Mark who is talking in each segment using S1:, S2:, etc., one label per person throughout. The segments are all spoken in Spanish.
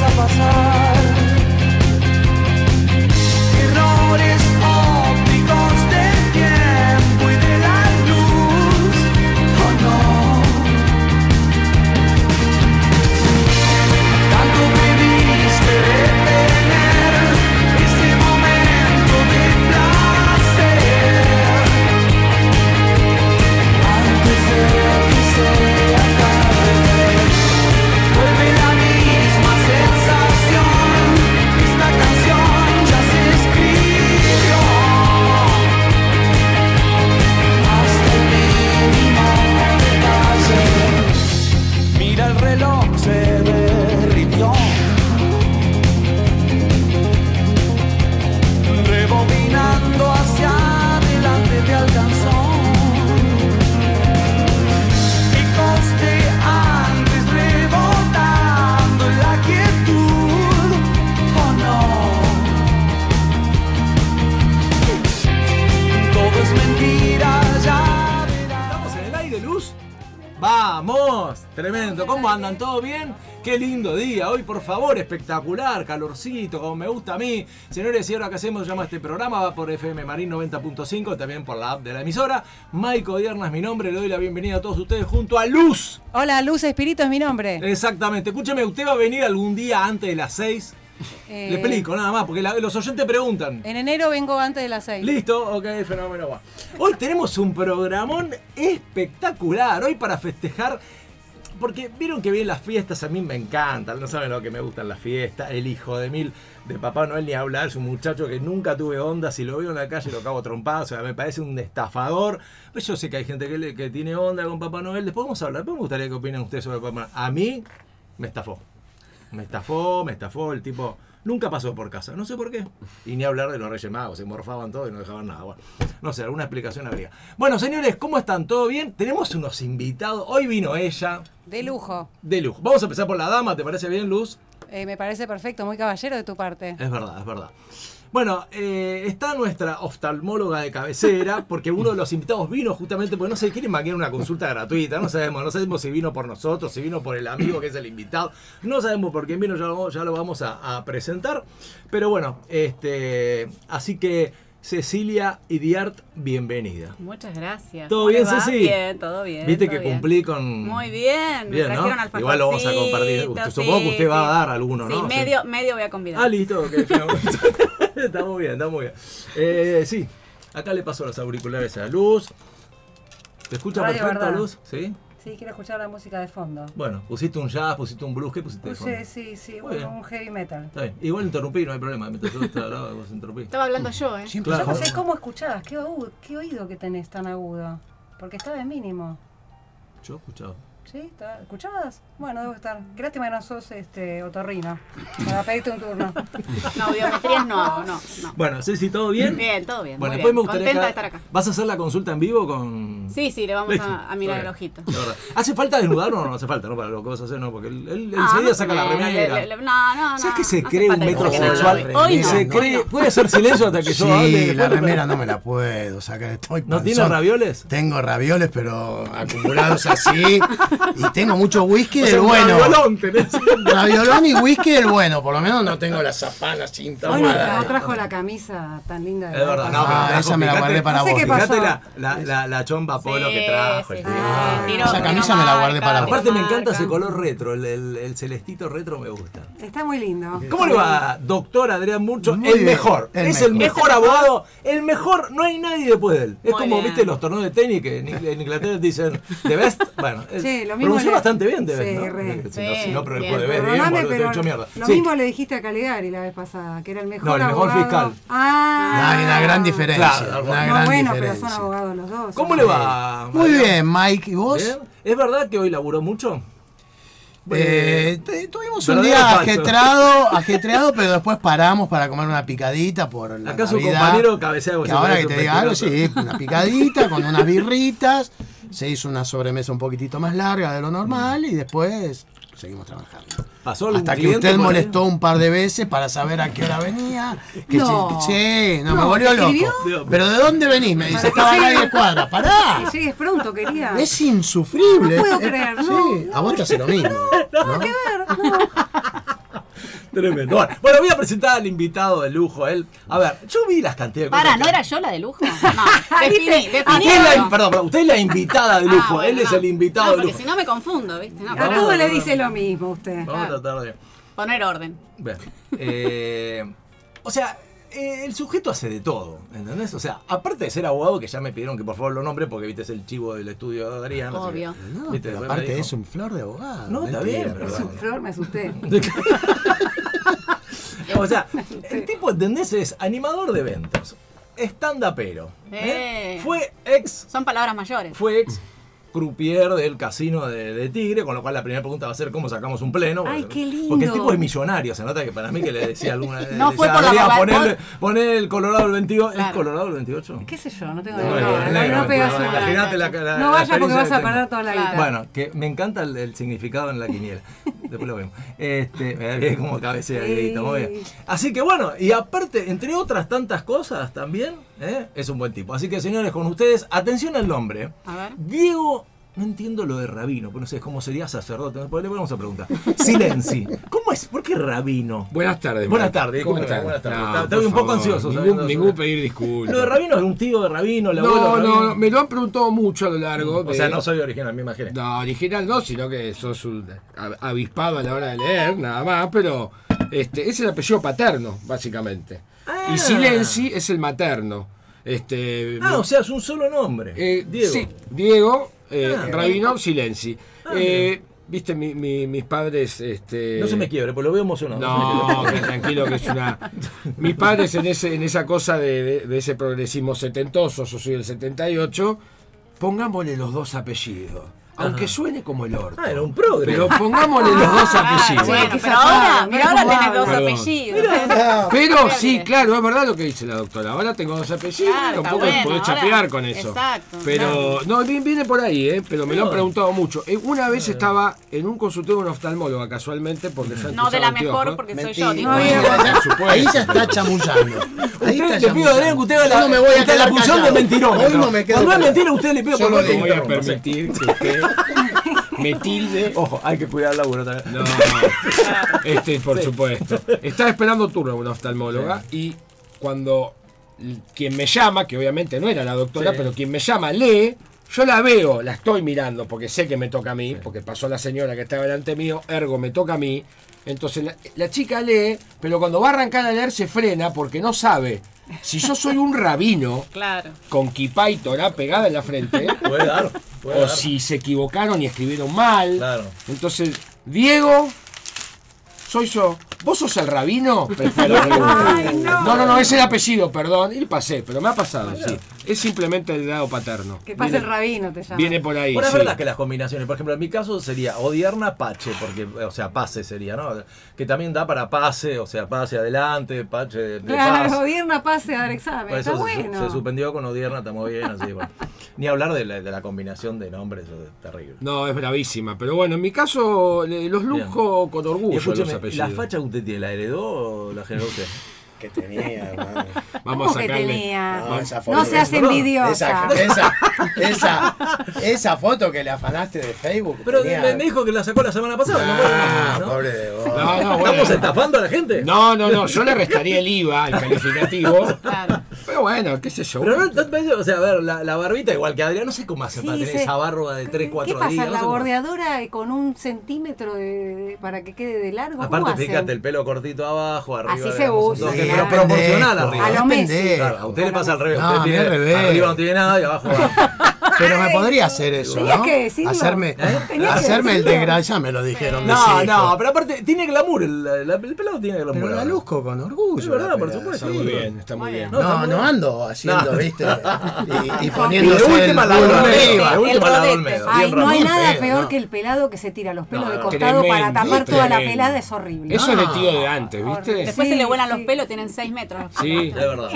S1: pasar. Errores ópticos del tiempo y de la luz, oh no. Tanto que viste detener ese momento de placer. Antes de que se acabe, vuelve la misma sensación. Esta canción ya se escribió. Hasta el mínimo detalle. Mira el reloj, se derritió. Rebobinando hacia adelante te alcanzó. Picos de antes rebotando en la quietud, oh no. Todo es mentira, ya verás.
S2: ¿Estamos en el aire, Luz? ¡Vamos! Tremendo. ¿Cómo andan? ¿Todo bien? Qué lindo día. Hoy, por favor, espectacular. Calorcito, como me gusta a mí. Señores, y ahora que hacemos, llama este programa. Va por FM Marín 90.5, también por la app de la emisora. Maico Dierna es mi nombre. Le doy la bienvenida a todos ustedes junto a Luz.
S3: Hola, Luz Espíritu es mi nombre.
S2: Exactamente. Escúcheme, ¿usted va a venir algún día antes de las 6?
S3: Eh,
S2: Le explico, nada más, porque la- los oyentes preguntan.
S3: En enero vengo antes de las 6.
S2: Listo, ok, fenómeno va. Hoy tenemos un programón espectacular, hoy para festejar, porque vieron que bien las fiestas, a mí me encantan, no saben lo que me gustan las fiestas, el hijo de mil de Papá Noel ni hablar, es un muchacho que nunca tuve onda, si lo veo en la calle lo cago trompado, o sea, me parece un estafador, pero yo sé que hay gente que, le- que tiene onda con Papá Noel, después vamos a hablar, pero me gustaría que opinen ustedes sobre Papá Noel. A mí me estafó. Me estafó, me estafó, el tipo nunca pasó por casa, no sé por qué. Y ni hablar de los Reyes Magos, se morfaban todo y no dejaban nada. Bueno, no sé, alguna explicación habría. Bueno, señores, ¿cómo están? ¿Todo bien? Tenemos unos invitados. Hoy vino ella,
S3: De lujo.
S2: de lujo. Vamos a empezar por la dama, ¿te parece bien, Luz?
S3: Eh, me parece perfecto, muy caballero de tu parte.
S2: Es verdad, es verdad. Bueno, eh, está nuestra oftalmóloga de cabecera, porque uno de los invitados vino justamente porque no se quiere maquiar una consulta gratuita, no sabemos, no sabemos si vino por nosotros, si vino por el amigo que es el invitado, no sabemos por quién vino, ya lo, ya lo vamos a, a presentar. Pero bueno, este, así que Cecilia Idiart, bienvenida.
S4: Muchas gracias.
S2: ¿Todo
S4: ¿Cómo
S2: bien,
S4: le va?
S2: Ceci?
S4: Bien, todo bien.
S2: Viste
S4: todo
S2: que
S4: bien.
S2: cumplí con...
S4: Muy bien, me
S2: Bien, ¿no?
S4: trajeron alfajorcitos,
S2: Igual lo vamos a compartir. Usted- supongo que usted va a dar alguno,
S4: sí,
S2: ¿no? Sí.
S4: medio, medio voy a convidar.
S2: Ah, listo, ok. ya. está muy bien, está muy bien. Eh, sí, acá le paso los auriculares a Luz. ¿Te escucha
S3: Radio
S2: perfecto,
S3: Verdad.
S2: Luz? ¿Sí?
S3: Sí, quiero escuchar la música de fondo.
S2: Bueno, pusiste un jazz, pusiste un blues, ¿qué pusiste? de fondo?
S3: sí, sí,
S2: Muy un- bien. un
S3: heavy metal.
S2: Está bien. Igual interrumpí, no hay problema. Mientras yo te hablaba, vos interrumpí.
S4: Estaba hablando yo, ¿eh?
S2: Claro.
S3: cómo escuchabas, qué, qué oído que tenés tan agudo. Porque estaba en mínimo.
S2: Yo escuchaba.
S3: ¿Sí? ¿Escuchabas? Bueno, debo estar. Qué lástima que no sos este, otorrino. Para pedirte un turno.
S4: No, biometrías no, no, no.
S2: Bueno, Ceci, ¿todo bien?
S4: Bien, todo bien.
S2: Bueno,
S4: muy
S2: después
S4: bien.
S2: me gustaría.
S4: Contenta de
S2: acá-
S4: estar acá.
S2: ¿Vas a hacer la consulta en vivo con.?
S4: Sí, sí, le vamos
S2: Listo.
S4: a, a mirar
S2: Ok.
S4: el ojito.
S2: La verdad. ¿Hace falta desnudarlo o no, no hace falta? No, para lo que vas a hacer, no, porque él, él
S4: Ah,
S2: enseguida
S4: más
S2: saca
S4: o
S2: la
S4: menos,
S2: remera.
S4: le- le- No, no, no.
S2: ¿Sabes que se
S4: no hace
S2: cree un
S4: falta que saque nada.
S2: metrosexual?
S4: Hoy
S2: Y
S4: no.
S2: se cree, puede hacer silencio hasta que yo hable.
S5: Sí, la
S2: después, pero-
S5: remera no me la puedo sacar. Estoy
S2: ¿No tiene
S5: panzón.
S2: ravioles?
S5: Tengo ravioles, pero acumulados así. y tengo mucho whisky
S2: O
S5: del
S2: sea, un
S5: bueno.
S2: raviolón tenés.
S5: Raviolón y whisky del bueno. Por lo menos no tengo las zapanas sin
S3: Hoy no, no
S5: tomada.
S3: trajo la camisa tan linda de
S2: Es verdad, no,
S5: Ah,
S2: pero
S5: esa me la
S2: fíjate-
S5: guardé para
S3: No sé
S5: vos.
S3: qué
S5: Fíjate.
S2: Fíjate
S3: pasó?
S2: la, la, la, la chomba polo
S4: Sí,
S2: que trajo.
S4: sí,
S2: el
S4: sí,
S2: tío.
S4: sí, tiró-
S5: Esa
S4: tiró
S5: camisa me la guardé
S4: marca,
S5: para vos.
S4: tiró
S2: Aparte me encanta
S4: marca.
S2: ese color retro, el, el- el celestito retro me gusta.
S3: Está muy lindo.
S2: ¿Cómo le va, doctor Adrián Murcho?
S5: Muy
S2: el
S5: bien,
S2: mejor,
S5: el
S2: es el
S4: mejor.
S2: mejor abogado, el mejor, no hay nadie después de él. Es
S4: Muy
S2: como,
S4: bien.
S2: viste, los torneos de tenis que en, Ingl- en Inglaterra dicen The Best. Bueno, es-
S3: Sí, lo mismo
S2: pronunció
S3: le-
S2: bastante bien The
S3: Sí,
S2: Best, ¿no?
S3: re.
S2: Si no, si no, pero el
S4: Sí,
S2: juego de Best, digamos,
S3: Perdóname,
S2: lo
S3: pero
S2: hecho mierda.
S3: lo
S2: Sí.
S3: mismo le dijiste a Caligari la vez pasada, que era el mejor
S2: No, el mejor
S3: abogado.
S2: fiscal.
S3: Ah,
S5: Hay una gran diferencia.
S2: Claro,
S5: una
S2: bueno.
S3: No,
S5: gran
S3: bueno,
S5: diferencia.
S3: pero son abogados los dos.
S2: ¿Cómo le va?
S5: Muy
S2: Mariano?
S5: bien, Mike. ¿Y vos?
S2: ¿Bien? ¿Es verdad que hoy laburó mucho?
S5: Eh, te- tuvimos un
S2: verdadero
S5: día
S2: o falso.
S5: ajetreado, ajetreado, pero después paramos para comer una picadita por la
S2: Acá su
S5: Navidad.
S2: compañero cabecea con
S5: Que
S2: su
S5: ahora que
S2: brazo
S5: te diga algo, sí,
S2: mentiroso.
S5: una picadita con unas birritas, se hizo una sobremesa un poquitito más larga de lo normal y después seguimos trabajando.
S2: Pasó algún
S5: Hasta que
S2: cliente
S5: usted
S2: por ahí?
S5: molestó un par de veces para saber a qué hora venía. Que
S3: No.
S5: si- sí, no,
S3: No,
S5: me volvió
S3: ¿te
S5: loco.
S3: escribió?
S5: Pero ¿de dónde venís? Me dice,
S3: Para que
S5: estaba acá
S3: llegue.
S5: 10 cuadras.
S3: Que
S5: ¡Pará!
S3: llegues pronto, quería.
S5: Es insufrible.
S3: No puedo
S5: Eh,
S3: creer,
S5: sí,
S3: no,
S5: A vos te hace lo mismo. ¿no?
S3: A ver, no.
S2: Tremendo. Bueno, bueno, voy a presentar al invitado de lujo, él. A ver, yo vi las cantidades de cosas
S4: Para,
S2: que-
S4: ¿no era yo la de lujo? No, definí, definí.
S2: Usted es la,
S4: no.
S2: perdón, perdón, usted es la invitada de
S4: Ah,
S2: lujo,
S4: bueno,
S2: él es
S4: no.
S2: el invitado
S4: No,
S2: de
S4: porque
S2: lujo.
S4: si no me confundo, ¿viste? No,
S6: A
S2: Vamos,
S6: todo le
S2: vamos.
S6: dice lo mismo usted.
S2: Vamos a tratar de.
S4: Poner orden.
S2: Bien. Eh, o sea, eh, el sujeto hace de todo, ¿entendés? O sea, aparte de ser abogado, que ya me pidieron que por favor lo nombre, porque viste, es el chivo del estudio de Adrián. así que-
S4: Obvio.
S5: No,
S2: viste, después
S5: pero
S2: me
S5: aparte
S2: dijo-
S5: es un flor de abogado.
S2: No, está
S5: mentira,
S2: bien, pero-
S6: Es un flor, me asusté.
S2: O sea, el tipo, ¿entendés? Es animador de eventos, stand-upero. ¿eh?
S4: Eh.
S2: Fue ex
S4: Son palabras mayores.
S2: fue ex croupier del casino de, de Tigre, con lo cual la primera pregunta va a ser cómo sacamos un pleno.
S6: Ay, qué lindo.
S2: Porque el tipo es millonario, se nota que para mí que le decía alguna vez.
S4: No
S2: le
S4: fue
S2: decía,
S4: por la
S2: "Adrián,
S4: ropa-
S2: ponerle- poner el Colorado el 28. ¿Es
S4: Claro.
S2: Colorado el 28?
S6: ¿Qué sé yo? No tengo
S2: No,
S6: ni
S2: no,
S6: idea.
S2: el
S6: No,
S2: negro,
S6: no
S2: el
S6: pegas
S2: colorado.
S4: una.
S2: Imagínate la- la- la
S6: No vayas porque
S2: experiencia
S6: vas
S2: que
S6: a
S2: tengo.
S6: perder toda la
S4: Claro.
S6: vida.
S2: Bueno, que me encanta el, el significado en la quiniela. Después lo vemos. Este, me da como cabecea, Dieguito, muy bien. Así que bueno, y aparte, entre otras tantas cosas también, ¿eh? es un buen tipo. Así que señores, con ustedes, atención al nombre.
S4: A ver.
S2: Diego, no entiendo lo de rabino, pero no sé cómo sería sacerdote. Después le vamos a preguntar. Silenci, ¿cómo es? ¿Por qué rabino?
S7: Buenas tardes.
S2: Buenas
S7: Marta.
S2: tardes,
S7: ¿Cómo
S2: discúlpeme,
S7: estás?
S2: buenas tardes.
S7: No,
S2: Estaba-
S7: por
S2: estaba un poco
S7: favor,
S2: ansioso,
S7: Ningún,
S2: sabiendo-
S7: ningún pedir disculpas.
S2: Lo de rabino es un tío de rabino, el abuelo.
S7: no,
S2: de
S7: no,
S2: rabino.
S7: no, me lo han preguntado mucho a lo largo.
S2: O
S7: de-
S2: sea, no soy original, me imagino.
S7: No, original no, sino que sos un a- avispado a la hora de leer, nada más, pero este, es el apellido paterno, básicamente.
S2: Ah.
S7: Y Silenzi es el materno. Este,
S2: Ah, o sea, es un solo nombre.
S7: eh,
S2: Diego.
S7: sí, Diego, eh,
S2: Ah.
S7: Rabino Silenzi.
S2: Ah,
S7: Eh, Viste, mi- mi- mis padres... Este,
S2: No se me quiebre, porque lo veo emocionado.
S7: No, que tranquilo, que es una. Mis padres en, ese, en esa cosa de, de- de ese progresismo setentoso, yo soy del 78, pongámosle los dos apellidos. Aunque suene como el orto.
S2: Ah, era un progre.
S7: Pero pongámosle los dos
S4: Ah,
S7: apellidos.
S4: bueno,
S6: quizás
S4: pero ahora,
S6: no,
S4: mira,
S6: no
S4: ahora
S6: es
S4: tenés
S6: como
S4: dos
S7: Perdón.
S4: apellidos.
S7: Pero
S4: Claro.
S7: sí, claro, es verdad lo que dice la doctora. Ahora tengo dos apellidos,
S4: Claro, está
S7: tampoco
S4: bueno,
S7: podés
S4: ahora-
S7: chapear con eso.
S4: exacto,
S7: Pero no, vi- viene por ahí, ¿eh? pero me lo han preguntado mucho. Eh, Una vez estaba en un consultorio de un oftalmóloga, casualmente, porque yo
S4: No de
S7: antes
S4: la
S7: usaba anteojos.
S4: mejor porque soy yo, dijo.
S5: Mentira.
S7: Por supuesto.
S5: Ahí ya está chamullando. Ahí
S2: Usted,
S5: está
S2: le pido, Adrián, que usted haga
S5: Yo
S2: la,
S5: no me voy a
S2: usted haga
S5: quedar
S2: la función
S5: callado.
S2: de mentirón.
S5: Hoy no me quedo
S2: Cuando es
S5: callado.
S2: mentira, usted le pido
S7: Yo
S2: por
S7: no
S2: favor
S7: le
S2: que
S7: voy a
S2: interrumpa, sí.
S7: permitir que usted me tilde.
S2: Ojo, hay que cuidar la laburo también.
S7: No, este, por supuesto. Estaba esperando turno una oftalmóloga y cuando l- quien me llama, que obviamente no era la doctora,
S2: Sí.
S7: pero quien me llama lee, yo la veo, la estoy mirando porque sé que me toca a mí, porque pasó la señora que estaba delante mío, ergo me toca a mí. Entonces la, la chica lee, pero cuando va a arrancar a leer se frena porque no sabe si yo soy un rabino
S4: Claro.
S7: con kipá y torá pegada en la frente
S2: Puede dar. puede
S7: o
S2: dar.
S7: si se equivocaron y escribieron mal.
S2: Claro.
S7: Entonces, Diego, soy yo. ¿Vos sos el rabino? Prefiero preguntar. no. no, no, es el apellido, perdón. Y pasé, pero me ha pasado, sí. Es simplemente el lado paterno.
S6: Que pase el rabino, te llama.
S7: Viene por ahí.
S2: Bueno, es
S7: sí.
S2: verdad que las combinaciones, por ejemplo, en mi caso sería odierna pache, porque, o sea, pase sería, ¿no? Que también da para pase, o sea, pase adelante, pache de, de paz.
S6: Claro, gobierna pase a dar examen.
S2: Por
S6: Está
S2: eso se,
S6: bueno.
S2: se suspendió con odierna, está muy bien, así, bueno. Ni hablar de la, de la combinación de nombres, eso es terrible.
S7: No, es bravísima. Pero bueno, en mi caso, le- los luzco con
S2: Y
S7: orgullo los
S2: escúcheme, ¿la
S7: apellidos.
S2: facha que usted tiene, la heredó o la generó usted?
S5: Que tenía, hermano.
S7: Vamos a
S6: ¿Cómo que
S7: sacarle.
S6: tenía?
S7: No,
S5: esa
S6: No seas envidiosa.
S5: Esa, esa, esa, esa foto que le afanaste de Facebook.
S2: Pero
S5: tenía-
S2: me, me dijo que la sacó la semana pasada, ¿no?
S5: Ah,
S2: ¿No?
S5: pobre de vos.
S7: No, no, bueno.
S2: ¿Estamos estafando a la gente?
S7: No, no, no, yo le restaría el IVA, el calificativo.
S4: Claro.
S7: Pero bueno, qué sé yo.
S2: Pero no, no te parece- o sea, a ver, la, la barbita igual que Adrián, no sé cómo hace
S6: Sí,
S2: para tener
S6: se-
S2: esa barba de 3, 4
S6: ¿Qué pasa?
S2: días. no
S6: ¿La
S2: sé cómo-
S6: bordeadora con un centímetro de- para que quede de largo? ¿Cómo
S2: Aparte,
S6: hacen?
S2: fíjate, el pelo cortito abajo, arriba.
S6: Así se
S2: digamos,
S6: usa,
S2: no, que-
S6: claro.
S2: pero proporcional
S5: Pendejo,
S2: arriba.
S6: A lo Messi.
S5: pendejo.
S2: Claro, a usted le pasa al revés.
S5: No,
S2: usted
S5: a mí
S2: tiene,
S5: al revés.
S2: Arriba no tiene nada y abajo.
S5: Pero me podría hacer eso,
S6: Tenías
S5: ¿no?
S6: que decirlo.
S5: Hacerme,
S6: Tenías que
S5: hacerme el
S6: decirlo.
S5: desgracia, ya me lo dijeron. mis
S2: no,
S5: hijos.
S2: no, pero aparte, tiene glamour. El, el, el pelado tiene glamour.
S5: Pero la
S2: ahora.
S5: luzco con
S2: Es
S5: orgullo.
S2: verdad,
S5: la
S2: por
S5: pelada,
S2: supuesto.
S5: sí.
S7: Muy bien, está muy bien.
S5: No, no, ando haciendo,
S2: No.
S5: viste, y, y
S2: Y de
S5: poniéndose el
S2: última la de
S5: culo
S2: Olmedo.
S5: arriba.
S2: De
S4: El
S2: última la de
S4: rodete.
S2: Olmedo.
S6: Ay,
S2: bien
S6: no hay
S2: raro.
S5: Ramón.
S6: nada
S5: Feo,
S6: peor
S5: no.
S6: que el pelado que se tira los pelos
S2: No,
S6: de
S2: no,
S6: costado para
S7: tremendo,
S6: tapar toda la
S7: tremendo.
S6: pelada, es horrible.
S7: Eso es de tío de antes, ¿viste?
S4: Después
S6: Sí,
S4: se le vuelan
S6: sí.
S4: los pelos, tienen 6 metros.
S7: Sí.
S2: Es verdad.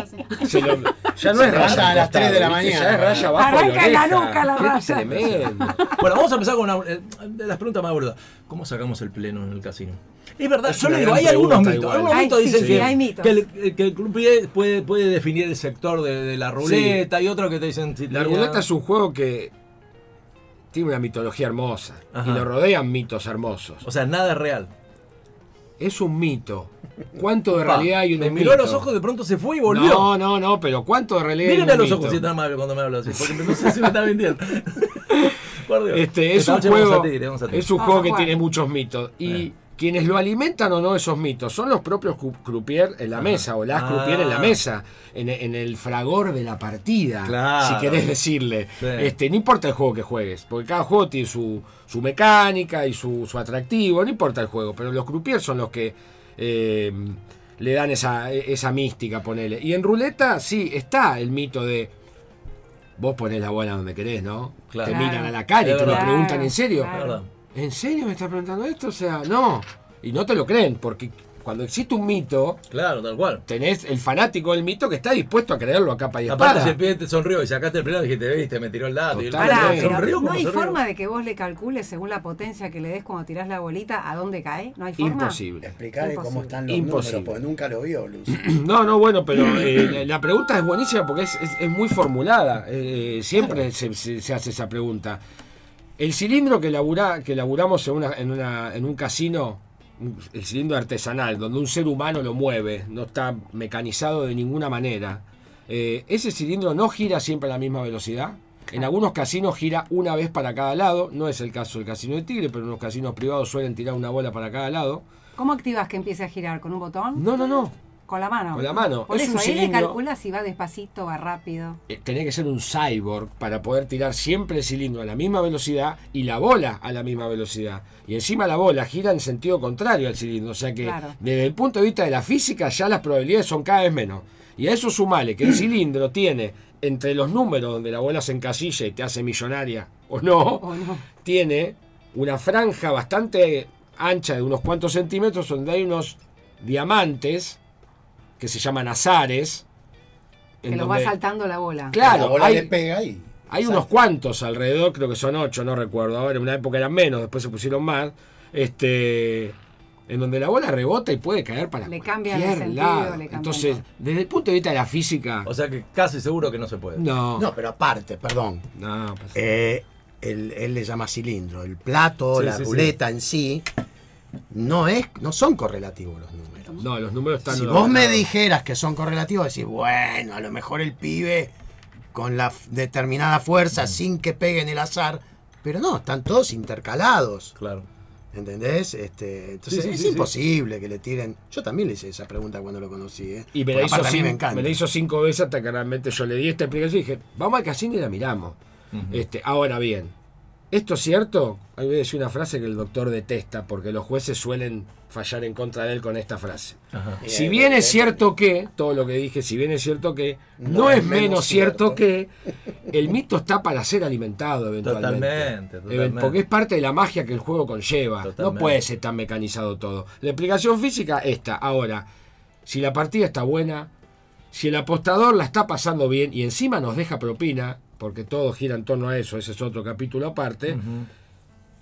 S7: Se lo- ya no es
S5: levanta
S7: raya
S5: a las
S7: acostada,
S5: tres de la
S7: ¿viste?
S5: mañana.
S7: Ya es raya abajo de
S6: Arranca en la
S7: oreja.
S6: nuca la
S7: Qué
S6: raya.
S7: Tremendo.
S2: Bueno, vamos a empezar con una, eh, de las preguntas más burdas. ¿Cómo sacamos el pleno en el casino? Es verdad,
S7: Es
S2: yo
S7: una
S2: le digo,
S7: gran
S2: hay algunos
S7: pregunta
S2: mitos.
S7: igual.
S2: Algunos
S6: Ay,
S2: mitos
S6: sí,
S2: dicen
S6: sí,
S2: que,
S6: hay mitos.
S2: que el, que el club pie puede, puede definir el sector de, de la ruleta y otro que te dicen... si
S7: La
S2: te-
S7: ruleta es un juego que tiene una mitología hermosa
S2: Ajá.
S7: y lo rodean mitos hermosos.
S2: O sea, nada es real.
S7: es un mito. ¿Cuánto de realidad hay en
S2: me
S7: un
S2: miró a
S7: mito?
S2: los ojos, de pronto se fue y volvió.
S7: No, no, no, pero ¿cuánto de realidad hay en
S2: Mírenme a
S7: un
S2: los ojos
S7: mito?
S2: si es tan amable cuando me habla así, porque no sé si me está mintiendo. Por Dios.
S7: Este, es
S2: Esta
S7: un
S2: noche vamos
S7: juego,
S2: a Tigre, vamos a Tigre.
S7: es un
S4: Vamos
S7: juego
S4: a
S7: que
S4: jugar.
S7: tiene muchos mitos. Y quienes lo alimentan o no esos mitos son los propios cru- croupier en la mesa, o las
S2: Ah.
S7: croupier en la mesa, en, en el fragor de la partida,
S2: Claro.
S7: si querés decirle.
S2: Sí.
S7: Este, no importa el juego que juegues, porque cada juego tiene su, su mecánica y su, su atractivo, no importa el juego, pero los croupier son los que... eh, le dan esa, e-, esa mística, ponele. Y en ruleta, sí, está el mito de Vos ponés la bola donde querés, ¿no?
S2: Claro.
S7: Te miran a la
S2: Claro.
S7: cara y
S2: Es
S7: te lo
S2: verdad.
S7: preguntan en serio.
S2: La verdad.
S7: ¿En serio me estás preguntando esto? O sea, no. Y no te lo creen, porque cuando existe un mito,
S2: Claro, tal cual.
S7: tenés el fanático del mito que está dispuesto a creerlo a capa y
S2: Aparte ese
S7: espada.
S2: pibe te sonrió y sacaste el primero y dijiste, viste, me tiró el dato. Y el
S7: Total.
S2: otro
S6: Pará,
S7: Claro,
S6: pero
S2: sonrió
S6: no
S2: como
S6: hay
S2: sonrió.
S6: forma de que vos le calcules según la potencia que le des cuando tirás la bolita a dónde cae. No hay forma.
S7: Imposible.
S5: Explicarle cómo
S6: Imposible.
S5: están los
S7: Imposible.
S5: números, porque nunca lo vio, Luz.
S7: No, no, bueno, pero eh, la- la pregunta es buenísima porque es, es- es muy formulada. Eh, eh, siempre se, se- se hace esa pregunta. El cilindro que, labura, que laburamos en, una- en, una- en un casino, un- el cilindro artesanal, donde un ser humano lo mueve, no está mecanizado de ninguna manera, eh, ¿ese cilindro no gira siempre a la misma velocidad? En algunos casinos gira una vez para cada lado, no es el caso del casino de Tigre, pero en los casinos privados suelen tirar una bola para cada lado.
S6: ¿Cómo activas que empiece a girar? ¿Con un botón?
S7: No, no, no.
S6: Con la mano.
S7: Con la mano.
S6: Por
S7: Es
S6: eso
S7: un
S6: ahí
S7: cilindro.
S6: le calculas si va despacito, va rápido.
S7: eh, tenía que ser un cyborg para poder tirar siempre el cilindro a la misma velocidad y la bola a la misma velocidad. Y encima la bola gira en sentido contrario al cilindro. O sea que
S6: Claro.
S7: desde el punto de vista de la física ya las probabilidades son cada vez menos. Y a eso sumale que el cilindro tiene entre los números donde la bola se encasilla y te hace millonaria o no,
S6: O no.
S7: tiene una franja bastante ancha de unos cuantos centímetros donde hay unos diamantes que se llaman azares. en
S6: Que lo va
S7: donde-
S6: saltando la bola.
S5: la
S7: Claro,
S5: bola le
S7: hay,
S5: pega ahí.
S7: hay unos cuantos alrededor, creo que son ocho, no recuerdo. Ahora en una época eran menos, después se pusieron más. Este, en donde la bola rebota y puede caer para
S6: Le cambian el
S7: cualquier
S6: sentido,
S7: lado.
S6: le cambian
S7: Entonces,
S6: todo.
S7: desde el punto de vista de la física,
S2: O sea que casi seguro que no se puede.
S7: no, no,
S5: No, pero aparte, perdón.
S7: pues,
S5: Eh, él, él le llama cilindro. El plato,
S2: Sí,
S5: la
S2: sí, sí.
S5: ruleta en sí, no, es, no son correlativos los números.
S7: no, los números están.
S5: si
S7: ordenados.
S5: vos me dijeras que son correlativos, decís, bueno, a lo mejor el pibe con la f- determinada fuerza, sin que peguen el azar, pero no, están todos intercalados.
S2: Claro.
S5: ¿Entendés? Este, entonces
S2: Sí, sí,
S5: es
S2: sí, sí.
S5: imposible que le tiren. Yo también le hice esa pregunta cuando lo conocí. ¿eh?
S7: Y me la,
S5: Porque
S7: hizo
S5: aparte a mí
S7: cin-
S5: me encanta.
S7: me la hizo cinco veces hasta que realmente yo le di esta explicación y dije, vamos al casino y la miramos. este, ahora bien, ¿esto es cierto? Ahí voy a decir una frase que el doctor detesta porque los jueces suelen fallar en contra de él con esta frase.
S2: Ajá.
S7: Si bien es cierto que, todo lo que dije, si bien es cierto que, no, es menos cierto, que el mito está para ser alimentado eventualmente.
S2: Totalmente,
S7: Even-
S2: totalmente.
S7: Eh, Porque es parte de la magia que el juego conlleva.
S2: Totalmente.
S7: No puede ser tan mecanizado todo. La explicación física esta. Ahora, si la partida está buena, si el apostador la está pasando bien y encima nos deja propina, porque todo gira en torno a eso, ese es otro capítulo aparte,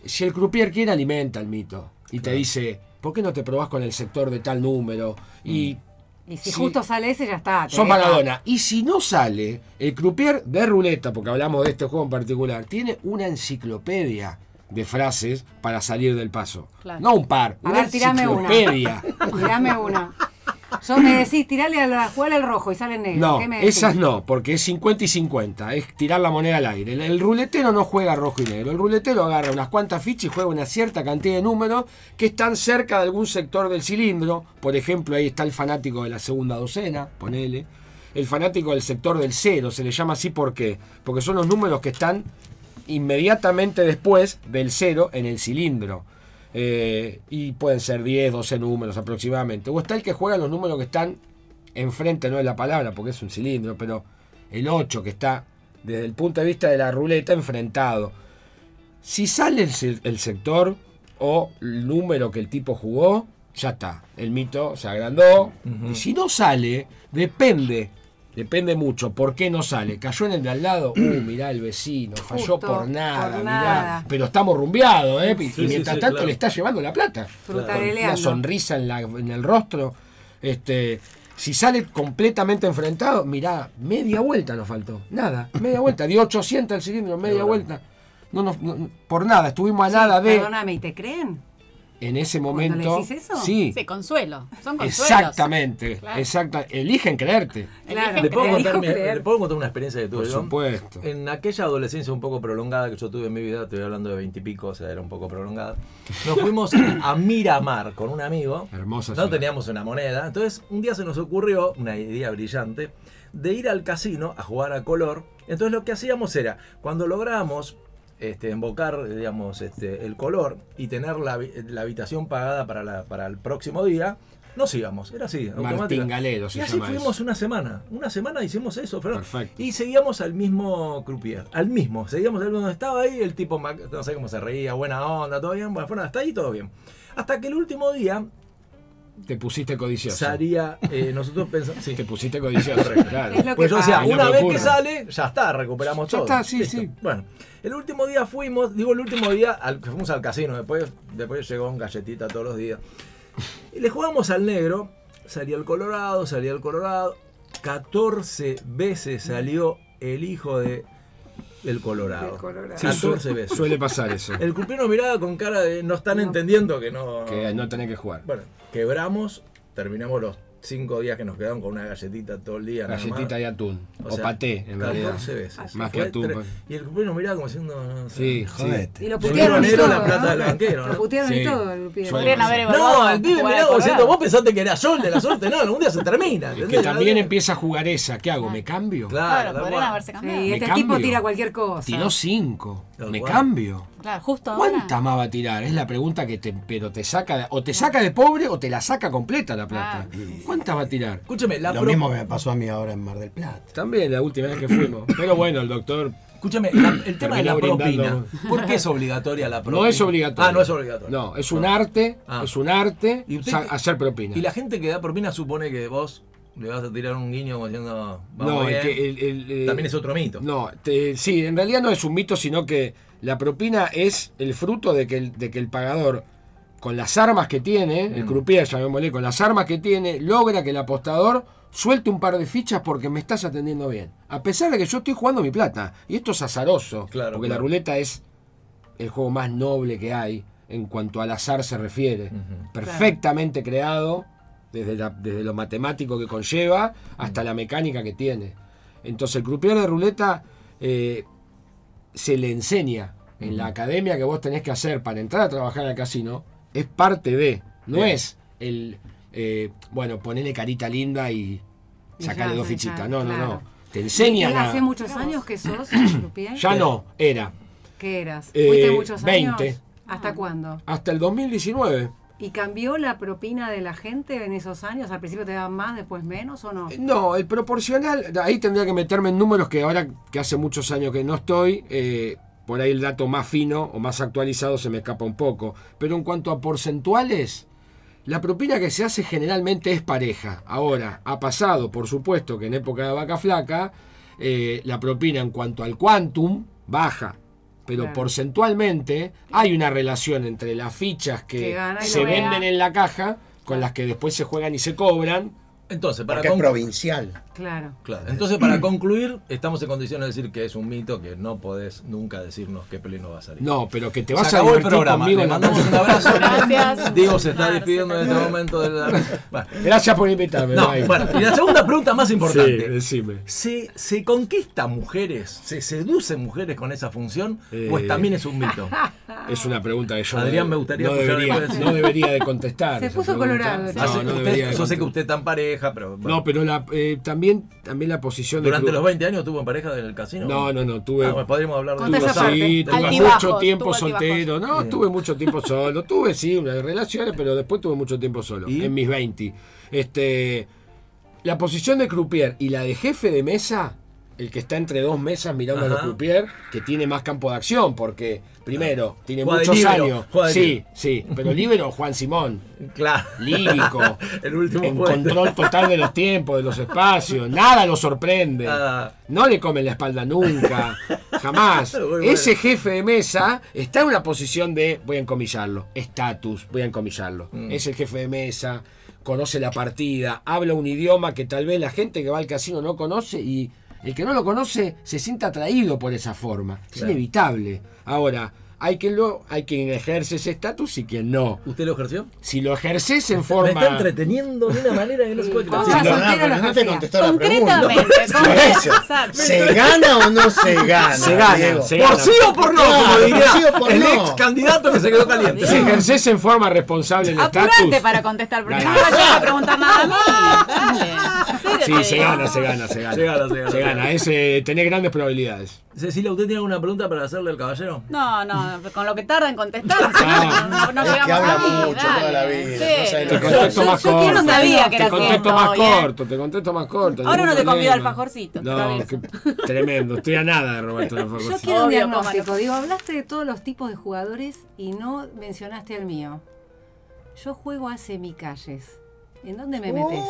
S7: si el croupier quiere alimenta el mito y te dice, ¿por qué no te probás con el sector de tal número?
S2: Mm.
S7: Y
S6: Y si
S7: Sí.
S6: justo sale ese, ya está. te
S7: son
S6: deja.
S7: Maradona. Y si no sale, el croupier de ruleta, porque hablamos de este juego en particular, tiene una enciclopedia de frases para salir del paso.
S4: Claro.
S7: No un par,
S6: A
S7: una
S6: ver, tirame una.
S7: enciclopedia.
S6: Tirame una. Yo me decís, tirale a la jugar el rojo y sale el negro.
S7: No,
S6: ¿Qué me decís?
S7: esas no, porque es 50 y 50, es tirar la moneda al aire. El, el ruletero no juega rojo y negro, el ruletero agarra unas cuantas fichas y juega una cierta cantidad de números que están cerca de algún sector del cilindro. Por ejemplo, ahí está el fanático de la segunda docena, ponele. El fanático del sector del cero, se le llama así porque, porque son los números que están inmediatamente después del cero en el cilindro. Eh, y pueden ser 10, 12 números aproximadamente. O está el que juega los números que están enfrente, no es la palabra porque es un cilindro, pero el 8 que está desde el punto de vista de la ruleta enfrentado. Si sale el, se- el sector o el número que el tipo jugó, ya está. El mito se agrandó. Y si no sale, depende. Depende mucho. ¿Por qué no sale? Cayó en el de al lado. Uh, mirá el vecino. Falló
S6: Justo,
S7: por nada,
S6: por
S7: mirá.
S6: nada.
S7: Pero estamos rumbeados, ¿eh? Y-
S2: Sí,
S7: y
S2: sí,
S7: mientras
S2: sí,
S7: tanto
S2: claro.
S7: le está llevando la plata una
S6: Frutareleando.
S7: sonrisa en, la- en el rostro. Este, si sale completamente enfrentado, mirá, media vuelta nos faltó. Nada, media vuelta. Dio 800 el cilindro, media vuelta. No, nos- no- por nada, estuvimos a nada de.
S6: Perdóname, ¿y te creen?
S7: en ese
S6: le
S7: momento.
S6: decís eso?
S7: Sí,
S4: Sí, consuelo. Son consuelos.
S7: exactamente.
S4: Claro.
S7: exacta- eligen creerte.
S4: Eligen
S2: ¿Le puedo,
S6: Te
S4: creer.
S2: contar
S6: dijo
S2: mi-
S6: creer.
S2: ¿Le puedo contar una experiencia que tuve
S7: Por
S2: yo?
S7: supuesto.
S2: En aquella adolescencia un poco prolongada que yo tuve en mi vida, estoy hablando de veintipico, o sea, era un poco prolongada. Nos fuimos a Miramar con un amigo.
S7: Hermosa
S2: No
S7: ciudad.
S2: teníamos una moneda. Entonces, un día se nos ocurrió, una idea brillante, de ir al casino a jugar a color. Entonces, lo que hacíamos era, cuando logramos este, embocar, digamos, este, el color y tener la, habi- la habitación pagada para, la- para el próximo día, nos íbamos. Era así, automático.
S7: Galero se
S2: Y así
S7: llama
S2: fuimos
S7: eso.
S2: una semana. Una semana hicimos eso, Fernando.
S7: Perfecto.
S2: Y seguíamos al mismo croupier, al mismo. Seguíamos al mismo donde estaba ahí, el tipo, mac- no sé cómo se reía, buena onda, todo bien. Bueno, fueron hasta ahí todo bien. Hasta que el último día
S7: Te pusiste codicioso.
S2: salía, eh, nosotros pensamos, sí.
S7: Te pusiste codicioso, claro.
S6: Es lo
S2: Pues
S6: que
S2: yo decía,
S7: pasa. Es lo
S2: una
S7: que
S2: vez
S7: ocurre.
S2: que sale, ya está, recuperamos
S7: Ya
S2: todo.
S7: está, sí,
S2: Listo.
S7: sí.
S2: Bueno, el último día fuimos, digo el último día, al, fuimos al casino, después, después llegó un galletita todos los días. Y le jugamos al negro, salía el Colorado, salía el Colorado, 14 veces salió el hijo de el Colorado.
S6: Del Colorado.
S7: Sí,
S2: 14
S7: su-
S2: veces.
S7: Suele pasar eso.
S2: El cupido nos miraba con cara de no están entendiendo que no...
S7: Que no tenés que jugar.
S2: Bueno, quebramos, terminamos los cinco días que nos quedaron con una galletita todo el día. nada más.
S7: Galletita de atún. O,
S2: sea,
S7: paté, en realidad.
S2: 14 veces.
S7: Más que
S2: Fue
S7: atún,
S2: tre-
S7: pues.
S2: Y el cupero nos miraba como diciendo. No, no,
S7: Sí, sí.
S5: Jodete.
S6: Y lo
S2: Yo
S6: putearon y
S2: primero
S6: todo,
S2: la plata
S6: ¿no?
S2: del banquero, ¿no?
S6: Lo putearon
S7: Sí.
S6: y todo, el pibe.
S7: Suele
S4: Podrían haber evaluado.
S2: No, el pibe
S4: jugar
S2: miraba
S4: al
S2: como diciendo, vos
S4: colorado.
S2: pensaste que era yo el de la suerte. No, algún día se termina.
S7: Es que
S2: ¿entendés?
S7: también empieza a jugar esa. ¿Qué hago? ¿Me cambio?
S2: Ah. Claro,
S4: Claro,
S2: tal
S4: podrían
S2: cual.
S4: haberse cambiado.
S6: Sí,
S7: Me
S6: este
S7: cambio.
S6: tipo tira cualquier cosa.
S7: Tiró 5.
S2: Tal
S7: ¿Me
S2: cual.
S7: cambio?
S4: Claro, justo ahora.
S7: ¿Cuánta más va a tirar? Es la pregunta que te, pero te saca, de- o te saca de pobre o te la saca completa la plata.
S4: Ah,
S7: ¿Cuántas va a tirar?
S2: Escúchame, la
S5: Lo
S2: pro-
S5: mismo que me pasó a mí ahora en Mar del Plata.
S7: También la última vez que fuimos. Pero bueno, el doctor
S2: escúchame, la- el tema de
S7: Terminó
S2: la propina.
S7: brindando.
S2: ¿Por qué es obligatoria la propina?
S7: no es obligatorio.
S2: Ah, no es obligatorio.
S7: No, es un arte,
S2: Ah.
S7: es un arte
S2: ¿Y usted
S7: sa-
S2: qué-
S7: hacer propina.
S2: Y la gente que da propina supone que vos le vas a tirar un guiño como diciendo. Vamos
S7: no, el
S2: bien.
S7: que- el- el- el-
S2: También es otro mito.
S7: No, te- sí, en realidad no es un mito, sino que la propina es el fruto de que el, de que el pagador, con las armas que tiene,
S2: Mm.
S7: el croupier, llamémosle, con las armas que tiene, logra que el apostador suelte un par de fichas porque me estás atendiendo bien. A pesar de que yo estoy jugando mi plata. Y esto es azaroso,
S2: Claro,
S7: porque la
S2: claro.
S7: ruleta es el juego más noble que hay en cuanto al azar se refiere. Perfectamente creado, desde, la- desde lo matemático que conlleva hasta la mecánica que tiene. Entonces, el croupier de ruleta eh, se le enseña en la academia que vos tenés que hacer para entrar a trabajar al casino, es parte de, no
S2: Bien.
S7: es el, eh, bueno, ponele carita linda y
S6: Y
S7: sacarle
S6: ya,
S7: dos
S6: ya,
S7: fichitas. No, no, no.
S6: claro.
S7: Te
S6: ¿Y
S7: enseñan
S6: hace ¿eh?
S7: a...
S6: muchos años que sos, Lupié?
S7: Ya no, era.
S6: ¿Qué eras?
S7: Eh,
S6: ¿Fuiste muchos
S7: 20.
S6: años?
S4: Ah.
S6: ¿Hasta cuándo?
S7: Hasta el 2019.
S6: ¿Y cambió la propina de la gente en esos años? ¿Al principio te daban más, después menos o no?
S7: No, el proporcional, ahí tendría que meterme en números que ahora que hace muchos años que no estoy, eh, por ahí el dato más fino o más actualizado se me escapa un poco. Pero en cuanto a porcentuales, la propina que se hace generalmente es pareja. Ahora, ha pasado, por supuesto, que en época de vaca flaca, eh, la propina en cuanto al quantum baja. Pero
S6: Claro.
S7: porcentualmente hay una relación entre las fichas que,
S6: Que gana y
S7: se
S6: juega.
S7: venden en la caja con las que después se juegan y se cobran.
S2: Entonces, para
S5: Porque es
S2: conclu-
S5: provincial.
S6: Claro.
S2: Claro. Entonces, para concluir, estamos en condiciones de decir que es un mito, que no podés nunca decirnos qué pleno va a salir.
S7: No, pero que
S2: Se
S7: te vas a
S2: acabó el
S7: divertir
S2: programa.
S7: conmigo.
S2: Le
S7: en la
S2: mandamos un
S7: noche.
S2: abrazo.
S4: Gracias.
S2: Diego se está
S4: Claro,
S2: despidiendo
S4: se
S2: en este momento de la. Bueno.
S7: Gracias por invitarme.
S2: No,
S7: Mike.
S2: bueno, y la segunda pregunta más
S7: sí,
S2: importante.
S7: decime.
S2: ¿Se, ¿Se conquista mujeres? ¿Se seducen mujeres con esa función?
S7: Eh.
S2: Pues también es un mito.
S7: Es una pregunta que yo
S2: Adrián,
S7: no,
S2: me gustaría
S7: no
S2: escuchar
S7: debería,
S2: después.
S7: no debería de contestar.
S6: Se
S7: esa
S6: puso
S7: pregunta.
S6: colorado,
S7: No,
S2: Ah,
S7: no
S2: sí, usted-
S7: debería
S2: yo
S7: de
S2: sé
S7: contestar.
S2: que usted está en pareja, pero. bueno,
S7: No, pero la, eh, también, también la posición
S2: durante
S7: de
S2: los 20 años tuvo en pareja en el casino.
S7: No, no, no, tuve-
S2: Ah, bueno, podríamos hablar
S6: Contá
S2: de
S6: esa parte.
S7: Sí,
S2: Sí,
S7: tuve
S4: Altibajos,
S7: mucho tiempo
S4: tuvo altibajos.
S7: soltero. No, tuve mucho tiempo solo. Tuve, sí, unas relaciones, pero después tuve mucho tiempo solo.
S2: ¿Y?
S7: En mis 20. Este, la posición de croupier y la de jefe de mesa, el que está entre dos mesas mirando a los
S2: Ajá.
S7: croupier, que tiene más campo de acción, porque primero, tiene
S2: Ah. Juega de
S7: muchos
S2: líbero,
S7: años.
S2: juega de
S7: Sí,
S2: líbero.
S7: sí, pero libero Juan Simón.
S2: Claro.
S7: Lírico,
S2: El último
S7: en
S2: puesto.
S7: control total de los tiempos, de los espacios, nada lo sorprende.
S2: Ah.
S7: No le comen la espalda nunca, jamás.
S2: Muy bueno.
S7: Ese jefe de mesa está en una posición de, voy a encomillarlo, estatus, voy a encomillarlo.
S2: Mm.
S7: Es el jefe de mesa, conoce la partida, habla un idioma que tal vez la gente que va al casino no conoce y el que no lo conoce se siente atraído por esa forma. Es
S2: Claro.
S7: inevitable. Ahora, Hay quien, lo, hay quien ejerce ese estatus y quien no.
S2: ¿Usted lo ejerció?
S7: Si lo ejerces en
S2: Me está
S7: forma...
S2: entreteniendo de una manera que no se puede creer.
S6: Sí,
S5: no,
S6: Ah,
S5: no,
S6: soltero
S5: pero
S6: lo
S5: no te
S6: hacía.
S5: contestó la pregunta.
S4: Concretamente,
S5: Eso.
S4: concretamente.
S5: ¿Se gana o no se gana?
S7: Se gana,
S5: Diego?
S7: se
S2: Por sí o por no, como
S5: Claro,
S2: diría
S5: por sí o por
S2: el
S5: no.
S2: ex candidato que se quedó caliente.
S7: Si ejerces en forma responsable el estatus...
S4: Apurate para contestar, porque
S7: Dale.
S4: no me vayas a preguntar más a mí. Dale. Cero
S7: Sí,
S4: te
S7: se
S4: digo.
S7: gana, se gana, se gana.
S2: Se gana, se gana.
S7: Ese, tenés grandes probabilidades.
S2: Cecilia, ¿usted tiene alguna pregunta para hacerle al caballero?
S4: No, no, con lo que tarda en contestar.
S7: Ah.
S4: No, no, no
S5: Es que
S4: llegamos
S5: habla
S4: ahí,
S5: mucho toda
S4: dale,
S5: la vida,
S4: sí.
S5: no sabe lo
S7: Te
S5: que
S7: contesto
S4: Yo-
S7: más
S4: yo que no
S7: corto.
S4: sabía que
S7: Te
S4: era
S7: contesto
S4: cierto,
S7: más
S4: ¿eh?
S7: corto, te contesto más corto.
S4: Ahora
S7: ningún
S4: no te convido al
S7: problema.
S4: alfajorcito, te
S7: No,
S4: aviso.
S7: qué- tremendo. Estoy a nada de robarte
S6: Yo
S7: el alfajorcito.
S6: quiero un
S4: Obvio,
S6: diagnóstico.
S4: cómalo.
S6: Digo, hablaste de todos los tipos de jugadores y no mencionaste el mío. Yo juego a semicalles. ¿En dónde me metes?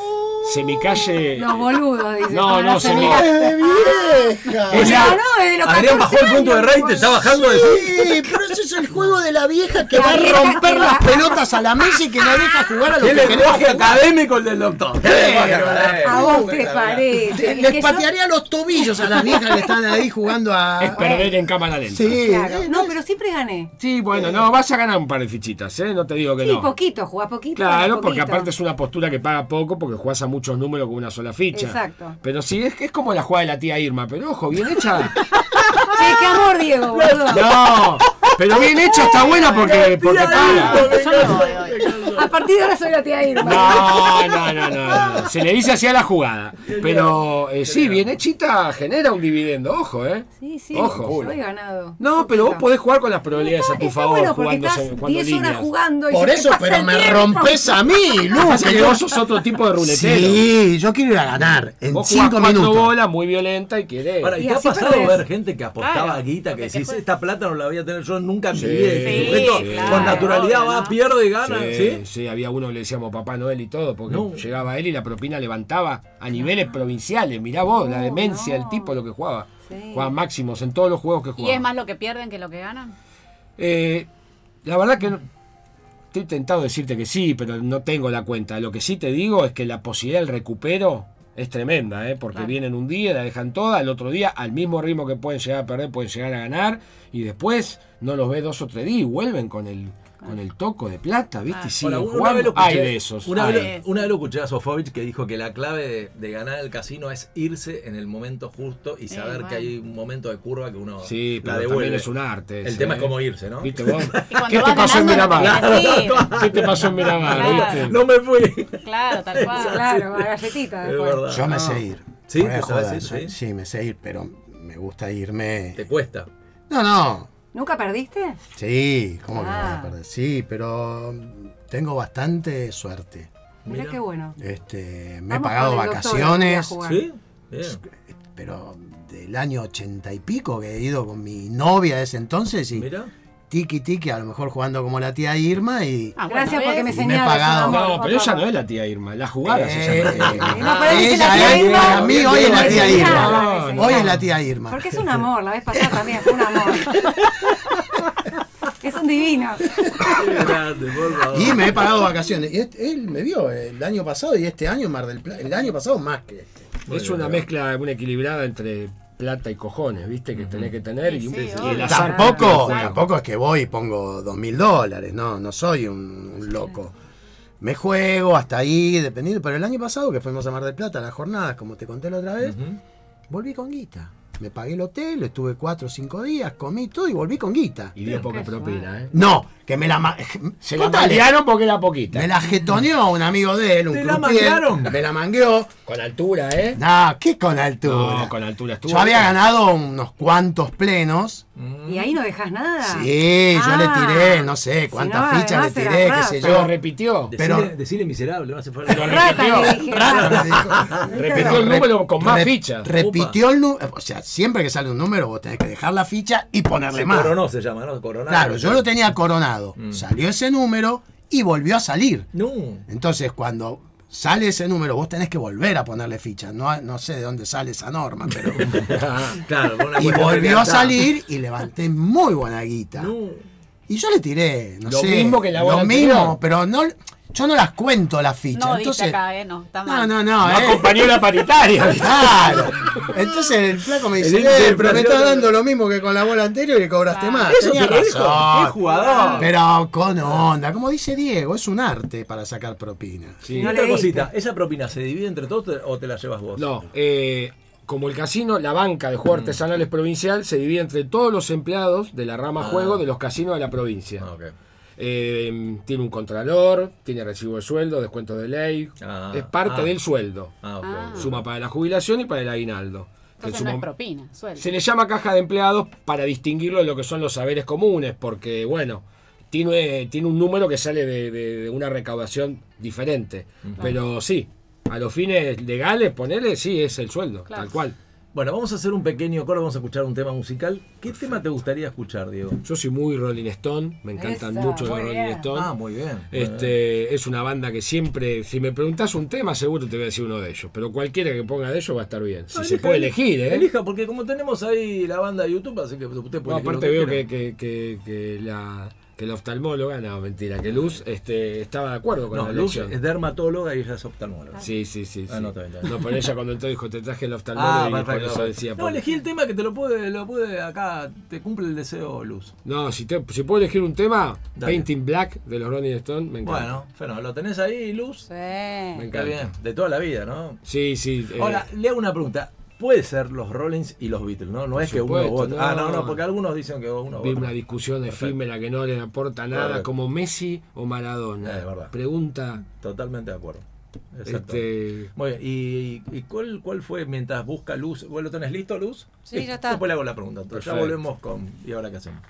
S7: Semicalle.
S6: Los boludos, dice.
S7: No,
S6: con
S7: no,
S6: las
S7: semi-
S6: semicalles.
S5: ¡Qué vieja!
S7: Es la-
S6: No, no, desde los
S2: eh,
S6: 14
S2: Adrián bajó el punto de
S6: años,
S2: rating, está bajando de
S5: Sí, pero ese es el juego de la vieja que
S6: La
S5: va a
S6: vieja
S5: romper
S6: que
S5: las
S6: va-
S5: pelotas a la mesa y que no deja jugar a
S2: ¿Qué
S5: los que queremos
S2: lenguaje
S5: jugar.
S2: académico el del doctor? ¿Qué lenguaje académico?
S6: A vos te parece. Es que
S5: Les
S6: yo-
S5: patearía los tobillos a las viejas que están ahí jugando
S7: Es
S5: a.
S7: perder en cámara lenta.
S5: Sí,
S6: Claro. No, pero siempre gané.
S7: Sí, bueno, no, vas a ganar un par de fichitas, ¿eh? No te digo que
S6: Sí,
S7: no.
S6: poquito, jugás poquito.
S7: Claro,
S6: ganás
S7: porque
S6: poquito.
S7: aparte es una postura que paga poco porque jugás a muchos números con una sola ficha.
S6: Exacto.
S7: Pero sí, es que es como la jugada de la tía Irma, pero ojo, bien hecha.
S6: Che, qué amor, Diego, boludo.
S7: No, pero bien hecha está buena porque, porque paga.
S4: Yo me voy hoy.
S6: A partir de ahora soy la tía Irma.
S7: No, no, no, no, no. Se le dice así a la jugada. Pero eh, sí, bien hechita genera un dividendo, ojo, ¿eh?
S6: Sí, sí,
S7: Ojo.
S6: yo he ganado.
S7: No, pero vos podés jugar con las probabilidades a tu
S6: Está
S7: favor
S6: bueno porque
S7: jugando,
S6: estás
S7: jugando
S6: 10 horas
S7: líneas.
S6: jugando y
S5: por
S6: se te
S5: eso,
S6: pasa
S5: pero
S6: el
S5: me
S6: tiempo.
S5: rompes a mí,
S7: Lo que
S5: Lu.
S7: pasa es que vos sos otro tipo de ruletero.
S5: Sí, yo quiero ir a ganar en
S7: Vos jugás
S5: cinco
S7: cuatro
S5: minutos.
S7: bolas muy violenta y querés.
S2: Ahora, ¿y
S6: Y
S2: te ha
S6: así
S2: pasado
S6: perdés.
S2: ver gente que apostaba
S4: Claro,
S2: a guita? Que
S4: porque
S2: decís,
S4: después-
S2: esta plata no la voy a tener yo nunca en mi vida. Y el
S7: Sí,
S2: sujeto
S7: sí,
S2: Con
S7: claro,
S2: naturalidad
S4: obvio,
S2: va,
S4: ¿no?
S2: pierde, gana.
S7: Sí,
S2: ¿sí?
S7: sí, había uno que le decíamos Papá Noel y todo, porque
S2: No.
S7: llegaba él y la propina levantaba a niveles provinciales. Mirá vos, la
S6: No,
S7: demencia,
S6: no.
S7: el tipo, lo que jugaba.
S6: Sí.
S7: Jugaba máximos en todos los juegos que
S4: ¿Y
S7: jugaba.
S4: es más lo que pierden que lo que ganan?
S7: Eh, la verdad que no- estoy tentado de decirte que sí, pero no tengo la cuenta. Lo que sí te digo es que la posibilidad del recupero es tremenda, ¿eh? porque
S4: Claro.
S7: vienen un día, la dejan toda, al otro día, al mismo ritmo que pueden llegar a perder, pueden llegar a ganar, y después no los ves dos o tres días y vuelven con el, con el toco de plata, ¿viste?
S4: Ah.
S7: Y siguen
S2: Ahora,
S7: jugando. Hay de esos.
S2: Una,
S7: hay.
S2: vez, una vez lo escuché a Sofovich que dijo que la clave de, de ganar el casino es irse en el momento justo y saber
S4: bueno.
S2: que hay un momento de curva que uno
S7: Sí,
S2: la
S7: pero
S2: devuelve.
S7: también es un arte.
S2: El
S7: ese,
S2: tema
S7: ¿eh?
S2: es cómo irse, ¿no?
S7: ¿Viste vos?
S4: Y cuando
S7: ¿Qué te
S4: vas
S7: pasó en
S4: ganando,
S7: Miramar?
S4: no te querés
S7: ¿Qué te pasó en Miramar?
S4: Claro.
S7: viste?
S2: No me fui.
S4: Claro, tal cual.
S6: Ah, Claro, la galletita
S2: Es
S6: después.
S2: verdad.
S5: Yo me sé ir.
S2: Ah. Sí,
S5: Fuera de
S2: te sabes
S5: joda,
S2: ir, sí.
S5: sí. me sé ir, pero me gusta irme.
S2: Te cuesta.
S5: No, no.
S6: ¿Nunca perdiste?
S5: Sí, ¿cómo que me voy
S6: Ah.
S5: a perder? Sí, pero tengo bastante suerte.
S6: Mirá
S2: Mirá.
S6: qué bueno.
S5: Este, me he
S6: Vamos
S5: pagado
S6: con el doctor algún día a
S5: vacaciones,
S6: jugar.
S2: ¿Sí? Bien.
S5: pero del año ochenta y pico que he ido con mi novia de ese entonces y
S2: Mira.
S5: tiki tiki, a lo mejor jugando como la tía Irma y.
S4: Ah, bueno,
S6: Gracias
S4: ¿ves?
S6: porque me
S5: Y me he
S6: señalas.
S5: pagado.
S6: amor,
S7: No,
S6: por
S7: pero ella
S6: favor.
S7: no es la tía Irma, las jugadas se
S5: Eh,
S7: llaman.
S6: No, pero dice la
S5: ella
S6: tía
S5: es-
S6: Irma.
S5: para mí hoy es la tía
S6: Señala,
S5: Irma.
S6: señala.
S5: Hoy es la tía Irma.
S6: Porque es un amor, la vez pasada también fue un amor. es un divino.
S2: Qué grande, por favor.
S5: Y me he pagado vacaciones. Y este- él me vio el año pasado y este año Mar del Plata. El año pasado más que este.
S7: Es una mezcla, una equilibrada entre plata y cojones, ¿viste? Que tenés que tener y,
S4: Sí, sí,
S7: y el
S4: obvio.
S7: azar.
S5: Tampoco,
S7: Bueno,
S5: tampoco es que voy y pongo dos mil dólares, no, no soy un, un loco. Me juego hasta ahí, dependiendo. Pero el año pasado que fuimos a Mar del Plata, a las jornadas, como te conté la otra vez,
S2: Ujú.
S5: volví con guita. Me pagué el hotel, estuve cuatro o cinco días, comí todo y volví con guita.
S7: Y dio poca propina, ¿eh?
S5: No, que me la... ma-
S7: Se la
S5: Total,
S7: marearon porque era poquita.
S5: Me la jetoneó un amigo de él, un
S2: ¿Te la
S5: croupier,
S2: manguearon?
S5: Me la mangueó.
S7: Con altura, ¿eh?
S5: No, ¿qué con altura?
S7: No, con altura estuvo.
S5: Yo había ganado unos cuantos plenos.
S6: ¿Y ahí no dejas nada?
S5: Mm. Sí, yo le
S6: Ah.
S5: tiré, no sé cuántas
S6: Si no,
S5: fichas le
S6: además era
S5: tiré, qué sé
S7: Se lo
S5: yo.
S7: repitió.
S2: Decile-
S5: pero-
S2: decile miserable, no hace falta.
S7: Lo
S6: Rata,
S7: repitió.
S6: le dije.
S5: Raro, me dijo.
S7: Ah,
S4: Ah,
S7: Repitió el
S5: Pero
S7: número con más
S5: rep-
S7: fichas.
S5: Repitió el número. O sea, siempre que sale un número, vos tenés que dejar la ficha y ponerle
S2: Se
S5: más.
S2: coronó, se llama, ¿no? Coronar.
S5: Claro, yo lo tenía coronado.
S7: Mm.
S5: Salió ese número y volvió a salir.
S2: No.
S5: Entonces, cuando sale ese número, vos tenés que volver a ponerle ficha. No, no sé de dónde sale esa norma, pero.
S2: Claro, por una
S5: y
S2: cuestión de
S5: volvió a
S2: lealtad.
S5: salir y levanté muy buena guita.
S2: No.
S5: Y yo le tiré, no
S7: Lo
S5: sé.
S7: mismo que la
S5: Lo
S7: bola
S5: mismo,
S7: anterior.
S5: pero no, yo no las cuento las fichas.
S4: No, dice
S5: entonces,
S4: acá, ¿eh? No, está
S5: no,
S4: mal.
S5: no, no.
S7: No Ah.
S5: eh.
S7: acompañó la paritaria.
S5: Claro. Entonces el flaco me dice,
S2: El índice
S5: "Eh,
S2: de
S5: pero me
S2: inflación
S5: estás
S2: de-
S5: dando lo mismo que con la bola anterior y cobraste
S4: Ah.
S5: más.
S2: Eso
S5: Tenía
S2: te lo dijo.
S5: razón.
S2: Qué jugador.
S5: Pero con onda, como dice Diego, es un arte para sacar propina.
S2: Y
S7: Sí.
S6: No
S2: otra
S6: leíste.
S2: cosita, ¿esa propina se divide entre todos te- o te la llevas vos?
S7: No, eh, como el casino, la banca de juegos artesanales provincial se divide entre todos los empleados de la rama
S2: Ah.
S7: juego de los casinos de la provincia.
S2: Ah, ok.
S7: Eh, tiene un contralor, tiene recibo de sueldo, descuento de ley,
S2: Ah,
S7: es parte
S2: ah.
S7: del sueldo.
S2: Ah, ok.
S4: Ah.
S7: Suma para la jubilación y para el aguinaldo. que en
S4: Entonces
S7: su
S4: no es
S7: mom-
S4: propina, sueldo.
S7: se le llama caja de empleados para distinguirlo de lo que son los saberes comunes, porque, bueno, tiene, tiene un número que sale de, de- de una recaudación diferente. Pero sí, a los fines legales, ponerle, sí, es el sueldo,
S4: Claro.
S7: tal cual.
S2: Bueno, vamos a hacer un pequeño coro, vamos a escuchar un tema musical. ¿Qué tema te gustaría escuchar, Diego?
S7: Yo soy muy Rolling Stone, me encantan
S6: Esa,
S7: mucho los
S6: muy
S7: Rolling
S6: bien.
S7: Stone.
S2: Ah, muy bien.
S7: Este, es una banda que siempre, si me preguntas un tema, seguro te voy a decir uno de ellos. Pero cualquiera que ponga de ellos va a estar bien. Si
S2: Ah,
S7: se
S2: elija,
S7: puede
S2: elija,
S7: elegir, ¿eh?
S2: Elija, porque como tenemos ahí la banda de YouTube, así que usted
S7: No,
S2: puede elegir lo
S7: aparte veo que,
S2: quiera.
S7: que, que- que la, que la oftalmóloga, no, mentira, que Luz este, estaba de acuerdo con
S2: No,
S7: la
S2: Luz
S7: elección.
S2: es dermatóloga y ella es oftalmóloga.
S7: Sí, sí, sí.
S2: Ah,
S7: sí.
S2: no, está bien, está bien.
S7: No, pero ella cuando entró dijo, te traje la oftalmóloga y por eso decía.
S2: Ah, no,
S7: por-
S2: elegí el tema que te lo puede, lo puede acá, te cumple el deseo, Luz.
S7: No, si, te- si puedo elegir un tema,
S2: Dale.
S7: Painting Black de los Rolling Stone, me encanta.
S2: Bueno, bueno, lo tenés ahí, Luz.
S7: Me
S2: Está
S4: Sí.
S7: encanta.
S2: bien, de toda la vida, ¿no?
S7: Sí, sí. eh,
S2: Ahora, le hago una pregunta. Puede ser los Rollins y los Beatles, ¿no? No es que uno
S7: supuesto,
S2: u otro. Ah,
S7: no.
S2: no, no, porque algunos dicen que uno u
S7: vi
S2: otro.
S7: una discusión efímera que no le aporta nada,
S2: Correcto.
S7: como Messi o Maradona.
S2: Es verdad.
S7: Pregunta,
S2: Totalmente de acuerdo. Exacto.
S7: este,
S2: Muy bien, ¿y, y cuál, cuál fue mientras busca Luz? ¿Vos lo tenés listo, Luz?
S6: Sí,
S2: Listo.
S6: ya está.
S2: Después le hago la pregunta. entonces. ya
S7: Perfecto.
S2: volvemos con... ¿Y ahora qué hacemos?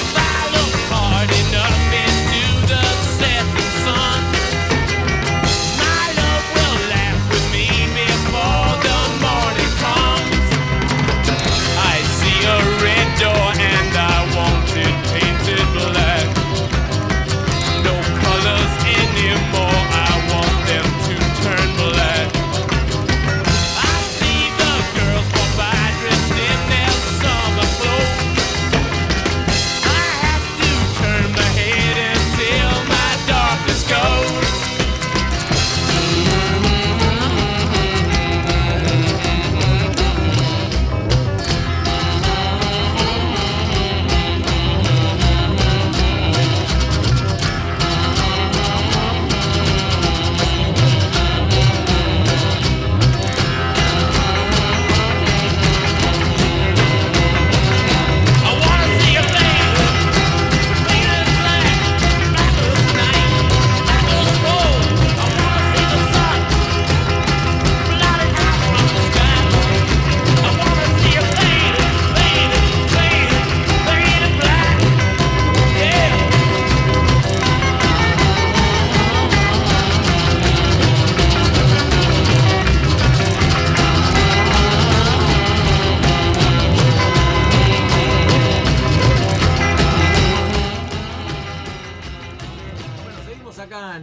S8: If I look hard enough into the setting sun. My love will laugh with me before the morning comes. I see a red door and I want it painted black. No colors anymore, I want them to turn black. I see the girls walk by dressed in their summer clothes.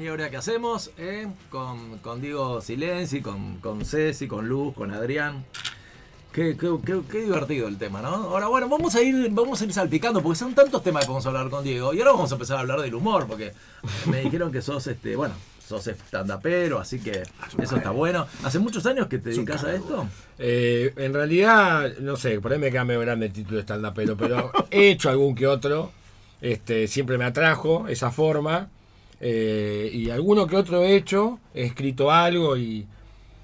S2: manera que hacemos, ¿eh? con, con Diego Silenzi, con, con Ceci, con Luz, con Adrián. Qué, qué- qué- qué divertido el tema, ¿no? Ahora, bueno, vamos a ir vamos a ir salpicando porque son tantos temas que podemos hablar con Diego. Y ahora vamos a empezar a hablar del humor, porque me dijeron que sos, este, bueno, sos estandapero, así que eso está bueno. ¿Hace muchos años que te dedicas a esto?
S7: Eh, en realidad, no sé, por ahí me cambio grande el título de stand pero, pero he hecho algún que otro. Este, siempre me atrajo esa forma. eh, y alguno que otro he hecho, he escrito algo y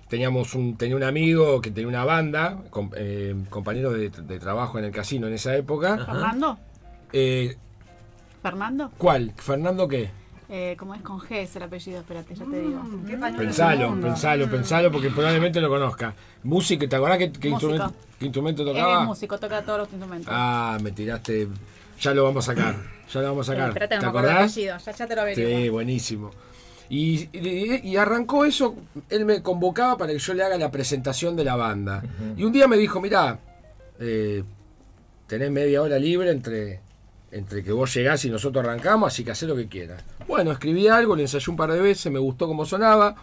S7: teníamos un, tenía un amigo que tenía una banda, com- eh, compañero de, de trabajo en el casino en esa época.
S4: ¿Fernando?
S7: Eh,
S4: ¿Fernando?
S7: ¿Cuál? ¿Fernando qué?
S4: Eh, ¿Cómo es con G es el apellido? Espérate, ya te digo.
S7: Mm,
S6: Qué pañuelo
S7: Pensalo,
S6: inmundo.
S7: pensalo, pensalo, porque probablemente lo conozca. Música, ¿te acordás qué, qué
S4: Música.
S7: instrumento, qué instrumento
S4: Él
S7: tocaba?
S4: es músico, toca todos los instrumentos.
S7: Ah, me tiraste. Ya lo vamos a sacar. Ya lo vamos a
S3: Sí,
S7: sacar.
S3: espérate,
S7: ¿Te
S3: no me acuerdo el
S7: acordás?
S3: apellido, ya, ya te lo averiguo.
S7: Sí, buenísimo. Y, y- y arrancó eso, él me convocaba para que yo le haga la presentación de la banda. Y un día me dijo, mirá, eh, tenés media hora libre entre, entre que vos llegás y nosotros arrancamos, así que hacé lo que quieras. Bueno, escribí algo, le ensayé un par de veces, me gustó cómo sonaba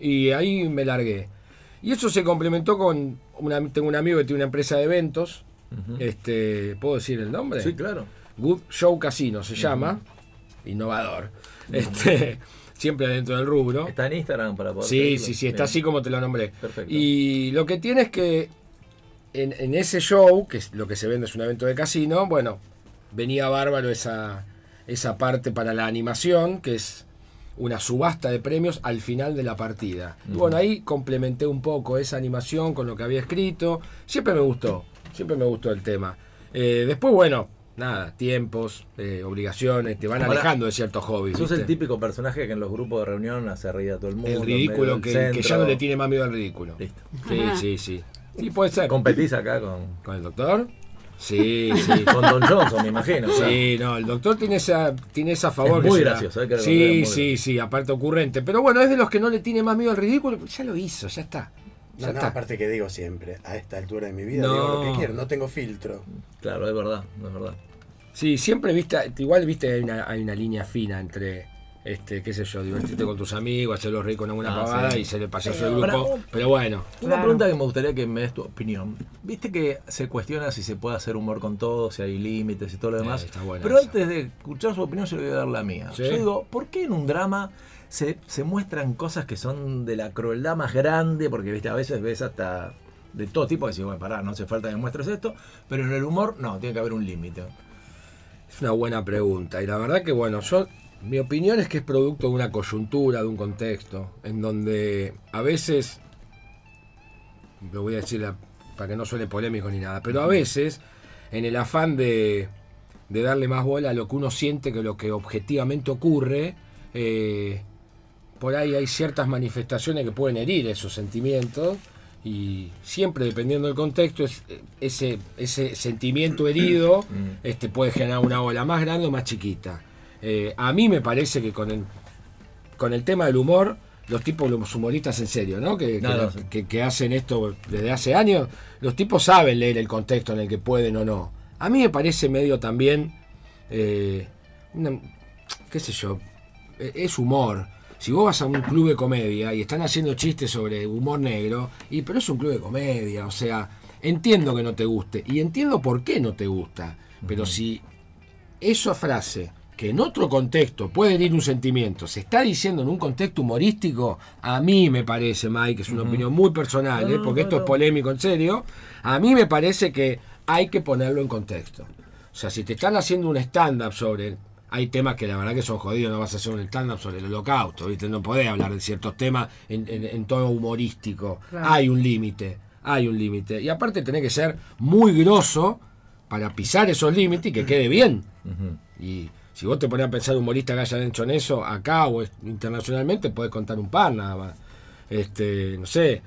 S7: y ahí me largué. Y eso se complementó con, un am- tengo un amigo que tiene una empresa de eventos, este, ¿puedo decir el nombre?
S2: Sí, claro.
S7: Good Show Casino se llama, innovador, este, siempre dentro del rubro.
S2: Está en Instagram para poder.
S7: Sí,
S2: seguirlo.
S7: sí, sí, está
S2: Bien.
S7: así como te lo nombré.
S2: Perfecto.
S7: Y lo que tiene es que en, en ese show, que es- lo que se vende es un evento de casino, bueno, venía bárbaro esa, esa parte para la animación, que es una subasta de premios al final de la partida. Y bueno, ahí complementé un poco esa animación con lo que había escrito. Siempre me gustó, siempre me gustó el tema. Eh, después, bueno, nada, tiempos, eh, obligaciones, te van
S2: Ahora,
S7: alejando de ciertos hobbies.
S2: Sos
S7: ¿viste?
S2: el típico personaje que en los grupos de reunión hace reír a todo el mundo.
S7: El
S2: en
S7: ridículo
S2: medio del
S7: que, que ya
S2: centro.
S7: no le tiene más miedo al ridículo.
S2: Listo.
S7: Sí, sí, sí. Sí, puede ser. ¿Con,
S2: Competís acá con,
S7: el doctor? Sí, sí.
S2: con Don Johnson, me imagino.
S7: Sí, no, el doctor tiene esa, tiene esa favor.
S2: Es
S7: que
S2: muy
S7: se da.
S2: gracioso, hay que reconocer,
S7: Sí,
S2: muy
S7: sí, sí, aparte ocurrente. Pero bueno, es de los que no le tiene más miedo al ridículo. Ya lo hizo, ya está. Ya
S5: No, no,
S7: está.
S5: aparte que digo siempre, a esta altura de mi vida,
S7: No.
S5: digo lo que quiero, no tengo filtro.
S2: Claro, es verdad, es verdad.
S7: Sí, siempre viste, igual viste, hay una, hay una línea fina entre, este, qué sé yo, divertirte con tus amigos, hacerlos reír con alguna
S2: Ah,
S7: pavada
S2: sí.
S7: y ser el payaso
S2: Pero-
S7: del grupo.
S2: Para- oh.
S7: Pero bueno,
S2: Una pregunta que me gustaría que me des tu opinión. Viste que se cuestiona si se puede hacer humor con todo, si hay límites y todo lo demás.
S7: Eh, está buena
S2: Pero
S7: esa.
S2: antes de escuchar su opinión, yo le voy a dar la mía.
S7: Sí.
S2: Yo digo, ¿por qué en un drama se, se muestran cosas que son de la crueldad más grande? Porque viste, a veces ves hasta de todo tipo, decís, bueno, pará, no hace falta que muestres esto, pero en el humor no, tiene que haber un límite.
S7: Es una buena pregunta. Y la verdad que, bueno, yo. Mi opinión es que es producto de una coyuntura, de un contexto, en donde a veces. Lo voy a decir la- para que no suene polémico ni nada, pero a veces, en el afán de, de darle más bola a lo que uno siente que lo que objetivamente ocurre, eh, por ahí hay ciertas manifestaciones que pueden herir esos sentimientos y siempre dependiendo del contexto es- ese, ese sentimiento herido este, puede generar una ola más grande o más chiquita. Eh, a mí me parece que con el, con el tema del humor, los tipos, los humoristas en serio, ¿no? Que, que-
S2: No, no, sí.
S7: que- que hacen esto desde hace años, los tipos saben leer el contexto en el que pueden o no. A mí me parece medio también, eh, una- qué sé yo, eh, es humor. Si vos vas a un club de comedia y están haciendo chistes sobre humor negro, y pero es un club de comedia, o sea, entiendo que no te guste y entiendo por qué no te gusta, pero si esa frase que en otro contexto puede herir un sentimiento, se está diciendo en un contexto humorístico, a mí me parece, Mike, es una opinión muy personal, ¿eh? porque esto es polémico en serio, a mí me parece que hay que ponerlo en contexto. O sea, si te están haciendo un stand-up sobre... Hay temas que la verdad que son jodidos, no vas a hacer un stand-up sobre el holocausto, ¿viste? No podés hablar de ciertos temas en, en- en tono humorístico. Hay un límite, hay un límite. Y aparte tenés que ser muy grosso para pisar esos límites y que quede bien. Y si vos te pones a pensar humorista que hayan hecho en eso, acá o es- internacionalmente, podés contar un par nada más. Este, no sé,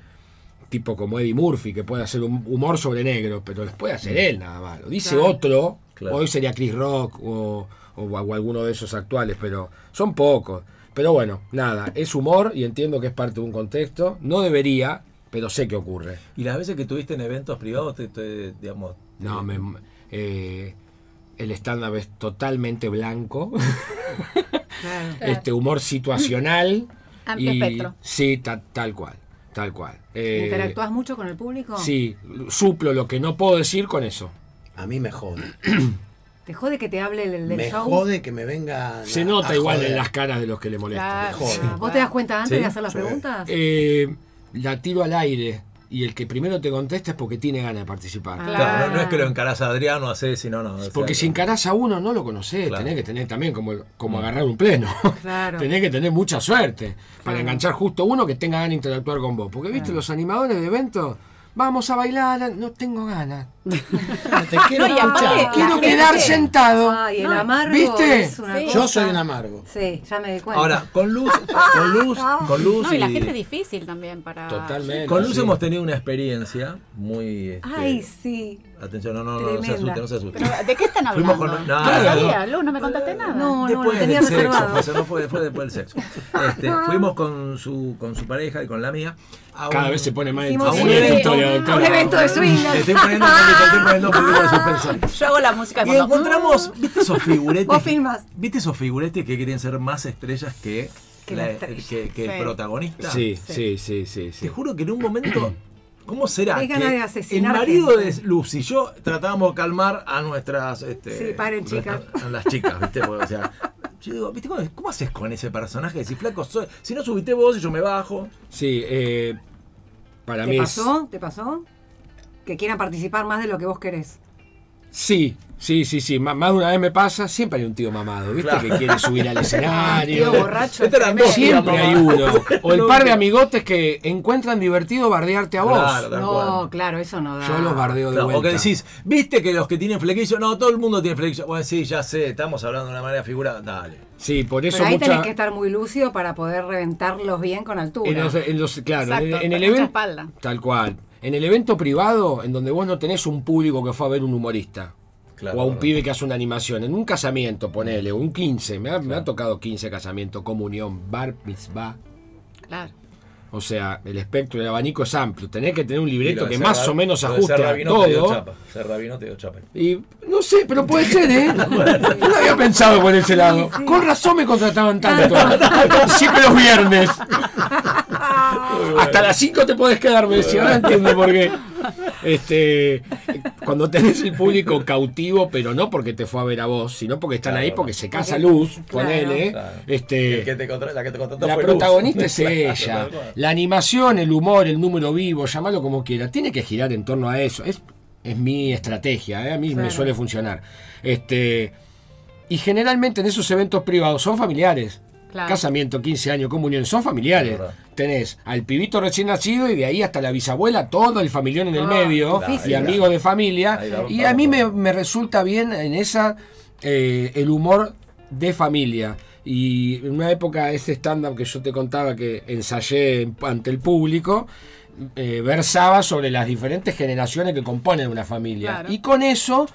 S7: tipo como Eddie Murphy, que puede hacer un humor sobre negro, pero los puede hacer él nada más. Lo dice otro,
S2: Claro.
S7: hoy sería Chris Rock o, o- o alguno de esos actuales, pero son pocos. Pero bueno, nada, es humor y entiendo que es parte de un contexto. No debería, pero sé que ocurre.
S2: Y las veces que tuviste en eventos privados, te, te- digamos...
S7: No, me, eh, el stand-up es totalmente blanco.
S6: Claro.
S7: este humor situacional.
S4: Amplio espectro.
S7: Sí, ta- tal cual, tal cual. Eh,
S6: ¿Interactúas mucho con el público?
S7: Sí, suplo lo que no puedo decir con eso.
S5: A mí me jode.
S6: ¿Te jode que te hable el del
S5: Me
S6: show?
S5: jode que me venga.
S7: Se
S5: a-
S7: nota
S5: a
S7: igual
S5: Ah, joder.
S7: en las caras de los que le molesta.
S4: Claro.
S5: Joder.
S6: Ah, ¿Vos te das cuenta antes
S7: Sí,
S6: de hacer las
S5: sí.
S6: preguntas?
S7: Eh, la tiro al aire y el que primero te contesta es porque tiene ganas de participar.
S6: Ah.
S2: Claro, no, no es que lo encarás a Adriano, así, sino no. o
S7: Porque
S2: sea,
S7: si encarás a uno no lo conocés,
S2: Claro.
S7: tenés que tener también como, como agarrar un pleno.
S6: Claro.
S7: tenés que tener mucha suerte para enganchar justo uno que tenga ganas de interactuar con vos. Porque viste, los animadores de eventos, vamos a bailar, no tengo ganas.
S5: Te quiero
S4: No, y aparte,
S5: escuchar.
S4: la
S7: Quiero
S4: gente-
S7: quedar sentado.
S6: Ay, el amargo
S7: ¿Viste?
S6: es una
S4: Sí.
S6: cosa.
S5: Yo soy un amargo.
S6: Sí, ya me di cuenta.
S2: Ahora, con luz, con luz, con luz.
S4: No, y la
S2: y-
S4: gente es difícil también para.
S6: Ah,
S7: Totalmente.
S2: Con Luz
S7: sí.
S2: hemos tenido una experiencia muy. este,
S7: eh,
S6: Ay, sí.
S2: Atención, no, no, no, no se
S6: Tremenda.
S2: asuste, no se asuste.
S4: Pero, ¿De qué están hablando?
S2: Fuimos con-
S4: No,
S2: no,
S4: lo
S2: no,
S4: sabía, Luz, no me contaste
S7: ah,
S4: nada.
S6: No, no, lo
S2: Después
S6: tenía
S2: del sexo,
S6: reservado. Ah.
S2: fue
S7: pues,
S2: eso, no fue, fue después del sexo. Este, fuimos con su, con su pareja y con la mía. a
S7: Cada
S2: un-
S7: vez se pone más
S6: Hicimos
S7: difícil
S2: un
S7: esta
S2: evento,
S7: historia, doctora.
S6: un evento de swing.
S2: Te
S7: este
S2: estoy poniendo te estoy poniendo un poquito de suspenso.
S4: Yo hago la música
S2: Y
S4: cuando-
S2: encontramos, ¿viste esos figuretes?
S6: Ah. Vos filmás.
S2: ¿Viste esos figuretes que quieren ser más estrellas que,
S6: Que
S2: la-
S6: la estrella.
S2: que- que
S4: Sí.
S2: el protagonista?
S7: Sí, sí, sí, sí. sí.
S2: Te juro que en un momento. ¿Cómo será?
S6: Tenés
S2: que
S6: ganas de
S2: el
S6: asesinar
S2: marido
S6: gente.
S2: de Luz y yo tratábamos de calmar a nuestras. Este,
S6: Sí, paren, chicas.
S2: nuestras- a las chicas, ¿viste? Porque, o sea, yo digo, ¿viste cómo, cómo haces con ese personaje? Si flaco soy. Si no subiste vos y yo me bajo.
S7: Sí, eh, para mí
S6: ¿Te
S7: es-
S6: pasó? ¿Te pasó? Que quieran participar más de lo que vos querés.
S7: Sí, sí, sí, sí. Má- Más de una vez me pasa, siempre hay un tío mamado, ¿viste?
S2: Claro.
S7: Que quiere subir al
S6: Tío
S7: escenario.
S6: borracho.
S2: Estos eran
S6: tremendo.
S2: dos días,
S7: siempre
S2: mamá.
S7: hay uno. O el
S2: No,
S7: par de
S2: no.
S7: amigotes que encuentran divertido bardearte a vos.
S2: Claro, tal cual.
S6: No, Oh, claro, eso no da.
S7: Yo los bardeo de
S2: Claro,
S7: vuelta.
S2: o que decís, viste que los que tienen flequillo, no, todo el mundo tiene flequillo. Bueno, sí, ya sé, estamos hablando de una manera figurada, dale.
S7: Sí, por eso
S6: Pero ahí
S7: mucha-
S6: tenés que estar muy lúcido para poder reventarlos bien con altura.
S7: en los- en los- claro, en-
S4: Exacto,
S7: en el
S4: mucha
S7: evento
S4: espalda.
S7: tal cual. En el evento privado, en donde vos no tenés un público que fue a ver un humorista.
S2: Claro,
S7: o a un
S2: verdad.
S7: pibe que hace una animación. En un casamiento, ponele, un 15. Me ha, me ha tocado 15 casamientos, comunión, bar, mitzvah.
S4: Claro.
S7: O sea, el espectro, el abanico es amplio. Tenés que tener un
S2: Y
S7: libreto
S2: lo de
S7: que
S2: ser
S7: más
S2: rab-
S7: o menos
S2: lo de ser
S7: ajuste a
S2: rabino te dio
S7: todo.
S2: chapa, Ser rabino te dio chapa.
S7: Y no sé, pero puede ser, ¿eh? No lo había pensado por ese lado. Con razón me contrataban tanto. Siempre los viernes.
S6: Ah.
S7: Hasta las 5 te podés quedar, me decía. Ahora entiendo por qué. Este, cuando tenés el público cautivo, pero no porque te fue a ver a vos, sino porque están ahí porque se casa luz, ponele.
S2: Claro.
S7: Este,
S2: El que te contra- la que te contrató
S7: la
S2: fue Luz.
S7: protagonista es
S2: Claro,
S7: ella.
S2: tal cual.
S7: La animación, el humor, el número vivo, llamalo como quiera, tiene que girar en torno a eso. Es, es mi estrategia, ¿eh? a mí me
S6: Claro.
S7: suele funcionar. Este, y generalmente en esos eventos privados son familiares.
S4: Claro.
S7: Casamiento, 15 años, comunión, son familiares.
S2: Es verdad.
S7: Tenés al pibito recién nacido y de ahí hasta la bisabuela, todo el familión en el
S6: Ah,
S7: medio
S2: difícil.
S7: y amigos de familia.
S2: Ahí la
S7: Y a
S2: rompamos
S7: mí me,
S2: todo.
S7: me resulta bien en esa eh, el humor de familia. Y en una época, ese stand-up que yo te contaba que ensayé en- ante el público, eh, versaba sobre las diferentes generaciones que componen una familia.
S4: Claro.
S7: Y con eso,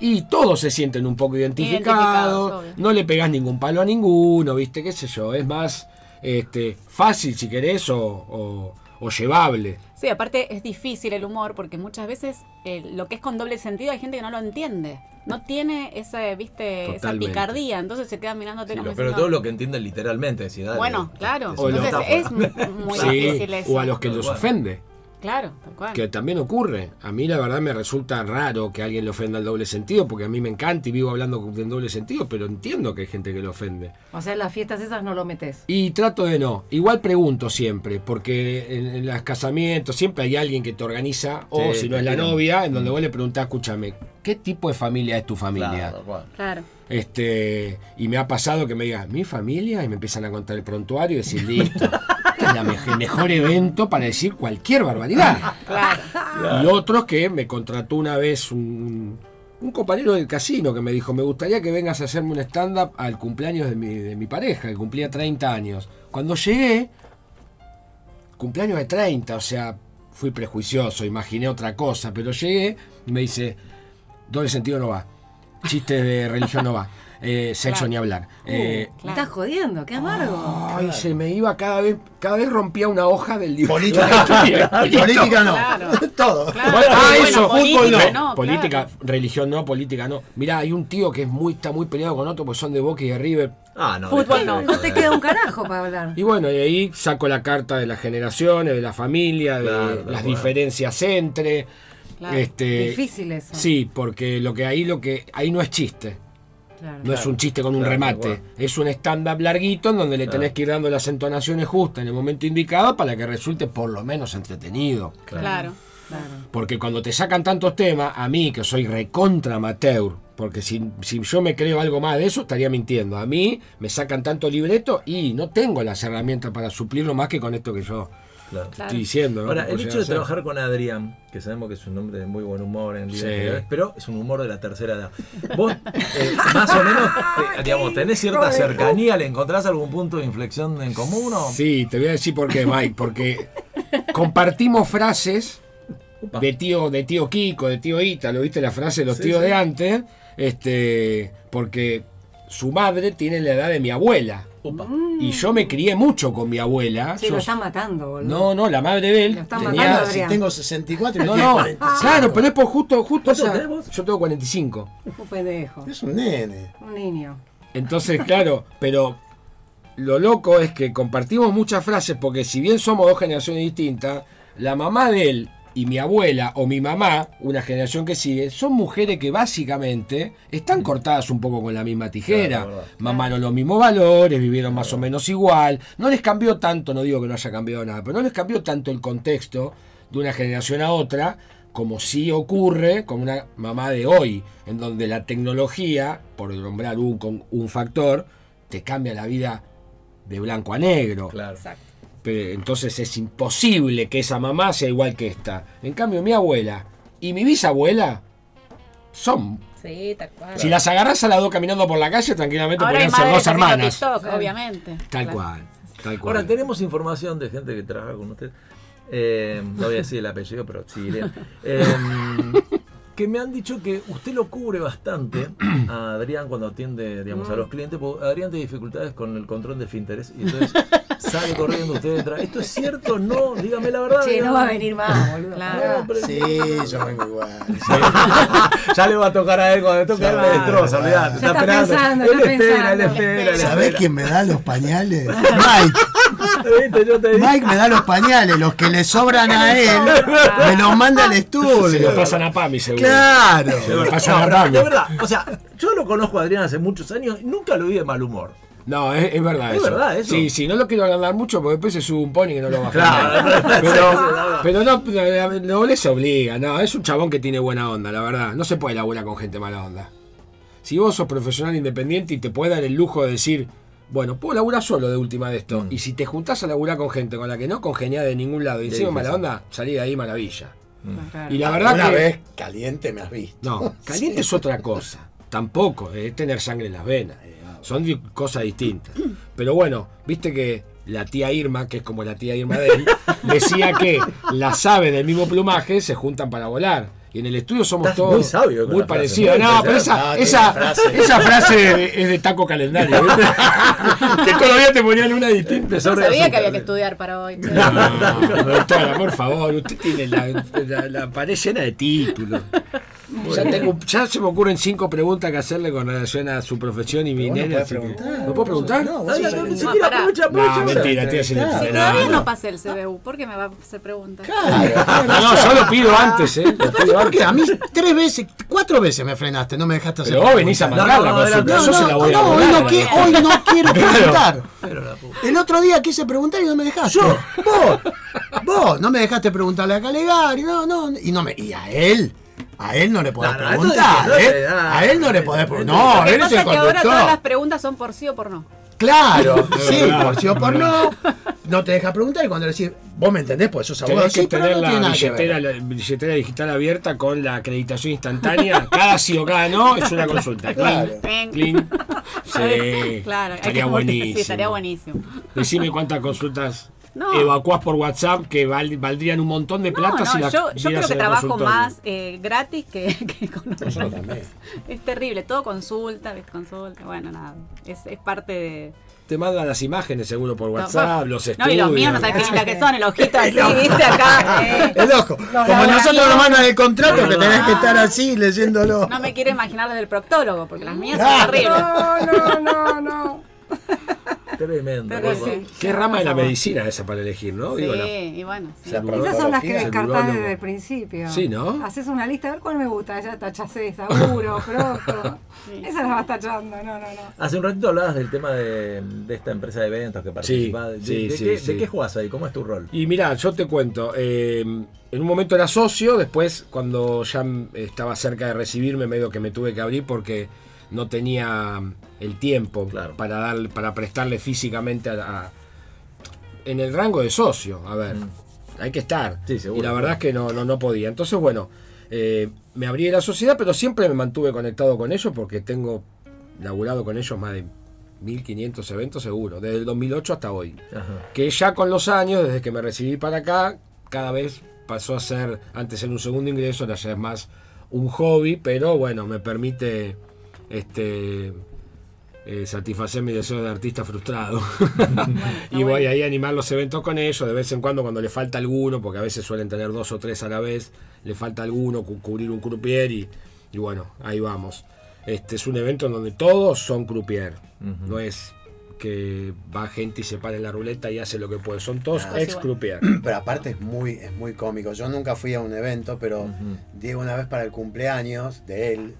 S7: y todos se sienten un poco
S4: Identificados,
S7: identificados,
S4: obvio.
S7: no le pegás ningún palo a ninguno, ¿viste? ¿Qué sé yo? Es más este, fácil, si querés, o, o- o llevable.
S4: Sí, aparte es difícil el humor porque muchas veces eh, lo que es con doble sentido hay gente que no lo entiende. No tiene esa, viste,
S7: Totalmente.
S4: esa picardía, entonces se quedan mirándote
S2: Sí,
S4: como
S2: lo- pero
S4: diciendo,
S2: todo lo que entienden literalmente. decís, dale,
S4: Bueno,
S2: te-
S4: claro.
S2: te-
S7: O
S4: entonces
S7: no.
S4: es mu- muy
S7: Sí,
S4: difícil eso.
S7: o a los que los
S2: Bueno.
S7: ofende.
S4: Claro, tal cual.
S7: Que también ocurre. A mí la verdad me resulta raro que alguien le ofenda el doble sentido, porque a mí me encanta y vivo hablando del doble sentido, pero entiendo que hay gente que lo ofende.
S6: O sea, en las fiestas esas no lo metes.
S7: Y trato de no. Igual pregunto siempre, porque en, en los casamientos siempre hay alguien que te organiza, o
S2: Sí,
S7: si no es
S2: te Mm.
S7: la
S2: tiran.
S7: novia, en donde vos le preguntás, escúchame, ¿qué tipo de familia es tu familia?
S2: Claro, tal cual.
S4: Claro.
S7: Este, y me ha pasado que me digan, mi familia, y me empiezan a contar el prontuario y decir, listo, este es la meje- mejor evento para decir cualquier barbaridad.
S4: Claro.
S7: Y otros que me contrató una vez un, un compañero del casino que me dijo, me gustaría que vengas a hacerme un stand-up al cumpleaños de mi, de mi pareja, que cumplía 30 años. Cuando llegué, cumpleaños de 30, o sea, fui prejuicioso, imaginé otra cosa, pero llegué y me dice, doble sentido no va. chiste de religión no va. Eh,
S4: Claro.
S7: sexo
S4: Uh,
S7: ni hablar. Eh,
S4: Claro.
S6: Estás jodiendo, qué amargo.
S7: ay, se me iba cada vez, cada vez rompía una hoja del libro.
S5: Política, política no.
S4: Claro.
S5: Todo.
S4: Claro,
S7: ah,
S4: bueno,
S7: eso, fútbol
S4: política
S7: no.
S4: no,
S7: política,
S4: claro.
S7: religión no, política no. Mirá, hay un tío que es muy, está muy peleado con otro, pues son de Boca y de River.
S2: Ah, no.
S4: Fútbol
S2: dejate
S4: no.
S2: de
S6: No te
S2: joder.
S6: queda un carajo para hablar.
S7: Y bueno, y ahí saco la carta de las generaciones, de la familia, de
S2: Claro,
S7: las
S2: tal cual.
S7: diferencias entre.
S4: Claro.
S7: Este,
S6: Difícil eso.
S7: Sí, porque lo que ahí lo que ahí no es chiste,
S6: Claro.
S7: no es un chiste con un
S2: Claro,
S7: remate,
S2: tal
S7: es un stand up larguito en donde le tenés que ir dando las entonaciones justas en el momento indicado para que resulte por lo menos entretenido.
S4: Claro.
S6: Claro.
S7: Porque cuando te sacan tantos temas, a mí que soy recontra amateur, porque si, si yo me creo algo más de eso, estaría mintiendo. A mí me sacan tanto libreto y no tengo las herramientas para suplirlo más que con esto que yo
S2: Claro.
S4: Claro.
S7: estoy diciendo. ¿no?
S2: Ahora,
S7: Que
S2: el
S7: puedo
S2: hecho de
S7: llegar a hacer.
S2: trabajar con Adrián, que sabemos que es un hombre de muy buen humor en
S7: Sí.
S2: líneas generales, pero es un humor de la tercera edad. Vos, eh, más o menos, te- digamos, tenés cierta cercanía, ¿le encontrás algún punto de inflexión en común o?
S7: Sí, te voy a decir por qué, Mike, porque compartimos frases
S2: Upa.
S7: de tío, de tío Kiko, de tío Ítalo, viste la frase de los
S2: Sí,
S7: tíos
S2: sí.
S7: de antes, este, porque su madre tiene la edad de mi abuela.
S2: Upa.
S7: Y yo me crié mucho con mi abuela.
S6: Sí,
S7: Yo-
S6: lo están matando, boludo.
S7: No, no, la madre de él.
S6: Lo están
S7: tenía-
S6: matando,
S5: Mirá, si
S6: Adrián.
S5: tengo 64 y
S7: No,
S5: no, tengo
S7: no,
S5: 45.
S7: claro, pero es por justo, justo
S2: ¿Cuánto
S7: esa-
S2: tenés vos?
S7: Yo tengo 45.
S6: Un pendejo.
S5: Es un nene.
S6: Un niño.
S7: Entonces, claro, pero lo loco es que compartimos muchas frases porque si bien somos dos generaciones distintas, la mamá de él y mi abuela o mi mamá, una generación que sigue, son mujeres que básicamente están cortadas un poco con la misma tijera.
S2: Claro, la verdad.
S7: Mamaron los mismos valores, vivieron más o menos igual. No les cambió tanto, no digo que no haya cambiado nada, pero no les cambió tanto el contexto de una generación a otra como sí ocurre con una mamá de hoy, en donde la tecnología, por nombrar un, con- un factor, te cambia la vida de blanco a negro.
S2: Claro.
S7: Pero entonces es imposible que esa mamá sea igual que esta. En cambio, mi abuela y mi bisabuela son.
S4: Sí, tal cual.
S7: Si las agarras a las dos caminando por la calle, tranquilamente
S4: Ahora hay
S7: podrían ser
S4: madres haciendo
S7: dos hermanas.
S4: TikTok, obviamente.
S7: Tal
S4: Claro.
S7: cual, tal cual.
S2: Ahora, tenemos información de gente que trabaja con usted. eh, no voy a decir el apellido, pero sí diré. Eh, que me han dicho que usted lo cubre bastante a Adrián cuando atiende digamos, a los
S6: Mm.
S2: clientes, porque Adrián tiene dificultades con el control de finteres y entonces sale corriendo usted detrás. ¿Esto es cierto? No, dígame la verdad.
S6: Che, no
S2: digamos.
S6: va a venir más, boludo.
S4: Claro.
S2: No, pero-
S5: Sí, yo vengo igual.
S2: ya le va a tocar a él cuando le toque, él me
S5: Ya,
S2: destroza,
S5: ya.
S2: olvidate.
S6: Ya está pensando,
S2: él
S6: está
S2: espera, él
S6: pensando.
S2: espera, él
S5: ¿Sabés
S2: espera.
S5: quién me da los pañales? Mike.
S2: ¿Viste? Yo te dije.
S5: Mike me da los pañales, los que le sobran a él, me los manda al
S7: Se
S5: estudio.
S7: lo pasan a Pami, seguro.
S5: Claro.
S7: Se lo
S2: No,
S7: pasan a
S2: no,
S7: Pami.
S2: de verdad, o sea, yo lo conozco a Adrián hace muchos años y nunca lo vi de mal humor.
S7: No, es, es verdad
S2: Es
S7: eso.
S2: verdad eso.
S7: Sí, sí, no lo quiero agrandar mucho porque después se sube un pony que no lo baja.
S2: Claro,
S7: nadie.
S2: no, no,
S7: pero, pero no, no, no les obliga, no, es un chabón que tiene buena onda, la verdad. No se puede laburar con gente mala onda. Si vos sos profesional independiente y te puedes dar el lujo de decir, bueno, puedo laburar solo de última de
S2: Mm.
S7: esto. Y si te juntás a laburar con gente con la que no congeniás de ningún lado y
S2: Es
S7: encima mala
S2: difícil.
S7: onda, salí de ahí maravilla.
S2: Mm.
S6: Claro.
S7: Y la verdad
S5: Una
S7: que.
S5: vez caliente me has visto.
S7: No, caliente es otra cosa. Tampoco, eh, es tener sangre en las venas. eh, Son di- cosas distintas. Pero bueno, viste que la tía Irma, que es como la tía Irma de él, decía que las aves del mismo plumaje se juntan para volar. Y en el estudio somos
S2: Estás
S7: todos
S2: muy sabio con
S7: muy
S2: la frase,
S7: parecidos.
S2: muy
S7: No, pero esa,
S5: impresionante.
S7: esa,
S5: Ah, tiene frase.
S7: esa frase es de taco calendario. ¿viste? que todavía te ponían una distinta.
S2: Empezó
S4: Yo no
S2: re
S4: sabía que
S2: azúcar,
S4: había que
S2: eh.
S4: estudiar para hoy. che.
S7: No, doctora, por favor, usted tiene la, la- la pared llena de títulos. Ya, tengo- ya se me ocurren cinco preguntas que hacerle con relación a su profesión y mi
S5: Vos no
S7: nena,
S5: podés
S7: así que-
S5: preguntar.
S7: ¿No puedo preguntar?
S5: No, vos
S2: Ay,
S5: sos
S2: no,
S5: el-
S2: ni siquiera
S4: pará.
S2: aprovecha,
S7: No,
S2: aprovecha.
S7: mentira, tía, se le
S5: Si
S4: Si todavía no pasé el CBU, ¿por qué me va a hacer preguntas?
S5: Claro.
S7: Ah, No, no, yo lo pido
S5: Ah.
S7: antes, ¿eh? Lo pido
S5: ¿Por qué?
S7: antes.
S5: A mí tres veces, cuatro veces me frenaste, no me dejaste hacer.
S7: Pero vos venís a
S5: preguntas.
S7: mandar la
S2: No, no,
S7: consulta,
S5: No,
S7: yo se la voy a
S5: no, hoy
S7: mandar.
S5: no, qui- hoy no quiero
S7: Claro.
S5: preguntar.
S2: Pero la puta.
S5: El otro día quise preguntar y no me dejaste. Yo, vos, vos, no me dejaste preguntarle a Calegari, no, no, y no me. Y a él, a él no le podés
S2: No, no, esto
S5: preguntar,
S2: es-
S5: ¿eh?
S2: no, no,
S5: A él no le podés preguntar.
S4: Lo
S5: No,
S4: que
S5: él es
S4: pasa
S5: el
S4: es que ahora todas las
S5: conductor.
S4: preguntas son por sí o por no.
S5: Claro,
S7: Es
S5: sí,
S7: verdad,
S5: por sí o
S7: es
S5: por
S7: verdad.
S5: no. No te deja preguntar y cuando le decís, vos me entendés, porque sos abogado.
S7: Tenés que
S5: Sí, pero
S7: tener
S5: no tiene
S7: la
S5: nada que ver.
S7: billetera, la billetera digital abierta con la acreditación instantánea. Cada sí o cada no es una consulta. Clean,
S5: Claro.
S7: clean. Sí,
S4: claro, hay que
S7: estaría
S4: como- sí,
S7: buenísimo.
S4: estaría buenísimo.
S7: Decime cuántas consultas
S4: No.
S7: evacuás por WhatsApp que val- valdrían un montón de
S4: No,
S7: plata
S4: no,
S7: si la
S4: yo, yo creo
S7: dieras
S4: que
S7: en el
S4: trabajo
S7: consultorio.
S4: más eh, gratis que, que con otras
S7: Nosotros
S4: cosas.
S7: también.
S4: Es terrible, todo consulta, ¿ves? consulta, bueno, nada, es, es parte de...
S7: Te mandan las imágenes seguro por WhatsApp, los estudios.
S4: No, y los míos no sabes qué lindas que son, el ojito así, viste, acá. eh.
S5: El ojo. Como
S4: laboratorios.
S5: nosotros nos mandan el contrato, que tenés que
S4: Ah.
S5: estar así leyéndolo.
S4: No me quiero imaginar las del proctólogo, porque las mías
S7: Ah,
S4: son terribles.
S5: no, no, no.
S2: Tremendo.
S4: Pero
S2: loco.
S4: sí.
S7: Qué rama de la medicina esa para elegir, ¿no?
S4: Sí,
S7: Digo, la-
S4: y bueno, sí.
S7: la
S6: Esas son las que
S7: proctología,
S6: descartás
S7: el
S6: desde el
S7: urólogo.
S6: principio.
S7: Sí, ¿no?
S6: Haces una lista, a ver cuál me gusta. Ya tachacé, seguro, pronto. Esas las vas tachando, no, no, no.
S2: Hace un ratito hablabas del tema de, de esta empresa de eventos que participás. ¿De-
S7: sí,
S2: de,
S7: sí,
S2: qué,
S7: sí.
S2: ¿De qué jugás ahí? ¿Cómo es tu rol?
S7: Y mirá, yo te cuento, eh, en un momento era socio, después cuando ya mm, estaba cerca de recibirme, medio que me tuve que abrir porque no tenía mm, el tiempo
S2: Claro.
S7: para dar, para prestarle físicamente a, la- en el rango de socio, a ver, hay que estar.
S2: Mm. Sí, seguro.
S7: y la verdad es que no, no, no podía. Entonces, bueno, eh, me abrí de la sociedad, pero siempre me mantuve conectado con ellos porque tengo laburado con ellos más de 1500 eventos seguro, desde el 2008 hasta hoy
S2: Ajá.
S7: que ya con los años, desde que me recibí para acá, cada vez pasó a ser, antes era un segundo ingreso, ahora ya es más un hobby, pero bueno, me permite este eh, satisfacer mi deseo de artista frustrado. y voy ahí a animar los eventos con ellos, de vez en cuando cuando le falta alguno, porque a veces suelen tener dos o tres a la vez, le falta alguno, cu- cubrir un croupier y, y bueno, ahí vamos. Este es un evento en donde todos son croupier, no es que va gente y se para en la ruleta y hace lo que puede, son todos
S5: Ah,
S7: ex croupier.
S5: Pero aparte es muy, es muy cómico. Yo nunca fui a un evento, pero Diego una vez para el cumpleaños de él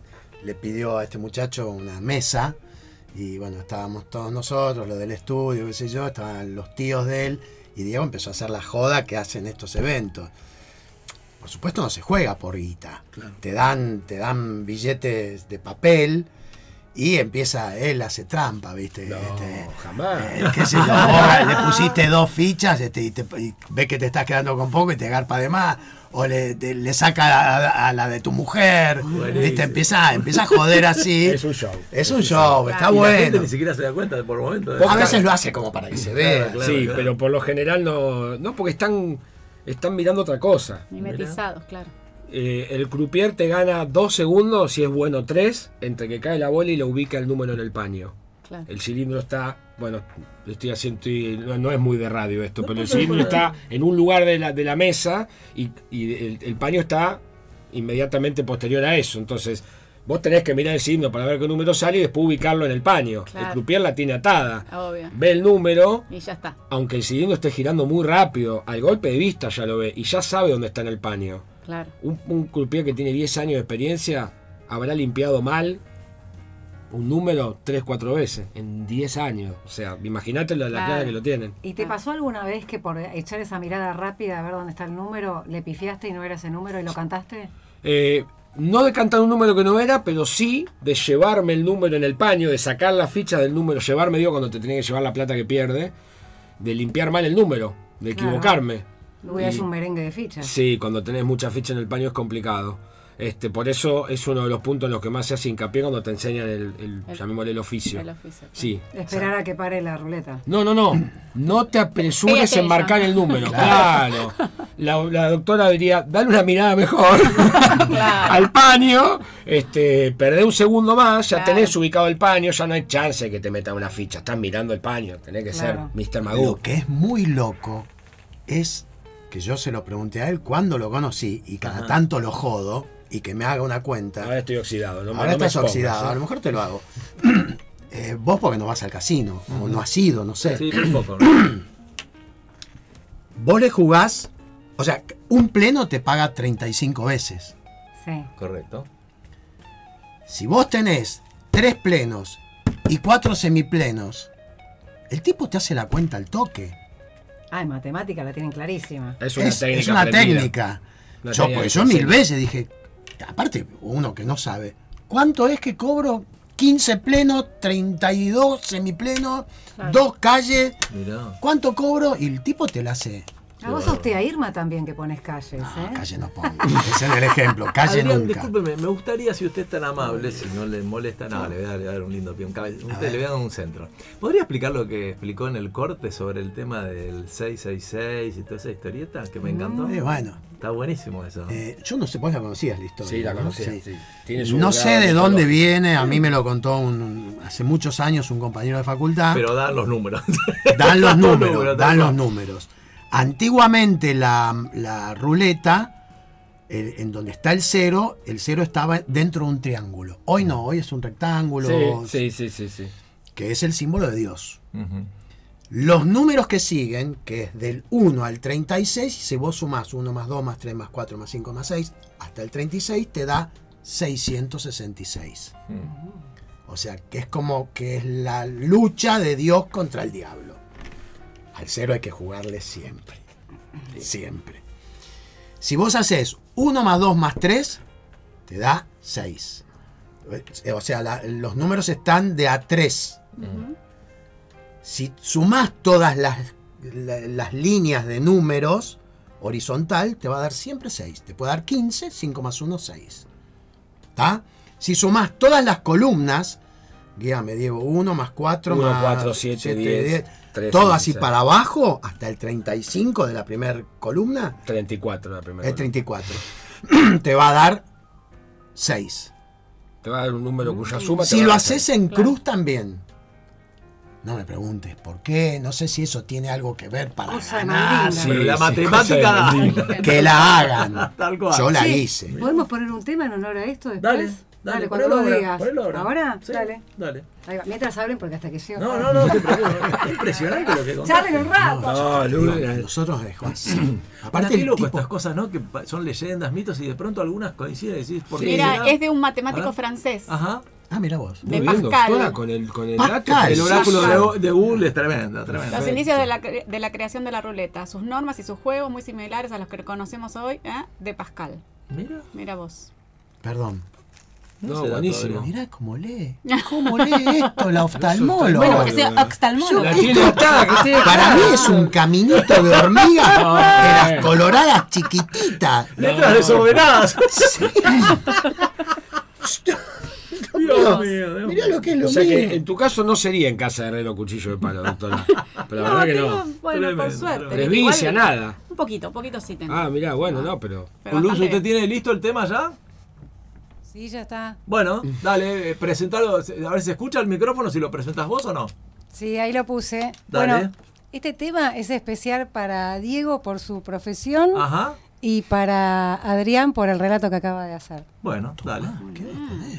S5: le pidió a este muchacho una mesa y bueno, estábamos todos nosotros, los del estudio, qué sé yo, estaban los tíos de él y Diego empezó a hacer la joda que hacen estos eventos. Por supuesto no se juega por guita. Te, dan, te dan billetes de papel y empieza, él hace trampa, ¿viste?
S7: No,
S5: Este,
S7: jamás.
S5: eh, qué sé yo, vos le pusiste dos fichas este, y, te, y ves que te estás quedando con poco y te garpa de más. O le, te- le saca a, a la de tu mujer. ¿viste? Empieza, empieza a joder así.
S7: Es un show.
S5: Es un show,
S7: Ah,
S5: está
S2: Y la gente
S5: bueno.
S2: ni siquiera se da cuenta por el momento. ¿eh?
S5: A veces lo hace como para que se vea.
S2: Claro,
S7: sí,
S2: claro.
S7: pero por lo general no, no porque están, están mirando otra cosa.
S4: Mimetizados, claro.
S7: Eh, el croupier te gana dos segundos, si es bueno tres, entre que cae la bola y lo ubica el número en el paño.
S4: claro.
S7: El cilindro está, bueno, estoy haciendo, estoy- no, no es muy de radio esto, pero el cilindro está en un lugar de la, de la mesa y, y el, el paño está inmediatamente posterior a eso. Entonces, vos tenés que mirar el cilindro para ver qué número sale y después ubicarlo en el paño. El
S4: Claro.
S7: croupier la tiene atada.
S4: Obvio.
S7: Ve el número,
S4: Y ya está,
S7: aunque el cilindro esté girando muy rápido, al golpe de vista ya lo ve y ya sabe dónde está en el paño.
S4: claro.
S7: Un, un croupier que tiene 10 años de experiencia habrá limpiado mal un número 3, 4 veces en 10 años. O sea, imagínate la, la
S4: Claro.
S7: plata que lo tienen.
S6: ¿Y te pasó alguna vez que por echar esa mirada rápida a ver dónde está el número, le pifiaste y no era ese número y lo cantaste?
S7: Eh, no de cantar un número que no era, pero sí de llevarme el número en el paño, de sacar la ficha del número, llevarme, digo, cuando te tenía que llevar la plata que pierde, de limpiar mal el número, de
S6: Claro.
S7: equivocarme.
S6: Hubieras
S7: Y-
S6: un merengue de fichas.
S7: Sí, cuando tenés mucha ficha en el paño es complicado. Este, por eso es uno de los puntos en los que más se hace hincapié cuando te enseñan el, el-
S4: El-
S7: llamémosle el oficio.
S4: el oficio, claro.
S7: Sí.
S6: Esperar a que pare la ruleta.
S7: No, no, no. No te apresures
S4: Fíjate
S7: en marcar
S4: eso.
S7: el número. Claro. La, la doctora diría, dale una mirada mejor al paño. Este, perdé un segundo más, ya
S4: Claro.
S7: tenés ubicado el paño, ya no hay chance de que te meta una ficha. Estás mirando el paño, tenés que
S6: Claro.
S7: ser Mr. Magoo.
S5: Lo que es muy loco es que yo se lo pregunté a él cuando lo conocí y cada tanto lo jodo y que me haga una cuenta.
S7: Ahora estoy oxidado. No, me-
S5: Ahora
S7: no me
S5: estás
S7: expongas,
S5: oxidado,
S7: ¿eh?
S5: a lo mejor te lo hago. Eh, vos porque no vas al casino, o no has ido, no sé.
S2: Sí, muy poco. ¿no?
S5: Vos le jugás, o sea, un pleno te paga 35 veces.
S6: Sí.
S2: Correcto.
S5: Si vos tenés tres plenos y cuatro semiplenos, el tipo te hace la cuenta al toque.
S6: Ah, en matemática la tienen clarísima.
S7: Es una técnica.
S5: es una
S7: aprendida.
S5: técnica.
S7: Una
S5: yo,
S7: técnica
S5: porque
S7: que
S5: yo
S7: se
S5: mil
S7: enseña.
S5: veces dije, aparte, uno que no sabe, ¿cuánto es que cobro? 15 plenos, 32 semiplenos, dos calles,
S2: Mirá.
S5: ¿Cuánto cobro? Y el tipo te la hace
S6: A Ah, vos a usted, a Irma también que pones calles, ¿eh?
S5: Calle no pongo. Ese es el ejemplo. Calle
S2: Adrián,
S5: nunca.
S2: discúlpeme, me gustaría, si usted es tan amable, si no le molesta nada, le voy a dar- le voy a dar un lindo pion. Cabe- Usted le voy a dar un centro. ¿Podría explicar lo que explicó en el corte sobre el tema del 666 y toda esa historieta que me encantó?
S5: Eh, bueno,
S2: Está buenísimo eso.
S5: eh, yo no sé, vos la conocías la historia.
S7: Sí, la
S5: ¿no?
S7: conocía.
S5: Sí.
S7: sí. Tiene su
S5: No
S7: grado
S5: sé de dónde
S7: mitológico.
S5: viene, a mí me lo contó un- un- hace muchos años un compañero de facultad.
S2: Pero dan los números.
S5: dan los números,
S2: tal
S5: dan los
S2: cual.
S5: números. Antiguamente la, la ruleta, el- en donde está el cero, el cero estaba dentro de un triángulo. Hoy no, hoy es un rectángulo,
S7: Sí, sí, sí, sí. sí.
S5: que es el símbolo de Dios.
S2: Ujú.
S5: Los números que siguen, que es del 1 al 36, si vos sumás 1 más 2 más 3 más 4 más 5 más 6, hasta el 36 te da 666.
S2: Mm.
S5: O sea, que es como que es la lucha de Dios contra el diablo. Al cero hay que jugarle siempre. Siempre. Si vos haces 1 más 2 más 3, te da 6. O sea, la- los números están de a 3. Si sumás todas las, la- las líneas de números horizontal, te va a dar siempre 6. Te puede dar 15, 5 más 1, 6. ¿Está? Si sumás todas las columnas, guíame, Diego, 1 más 4
S7: Uno,
S5: más
S7: cuatro, siete, diez, tres,
S5: todo
S7: cinco,
S5: así
S7: seis.
S5: para abajo, hasta el 35 de la primera columna,
S7: 34 la primera.
S5: es
S7: columna.
S5: 34. te va a dar 6.
S7: Te va a dar un número cuya suma. te va
S5: Si
S7: a
S5: lo
S7: dar
S5: haces
S7: seis.
S5: en cruz también. No me preguntes por qué, no sé si eso tiene algo que ver para
S6: Cosa
S5: ganar,
S6: maligna.
S7: Sí,
S2: Pero la
S7: sí, cosa
S2: matemática.
S7: de mentira.
S5: que la hagan.
S2: Tal cual.
S5: Yo la
S6: Sí.
S5: hice.
S6: ¿Podemos poner un tema en honor a esto después?
S2: Dale, dale,
S6: cuando
S2: ponelo
S6: lo
S2: ahora,
S6: digas.
S2: ponelo ahora. Sí,
S6: dale.
S2: Dale.
S6: Ahí va. Mientras hablen, porque hasta que llego.
S2: No, no, no, te preocupes. Es impresionante lo que contaste.
S6: Charlen un rato.
S7: No, Lula. eh.
S5: Nosotros dejó así.
S2: Para
S5: Aparte
S2: qué
S5: el
S2: loco
S5: tipo
S2: estas cosas, ¿no? Que pa- son leyendas, mitos y de pronto algunas coinciden y decís, ¿por qué
S4: Mira,
S2: será?
S4: es de un matemático
S2: Ahora.
S4: francés.
S2: Ajá.
S5: Ah, mira vos.
S4: de
S7: Muy bien,
S4: Pascal.
S7: doctora, con el, con el
S5: Pascal.
S7: dato.
S2: El
S5: Sí,
S2: oráculo
S5: sí.
S2: de, Go- de Google es tremendo, tremendo.
S4: Los inicios de la, cre- de la creación de la ruleta, sus normas y sus juegos muy similares a los que conocemos hoy ¿eh? de Pascal.
S2: Mira.
S4: Mira vos.
S5: Perdón.
S7: No, buenísimo.
S5: Mirá cómo lee. ¿Cómo lee esto la
S7: Bueno,
S5: oftalmóloga?
S7: porque sea
S3: oftalmólogo.
S7: La tiene atada, que tiene
S5: Para
S7: atada.
S5: mí es un caminito de
S7: No,
S5: hormiga de
S7: eh.
S5: las coloradas chiquititas.
S2: Letras desoberadas. Dios mío, Dios
S5: Mirá
S2: mío.
S5: lo que es lo
S7: O sea que en
S5: mío.
S7: tu caso no sería en casa de herrero cuchillo de palo, doctora. Pero la verdad que
S4: tengo-
S7: no.
S4: Bueno, por
S2: Tremendo,
S4: suerte.
S2: tremendo.
S7: Presbicia,
S4: Igual-
S7: nada.
S4: Un poquito, un poquito sí tengo.
S7: Ah, mirá, bueno, no, pero.
S4: pero
S2: Luz,
S4: bastante-
S2: ¿usted tiene listo el tema ya?
S3: Sí, ya está.
S2: Bueno,
S7: Mm.
S2: dale, eh, presentalo. A ver, ¿se escucha el micrófono si lo presentas vos o no?
S3: Sí, ahí lo puse.
S2: Dale.
S3: Bueno, este tema es especial para Diego por su profesión
S2: Ajá.
S3: y para Adrián por el relato que acaba de hacer.
S2: Bueno, dale.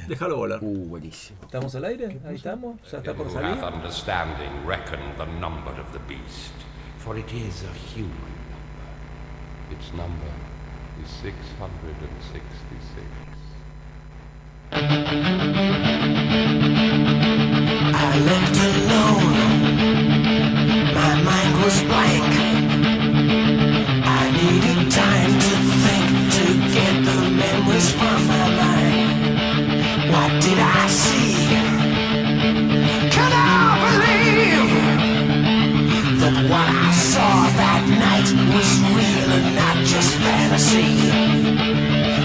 S2: Déjalo volar.
S7: Ah, Uh, buenísimo.
S2: ¿Estamos al aire? Ahí estamos. Ya está por
S9: who hath
S2: salir.
S9: understanding reckon the number of the beast, for it is a human number. Its number is 666.
S10: I lived alone. My mind was blank. I needed time to think to get the memories from my mind. What did I see? Could I believe that what I saw that night was real and not just fantasy?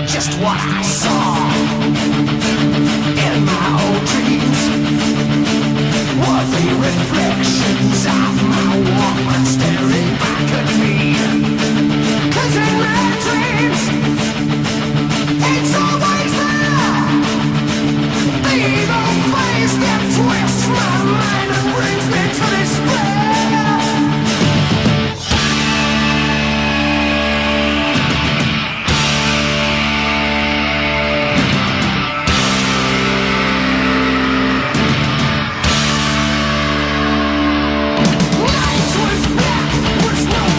S10: Just what I saw in my old dreams. Were they reflections of my woman staring back at me? 'Cause in my dreams, it's always there. The evil face that twists my mind and brings me to despair. Night was black.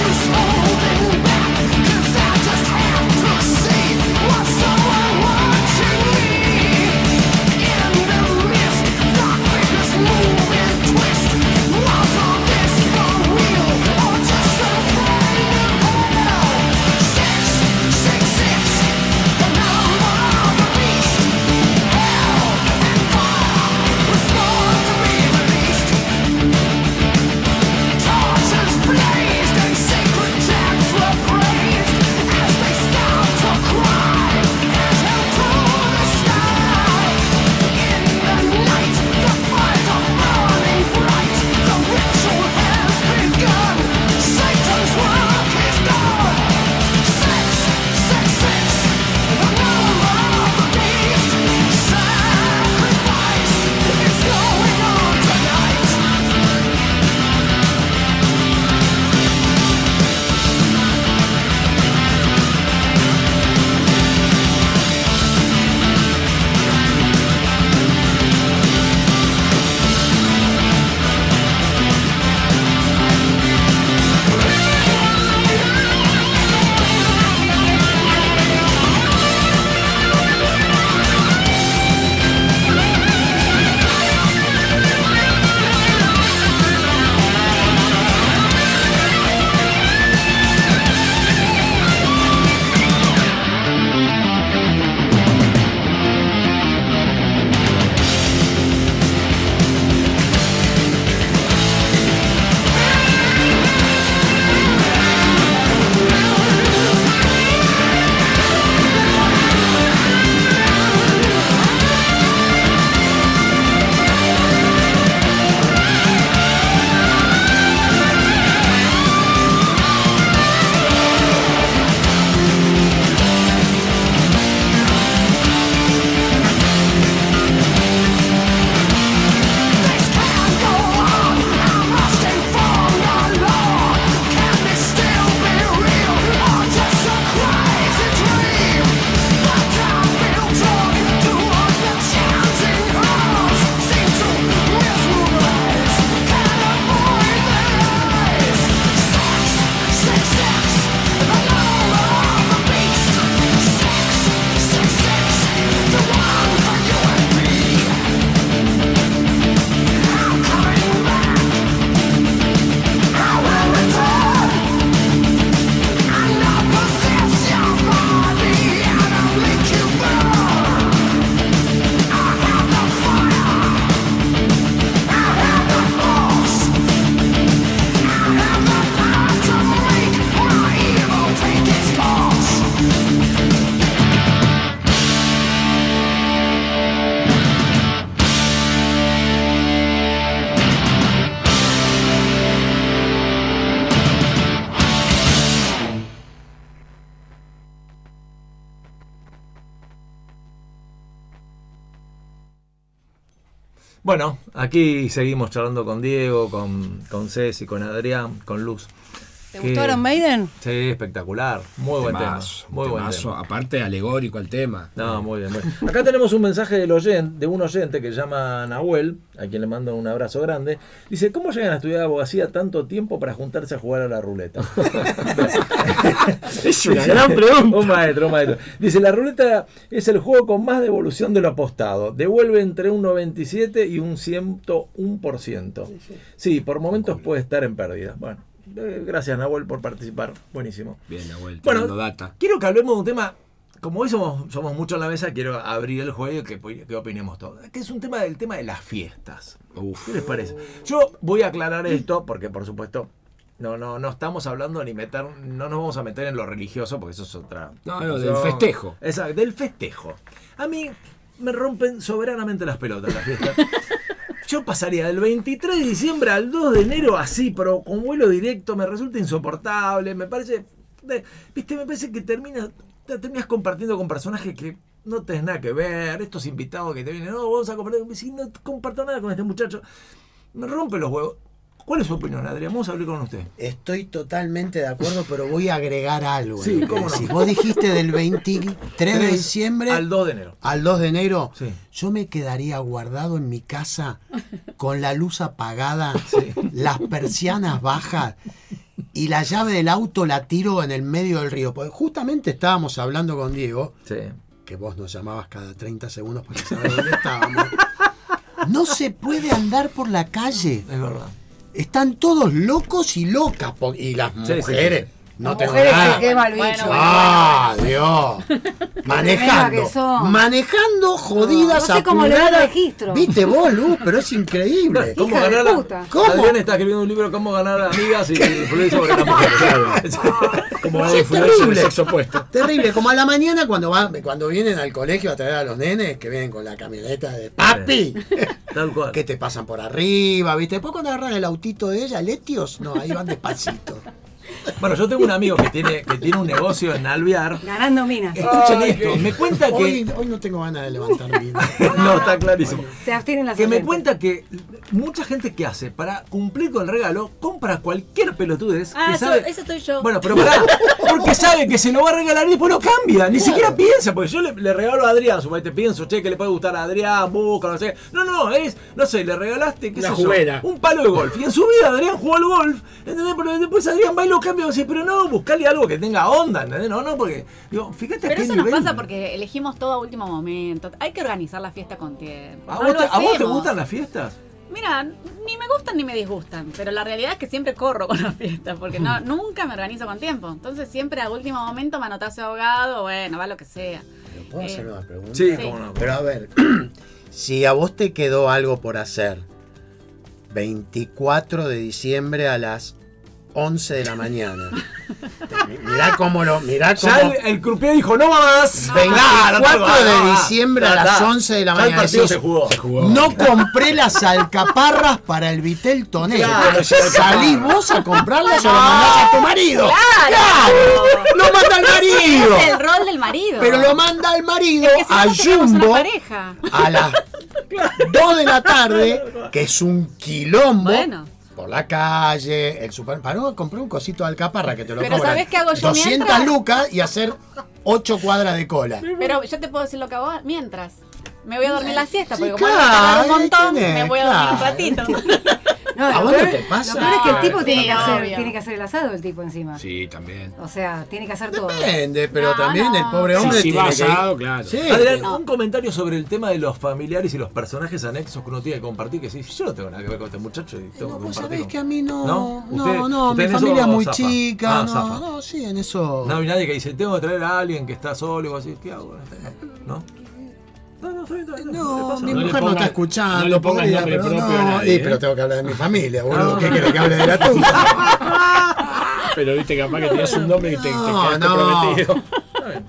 S2: Bueno, aquí seguimos charlando con Diego, con, con Ceci, con Adrián, con Luz.
S3: ¿Te
S2: Que-
S3: gustó Iron Maiden?
S2: Sí, espectacular. Muy buen tema.
S7: Temazo,
S2: Muy buen
S7: temazo,
S2: tema.
S7: Aparte alegórico el tema.
S2: No, muy bien, muy bien. Acá tenemos un mensaje del oyen- de un oyente que se llama Nahuel, a quien le mando un abrazo grande. Dice, ¿cómo llegan a estudiar abogacía tanto tiempo para juntarse a jugar a la ruleta?
S7: Es una gran pregunta.
S2: Un maestro, un maestro. Dice, la ruleta es el juego con más devolución de lo apostado. Devuelve entre un 97 y un 101%. Sí, por momentos puede estar en pérdida. Bueno, eh, gracias Nahuel por participar. Buenísimo.
S7: Bien, la vuelta.
S2: Bueno,
S7: dando data.
S2: Quiero que hablemos de un tema, como hoy somos, somos muchos en la mesa, quiero abrir el juego y que, pues, que opinemos todos. Que es un tema del tema de las fiestas.
S7: Uf.
S2: ¿Qué les parece? Yo voy a aclarar esto, porque por supuesto, no, no, no estamos hablando ni meter, no nos vamos a meter en lo religioso, porque eso es otra.
S7: No, no, del festejo.
S2: Exacto, del festejo. A mí me rompen soberanamente las pelotas las fiestas. Yo pasaría del 23 de diciembre al 2 de enero así, pero con vuelo directo me resulta insoportable, me parece, de- viste, me parece que terminas, te terminas compartiendo con personajes que no tenés nada que ver, estos invitados que te vienen, no, vamos a compartir, si no comparto nada con este muchacho, me rompe los huevos. ¿Cuál es su opinión, Adrián? Vamos a hablar con usted.
S5: Estoy totalmente de acuerdo, pero voy a agregar algo. en
S2: Sí,
S5: lo que
S2: cómo no.
S5: decís. Vos dijiste del 23 de diciembre
S2: Al 2 de enero.
S5: al 2 de enero.
S2: Sí.
S5: Yo me quedaría guardado en mi casa con la luz apagada, las persianas bajas y la llave del auto la tiro en el medio del río. Porque justamente estábamos hablando con Diego
S2: Sí.
S5: que vos nos llamabas cada 30 segundos para saber dónde estábamos. No se puede andar por la calle.
S2: Es verdad.
S5: Están todos locos y locas. po- Y las
S2: sí,
S5: mujeres. No
S3: Las
S5: tengo
S3: mujeres
S5: nada.
S3: que quema el bicho.
S4: Bueno, bueno.
S5: ¡Ah, Dios!
S3: tremenda que
S5: Manejando.
S3: son.
S5: Manejando jodidas
S3: No, no sé cómo le dan
S5: apuradas.
S3: registro.
S5: Viste vos, Luz, pero es increíble.
S3: ¿Cómo? Hija de puta.
S5: ¿Cómo?
S2: Adrián está escribiendo un libro cómo ganar amigas y influir sobre las mujeres.
S5: Sí,
S7: Como va a
S5: es
S7: influir sobre el
S5: terrible.
S7: sexo opuesto.
S5: Terrible, como a la mañana cuando va- cuando vienen al colegio a traer a los nenes que vienen con la camioneta de papi.
S2: Tal cual.
S5: que te pasan por arriba, ¿viste? Después cuando agarran el autito de ella, Letios, no, ahí van despacito.
S2: Bueno, yo tengo un amigo que tiene, que tiene un negocio en Alvear.
S3: Ganando minas.
S2: Escuchen esto, me cuenta que.
S5: Hoy, hoy no tengo ganas de levantar vida.
S2: No, está clarísimo.
S3: Se abstienen las
S2: Que me
S3: oyentes.
S2: cuenta que mucha gente que hace para cumplir con el regalo compra cualquier pelotudez.
S4: Ah,
S2: que
S4: eso-
S2: sabe-
S4: eso estoy yo.
S2: Bueno, pero pará, porque sabe que se lo va a regalar y después lo cambia. Ni siquiera piensa, porque yo le, le regalo a Adrián, suponete, pienso, che, que le puede gustar a Adrián, busca, no sé. No, no, es, no sé, le regalaste, qué
S7: Una
S2: sé yo,
S7: juguera.
S2: un palo de golf. Y en su vida Adrián jugó al golf, ¿entendés? Pero después Adrián va y lo cambia y dice, pero no, buscale algo que tenga onda, ¿entendés? No, no, porque, digo, fíjate a
S4: Pero
S2: qué
S4: eso nos
S2: nivel.
S4: pasa porque elegimos todo a último momento. Hay que organizar la fiesta con tiempo.
S2: ¿A
S4: No
S2: vos,
S4: lo
S2: te, ¿A vos te
S4: hacemos.
S2: gustan las fiestas?
S4: Mira, ni me gustan ni me disgustan, pero la realidad es que siempre corro con las fiestas, porque no, nunca me organizo con tiempo. Entonces siempre a último momento manotazo ahogado, bueno, va lo que sea.
S5: ¿Puedo
S4: Eh,
S5: hacer una pregunta?
S2: Sí,
S4: Sí.
S2: cómo no.
S5: Pero a ver, si a vos te quedó algo por hacer, 24 de diciembre a las 11 de la mañana. Mirá cómo lo. Mirá cómo.
S2: Ya el, el croupier dijo, no va más. Ah,
S5: 24 de diciembre a las 11 de la
S2: Ya el
S5: mañana.
S2: partido
S5: Decís,
S2: se jugó.
S7: jugó.
S5: No compré las alcaparras para el Vitel Toné.
S2: Claro,
S5: Salís vos a comprarlas o lo mandás a tu marido. ¡Claro! ¡Lo manda al marido!
S4: Es el rol del marido.
S5: Pero lo manda al marido
S4: Es que si
S5: a
S4: no tenemos una
S5: Jumbo
S4: pareja.
S5: a las 2 de la tarde, que es un quilombo.
S4: Bueno.
S5: Por la calle, el super. Pará, compré un cosito de alcaparra que te lo
S4: Pero
S5: cobran.
S4: ¿sabés qué hago yo
S5: 200
S4: mientras?
S5: lucas y hacer 8 cuadras de cola.
S4: Pero yo te puedo decir lo que hago mientras. Me voy a dormir la siesta,
S5: Sí,
S4: porque como voy a
S5: claro,
S4: trabajar un
S5: ahí
S4: montón,
S5: tenés,
S4: me voy a dormir un ratito.
S3: No,
S5: ¿A
S3: lo
S5: vos no
S3: peor-
S5: te pasa?
S3: Lo peor es que el tipo
S4: Sí,
S3: tiene, que hacer,
S4: obvio.
S3: tiene que hacer el asado, el tipo encima.
S7: Sí, también.
S3: O sea, tiene que hacer todo.
S5: Depende, pero
S4: No,
S5: también
S4: no.
S5: el pobre
S7: Sí,
S5: hombre
S7: sí,
S5: tiene
S7: va
S5: que-
S7: asado, claro.
S5: Sí,
S2: Adrián, un comentario sobre el tema de los familiares y los personajes anexos que uno tiene que compartir. Que sí, yo no tengo nada que ver con este muchacho.
S4: Eh,
S2: Y tengo que
S5: No,
S4: pues,
S5: vos
S2: compartir
S5: sabés
S2: con-
S5: que a mí no.
S2: ¿No?
S5: No,
S2: ¿Usted-
S5: no,
S2: usted
S5: mi
S2: en eso
S5: familia es muy
S2: zafa?
S5: chica.
S2: Ah, zafa.
S5: no, no, sí, en eso.
S2: No hay nadie que dice, tengo que traer a alguien que está solo y vos decís, ¿qué hago? este No, no, no, está bien, está bien,
S5: No,
S2: te pasa nada.
S5: mi
S7: No le
S5: mujer no
S7: ponga-
S5: está escuchando.
S7: no le ponga el
S5: podría,
S7: nombre
S5: pero
S7: propio a
S5: no.
S7: nadie,
S5: Y,
S7: ¿eh?
S5: pero tengo que hablar de mi familia, boludo. ¿Qué querés que hable de la tuya?
S7: Pero viste, capaz que tenías un nombre y te, te
S5: No,
S7: quedaste
S5: no.
S7: prometido.
S2: Está bien.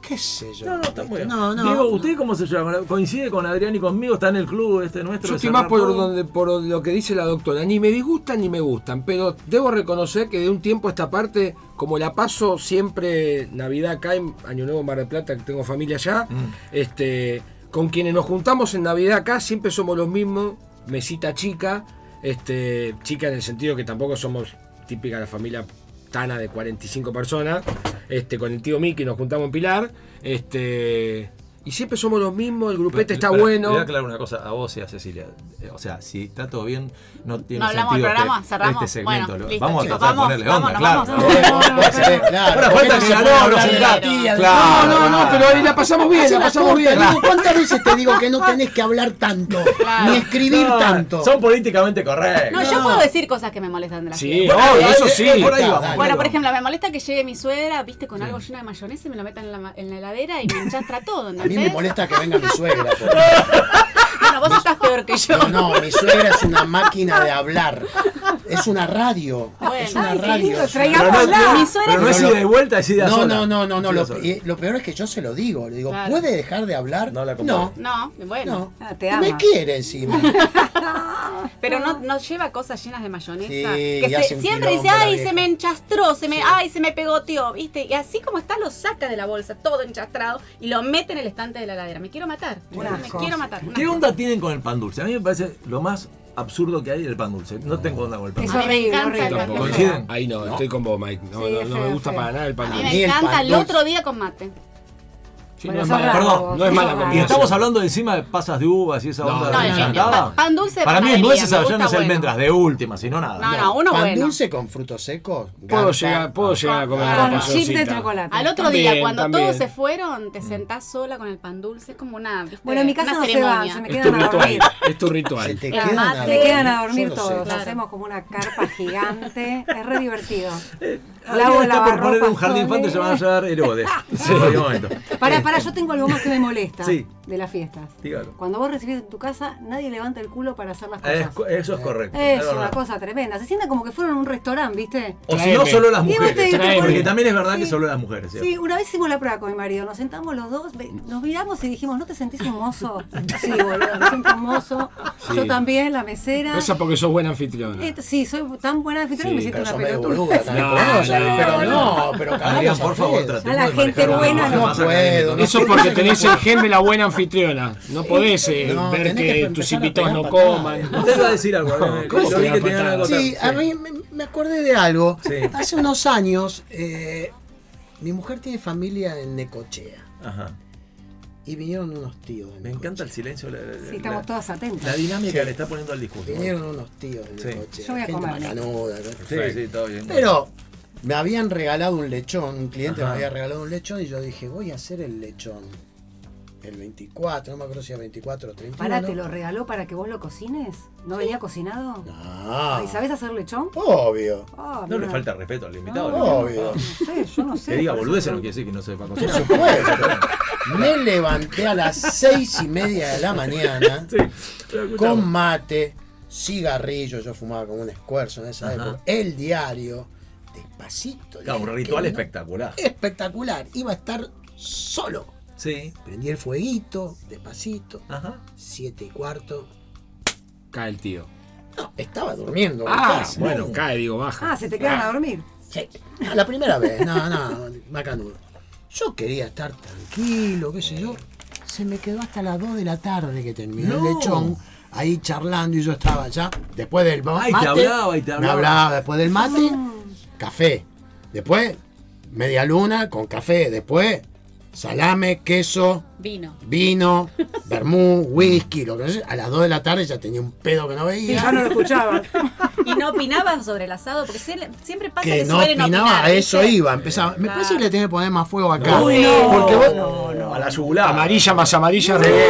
S5: ¿Qué sé yo?
S2: No, no, está muy bien.
S5: No, no.
S2: Diego, ¿usted cómo se llama? ¿Coincide con Adrián y conmigo? ¿Está en el club este nuestro?
S7: Yo
S2: de
S7: estoy más
S2: cerrar
S7: por,
S2: todo?
S7: donde, por lo que dice la doctora. Ni me disgustan ni me gustan, pero debo reconocer que de un tiempo a esta parte, como la paso siempre Navidad acá, en Año Nuevo en Mar del Plata, que tengo familia allá, este, con quienes nos juntamos en Navidad acá siempre somos los mismos, mesita chica, este, chica en el sentido que tampoco somos típica la familia tana de 45 personas, este, con el tío Miki nos juntamos en Pilar, este, y siempre somos los mismos, el grupete está
S2: Pará,
S7: bueno.
S2: Le voy a aclarar una cosa a vos y a Cecilia. Eh, O sea, si está todo bien, no tiene
S4: No hablamos del
S2: sentido
S4: programa,
S2: que
S4: cerramos.
S2: este segmento.
S4: Bueno,
S2: lo-
S4: listo,
S2: vamos
S4: chicos,
S2: a tratar de
S4: vamos,
S2: ponerle
S4: vamos,
S2: onda,
S4: nos
S2: claro.
S4: vamos.
S5: Claro,
S2: Una
S5: porque
S2: falta que
S5: no se
S2: ganó,
S5: puede
S2: no
S5: hablar
S2: se
S5: de
S2: da.
S5: la tía, de-
S2: Claro,
S7: no, no, no, pero hoy la pasamos bien,
S5: Hace
S7: la
S5: la
S7: pasamos
S5: puta,
S7: bien.
S5: digo, ¿Cuántas veces te digo que no tenés que hablar tanto?
S4: Claro.
S5: Ni escribir
S2: No,
S5: tanto.
S2: Son políticamente correctos.
S4: No, yo puedo decir cosas que me molestan de la
S7: Sí,
S4: fiesta.
S7: obvio, eso sí.
S2: Por ahí vamos.
S5: Bueno,
S4: Bueno, por ejemplo, me molesta que llegue mi suegra, viste, con algo lleno de mayonesa y me lo metan en la, ma- en la heladera y me enchastra todo,
S5: A mí me
S4: ¿entendés?
S5: molesta que venga mi suegra. porque-
S4: Bueno, vos estás peor que yo.
S5: No, no, mi suegra es una máquina de hablar. Es una radio. es
S4: Bueno,
S5: una
S4: ay, qué
S5: radio.
S3: lindo,
S5: es una-
S3: traigan-
S2: no,
S4: Mi suegra
S2: pero no
S5: es-
S2: es ida y vuelta, es ida
S5: No,
S2: sola.
S5: no, no, no,
S2: Ida
S5: no. Lo,
S2: sola.
S5: y lo peor es que eh, yo se lo digo. Le digo,
S4: Claro.
S5: ¿puede dejar de hablar?
S2: No la
S5: no,
S2: comprendo.
S4: No, bueno.
S5: no.
S3: Ah, te
S5: Y
S3: ama.
S5: Me quiere encima.
S4: Pero no, no lleva cosas llenas de mayonesa.
S5: Sí,
S4: que
S5: y
S4: se-
S5: hace un
S4: siempre dice,
S5: quilombo la
S4: ay,
S5: vieja".
S4: se me enchastró, se me, ay, se me pegoteó, ¿viste? Y así como está, lo saca de la bolsa, todo enchastrado, y lo mete en el estante de la ladera. Me quiero matar.
S3: Un
S4: Me
S3: asco.
S4: quiero matar. un
S2: ¿Qué
S4: asco.
S2: onda tienen con el pan dulce? A mí me parece lo más absurdo que hay el pan dulce. No tengo onda con el pan
S3: Es
S2: dulce.
S4: A mí me
S3: horrible,
S4: encanta
S3: horrible.
S4: el
S2: Tampoco.
S3: Es
S2: ¿Coinciden?
S3: feo.
S7: Ahí no, estoy con vos, Mike. No,
S3: Sí,
S7: no,
S3: es
S7: no
S3: feo,
S7: me gusta
S3: feo.
S7: para nada el pan
S4: A mí
S7: dulce.
S5: Ni
S4: me
S5: el
S4: encanta,
S5: pan
S4: el
S5: dulce.
S4: otro día con mate.
S2: Sí, no
S3: Bueno,
S2: es
S3: sos
S2: mala-
S3: bravo
S2: Perdón.
S3: vos.
S7: No es mala
S3: Ah,
S2: Y
S7: combinación.
S2: estamos hablando encima de pasas de uvas y esa
S7: No,
S2: onda
S4: No,
S2: de
S4: el-
S2: la
S4: el
S2: entrada.
S4: pan- pan dulce de
S2: Para mí es
S4: panadería,
S2: nueces,
S4: me gusta
S2: avellanas y
S4: bueno.
S2: almendras de última, si no
S4: No,
S2: nada.
S4: no, uno
S5: Pan
S4: bueno.
S5: dulce con frutos secos.
S7: Puedo
S5: garpa.
S7: llegar, puedo llegar a comer
S4: Con
S7: la
S3: Con chip
S7: pasoncita.
S3: de chocolate.
S4: Al otro
S7: También,
S4: día, cuando
S7: también.
S4: todos se fueron, te sentás sola con el pan dulce. Es como una. ¿viste?
S3: Bueno, en mi casa
S4: una
S3: no se
S4: ceremonia.
S3: van, se me
S7: Es tu
S3: quedan a
S7: ritual,
S3: dormir.
S7: es tu
S5: Se
S7: ritual.
S5: te
S4: El
S5: quedan
S4: mate.
S5: a
S4: Se
S3: Se quedan a dormir
S5: Yo lo sé.
S3: todos,
S4: Claro.
S3: hacemos como una carpa gigante, es re divertido.
S2: Alguien
S3: Lavo
S2: está por poner
S3: lavarropas
S2: un jardín
S3: con
S2: infantil
S3: él.
S2: se van a llamar Herodes. Sí, en cualquier momento.
S3: Pará, pará, yo tengo algo más que me molesta
S2: Sí.
S3: de las fiestas.
S2: Dígalo.
S3: Cuando vos recibís en tu casa, nadie levanta el culo para hacer las
S2: Es
S3: cosas.
S2: co- Eso es correcto.
S3: Es,
S2: es
S3: una
S2: verdad.
S3: cosa tremenda. Se sienta como que fueron a un restaurante, ¿viste?
S2: O si no,
S7: Tráeme.
S2: solo las
S3: Y vos te-
S2: mujeres.
S3: te
S7: Tráeme.
S2: Porque
S3: pones-
S2: también es verdad que
S3: Sí.
S2: solo las mujeres. ¿cierto?
S3: Sí, una vez hicimos la prueba con mi marido, nos sentamos los dos, ve- nos miramos y dijimos, ¿no te sentís un mozo? Sí, boludo, me siento un mozo.
S7: Sí.
S3: Yo también, la mesera.
S7: Eso es porque sos buen anfitriona.
S3: Eh, Sí, soy tan buena anfitriona
S7: Sí,
S3: que me siento
S5: Pero
S3: una
S5: son medio
S3: pelotuda.
S5: boludas también.
S7: No,
S5: Podemos hablar,
S7: no,
S5: Pero
S2: no.
S5: no, pero
S2: Adrián,
S5: cagamos a
S2: por favor,
S5: pedo.
S2: tratemos
S3: A la
S2: de manejar
S3: gente
S2: un poco
S3: buena
S2: más
S3: no
S2: académico,
S5: puedo, no
S7: Eso es porque tenés el gen de la buena anfitriona. No podés eh,
S5: No,
S7: ver
S5: tenés que
S7: que
S5: empezar
S7: tus
S5: a
S7: invitados
S5: pegar
S7: no
S5: patadas.
S7: coman.
S2: Usted va a decir algo.
S7: No,
S2: eh,
S7: ¿cómo
S2: yo vi
S7: pegar
S2: que tenía
S7: patadas?
S2: algo que
S5: Sí, a
S2: hacer.
S5: mí me, me acordé de algo.
S2: Sí.
S5: Hace unos años, eh, mi mujer tiene familia en Necochea.
S2: Ajá.
S5: Y vinieron unos tíos. de
S2: Me encanta el
S5: Necochea.
S2: silencio. La, la-
S3: Sí, estamos
S2: la-
S3: todas
S2: la
S3: atentas.
S2: dinámica que le está poniendo al discurso.
S5: Vinieron unos tíos de
S2: Sí.
S5: Necochea.
S3: Yo voy a
S5: gente
S3: comer.
S5: macanuda, ¿no?
S2: Sí, sí, todo bien.
S5: Pero me habían regalado un lechón, un cliente
S2: Ajá.
S5: me había regalado un lechón y yo dije, voy a hacer el lechón. El 24, no me acuerdo si era 24 o 31.
S3: Pará, ¿te lo regaló para que vos lo cocines? ¿No venía cocinado? Ah,
S5: No.
S3: ¿Y sabés hacer lechón?
S5: Ah, Obvio.
S3: Ah,
S2: No le
S3: mira.
S2: falta respeto al invitado.
S5: No,
S2: ¿no?
S5: obvio.
S3: No sé, yo no sé.
S2: Que diga
S3: por
S2: boludeces no
S3: eso-
S2: quiere decir que no sepa
S5: Por
S2: cocinar.
S5: supuesto. Me levanté a las seis y media de la mañana con mate, cigarrillo, yo fumaba como un escuerzo en esa
S2: Ajá.
S5: época, el diario, despacito.
S2: Claro, un
S5: que
S2: ritual
S5: no-
S2: espectacular.
S5: Espectacular. Iba a estar solo.
S2: Sí.
S5: Prendí el fueguito, despacito,
S2: Ajá.
S5: siete y cuarto.
S7: Cae el tío.
S5: No, estaba durmiendo.
S7: Ah,
S5: ¿qué pasa?
S7: bueno, cae, digo, baja.
S3: Ah, se te quedan a dormir.
S5: Sí, la primera vez, no, no, macanudo. Yo quería estar tranquilo, qué sé yo. Se me quedó hasta las 2 de la tarde que terminó
S2: No.
S5: el lechón. Ahí charlando y yo estaba ya, después del ma-
S2: Ay,
S5: mate.
S2: te hablaba, Ah, y te hablaba.
S5: Me hablaba, después del mate, café. Después, media luna con café. Después, salame, queso,
S4: Vino.
S5: vino, vermú, whisky, lo que no sé. A las 2 de la tarde ya tenía un pedo que no
S3: Y
S5: veía.
S3: yo no lo escuchaba.
S4: Y no opinaba sobre el asado, porque se- siempre pasa que,
S5: que no
S4: suelen
S5: opinaba,
S4: opinar,
S5: a eso
S4: ¿viste?
S5: iba, empezaba. Me parece que le tenés que poner más fuego acá.
S2: Uy,
S4: no.
S5: Porque vos-
S2: A la yugular.
S7: Amarilla más amarilla,
S5: No,
S7: revés.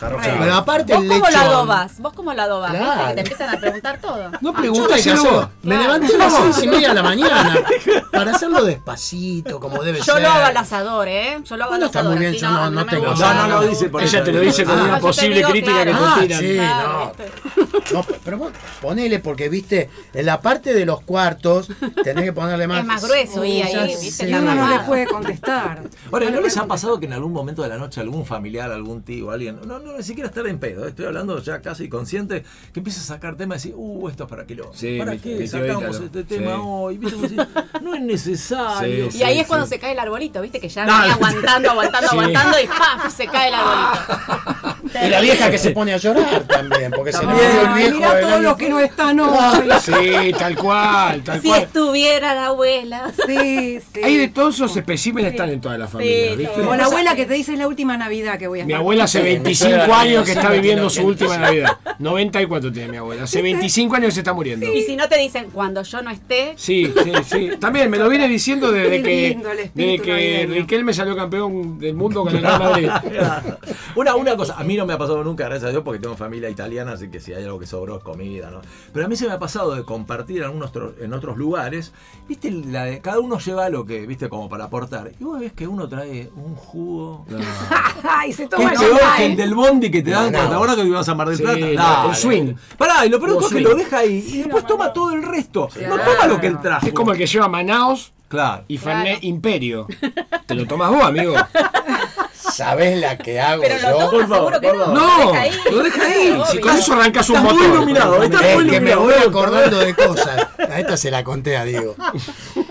S5: pero aparte
S4: ¿Vos
S5: el
S4: cómo
S5: lechón.
S4: lo adobas? ¿Vos cómo lo adobas? ¿Viste?
S5: Claro.
S4: Que te empiezan a preguntar todo.
S5: No
S7: yo
S5: preguntes
S7: lo
S5: qué
S7: hice
S5: hacerlo.
S7: luego.
S5: Me levanté a las seis y media de la mañana para hacerlo despacito, como debe
S4: Yo
S5: ser.
S4: lo hago al asador, ¿eh? Yo lo hago al
S5: Bueno, está
S4: asador.
S5: muy bien,
S4: así
S5: yo no- no
S4: me
S5: tengo-
S4: gusta.
S2: No, no lo dice por
S7: Ella
S2: eso.
S7: te lo dice con
S5: Ah,
S7: una
S4: yo te
S7: posible
S4: digo,
S7: crítica que
S4: claro.
S5: Ah,
S7: te tiran.
S5: sí,
S4: Claro,
S5: no. No, pero vos ponele, porque viste, en la parte de los cuartos tenés que ponerle más.
S4: Es más grueso, y
S5: Ya
S4: ahí, viste,
S5: sé.
S4: la
S3: Y uno no
S4: mamá.
S3: le puede contestar.
S2: Ahora,
S3: No
S2: ¿no
S3: le
S2: les
S3: puede
S2: ha pasado que en algún momento de la noche algún familiar, algún tío, alguien, no, no ni siquiera estar en pedo, eh, estoy hablando ya casi consciente, que empieza a sacar temas y decir, uh, esto es para quilombo.
S7: Sí,
S2: ¿Para
S7: mi-
S2: qué
S7: mi tío
S2: sacamos
S7: Ítalo.
S2: este
S7: Sí.
S2: tema hoy? Viste, como decir, no es necesario.
S7: Sí,
S4: Y ahí
S7: sí,
S4: es cuando
S7: sí.
S4: se cae el arbolito, viste, que ya
S2: No,
S4: venía
S2: no.
S4: aguantando, aguantando,
S7: Sí.
S4: aguantando y ¡paf! se cae el arbolito.
S5: Y la vieja que se pone a llorar también, porque se le murió el
S3: Ay,
S5: viejo.
S3: mirá
S5: del
S3: todos
S5: año-
S3: los que no están hoy.
S7: Sí, tal cual, tal
S4: Si
S7: cual.
S4: estuviera la abuela.
S3: Sí, sí.
S7: Hay de todos esos especímenes están en toda la familia,
S4: Sí,
S7: ¿viste?
S3: Como la abuela que te dice es la última Navidad que voy a
S7: Mi
S3: estar.
S7: abuela hace
S5: Sí, mi
S7: 25
S5: suegra
S7: años que
S5: tiene
S7: está
S5: 80,
S7: viviendo su
S5: 80.
S7: última Navidad. 90 y cuánto tiene mi abuela. Hace 25 años se está muriendo.
S4: Y si no te dicen cuando yo no esté,
S7: Sí, sí, sí. También me lo viene diciendo
S3: Qué
S7: desde que,
S3: lindo el
S7: desde
S3: espíritu
S7: que
S3: navideño.
S7: Riquelme salió campeón del mundo con el Real Madrid.
S2: una, una cosa, a mí no me ha pasado nunca, gracias a Dios, porque tengo familia italiana, así que si hay algo que sobró es comida, ¿no? Pero a mí se me ha pasado de compartir en, unos tro- en otros lugares, ¿viste? La de- cada uno lleva lo que, ¿viste? Como para aportar. Y vos ves que uno trae un jugo.
S3: Ay, se
S2: ¿Qué
S3: toma
S2: te
S3: normal.
S2: que el del bondi que te dan
S5: No,
S2: cuando
S5: no.
S2: ahora que ibas a Mar del
S7: Sí,
S2: Plata?
S7: el-
S2: Dale.
S7: el swing.
S2: Pará, y lo peor
S7: Hubo
S2: es que
S7: swing.
S2: lo deja ahí y después toma todo el resto. No toma lo que él trajo.
S7: Es como el que lleva Manaos
S2: Claro.
S7: y Fernet Imperio. Te lo tomas vos, amigo.
S5: ¿Sabés la que hago
S4: pero
S5: yo?
S4: lo
S2: por
S4: tomas, seguro
S2: favor,
S4: que no.
S2: por
S7: No,
S4: lo deja ahí.
S7: lo deja ahí.
S4: Obvio.
S7: Si con eso arrancas un
S2: Está muy
S7: motor.
S2: iluminado, está
S5: Es
S2: muy
S5: que me
S2: iluminado.
S5: voy acordando de cosas. A esta se la conté a Diego.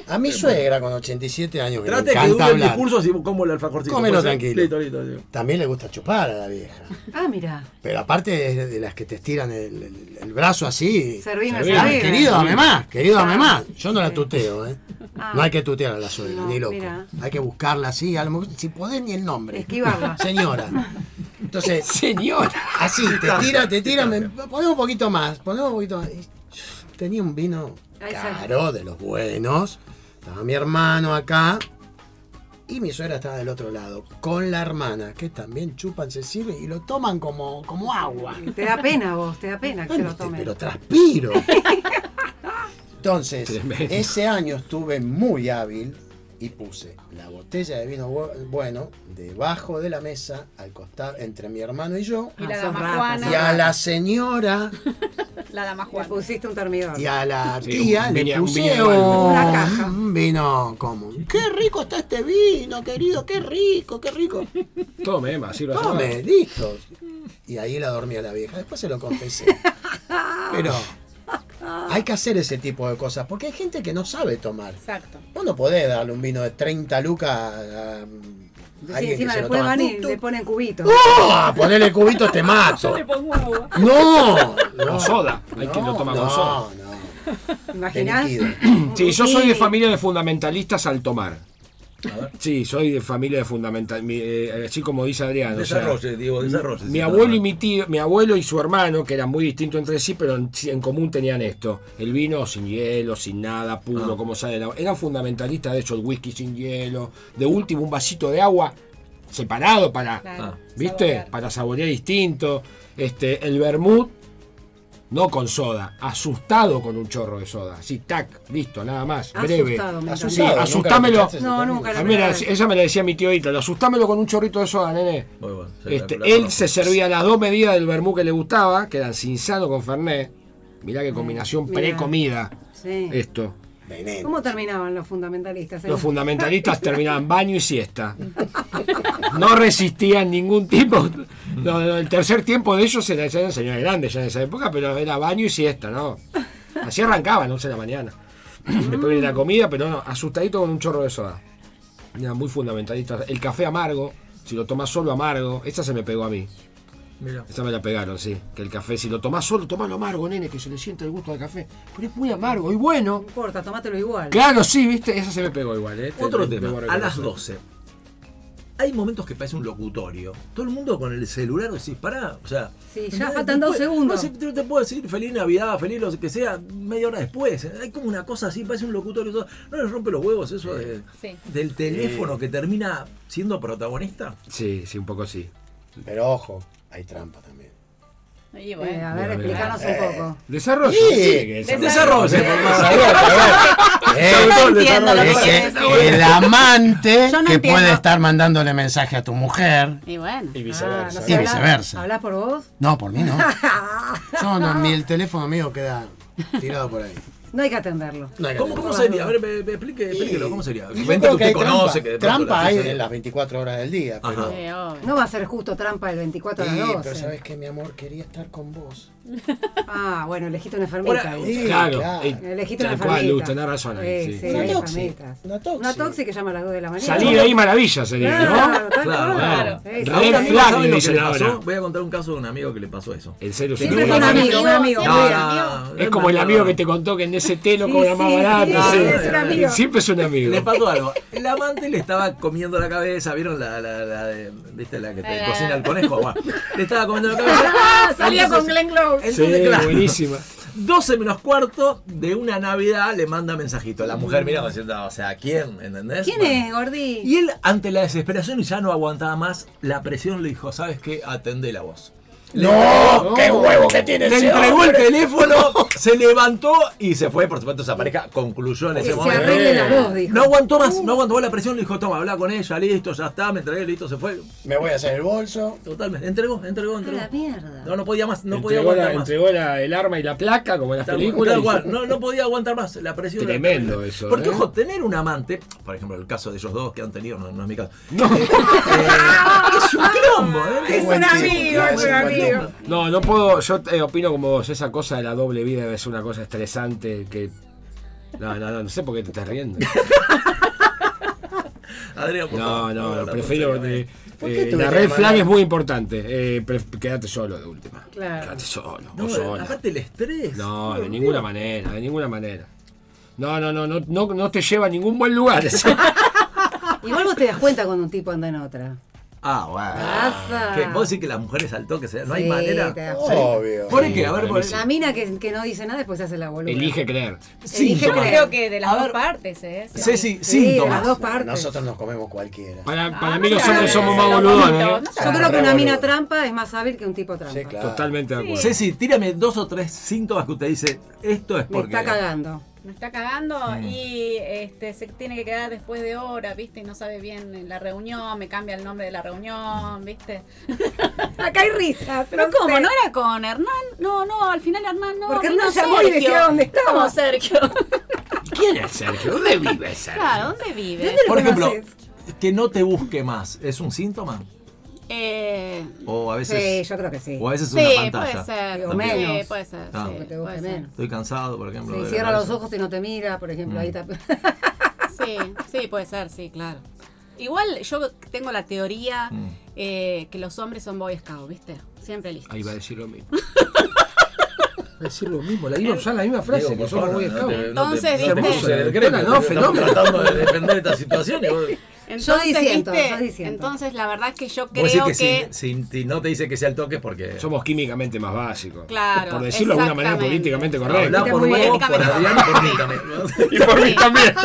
S5: A mi suegra con 87 años, que le
S2: Trate que
S5: encanta
S2: dure el
S5: hablar,
S2: discurso así como el alfajorcito.
S5: Cómelo
S2: Puede ser.
S5: tranquilo.
S2: Listo, listo, listo.
S5: también le gusta chupar a la vieja.
S3: Ah, mira.
S5: Pero aparte es de las que te estiran el, el- el brazo así.
S3: Servime,
S5: Ah,
S3: servime.
S5: querido, dame más, querido, dame más. Yo no la tuteo, ¿eh?
S3: Ah.
S5: No hay que tutear a la suegra,
S3: No,
S5: ni loco.
S3: mira.
S5: Hay que buscarla así, a lo mejor, si podés, ni el nombre.
S3: Esquivarla.
S5: Señora. Entonces,
S7: Señora.
S5: Así, te tira, te tira, me, ponemos un poquito más, ponemos un poquito más. Y Tenía un vino
S3: Ahí está.
S5: caro, de los buenos. Estaba mi hermano acá. Y mi suegra estaba del otro lado, con la hermana, que también chupan, se sirven y lo toman como, como agua.
S3: Te da pena vos, te da pena que se
S7: Eh,
S3: lo
S5: Este,
S3: tomen.
S5: Pero transpiro. Entonces,
S7: Tremendo.
S5: ese año estuve muy hábil y puse la botella de vino bu- bueno debajo de la mesa, al costado, entre mi hermano y yo.
S4: Y la
S3: Ah, sos
S4: dama
S3: rata,
S4: Juana.
S5: Y a la señora
S4: La dama
S3: Le
S4: Juana.
S3: pusiste un termidor.
S5: y a la
S7: Sí,
S5: tía
S7: un
S5: le
S7: viña- un
S5: puse
S7: viña igual.
S3: Una caja.
S5: un vino común. ¡Qué rico está este vino, querido! ¡Qué rico, qué rico!
S7: Tome, Emma, sirva. sirva.
S5: Tome, listo. Y ahí la dormía la vieja. Después se lo confesé. Pero hay que hacer ese tipo de cosas porque hay gente que no sabe tomar.
S4: Exacto.
S5: Vos no podés darle un vino de 30 lucas a, a
S3: Sí,
S5: alguien que
S3: encima
S5: se lo
S3: después
S5: toma.
S3: van y
S5: Tú,
S3: le
S5: tú,
S3: ponen cubitos.
S5: ¡Oh! Ponele cubitos, te mato. No,
S7: Con soda. Hay
S5: No,
S7: quien lo toma con
S5: no,
S7: soda.
S5: no.
S3: ¿Imaginás?
S5: líquido.
S3: Un
S7: Sí, yo soy de
S3: rutini.
S7: familia de fundamentalistas al tomar. Sí, soy de familia de fundamentalistas. Así como dice Adrián. o sea,
S2: Desarrolle, Diego, desarrolle.
S7: mi abuelo y mi tío, mi abuelo y su hermano, que eran muy distintos entre sí, pero en, en común tenían esto: el vino sin hielo, sin nada, puro, como sale. la- Eran fundamentalistas de eso, el whisky sin hielo, de último un vasito de agua separado para,
S2: Ah,
S4: Claro.
S7: ¿viste?
S4: Saborear.
S7: Para saborear distinto. Este, el vermut no con soda, asustado con un chorro de soda, así tac, listo, nada más, breve.
S3: Asustado, me
S5: Asustado,
S3: encanta.
S7: Sí,
S5: nunca
S7: asustámelo.
S5: escuchaste ese
S3: No,
S5: término.
S3: nunca
S7: A
S3: la
S7: mí me la-
S3: primera vez.
S7: ella me la decía a mi tío Ítalo, asustámelo con un chorrito de soda, nene.
S2: Muy bueno, sí,
S7: Este,
S2: la- la
S7: él
S2: conozco.
S7: se servía las dos medidas del vermú que le gustaba, que eran sinsano con Fernet. Mirá qué combinación
S3: mirá.
S7: pre-comida
S3: Sí.
S7: esto.
S5: Veneno.
S3: ¿Cómo terminaban los fundamentalistas? eh?
S7: Los fundamentalistas terminaban baño y siesta. No resistían ningún tipo. No, no, el tercer tiempo de ellos era, eran señores grandes ya en esa época, pero era baño y siesta, ¿no? Así arrancaban, 11 de la mañana. Después viene la comida, pero no, asustadito con un chorro de soda. Eran muy fundamentalistas. El café amargo, si lo tomas solo amargo, esta se me pegó a mí.
S2: Mira.
S7: Esa me la pegaron, sí. Que el café, si lo tomás solo, tomalo amargo, nene, que se le siente el gusto del café. Pero es muy amargo y bueno.
S3: No importa, tomátelo igual.
S7: Claro, sí, viste, esa se me pegó igual, ¿eh? Te-
S2: Otro
S7: te- te
S2: tema,
S7: voy
S2: a las
S7: reconocer.
S2: 12. Hay momentos que parece un locutorio. Todo el mundo con el celular decís, pará, o sea.
S3: Sí, ya
S2: no,
S3: faltan dos
S2: después-
S3: segundos.
S2: No sé, te, te puedo decir feliz Navidad, feliz lo que sea, media hora después. ¿eh? Hay como una cosa así, parece un locutorio. todo. ¿No les rompe los huevos eso de-
S4: Sí.
S2: del teléfono que termina siendo protagonista?
S7: Sí, sí, un poco sí.
S5: Pero ojo, hay trampa también.
S4: Y
S3: Eh,
S4: bueno.
S3: a ver,
S7: Bueno,
S3: explícanos un poco.
S7: Desarrollo.
S5: Sí.
S7: que desarrollo.
S2: Desarrolle, por favor.
S5: Eh,
S4: entiendo lo que
S5: es que
S4: querés decir.
S5: el amante
S4: Yo no
S5: que
S4: entiendo.
S5: puede estar mandándole mensaje a tu mujer.
S4: Y bueno.
S7: Y
S3: Ah,
S7: viceversa.
S3: no
S5: Y
S3: sé, habla-
S5: Eh, viceversa.
S3: ¿Hablas por vos?
S5: No, por mí no. No, no, mi el teléfono mío queda tirado por ahí.
S6: No hay que atenderlo.
S5: No hay que
S2: ¿Cómo,
S5: hacer.
S2: cómo sería? A ver, me- me explique- explíquelo, ¿cómo sería?
S5: Yo
S2: Gente
S5: creo
S2: que
S5: hay
S2: usted conoce,
S5: trampa.
S2: que de pronto
S5: Trampa
S2: la
S5: hay
S2: piensa-
S5: en las 24 horas del día,
S2: Ajá.
S5: pero...
S3: Eh,
S4: Sí, obvio.
S6: No va a ser justo trampa el 24 de
S5: Sí,
S6: las
S5: pero
S6: 12.
S5: sabes que mi amor quería estar con vos.
S6: Ah, bueno, elegiste una enfermita.
S2: Ahora,
S6: ahí.
S5: Sí,
S7: Claro,
S5: claro.
S7: eh,
S6: elegiste una
S7: tal cual,
S6: enfermita.
S7: Luz, tenés razón ahí.
S6: Sí,
S7: sí.
S6: sí,
S5: Una
S6: hay
S5: tóxica,
S6: enfermitas.
S5: una tóxica.
S6: Una tóxica que llama a las 2 de la mañana.
S7: Salí de ahí maravilla sería, ¿no?
S6: Claro, tal
S2: Claro,
S6: cual.
S2: claro.
S6: Sí, sí,
S2: A un
S7: Red
S6: sí.
S2: amigo,
S7: flag,
S2: ¿sabe lo que
S7: dicen
S2: le
S7: ahora.
S2: pasó? Voy a contar un caso de un amigo que le pasó eso.
S7: En serio,
S6: Siempre
S7: sí.
S6: fue un amigo, un amigo.
S4: siempre
S2: No,
S4: un
S2: no,
S4: amigo.
S2: no,
S7: Es
S2: no,
S7: como el
S2: no,
S7: amigo
S2: no.
S7: que te contó que en ese té lo
S6: Sí,
S7: cobra más
S6: sí,
S7: barato.
S6: sí,
S7: sí.
S2: es un
S6: amigo.
S7: Siempre es un
S2: Le
S7: amigo.
S2: pasó algo. El amante le estaba comiendo la cabeza. ¿Vieron la, la, la de- ¿Viste la que te
S4: Eh.
S2: cocina el conejo? Bueno, le estaba comiendo la cabeza.
S4: Ah, salía
S2: Entonces-
S4: con Glenn Close.
S7: Sí,
S2: Entonces, claro,
S7: buenísima.
S2: 12 menos cuarto de una Navidad le manda mensajito. La mujer mira diciendo, o sea, ¿quién? ¿Entendés?
S6: ¿Quién
S2: Bueno.
S6: es, Gordi?
S2: Y él, ante la desesperación y ya no aguantaba más, la presión le dijo, ¿sabes qué? Atendé la voz.
S7: ¡No! ¡Qué huevo que tiene
S2: Le entregó el teléfono, se levantó y se fue. Por supuesto, esa pareja concluyó en
S6: Que
S2: ese
S6: se
S2: momento.
S6: arreglen las dos, dijo. Uh.
S2: No aguantó más, no aguantó más la presión, le dijo, toma, habla con ella, listo, ya está, me entregué, listo, se fue.
S5: Me voy a hacer el bolso.
S2: Totalmente, entregó, entregó,
S6: A
S2: entregó.
S6: la mierda.
S2: No, no podía más, no podía
S7: entregó la-
S2: aguantar más.
S7: entregó la- el arma y la placa, como en las
S2: Tal cual,
S7: películas.
S2: tal
S7: y-
S2: cual. No, no podía aguantar más la presión. era
S7: Tremendo
S2: terrible.
S7: eso,
S2: Porque,
S7: ¿eh?
S2: ojo, tener un amante, por ejemplo, el caso de ellos dos que han tenido, no, no es mi caso.
S7: No,
S2: eh, es un quilombo, ¿eh?
S5: Es un amigo, es un amigo.
S7: no, no puedo. Yo eh, opino como vos. Esa cosa de la doble vida es una cosa estresante que. No, no, no, no sé por qué te estás riendo.
S2: Adrián, por
S7: No,
S2: favor,
S7: no,
S2: la
S7: prefiero.
S2: cosa que-
S7: eh,
S5: ¿Por qué
S7: eh,
S5: te voy
S7: la
S5: a
S7: red flag
S5: mandar?
S7: es muy importante. Eh, pref- quédate solo de última.
S6: Claro.
S7: Quédate solo.
S2: No,
S7: o sola.
S2: aparte el estrés.
S7: No,
S2: Dios
S7: de ninguna
S2: mío.
S7: manera, de ninguna manera. No, no, no, no, no, no te lleva a ningún buen lugar. eso.
S6: Igual vos te das cuenta cuando un tipo anda en otra.
S2: Ah, bueno.
S6: Pasa.
S2: ¿Qué? ¿Vos decís que las mujeres al toque se No hay
S6: Sí,
S2: manera.
S6: te das
S2: Sí.
S5: Obvio.
S2: ¿Por qué? A
S7: Sí,
S2: ver,
S7: para
S2: por
S7: mí sí.
S6: La mina que, que no dice nada después se hace la boluda.
S7: Elige creer.
S4: Yo
S2: Síntomas.
S4: creo que de las
S2: A
S4: dos
S2: ver,
S4: partes, ¿eh? Sí.
S2: Ceci,
S6: Sí, de las
S2: síntomas.
S6: dos
S5: No,
S6: partes.
S5: Nosotros nos comemos cualquiera.
S7: Para,
S4: Ah,
S7: para
S4: no
S7: mí los
S4: se
S7: hombres
S4: hagan-
S7: somos
S4: se
S7: más
S4: lo
S7: boludones.
S4: bonito,
S7: ¿eh?
S4: no se
S6: Yo
S4: hagan-
S6: creo que una
S5: Re
S6: mina
S5: boludo.
S6: trampa es más hábil que un tipo trampa.
S5: Sí, claro.
S7: Totalmente de acuerdo.
S2: Ceci, tírame dos o tres síntomas que usted dice, esto es
S6: Me
S2: porque...
S6: está cagando.
S4: Me está cagando y este se tiene que quedar después de hora, ¿viste? Y no sabe bien en la reunión, me cambia el nombre de la reunión, ¿viste?
S6: Acá hay risas.
S4: Pero ¿cómo? ¿No era con Hernán? No, no, al final Hernán no.
S6: Porque
S4: vino
S6: Hernán llamó y
S4: Sergio.
S6: decía dónde estaba.
S4: ¿Cómo Sergio?
S7: ¿Quién es Sergio? ¿Dónde vive Sergio?
S4: Claro, ¿dónde vive?
S2: Por ejemplo,
S6: conoces?
S2: que no te busque más, ¿es un síntoma?
S4: Eh,
S2: O a
S6: Sí,
S2: veces,
S6: yo creo que sí.
S2: o a veces es una
S4: sí, puede
S2: pantalla.
S4: ser.
S6: O
S4: Sí,
S6: menos.
S4: puede ser.
S2: Ah.
S4: sí,
S6: Que te guste
S4: puede ser.
S6: menos.
S2: Estoy cansado, por ejemplo.
S6: Sí,
S2: de Mm.
S6: cierra
S2: ver
S6: los
S2: eso.
S6: ojos y no te mira, por ejemplo. Ahí está.
S4: Sí, sí, puede ser, sí, claro. Igual yo tengo la teoría
S2: Mm.
S4: eh, que los hombres son boy scout, ¿viste? Siempre listos.
S7: Ahí va a decir lo mismo. Va a decir lo mismo, la iba a usar la misma frase,
S2: Eh, Digo,
S7: que
S2: por
S7: somos
S2: favor,
S7: muy
S2: no te- no te-
S7: escabos.
S4: Entonces,
S2: no te
S4: ¿viste?
S2: puse el gremio,
S7: No, no, fenómeno.
S2: Estamos tratando de defender esta situación y vos...
S4: Entonces,
S6: Yo disiento,
S4: ¿viste?
S6: yo disiento.
S4: Entonces, la verdad es que yo
S2: Vos decís
S4: creo
S2: que,
S4: que.
S2: Si, si- si no te dice que sea el toque es porque...
S7: Somos químicamente más básicos.
S4: Claro,
S7: Por decirlo de alguna manera políticamente
S4: exactamente.
S2: Hablá
S7: correcta.
S2: por
S6: Muy
S2: vos, por
S4: éticamente.
S2: Adrián, por mí también.
S7: Y por mí también.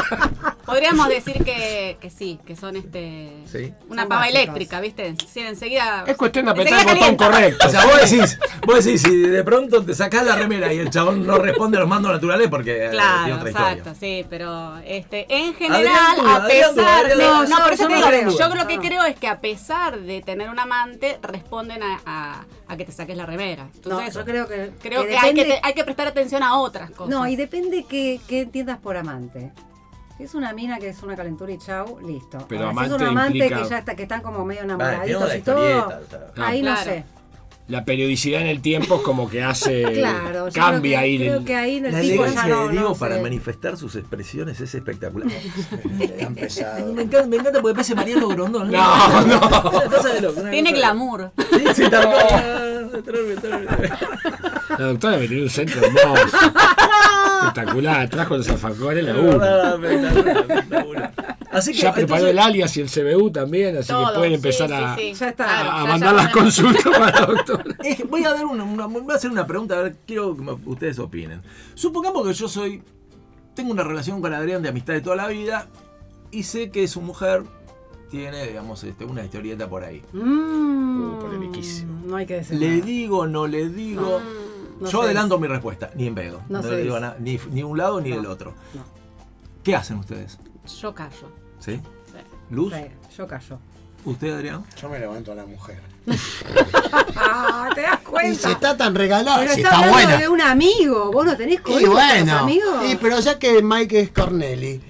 S4: Podríamos decir que, que sí, que son este
S2: Sí.
S4: una
S6: Son
S4: pava
S6: básicos.
S4: eléctrica, ¿viste? Sí, enseguida.
S7: Es cuestión de
S4: enseguida
S7: apretar el botón
S4: calienta.
S7: correcto.
S2: O sea, vos decís, vos decís, si de pronto te sacás la remera y el chabón no responde a los mandos naturales porque eh, tiene
S4: Claro,
S2: otra
S4: exacto,
S2: historia.
S4: sí, pero este, en
S2: Adrián
S4: general,
S2: duda,
S4: a
S2: Adrián duda,
S4: pesar
S2: Adrián
S4: de.
S2: duda.
S4: No,
S6: No,
S4: por eso
S6: yo
S4: te
S6: no
S4: digo,
S6: creo.
S4: yo lo que
S6: No.
S4: creo es que a pesar de tener un amante, responden a, a- a que te saques la remera.
S6: No,
S4: Entonces,
S6: yo creo que.
S4: creo que, hay, que
S6: depende-
S4: te- hay que prestar atención a otras cosas.
S6: No, y depende qué, qué entiendas por amante. Si es una mina que es una calentura y chau, listo.
S7: Pero
S6: Ahora, si es
S7: amante
S6: un amante
S7: implica-
S6: que ya está, que están como medio
S2: Vale, tiene
S6: enamoraditos
S2: una
S6: y todo,
S2: historieta, o sea.
S6: ahí no
S4: Claro.
S6: sé.
S7: La periodicidad en el tiempo es como que hace.
S6: Claro, yo
S7: Eh,
S6: creo que,
S7: cambia ahí. el-
S6: Creo que ahí el
S2: La
S6: tipo ya
S2: elegancia
S6: no,
S2: de Diego
S6: no
S2: para
S6: sé.
S2: manifestar sus expresiones es espectacular.
S5: Tan pesado.
S2: me, encanta, me encanta porque parece Mariano Grondón.
S7: No, no.
S2: Una cosa de Ah, loco, una
S4: Tiene
S2: cosa-
S4: glamour.
S2: Sí, sí, tal cual. Enorme, enorme.
S7: La doctora me tenía un centro hermoso. Espectacular. Trajo los alfajores la una.
S2: Ah, espectacular, espectacular. Así que
S7: Ya preparó
S2: entonces,
S7: el alias y el CBU también, así
S4: Todo,
S7: que pueden
S4: sí,
S7: empezar
S4: sí,
S7: a,
S4: sí.
S6: Ya está.
S4: Claro,
S7: a
S4: ya- ya
S7: mandar las
S4: podemos-
S7: consultas para la doctora.
S2: Es- voy a dar una, una- voy a hacer una pregunta, a ver, quiero que me- ustedes opinen. Supongamos que yo soy. Tengo una relación con Adrián de amistad de toda la vida y sé que su mujer tiene, digamos, este, una historieta por ahí.
S6: Mm,
S7: Uh, polemiquísimo.
S6: no hay que decir.
S2: Le
S6: nada.
S2: digo, no le digo.
S6: no
S2: yo
S6: se
S2: adelanto mi respuesta, ni en pedo.
S6: No
S2: No,
S6: se
S2: le digo
S6: dice.
S2: nada, ni, ni un lado ni del otro.
S6: no.
S2: ¿Qué hacen ustedes?
S4: Yo callo.
S2: ¿Sí?
S4: Sí.
S2: ¿Luz?
S6: Sí, yo callo.
S2: ¿Usted, Adrián?
S5: Yo me levanto a la mujer.
S3: Ah, ¿te das
S5: Y si
S3: cuenta?
S5: está tan regalada,
S3: Pero
S5: si
S3: está
S5: está
S3: hablando
S5: buena.
S3: de un amigo. ¿Vos no tenés
S5: Y
S3: código con los
S5: bueno,
S3: amigos?
S5: y pero ya que Mike es Corneli,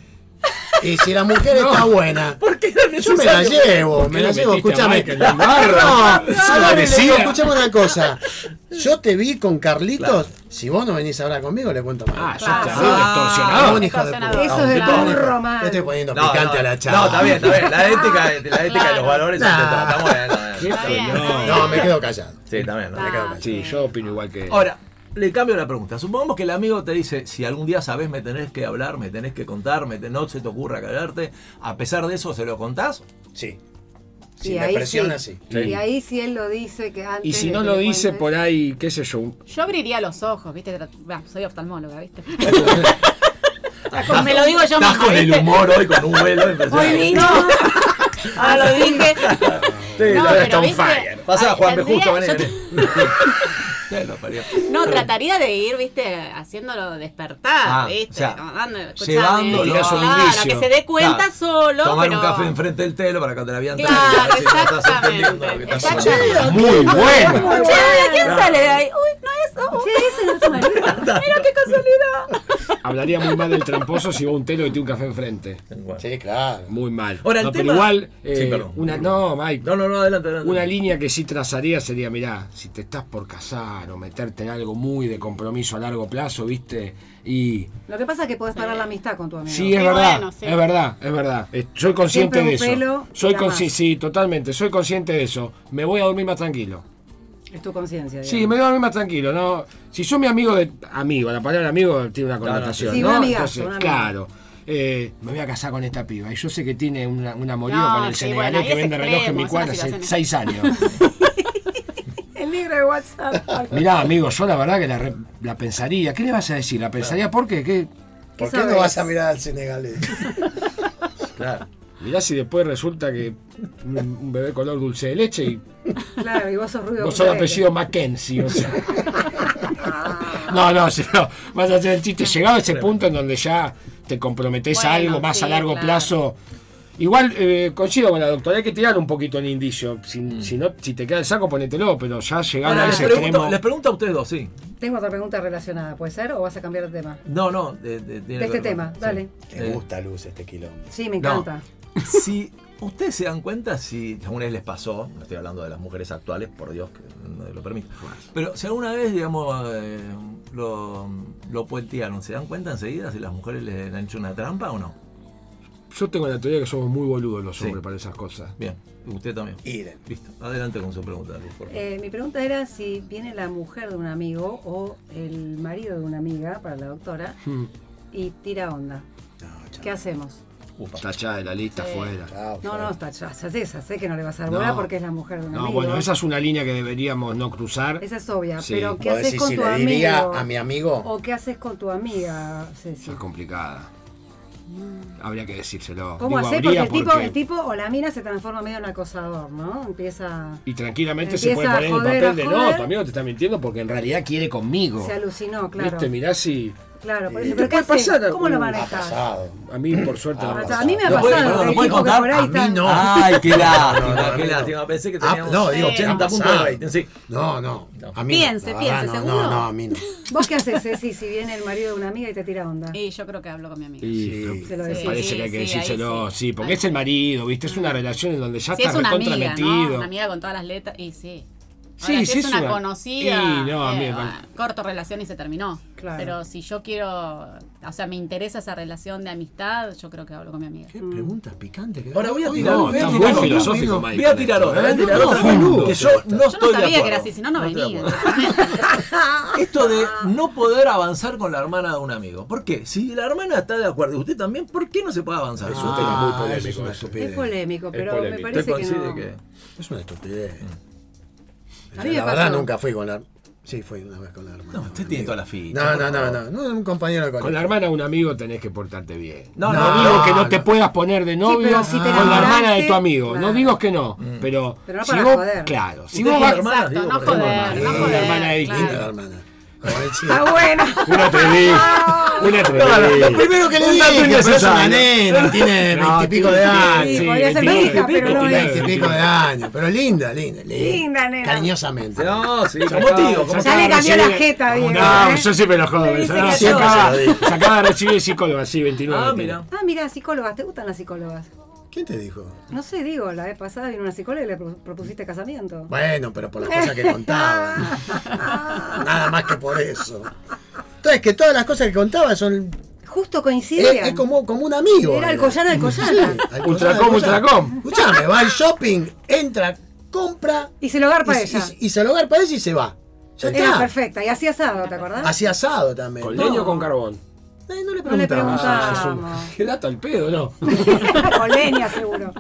S5: y si la mujer está buena, yo me la llevo, me
S7: ¿Por qué
S5: la
S7: le
S5: llevo,
S7: metiste a
S5: escúchame.
S7: Mike en la barra?
S5: No,
S7: Es
S5: yo
S7: una
S5: le digo,
S7: vecina.
S5: escuchame una cosa. Yo te vi con Carlitos, si vos no venís a hablar conmigo, le cuento más.
S7: Ah, sos
S4: Claro.
S7: terrible,
S5: Ah,
S7: distorsionado.
S5: un hijo de puta.
S4: Eso
S3: es de
S5: Te pone-
S3: burro, man.
S5: Te estoy poniendo picante a la charla.
S2: No, está bien, está bien. La ética, la ética de los
S4: Claro.
S2: valores
S5: Nah.
S2: está bien, está bien.
S7: Qué
S4: Está bien,
S7: fenómeno.
S4: está bien.
S5: No, me quedo callado.
S2: Sí, está bien. ¿no?
S4: Ah,
S7: Sí, yo opino igual que.
S2: Ahora, le cambio la pregunta. Supongamos que el amigo te dice, si algún día sabes, me tenés que hablar, me tenés que contar, me te- no se te ocurra callarte. A pesar de eso, ¿se lo contás?
S5: Sí.
S3: Y
S5: Si me
S3: ahí
S5: presiona,
S3: sí.
S5: sí.
S7: Sí.
S3: Y ahí si él lo dice que antes.
S7: y si
S3: de
S7: no
S3: que
S7: lo
S3: le
S7: dice
S3: cuentes-
S7: por ahí, qué sé yo, un-
S4: Yo abriría los ojos, ¿viste? Tra- bah, soy oftalmóloga, ¿viste? Como Ah, me lo digo yo
S2: Estás
S4: misma,
S2: con el
S4: ¿viste?
S2: humor hoy, con un vuelo. impresionante.
S3: Hoy vino.
S4: Ah, lo dije.
S2: Sí,
S4: No,
S2: la-
S4: pero
S7: está on
S4: viste,
S7: fire.
S2: Pasá,
S4: ay,
S2: Juan, me justo, vení,
S4: tendría- yo
S2: vení. Sí, lo parió.
S4: No, trataría de ir, viste, haciéndolo despertar,
S2: Ah,
S4: viste,
S2: o sea,
S4: como dando- escuchame,
S2: llevándolo.
S7: Le tirás un
S4: claro,
S7: indicio.
S4: que se dé cuenta
S2: Claro.
S4: solo,
S2: Tomar
S4: pero...
S2: un café enfrente del telo para que te la vean tarde,
S4: Claro,
S2: a ver si no estás entendiendo lo que
S4: exactamente.
S2: está pasando.
S4: exactamente.
S7: muy bueno.
S4: Che, ¿de quién sale de ahí? Uy, no es... oh,
S3: Che, ese no es tu marido.
S4: mira qué casualidad.
S7: Hablaría muy mal del tramposo si va un telo y tiene un café enfrente.
S2: Bueno.
S5: Sí, claro.
S7: Muy mal.
S2: Ahora, el
S7: no, pero
S2: tema-
S7: igual, eh,
S2: Sí, perdón.
S7: una, no, Mike,
S2: No, no, no, adelante, adelante.
S7: una línea que sí trazaría sería, mirá, si te estás por casar o meterte en algo muy de compromiso a largo plazo, viste, y
S3: Lo que pasa es que podés parar la amistad con tu amigo.
S7: Sí, es
S4: Sí,
S7: verdad,
S4: bueno, sí.
S7: es verdad, es verdad. Eh, Soy consciente
S3: Siempre un
S7: de eso.
S3: pelo
S7: soy
S3: tira más.
S7: consciente, sí, totalmente, soy consciente de eso. Me voy a dormir más tranquilo.
S3: Es tu conciencia.
S7: Sí, me voy a dormir más tranquilo, no. Si yo mi amigo de amigo, la palabra amigo tiene una connotación,
S3: sí. Sí,
S7: ¿no?
S3: un amigazo, un amigo.
S7: claro. eh, me voy a casar con esta piba y yo sé que tiene una, un amorío
S4: No,
S7: con el
S4: sí,
S7: senegalés
S4: bueno, ahí
S7: que
S4: es
S7: vende reloj en
S4: extremo,
S7: mi
S4: son
S7: cuadra
S4: las
S7: hace
S4: situaciones.
S7: seis años.
S3: El libro de WhatsApp.
S7: Mirá, amigo, yo la verdad que la, re- la pensaría. ¿Qué le vas a decir? ¿La pensaría por qué? ¿Qué?
S5: ¿Por qué
S3: sabes?
S5: no vas a mirar al senegalés?
S2: Claro.
S7: Mirá si después resulta que un, un bebé color dulce de leche y
S3: Claro, y vos sos ruido.
S7: Vos sos de
S3: culpable.
S7: apellido Mackenzie, o sea. No, no, si no, vas a hacer el chiste. Llegado a ese punto en donde ya te comprometés a
S4: Bueno,
S7: algo más a
S4: sí,
S7: largo
S4: claro.
S7: plazo. Igual eh, coincido con la doctora, hay que tirar un poquito el indicio. Si, si no, si te queda el saco, ponételo, pero ya llegando
S2: Ahora,
S7: a
S2: les,
S7: ese
S2: Mm. pregunto,
S7: extremo.
S2: les pregunto a ustedes dos, sí.
S3: Tengo otra pregunta relacionada, ¿puede ser? ¿O vas a cambiar de tema?
S2: No, no, de, de- tiene
S3: De
S2: que
S3: este
S2: ver con-
S3: tema, dale.
S2: sí.
S5: Te
S2: Eh,
S5: gusta luz este quilombo.
S3: Sí, me
S2: No.
S3: encanta.
S2: Si ustedes se dan cuenta, si alguna vez les pasó, no estoy hablando de las mujeres actuales, por Dios que no lo permito, pero si alguna vez, digamos, eh, lo, lo puentearon, ¿se dan cuenta enseguida si las mujeres les han hecho una trampa o no?
S7: Yo tengo la teoría que somos muy boludos los
S2: Sí.
S7: hombres para esas cosas.
S2: Bien, usted también.
S5: Iren.
S2: Listo, adelante con su pregunta, Luz, por favor.
S3: Eh, mi pregunta era si viene la mujer de un amigo o el marido de una amiga, para la doctora,
S7: Hmm.
S3: y tira onda.
S5: No, chao.
S3: ¿Qué hacemos?
S2: Upa.
S7: Tachá de la lista fuera.
S5: chao,
S3: No,
S5: fue.
S3: no, está ya, ya sé, ya sé que no le vas a dar
S7: No.
S3: bola porque es la mujer de un
S7: No,
S3: amigo.
S7: bueno, esa es una línea que deberíamos no cruzar.
S3: Esa es obvia,
S7: Sí.
S3: pero ¿qué
S5: Vos
S3: haces
S5: decís,
S3: con
S5: si
S3: tu
S5: le diría
S3: amigo?
S5: a mi amigo.
S3: ¿O qué haces con tu amiga, Ceci?
S7: Esa es complicada. Habría que decírselo.
S3: ¿Cómo
S7: Digo,
S3: hacer? Porque
S7: habría
S3: el tipo,
S7: porque-
S3: el tipo o la mina se transforma medio en acosador, ¿no? Empieza.
S7: Y tranquilamente se
S3: Empieza
S7: puede
S3: a
S7: poner en el
S3: joder,
S7: papel
S3: a
S7: de
S3: joder.
S7: no, tu amigo te está mintiendo porque en realidad quiere conmigo.
S3: Se alucinó, claro.
S7: Viste, mirá si.
S3: Claro, por
S5: Eh,
S3: eso,
S5: ¿te
S3: pero ¿qué
S7: puede
S3: haces?
S7: pasar
S3: ¿Cómo lo
S7: algún-
S5: Ha
S3: manejas?
S5: pasado.
S7: A mí, por suerte, no
S5: Ah,
S7: me
S3: O
S7: pasa.
S3: sea, a mí me ha
S2: ¿Lo puede-
S3: pasado,
S2: bueno,
S3: que
S2: lo
S3: el
S2: puede
S3: tipo que
S2: contar?
S3: por ahí
S5: A mí
S3: está-
S5: no.
S2: Ay, qué lástima,
S5: No, no, a mí
S2: qué
S5: no.
S2: lástima. Pensé que
S5: Ah,
S2: teníamos
S5: no, digo,
S2: 80
S5: ¿qué
S2: puntos.
S5: pasaba?
S2: Sí.
S5: No, no. A mí no.
S4: Piense,
S5: La
S4: piense,
S5: no,
S4: ¿seguro?
S5: No, no, a mí no.
S3: ¿Vos qué haces, Ceci, si viene el marido de una amiga y te tira onda?
S4: Y yo creo que hablo con mi amiga.
S7: Y
S5: Sí.
S3: Se lo
S4: Sí.
S7: me
S3: decís.
S7: parece que hay que
S4: sí, ahí
S7: decírselo, sí,
S4: sí.
S7: porque es el marido, ¿viste? Es una relación en donde ya
S4: Si
S7: está
S4: es una amiga, ¿no?
S7: recontrometido.
S4: Una amiga con todas las letras, y sí.
S7: Sí,
S4: Ahora, si
S7: sí,
S4: es
S7: es
S4: una,
S7: una-
S4: conocida,
S7: Y no, a mí
S4: eh,
S7: me-
S4: bueno, corto relación y se terminó.
S3: Claro.
S4: Pero si yo quiero, o sea, me interesa esa relación de amistad, yo creo que hablo con mi amiga.
S5: Qué preguntas picantes. que-
S2: Ahora voy a
S5: Uy,
S2: tirar
S7: no,
S2: voy a
S7: está
S2: tirar
S7: muy
S2: otra.
S7: filosófico,
S2: Voy
S7: Michael,
S2: a tirar
S7: esto,
S2: otra, voy a
S7: ¿eh?
S2: tirar
S5: No,
S2: otra.
S5: boludo.
S2: Que yo no
S4: Yo
S2: estoy
S4: no
S2: de
S4: sabía que era
S2: acuerdo.
S4: así, si no, no
S2: estoy de
S4: venía.
S2: acuerdo. Esto de no poder avanzar con la hermana de un amigo. ¿Por qué? Si la hermana está de acuerdo y usted también, ¿por qué no se puede avanzar?
S5: Es
S2: Eso
S5: un
S2: usted-
S5: tema muy
S7: Ah, eso es
S5: polémico.
S7: una
S5: eso.
S3: Es polémico, pero
S2: usted
S3: me
S7: polémico.
S3: parece que
S2: coincide
S3: no.
S2: que-
S5: Es una estupidez.
S3: A mí me
S5: la verdad
S3: pasó.
S5: nunca fui con la. Sí, fui una vez con la
S2: No,
S5: hermana.
S2: usted tiene toda la ficha.
S5: No,
S2: por
S5: no, no,
S2: favor.
S5: no. No, un compañero de colegio.
S7: Con la hermana de un amigo tenés que portarte bien.
S2: No,
S7: No,
S2: no,
S7: digo que no
S5: no.
S7: te puedas poner de novio
S3: pero si te
S7: con la hermana de
S3: enamoraste,
S7: tu amigo. No
S3: claro.
S7: digo que no, pero,
S3: Pero no
S7: si
S3: para
S7: vos,
S3: joder.
S7: claro, si
S2: Usted
S7: vos
S2: tiene
S7: vas
S2: hermanas,
S4: Exacto,
S2: digo,
S4: no
S2: por ejemplo,
S4: joder,
S5: hermanas.
S4: no
S5: Sí,
S4: joder.
S7: hermana de
S5: Linda la
S4: claro.
S5: hermana.
S3: Está Ah, bueno.
S7: Una atrevida. Una atrevida.
S5: Lo primero que le
S2: Un
S5: dije,
S2: dato
S5: pero es una
S2: innecesario.
S5: nena, tiene
S7: No,
S5: Eh, veintipico de
S7: tiene-
S5: años.
S7: sí,
S3: podría ser
S7: veintipico,
S3: hija, pero no
S7: veintipico,
S3: es.
S5: Veintipico de años, pero linda, linda,
S3: Linda, nena.
S5: Cariñosamente.
S2: No, sí,
S7: Como
S2: como
S7: tío,
S2: tío,
S7: como
S3: Ya le cambió la jeta, Diego.
S7: No,
S3: ¿eh?
S7: yo siempre lo jodo.
S3: Me dice
S7: No,
S3: que
S7: se,
S3: yo-
S7: acaba,
S5: Se lo dije.
S7: se acaba de recibir psicóloga, sí, 29.
S2: Ah,
S7: tiene.
S2: mira.
S3: Ah, mira, psicólogas, ¿te gustan las psicólogas?
S5: ¿Quién te dijo?
S3: No sé, digo, la vez pasada vino una psicóloga y le pro- propusiste casamiento.
S5: Bueno, pero por las cosas que contaba. Nada más que por eso. Entonces, que todas las cosas que contaba son.
S3: Justo
S5: Es,
S3: coincidían.
S5: es como, como un amigo.
S3: Era
S5: ¿verdad?
S3: Alcoyana, Alcoyana.
S5: Sí, Alcoyana,
S7: Ultracom,
S5: Alcoyana.
S7: Ultracom.
S5: Escuchame, va al shopping, entra, compra.
S3: Y se lo garpa
S5: y,
S3: ella.
S5: y- y se lo para ella y se va. Ya
S3: Era
S5: está.
S3: perfecta. Y hacía sábado, ¿te acordás?
S5: Hacía asado también.
S7: ¿Con
S5: No,
S7: leño o con carbón?
S5: eh, no le
S3: no le
S5: preguntaba.
S3: preguntamos.
S7: Qué dato al pedo, ¿no?
S3: Con leña, seguro.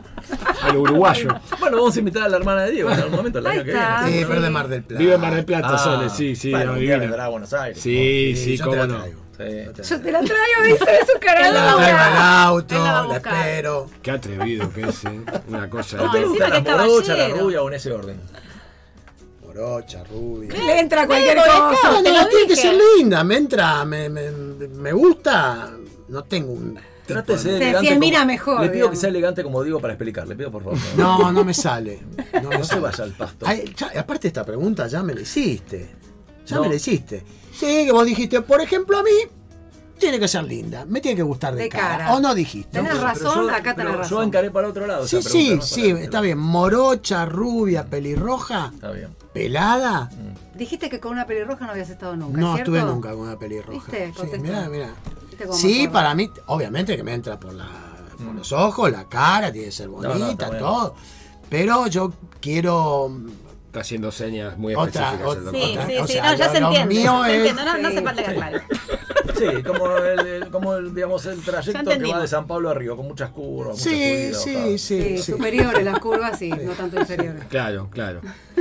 S7: Al uruguayo.
S2: Bueno, vamos a invitar a la hermana de Diego en algún momento el
S3: Ahí
S2: año que
S3: está.
S2: viene.
S5: Sí,
S3: Sí.
S5: pero de Mar del Plata.
S7: Vive en Mar del Plata,
S2: Ah,
S7: Sole, sí, sí.
S2: Bueno, un día
S7: vive-
S2: vendrá a Buenos Aires.
S7: Sí, sí,
S5: yo te
S7: cómo
S5: la
S7: no.
S5: traigo.
S2: Sí.
S5: Yo te
S3: Yo
S5: la traigo.
S3: te la traigo, dice su cara
S5: La traigo al
S3: dura.
S5: auto,
S4: Él la va a
S5: la
S4: buscar.
S5: espero.
S7: Qué atrevido que es, ¿eh? Una cosa.
S4: No,
S2: ¿Te
S4: encima
S2: gustan
S4: que
S2: las
S4: es
S2: morochas, la
S4: caballero.
S2: rubia o en ese orden?
S5: Morocha, rubia.
S3: Le entra cualquier
S4: Pero
S3: cosa.
S4: esto-
S5: No,
S4: te
S5: no,
S4: lo
S5: tiene que
S4: dije.
S5: ser linda. Me entra, me, me, me gusta. No tengo un.
S2: Trate de ser
S3: Sí,
S2: elegante.
S3: sí,
S2: como-
S3: mira mejor,
S2: Le pido que
S3: digamos.
S2: sea elegante como digo para explicar. Le pido por favor.
S5: No, no me sale. No, me
S2: No se
S5: sale.
S2: vaya al pasto.
S5: Ay, ya- aparte, esta pregunta ya me la hiciste. Ya
S2: No.
S5: me la hiciste. Sí, que vos dijiste, por ejemplo, a mí. Tiene que ser linda, me tiene que gustar de,
S3: De
S5: cara.
S3: cara.
S5: O no dijiste.
S3: Tenés
S2: Pero
S3: razón,
S2: yo-
S3: acá tenés
S2: pero Yo
S3: razón.
S2: encaré para otro lado.
S5: Sí,
S2: esa pregunta,
S5: sí,
S2: ¿no?
S5: sí,
S2: Para-
S5: está bien. Morocha, rubia, pelirroja,
S2: Está bien.
S5: pelada.
S3: Dijiste que con una pelirroja no habías estado nunca,
S5: No
S3: ¿cierto?
S5: estuve nunca con una pelirroja.
S3: ¿Viste?
S5: Sí,
S3: Contestó.
S5: mirá, mirá.
S3: Viste cómo me
S5: Sí,
S3: acuerdo.
S5: para mí, obviamente que me entra por, la, por los ojos, la cara, tiene que ser
S2: no,
S5: bonita,
S2: está bien.
S5: todo. Pero yo quiero
S7: Está haciendo señas muy
S5: Otra,
S7: específicas. el
S5: otra.
S7: doctor.
S4: Sí,
S5: Otra-
S4: sí,
S5: o
S4: sí,
S5: sea,
S4: no, ya
S5: lo-
S4: se
S5: lo
S4: entiende.
S5: mío
S4: ya se
S5: es-
S4: entiende, no, no
S3: Sí.
S4: hace falta que claro.
S2: Sí, como el, el- como el, digamos, el trayecto que va
S4: entendimos.
S2: de San Pablo a Río, con muchas curvas.
S5: Sí,
S2: muchas subidas,
S5: sí,
S2: bajadas.
S5: sí,
S3: Sí,
S5: sí.
S3: superiores las curvas, sí, no tanto inferiores.
S7: Claro, claro.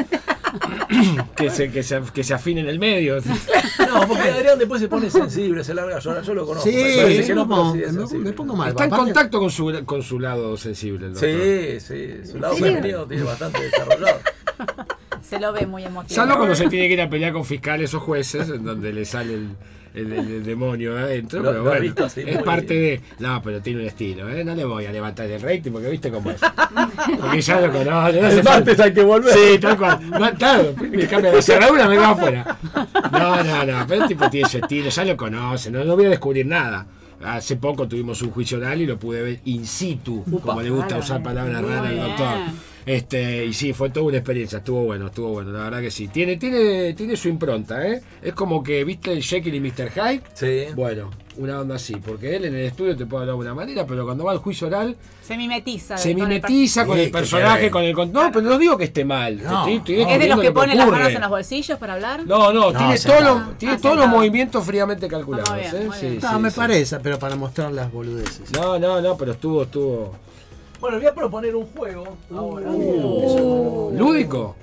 S7: que, se, que, se, que se afine en el medio.
S2: No, porque Adrián después se pone sensible, se larga a llorar. Yo lo conozco.
S5: Sí,
S2: me parece que
S5: yo
S2: no, pero sí
S5: me, pongo-
S2: es
S5: me-
S2: sensible.
S5: me pongo mal.
S7: Está en
S5: Aparte-
S7: contacto con su, con su lado sensible el doctor.
S2: Sí, sí, su lado
S3: serio?
S2: femenino tiene bastante desarrollado.
S4: Se lo ve muy emotivo.
S7: Salvo cuando se tiene que ir a pelear con fiscales o jueces, en donde le sale el, el- el- el demonio adentro.
S2: Lo-
S7: pero
S2: lo he
S7: bueno,
S2: visto así,
S7: es
S2: muy-
S7: parte de. No, pero tiene un estilo, ¿eh? No le voy a levantar el rating porque viste cómo es. Porque ya lo conozco. No hace falta.
S2: hay que volver.
S7: Sí, tal cual. No, claro, me cambia de cerradura, me va afuera. No, no, no, pero el tipo tiene su estilo, ya lo conoce, no, no voy a descubrir nada. Hace poco tuvimos un juicio oral y lo pude ver in situ, como le gusta usar palabras raras al
S4: bien.
S7: doctor. Este, y sí, fue toda una experiencia, estuvo bueno, estuvo bueno, la verdad que sí. Tiene, tiene, tiene su impronta, ¿eh? Es como que viste el Jekyll y Mr. Hyde.
S2: Sí.
S7: Bueno, una onda así, porque él en el estudio te puede hablar de una manera, pero cuando va al juicio oral
S4: Se mimetiza.
S7: se
S4: con el
S7: mimetiza con
S5: Sí,
S7: el
S5: que
S7: personaje,
S5: quiere.
S7: con el... con- No, pero no digo que esté mal.
S5: No,
S7: estoy- estoy
S5: no.
S4: per- Es de
S7: descubriendo
S4: los que
S7: lo
S4: ponen las
S7: ocurre.
S4: manos en los bolsillos para hablar.
S7: No, no,
S5: No,
S7: tiene,
S5: sentado.
S7: todos los- tiene
S4: Ah,
S7: todos los
S4: sentado.
S7: movimientos fríamente calculados.
S4: Ah, muy bien,
S7: ¿eh?
S4: muy
S7: Sí,
S4: bien.
S7: sí,
S5: No, me
S7: sí.
S5: parece, pero para mostrar las boludeces.
S7: No, no, no, pero estuvo, estuvo...
S2: Bueno, voy a proponer un juego ahora.
S4: Uh.
S7: ¿Lúdico?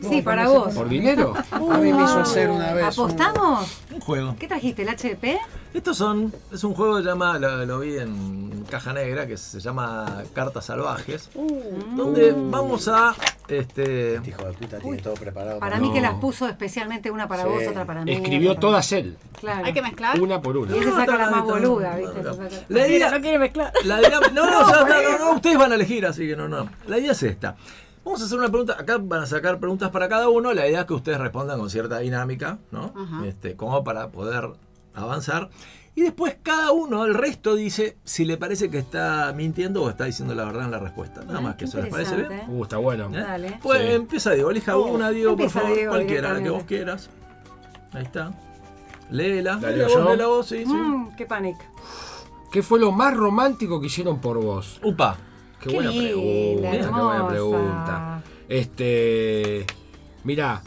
S3: Sí, para vos.
S7: ¿Por dinero?
S5: A mí me hizo hacer una vez. un-
S3: ¿Apostamos?
S2: Un juego.
S3: ¿Qué trajiste? ¿El HP?
S2: Estos son. Es un juego que llama. Lo, lo vi en Caja Negra, que se llama Cartas Salvajes.
S3: Uh.
S2: Donde vamos a. Este,
S5: Este hijo de puta tiene todo preparado.
S3: Para mí que las puso especialmente una para
S5: Sí.
S3: vos, otra para mí.
S7: Escribió
S3: otra para-
S7: todas él,
S3: Claro.
S4: Hay que mezclar.
S7: una por una.
S3: Y ese saca la más boluda, ¿viste?
S2: La idea,
S4: No quiere mezclar.
S2: La idea. No, no, ya, no, no, no, ustedes van a elegir, así que no, no. La idea es esta. Vamos a hacer una pregunta. Acá van a sacar preguntas para cada uno. La idea es que ustedes respondan con cierta dinámica, ¿no?
S4: Ajá.
S2: Este, como para poder avanzar. Y después cada uno, el resto, dice si le parece que está mintiendo o está diciendo la verdad en la respuesta. Nada más que eso les parece bien.
S7: Uh, está bueno.
S2: ¿Eh?
S3: Ah, Dale. Oh,
S2: Pues
S7: Sí.
S2: empieza Diego, elija una, Diego, por
S3: empieza
S2: favor.
S3: Diego
S2: cualquiera, la que vos
S3: directamente.
S2: quieras. Ahí está. Léela.
S7: ¿La
S2: Léela
S7: leo
S2: vos,
S7: yo?
S2: léela vos, sí, sí.
S3: Mmm, qué pánico.
S7: ¿Qué fue lo más romántico que hicieron por vos?
S2: Upa.
S7: Qué,
S3: Qué
S7: buena
S3: linda,
S7: pregunta, qué buena
S3: hermosa.
S7: pregunta. Este, mirá,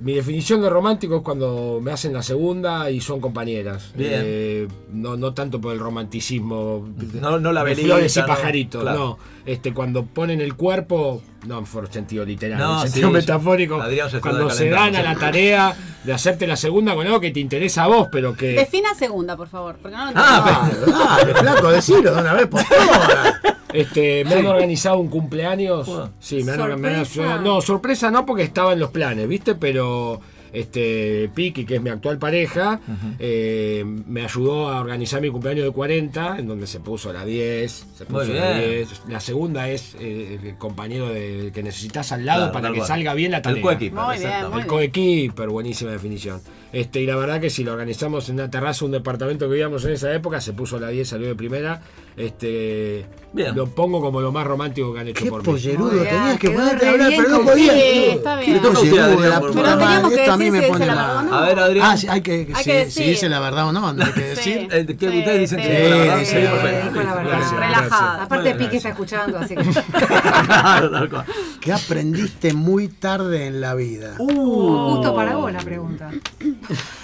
S7: mi definición de romántico es cuando me hacen la segunda y son compañeras.
S2: Bien.
S7: Eh, no, no tanto por el romanticismo.
S2: No- no la
S7: de
S2: velita,
S7: Flores y
S2: no,
S7: pajaritos,
S2: claro.
S7: no. Este, cuando ponen el cuerpo, no en for- sentido literal,
S2: No,
S7: en sentido
S2: sí,
S7: metafórico.
S2: Adrián ya está
S7: cuando se dan
S2: calentando,
S7: a
S2: sí.
S7: la tarea de hacerte la segunda con algo que te interesa a vos, pero que.
S4: Defina segunda, por favor. Porque no lo entiendo.
S2: Ah,
S5: Ah, dale, flaco, decilo de una vez por todas.
S7: Este, me han organizado un cumpleaños.
S2: Joder.
S7: Sí, me han, me han-
S3: Sorpresa.
S7: No, sorpresa no porque estaba en los planes, ¿viste? Pero este, Piki, que es mi actual pareja, eh, me ayudó a organizar mi cumpleaños de 40, en donde se puso la 10, se
S2: Muy
S7: puso la
S2: bien.
S7: 10. La segunda es eh, el compañero de- que necesitas al lado
S2: Claro,
S7: para
S2: tal
S7: que
S2: cual.
S7: salga bien la tarea.
S2: El coequiper,
S4: Muy bien,
S2: exactamente.
S7: El coequiper, buenísima definición. Este, y la verdad que si lo organizamos en una terraza, un departamento que vivíamos en esa época, se puso la 10, salió de primera. Este,
S2: Bien.
S7: Lo pongo como lo más romántico que han hecho
S5: Qué
S7: por mí.
S5: pollerudo,
S3: Muy bien,
S5: tenías que
S3: quedó
S5: ponerte a
S3: re
S5: hablar,
S3: bien
S5: pero no
S3: con-
S5: podías.
S4: Sí, está
S5: Qué
S4: bien.
S2: toca usted,
S5: pollerudo,
S2: Adrián,
S5: la
S2: por
S5: puta
S2: favor?
S4: Pero teníamos
S5: madre,
S4: que
S5: esto a mí
S4: decir
S5: me
S4: si
S5: pone
S4: se la
S5: mal.
S4: perdonó.
S2: A ver, Adrián.
S5: Ah, sí, hay que,
S4: Hay
S5: si-
S4: que
S5: si
S4: decir.
S5: dice la verdad o no, no hay que decir.
S4: Sí.
S2: Eh, ¿qué ustedes dicen que dijo la verdad?
S5: Sí,
S2: Sí,
S5: sí,
S2: bueno,
S6: dijo la
S2: listo,
S6: verdad.
S2: gracias.
S4: Relajada.
S6: Aparte, Piqui está escuchando, así que.
S2: Claro, tal cual.
S5: Que aprendiste muy tarde en la vida.
S6: Justo para vos la pregunta.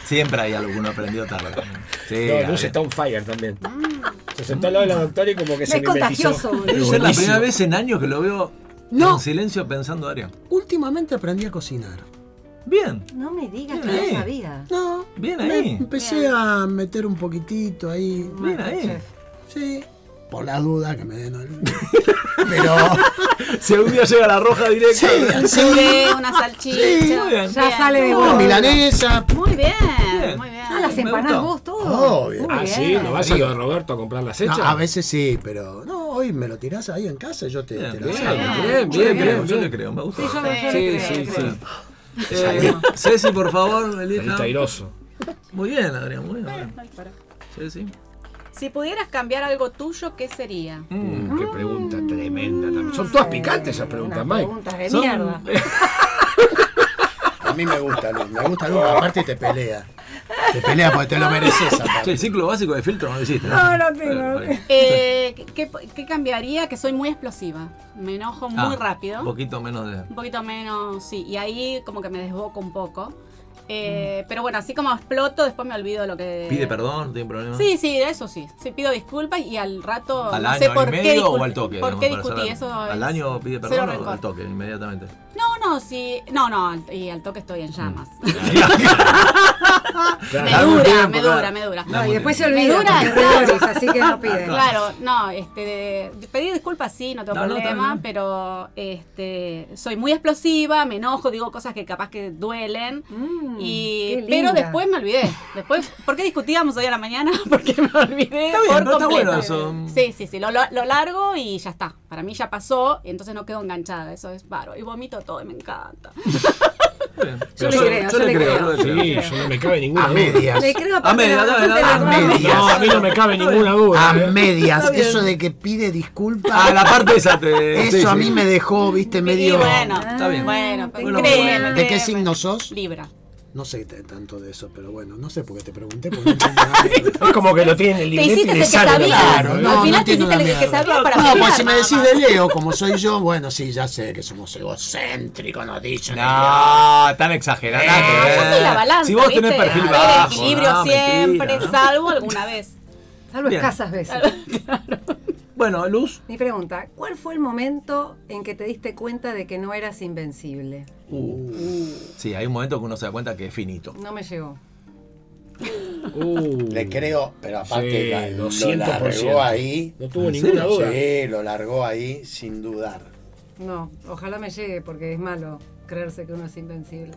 S2: Siempre hay alguno aprendió tarde. Sí,
S7: No,
S2: Gabriel.
S7: Luz está on fire también. Se sentó al lado de la doctora y como que se
S3: Es
S7: mimetizó.
S3: contagioso, boludo.
S2: Debe ser la primera vez en años que lo veo
S5: No.
S2: en silencio pensando a Ariel.
S5: Últimamente aprendí a cocinar.
S2: Bien,
S3: No me digas que
S2: Sí.
S3: no sabía.
S5: No,
S2: bien
S5: me
S2: ahí.
S5: empecé a meter un poquitito ahí.
S2: Bien ahí.
S5: Sí. Por la duda que me den. el- Pero.
S2: Si algún día llega la roja directa.
S4: Puré, una salchicha.
S5: Sí,
S2: muy bien.
S6: Ya
S4: Bien.
S6: sale de
S5: Una
S6: vos.
S5: milanesa.
S4: Muy bien,
S2: Bien.
S4: muy bien.
S3: Ah, las
S2: Me
S3: empanás
S2: gustó.
S3: vos todo.
S5: Obvio.
S3: Muy
S7: Ah,
S3: bien.
S7: sí, ¿no vas a lo de Roberto a comprar las hechas?
S5: No, a veces sí, pero. No, hoy me lo tirás ahí en casa y yo te,
S2: Bien,
S5: te
S2: bien,
S5: lo hago.
S2: bien, bien,
S7: Yo le
S2: bien,
S7: creo,
S2: yo
S7: bien.
S2: le creo, me gusta.
S3: Sí, yo, yo le
S4: Sí,
S3: creo,
S7: sí,
S3: le
S7: sí.
S3: creo.
S2: Eh, Ceci, por favor,
S7: Saliste
S2: elija.
S7: airoso.
S2: Muy bien, Adrián, muy bien. Ceci.
S4: Si pudieras cambiar algo tuyo, ¿qué sería?
S7: Mm, qué pregunta tremenda también. Son todas picantes esas preguntas,
S6: Unas
S7: Mike.
S6: Preguntas de
S2: Son-
S6: mierda.
S5: A mí me gusta Luz, me gusta Luz. Aparte te pelea. Te pelea porque te lo mereces.
S2: Che,
S5: aparte.
S2: el ciclo básico de filtro no lo hiciste. No, no tengo.
S4: Eh, ¿qué, qué cambiaría? Que soy muy explosiva. Me enojo
S2: Ah,
S4: muy rápido.
S2: Un poquito menos de.
S4: Un poquito menos, sí. Y ahí como que me desboco un poco. Eh, Pero bueno, así como exploto, después me olvido lo que...
S2: Mm. Pide perdón, no tiene problema.
S4: Sí, sí, eso sí. Sí, pido disculpas y al rato...
S2: ¿Al
S4: no
S2: año,
S4: sé
S2: al
S4: por qué
S2: medio
S4: discul-
S2: o al toque?
S4: ¿Por
S2: digamos,
S4: qué
S2: para
S4: discutí
S2: saber?
S4: eso?
S2: ¿Al
S4: es-
S2: año pide
S4: cero
S2: perdón o
S4: rencor.
S2: al toque, inmediatamente.
S4: No, no, sí. No, no, al- y al toque estoy en llamas. me
S7: Claro.
S4: dura,
S2: tiempo,
S4: me
S2: Mm. claro.
S4: dura, me dura.
S2: No,
S6: Y después se
S4: Me
S6: olvida.
S4: dura,
S6: porque
S4: claro.
S6: redobles, así que no piden.
S4: Claro, no, este, de- de pedir disculpas sí, no tengo
S2: No, no,
S4: problema,
S2: está bien.
S4: pero este, soy muy explosiva, me enojo, digo cosas que capaz que duelen,
S6: Mm,
S4: y,
S6: qué
S4: pero
S6: linda.
S4: después me olvidé. Después, ¿por qué discutíamos hoy a la mañana? Porque me olvidé
S2: Está bien,
S4: por
S2: pero está
S4: completo.
S2: bueno eso.
S4: Sí, sí, sí, lo, lo- lo largo y ya está. Para mí ya pasó, y entonces no quedo enganchada, eso es bárbaro. Y vomito todo y me encanta.
S2: Muy bien.
S6: Yo le creo, yo le creo.
S2: yo le
S7: Sí,
S2: creo.
S7: yo no me cabe ninguna
S5: A
S7: duda.
S5: medias.
S3: Le creo
S2: A
S3: aparte
S2: media,
S3: la
S2: dale,
S3: bastante
S2: dale,
S3: la-
S5: a medias.
S7: No, a mí no me cabe ninguna duda.
S5: A
S7: ¿eh?
S5: medias.
S2: Está bien.
S5: Eso de que pide disculpas.
S2: Ah, la parte esa te. sí,
S5: Eso a
S2: sí.
S5: mí me dejó, viste,
S4: y
S5: medio.
S4: bueno,
S2: Está bien.
S4: bueno, pero
S2: Bueno,
S4: créeme,
S2: bueno.
S5: ¿De qué
S4: créeme.
S5: signo sos?
S4: Libra.
S5: No sé t- tanto de eso, pero bueno, no sé por qué te pregunté. Porque no entiendo nada.
S7: Es como que lo tiene en el
S4: Te
S7: libreto y
S4: hiciste el
S7: le
S4: que
S7: sale la
S4: sabías.
S5: Claro,
S7: mano, ¿eh?
S5: no,
S4: Al final
S5: no
S4: te
S5: tiene
S4: hiciste
S5: una
S4: el que
S5: mierda.
S4: sabías para
S5: No, pues
S4: pelear,
S5: si me
S4: nada
S5: decís
S4: más.
S5: de Leo, como soy yo, bueno, sí, ya sé que somos egocéntricos, nos dicen.
S2: No, tan exagerada.
S4: Ah, yo
S5: Eh,
S4: soy la balanza.
S2: Si vos
S4: ¿viste?
S2: tenés perfil
S4: A ver,
S2: bajo.
S4: equilibrio
S2: no,
S4: siempre,
S2: mentira, ¿no?
S4: salvo alguna vez.
S6: Salvo
S2: Bien.
S6: escasas veces.
S2: Bueno, Luz.
S6: Mi pregunta, ¿cuál fue el momento en que te diste cuenta de que no eras invencible?
S2: Sí, hay un momento que uno se da cuenta que es finito.
S6: No me llegó.
S7: Uh,
S5: Le creo, pero
S7: Sí,
S5: aparte la- lo
S7: 200%.
S5: largó ahí.
S7: no tuvo ninguna
S2: serio?
S7: duda.
S5: Sí, lo largó ahí sin dudar.
S6: No, ojalá me llegue porque es malo creerse que uno es invencible.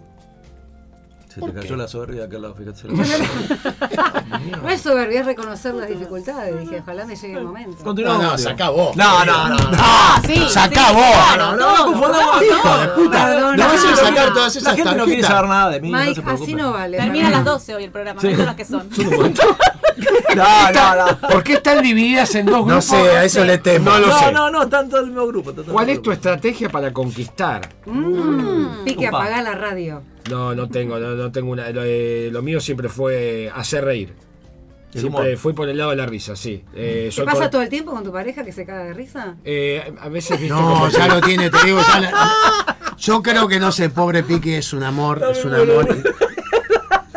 S2: Se
S5: ¿Por
S2: te
S5: qué?
S2: cayó la soberbia acá al lado, fíjate.
S6: No es soberbia, es reconocer las dificultades. Dije, ojalá me llegue el momento.
S2: Continuamos.
S5: No, no, sacá vos.
S2: No, no, no. no.
S4: Ah, sí.
S5: sacá
S4: sí,
S5: vos.
S4: claro,
S2: No,
S4: todo.
S2: no, confundamos.
S5: Hijo de puta.
S6: Perdona.
S5: No vas a sacar
S4: Perdona.
S5: todas esas
S2: La gente no quiere
S5: tarjetas.
S2: saber nada de mí. no se
S6: Mike,
S2: preocupen.
S6: así no vale.
S4: Termina a
S6: Fernando.
S4: las 12 hoy el programa, no sé los que son.
S2: No, no, no.
S7: ¿Por qué están divididas en dos grupos?
S5: No sé, a eso le temo.
S7: No lo
S2: No,
S7: sé.
S2: no, no, están todos en el mismo grupo. están todos
S7: ¿Cuál
S2: en el
S7: es tu
S2: mismo
S7: estrategia para conquistar?
S6: Mm, Pique,
S2: Upa.
S6: apagá la radio.
S7: No, no tengo, no, no tengo una. Lo, eh, lo mío siempre fue hacer reír.
S2: El
S7: Siempre
S2: humor.
S7: fui por el lado de la risa, sí. Eh,
S6: ¿Te
S7: soy
S6: pasa
S7: cor-
S6: todo el tiempo con tu pareja que se caga de risa?
S7: eh, a veces viste
S5: No,
S7: como-
S5: ya lo tiene, te digo. ya la- yo creo que no sé, pobre Piqui es un amor, es un amor.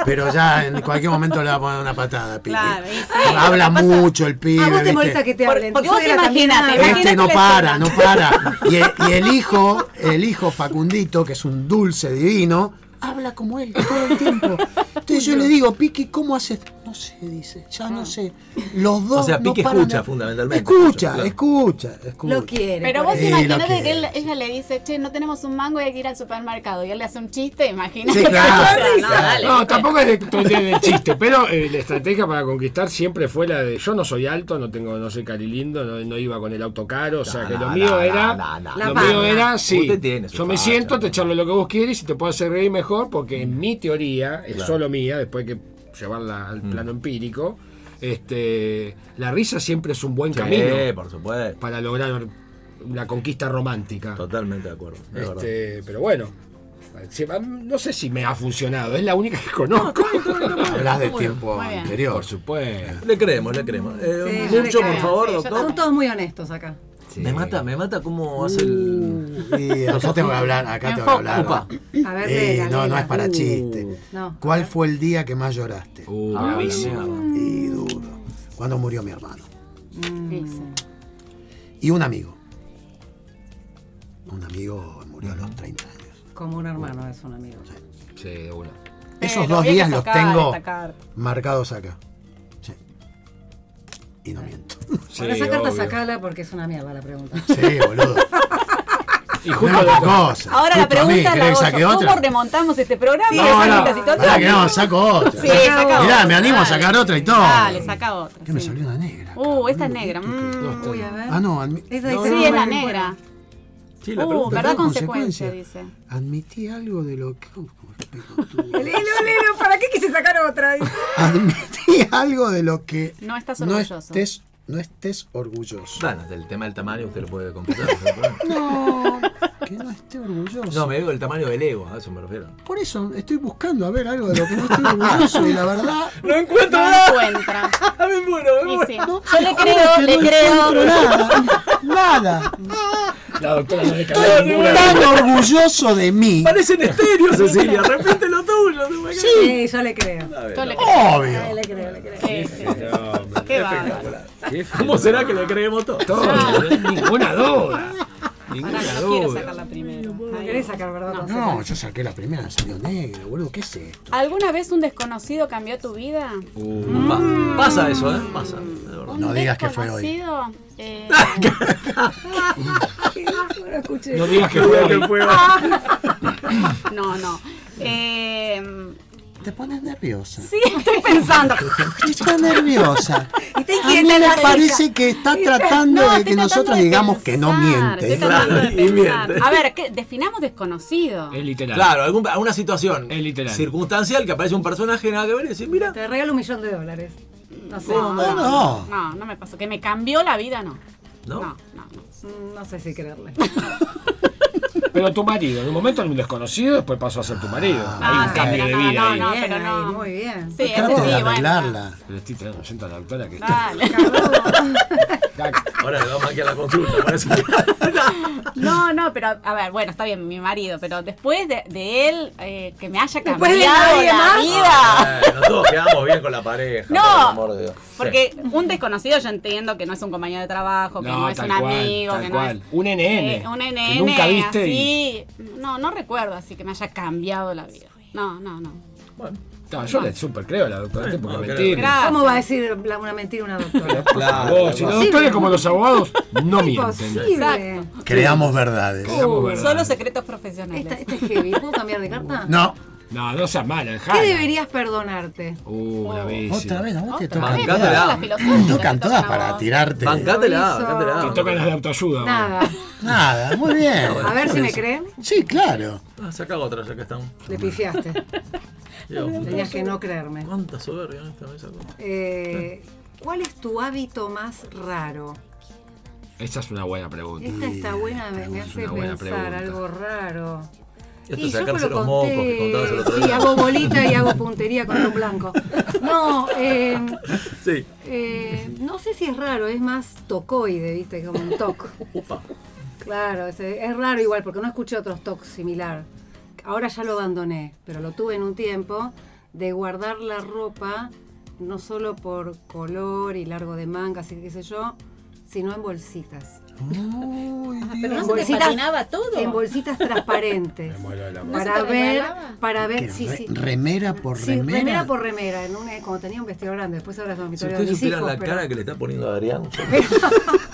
S5: Pero ya en cualquier momento le va a poner una patada a Piqui.
S4: Claro, y sí.
S5: Habla
S4: Pasa-
S5: mucho el pibe.
S3: Ah,
S6: ¿A vos te
S5: ¿viste?
S6: molesta que te
S4: Por-
S6: hablen?
S4: porque
S6: Tu
S4: vos
S6: suegra también
S4: imaginate,
S6: habla.
S4: imagínate.
S5: Este no
S4: la
S5: para,
S4: escena.
S5: no para. Y el, y el hijo, el hijo Facundito, que es un dulce divino, habla como él todo el tiempo. Entonces yo le digo, Piqui, ¿cómo haces? No no sé, dice, ya no sé. Los
S2: O
S5: dos.
S2: sea,
S5: no
S2: Pique
S5: paran
S2: escucha
S5: de-
S2: fundamentalmente.
S5: Escucha,
S2: Claro.
S5: escucha, escucha.
S3: Lo quiere.
S4: Pero
S3: por
S4: vos
S5: Sí,
S3: ahí.
S4: imaginate
S5: lo
S4: que
S5: que
S4: él-
S5: es.
S4: ella le dice, che, no tenemos un mango y hay que ir al supermercado. Y él le hace un chiste, imagínate.
S5: Sí, claro.
S4: O sea, no, dale,
S7: No,
S4: viste.
S7: tampoco es de, de- de chiste, pero eh, la estrategia para conquistar siempre fue la de yo no soy alto, no tengo, no soy carilindo, no, no iba con el auto caro, o sea
S2: No,
S7: que
S2: no,
S7: lo
S2: no,
S7: mío
S2: no, no,
S7: era,
S2: no,
S3: no.
S7: lo
S3: La
S7: mío
S3: vaga.
S7: era sí,
S2: Usted tiene su
S7: yo me
S2: facha,
S7: siento, te
S2: ¿no? Mm.
S7: charlo lo que vos quieres y te puedo hacer reír mejor, porque en mi teoría, es
S2: Claro. Mm.
S7: solo mía, después hay que llevarla al plano empírico, este, la risa siempre es un buen
S2: Sí,
S7: camino
S2: por supuesto.
S7: para lograr una conquista romántica.
S2: Totalmente de acuerdo. es verdad.
S7: Este, pero bueno, si- no sé si me ha funcionado, es la única que conozco.
S5: Hablas de tiempo
S4: Muy bien.
S5: anterior.
S7: Por supuesto.
S2: Le creemos, le creemos. Eh,
S3: Sí, yo le
S2: mucho, por
S3: creo,
S2: favor,
S4: sí, yo
S2: doctor.
S3: Son todos muy honestos acá.
S2: Me mata, me mata cómo hace
S5: Mm.
S2: el.
S5: Y acá tengo que hablar, acá tengo que hablar.
S2: Upa.
S3: A ver,
S5: Eh,
S3: lela,
S5: no, no
S3: lela.
S5: es para chiste.
S3: No.
S5: ¿Cuál fue el día que más lloraste?
S7: Uh,
S2: Ah,
S7: bravísimo.
S2: la mierda.
S5: Y duro. Cuando murió mi hermano.
S4: Dice.
S5: Y un amigo. Un amigo murió a los 30 años.
S3: Como un hermano es un amigo.
S7: Sí, de una.
S5: Esos
S4: Eh, lo
S5: dos
S4: había que
S5: días los
S4: sacar,
S5: tengo
S4: destacar.
S5: marcados acá. Sí. Y
S4: Eh.
S5: no miento.
S7: Sí,
S3: Bueno, esa carta
S7: obvio.
S3: sacala porque es una mierda la pregunta.
S5: Sí, boludo.
S7: Y
S5: No era
S7: justo lo-
S5: cosa.
S4: Ahora la
S5: Justo a mí,
S4: pregunta la
S5: ¿querés que
S4: hago
S5: saque
S4: yo.
S5: otra?
S4: ¿Cómo remontamos este programa?
S5: No,
S4: esa
S5: no,
S4: la situación.
S5: pará que no, saco otra.
S4: Sí, saca otra.
S5: Mirá, me animo a
S4: Dale.
S5: sacar otra y todo.
S4: Dale, saca otra.
S5: ¿Qué me
S4: sí.
S5: salió una negra?
S4: Uh, esta
S5: cabrón?
S4: es negra. mm.
S7: No,
S3: Uy, a ver.
S5: Ah, no, admi-
S3: Esa
S4: Sí,
S3: dice no,
S4: es
S3: no, no,
S4: la negra.
S2: Sí, la
S4: Uh,
S2: pregunta.
S4: verdad
S5: ¿verdad?
S4: consecuencia,
S5: Consecuencia.
S4: dice.
S5: admití algo de lo que. Uy, qué pelotudo.
S3: Lelo, Lelo, ¿para qué quise sacar otra?
S5: admití algo de lo que.
S4: No estás
S5: no
S4: orgulloso.
S5: estés, no estés orgulloso.
S2: Bueno, del tema del tamaño usted lo puede confesar. no hay problema.
S5: No, que no esté orgulloso.
S2: No, me digo el tamaño del ego, a eso me refiero.
S5: Por eso estoy buscando a ver algo de lo que no estoy orgulloso y la verdad.
S2: ¡No encuentro
S4: No encuentra.
S2: Ah, ¡Me muero!
S4: Y sí.
S5: No,
S4: Yo le
S5: te juro
S4: creo,
S5: que
S4: le
S5: no encuentro
S4: creo.
S5: Nada, nada.
S7: La doctora no le cagó
S5: Estoy
S7: ninguna.
S5: tan orgulloso de mí.
S2: Parecen estéreos, Cecilia. Repite lo tuyo. no me
S3: Sí. sí, yo le creo.
S4: Yo le creo.
S5: Obvio.
S3: Le creo, le creo.
S4: Sí, sí.
S7: No, Este hombre,
S4: Qué bárbaro.
S2: ¿Cómo
S7: qué fenómeno.
S2: será que le creemos todo?
S7: Todo, no hay ninguna
S4: Pará,
S7: duda. Ninguna
S4: que no quiero
S7: duda.
S4: sacarla primero.
S3: No querés sacar, ¿verdad? No,
S5: No, yo saqué la primera, me salió negra, boludo. ¿Qué es esto?
S4: ¿Alguna vez un desconocido cambió tu vida?
S2: Uh, pa- pasa eso, ¿eh? Pasa. de verdad.
S4: ¿Un
S5: No digas que fue hoy.
S4: desconocido? Eh,
S3: lo escuché.
S7: No digas que fue hoy.
S4: no, no. Eh,
S5: Te pones nerviosa.
S4: sí, estoy pensando.
S5: Está nerviosa.
S3: Está
S5: A mí
S3: inquieta
S5: me
S3: la
S5: parece que está tratando
S4: No,
S5: de
S4: estoy
S5: que
S4: tratando
S5: nosotros
S4: de
S5: digamos que no
S4: pensar,
S5: miente.
S4: estoy tratando de
S2: Claro, y
S4: pensar.
S2: miente.
S4: A ver, ¿qué? definamos desconocido.
S7: Es literal.
S2: Claro, algún- alguna situación
S7: Es literal.
S2: circunstancial que aparece un personaje nada que ver y decís, mira,
S3: Te regalo un millón de dólares. No sé.
S4: No, no,
S5: no.
S4: no, no me pasó. Que me cambió la vida, no.
S2: ¿no?
S4: No, no, no.
S3: Mm, No sé si creerle.
S7: Pero tu marido, en un momento era un desconocido, después pasó a ser tu marido.
S4: Ah,
S7: Hay un
S4: sí, pero
S7: cambio de
S4: no,
S7: vida
S4: no,
S7: ahí.
S4: no.
S3: bien,
S4: pero
S3: ahí, muy bien.
S4: Sí, ese
S5: Trato
S4: sí,
S5: de
S4: bueno.
S5: arreglarla.
S7: Pero estoy trayendo a la doctora que está.
S4: Dale.
S2: Ahora le vamos aquí a la consulta. parece.
S4: No, no, pero a ver, bueno, está bien, mi marido, pero después de, de él, eh, que me haya
S3: Después
S4: cambiado
S3: de nadie
S4: la
S3: más.
S7: Ah,
S4: vida.
S2: Ah, Bueno, todos quedamos bien con la pareja.
S4: No,
S2: por el amor de Dios. Sí.
S4: Porque un desconocido yo entiendo que no es un compañero de trabajo, que no, es
S7: tal
S4: un
S7: cual,
S4: amigo,
S7: tal
S4: que
S7: cual.
S4: no es...
S7: Un NN.
S4: Eh, un
S7: que
S4: NN,
S7: nunca viste
S4: así.
S7: y-
S4: No, no recuerdo así que me haya cambiado la vida. No, no, no.
S2: Bueno,
S7: No, yo le super creo a la doctora este porque
S2: no,
S7: me
S2: creo.
S7: tiene.
S4: Gracias.
S3: ¿Cómo va a decir la- una mentira una doctora?
S2: claro.
S7: Vos, si los doctores como los abogados no mienten.
S3: Imposible.
S5: Creamos verdades.
S7: Digamos verdad.
S4: Uh, Solo secretos profesionales.
S3: Esta, esta es heavy. ¿Puedo cambiar de carta?
S5: No.
S7: No, no seas mala, dejala.
S3: ¿Qué deberías perdonarte?
S7: Uh, bravísimo.
S5: Otra vez, a vos te
S2: vez.
S5: tocan
S2: Bancátela.
S5: todas.
S4: La filosofía,
S5: Te tocan
S4: te
S5: todas
S4: tocan a
S5: para
S4: vos.
S5: tirarte.
S2: Bancátela,
S3: Lo hizo.
S2: bancátela.
S7: Te tocan las de autoayuda. ahora.
S3: Nada.
S5: Nada, muy bien.
S3: A ver si me creen.
S5: Sí, claro.
S2: Ah, saca otra, ya que estamos.
S3: Le pifiaste.
S2: Digo,
S3: Tenías que no creerme.
S2: ¿Cuánta soberbia en esta mesa? ¿no?
S3: Eh, ¿Cuál es tu hábito más raro?
S7: Esa es una buena pregunta.
S3: Esta está buena, me, me hace
S7: una buena
S3: pensar
S7: pregunta.
S3: algo raro.
S2: Esto
S3: Y
S2: es
S3: yo
S2: sacarse
S3: lo
S2: los mocos que
S3: conté.
S2: contabas el otro
S3: Sí,
S2: día.
S3: hago bolita y hago puntería con un blanco. No, eh,
S2: Sí.
S3: eh, no sé si es raro, es más tocoide, ¿viste? Como un toc.
S2: Upa.
S3: Claro, es, es raro igual, porque no escuché otros tocs similar. Ahora ya lo abandoné, pero lo tuve en un tiempo de guardar la ropa, no solo por color y largo de manga, así que qué sé yo, sino en bolsitas.
S5: Uy,
S4: Pero
S5: Dios.
S4: no se te patinaba todo.
S3: en bolsitas transparentes.
S7: muero de la
S4: se
S3: para
S4: te
S3: ver,
S4: regalaba?
S3: para
S5: Que
S3: ver si
S5: re-
S3: Eh, sí.
S5: remera por
S3: Sí,
S5: remera.
S3: remera por remera, en una, como tenía un vestido grande, después ahora es
S2: Si
S3: dormitorio de
S2: ustedes
S3: mis
S2: supieran
S3: hijos,
S2: la
S3: pero
S2: cara que le está poniendo Adrián, yo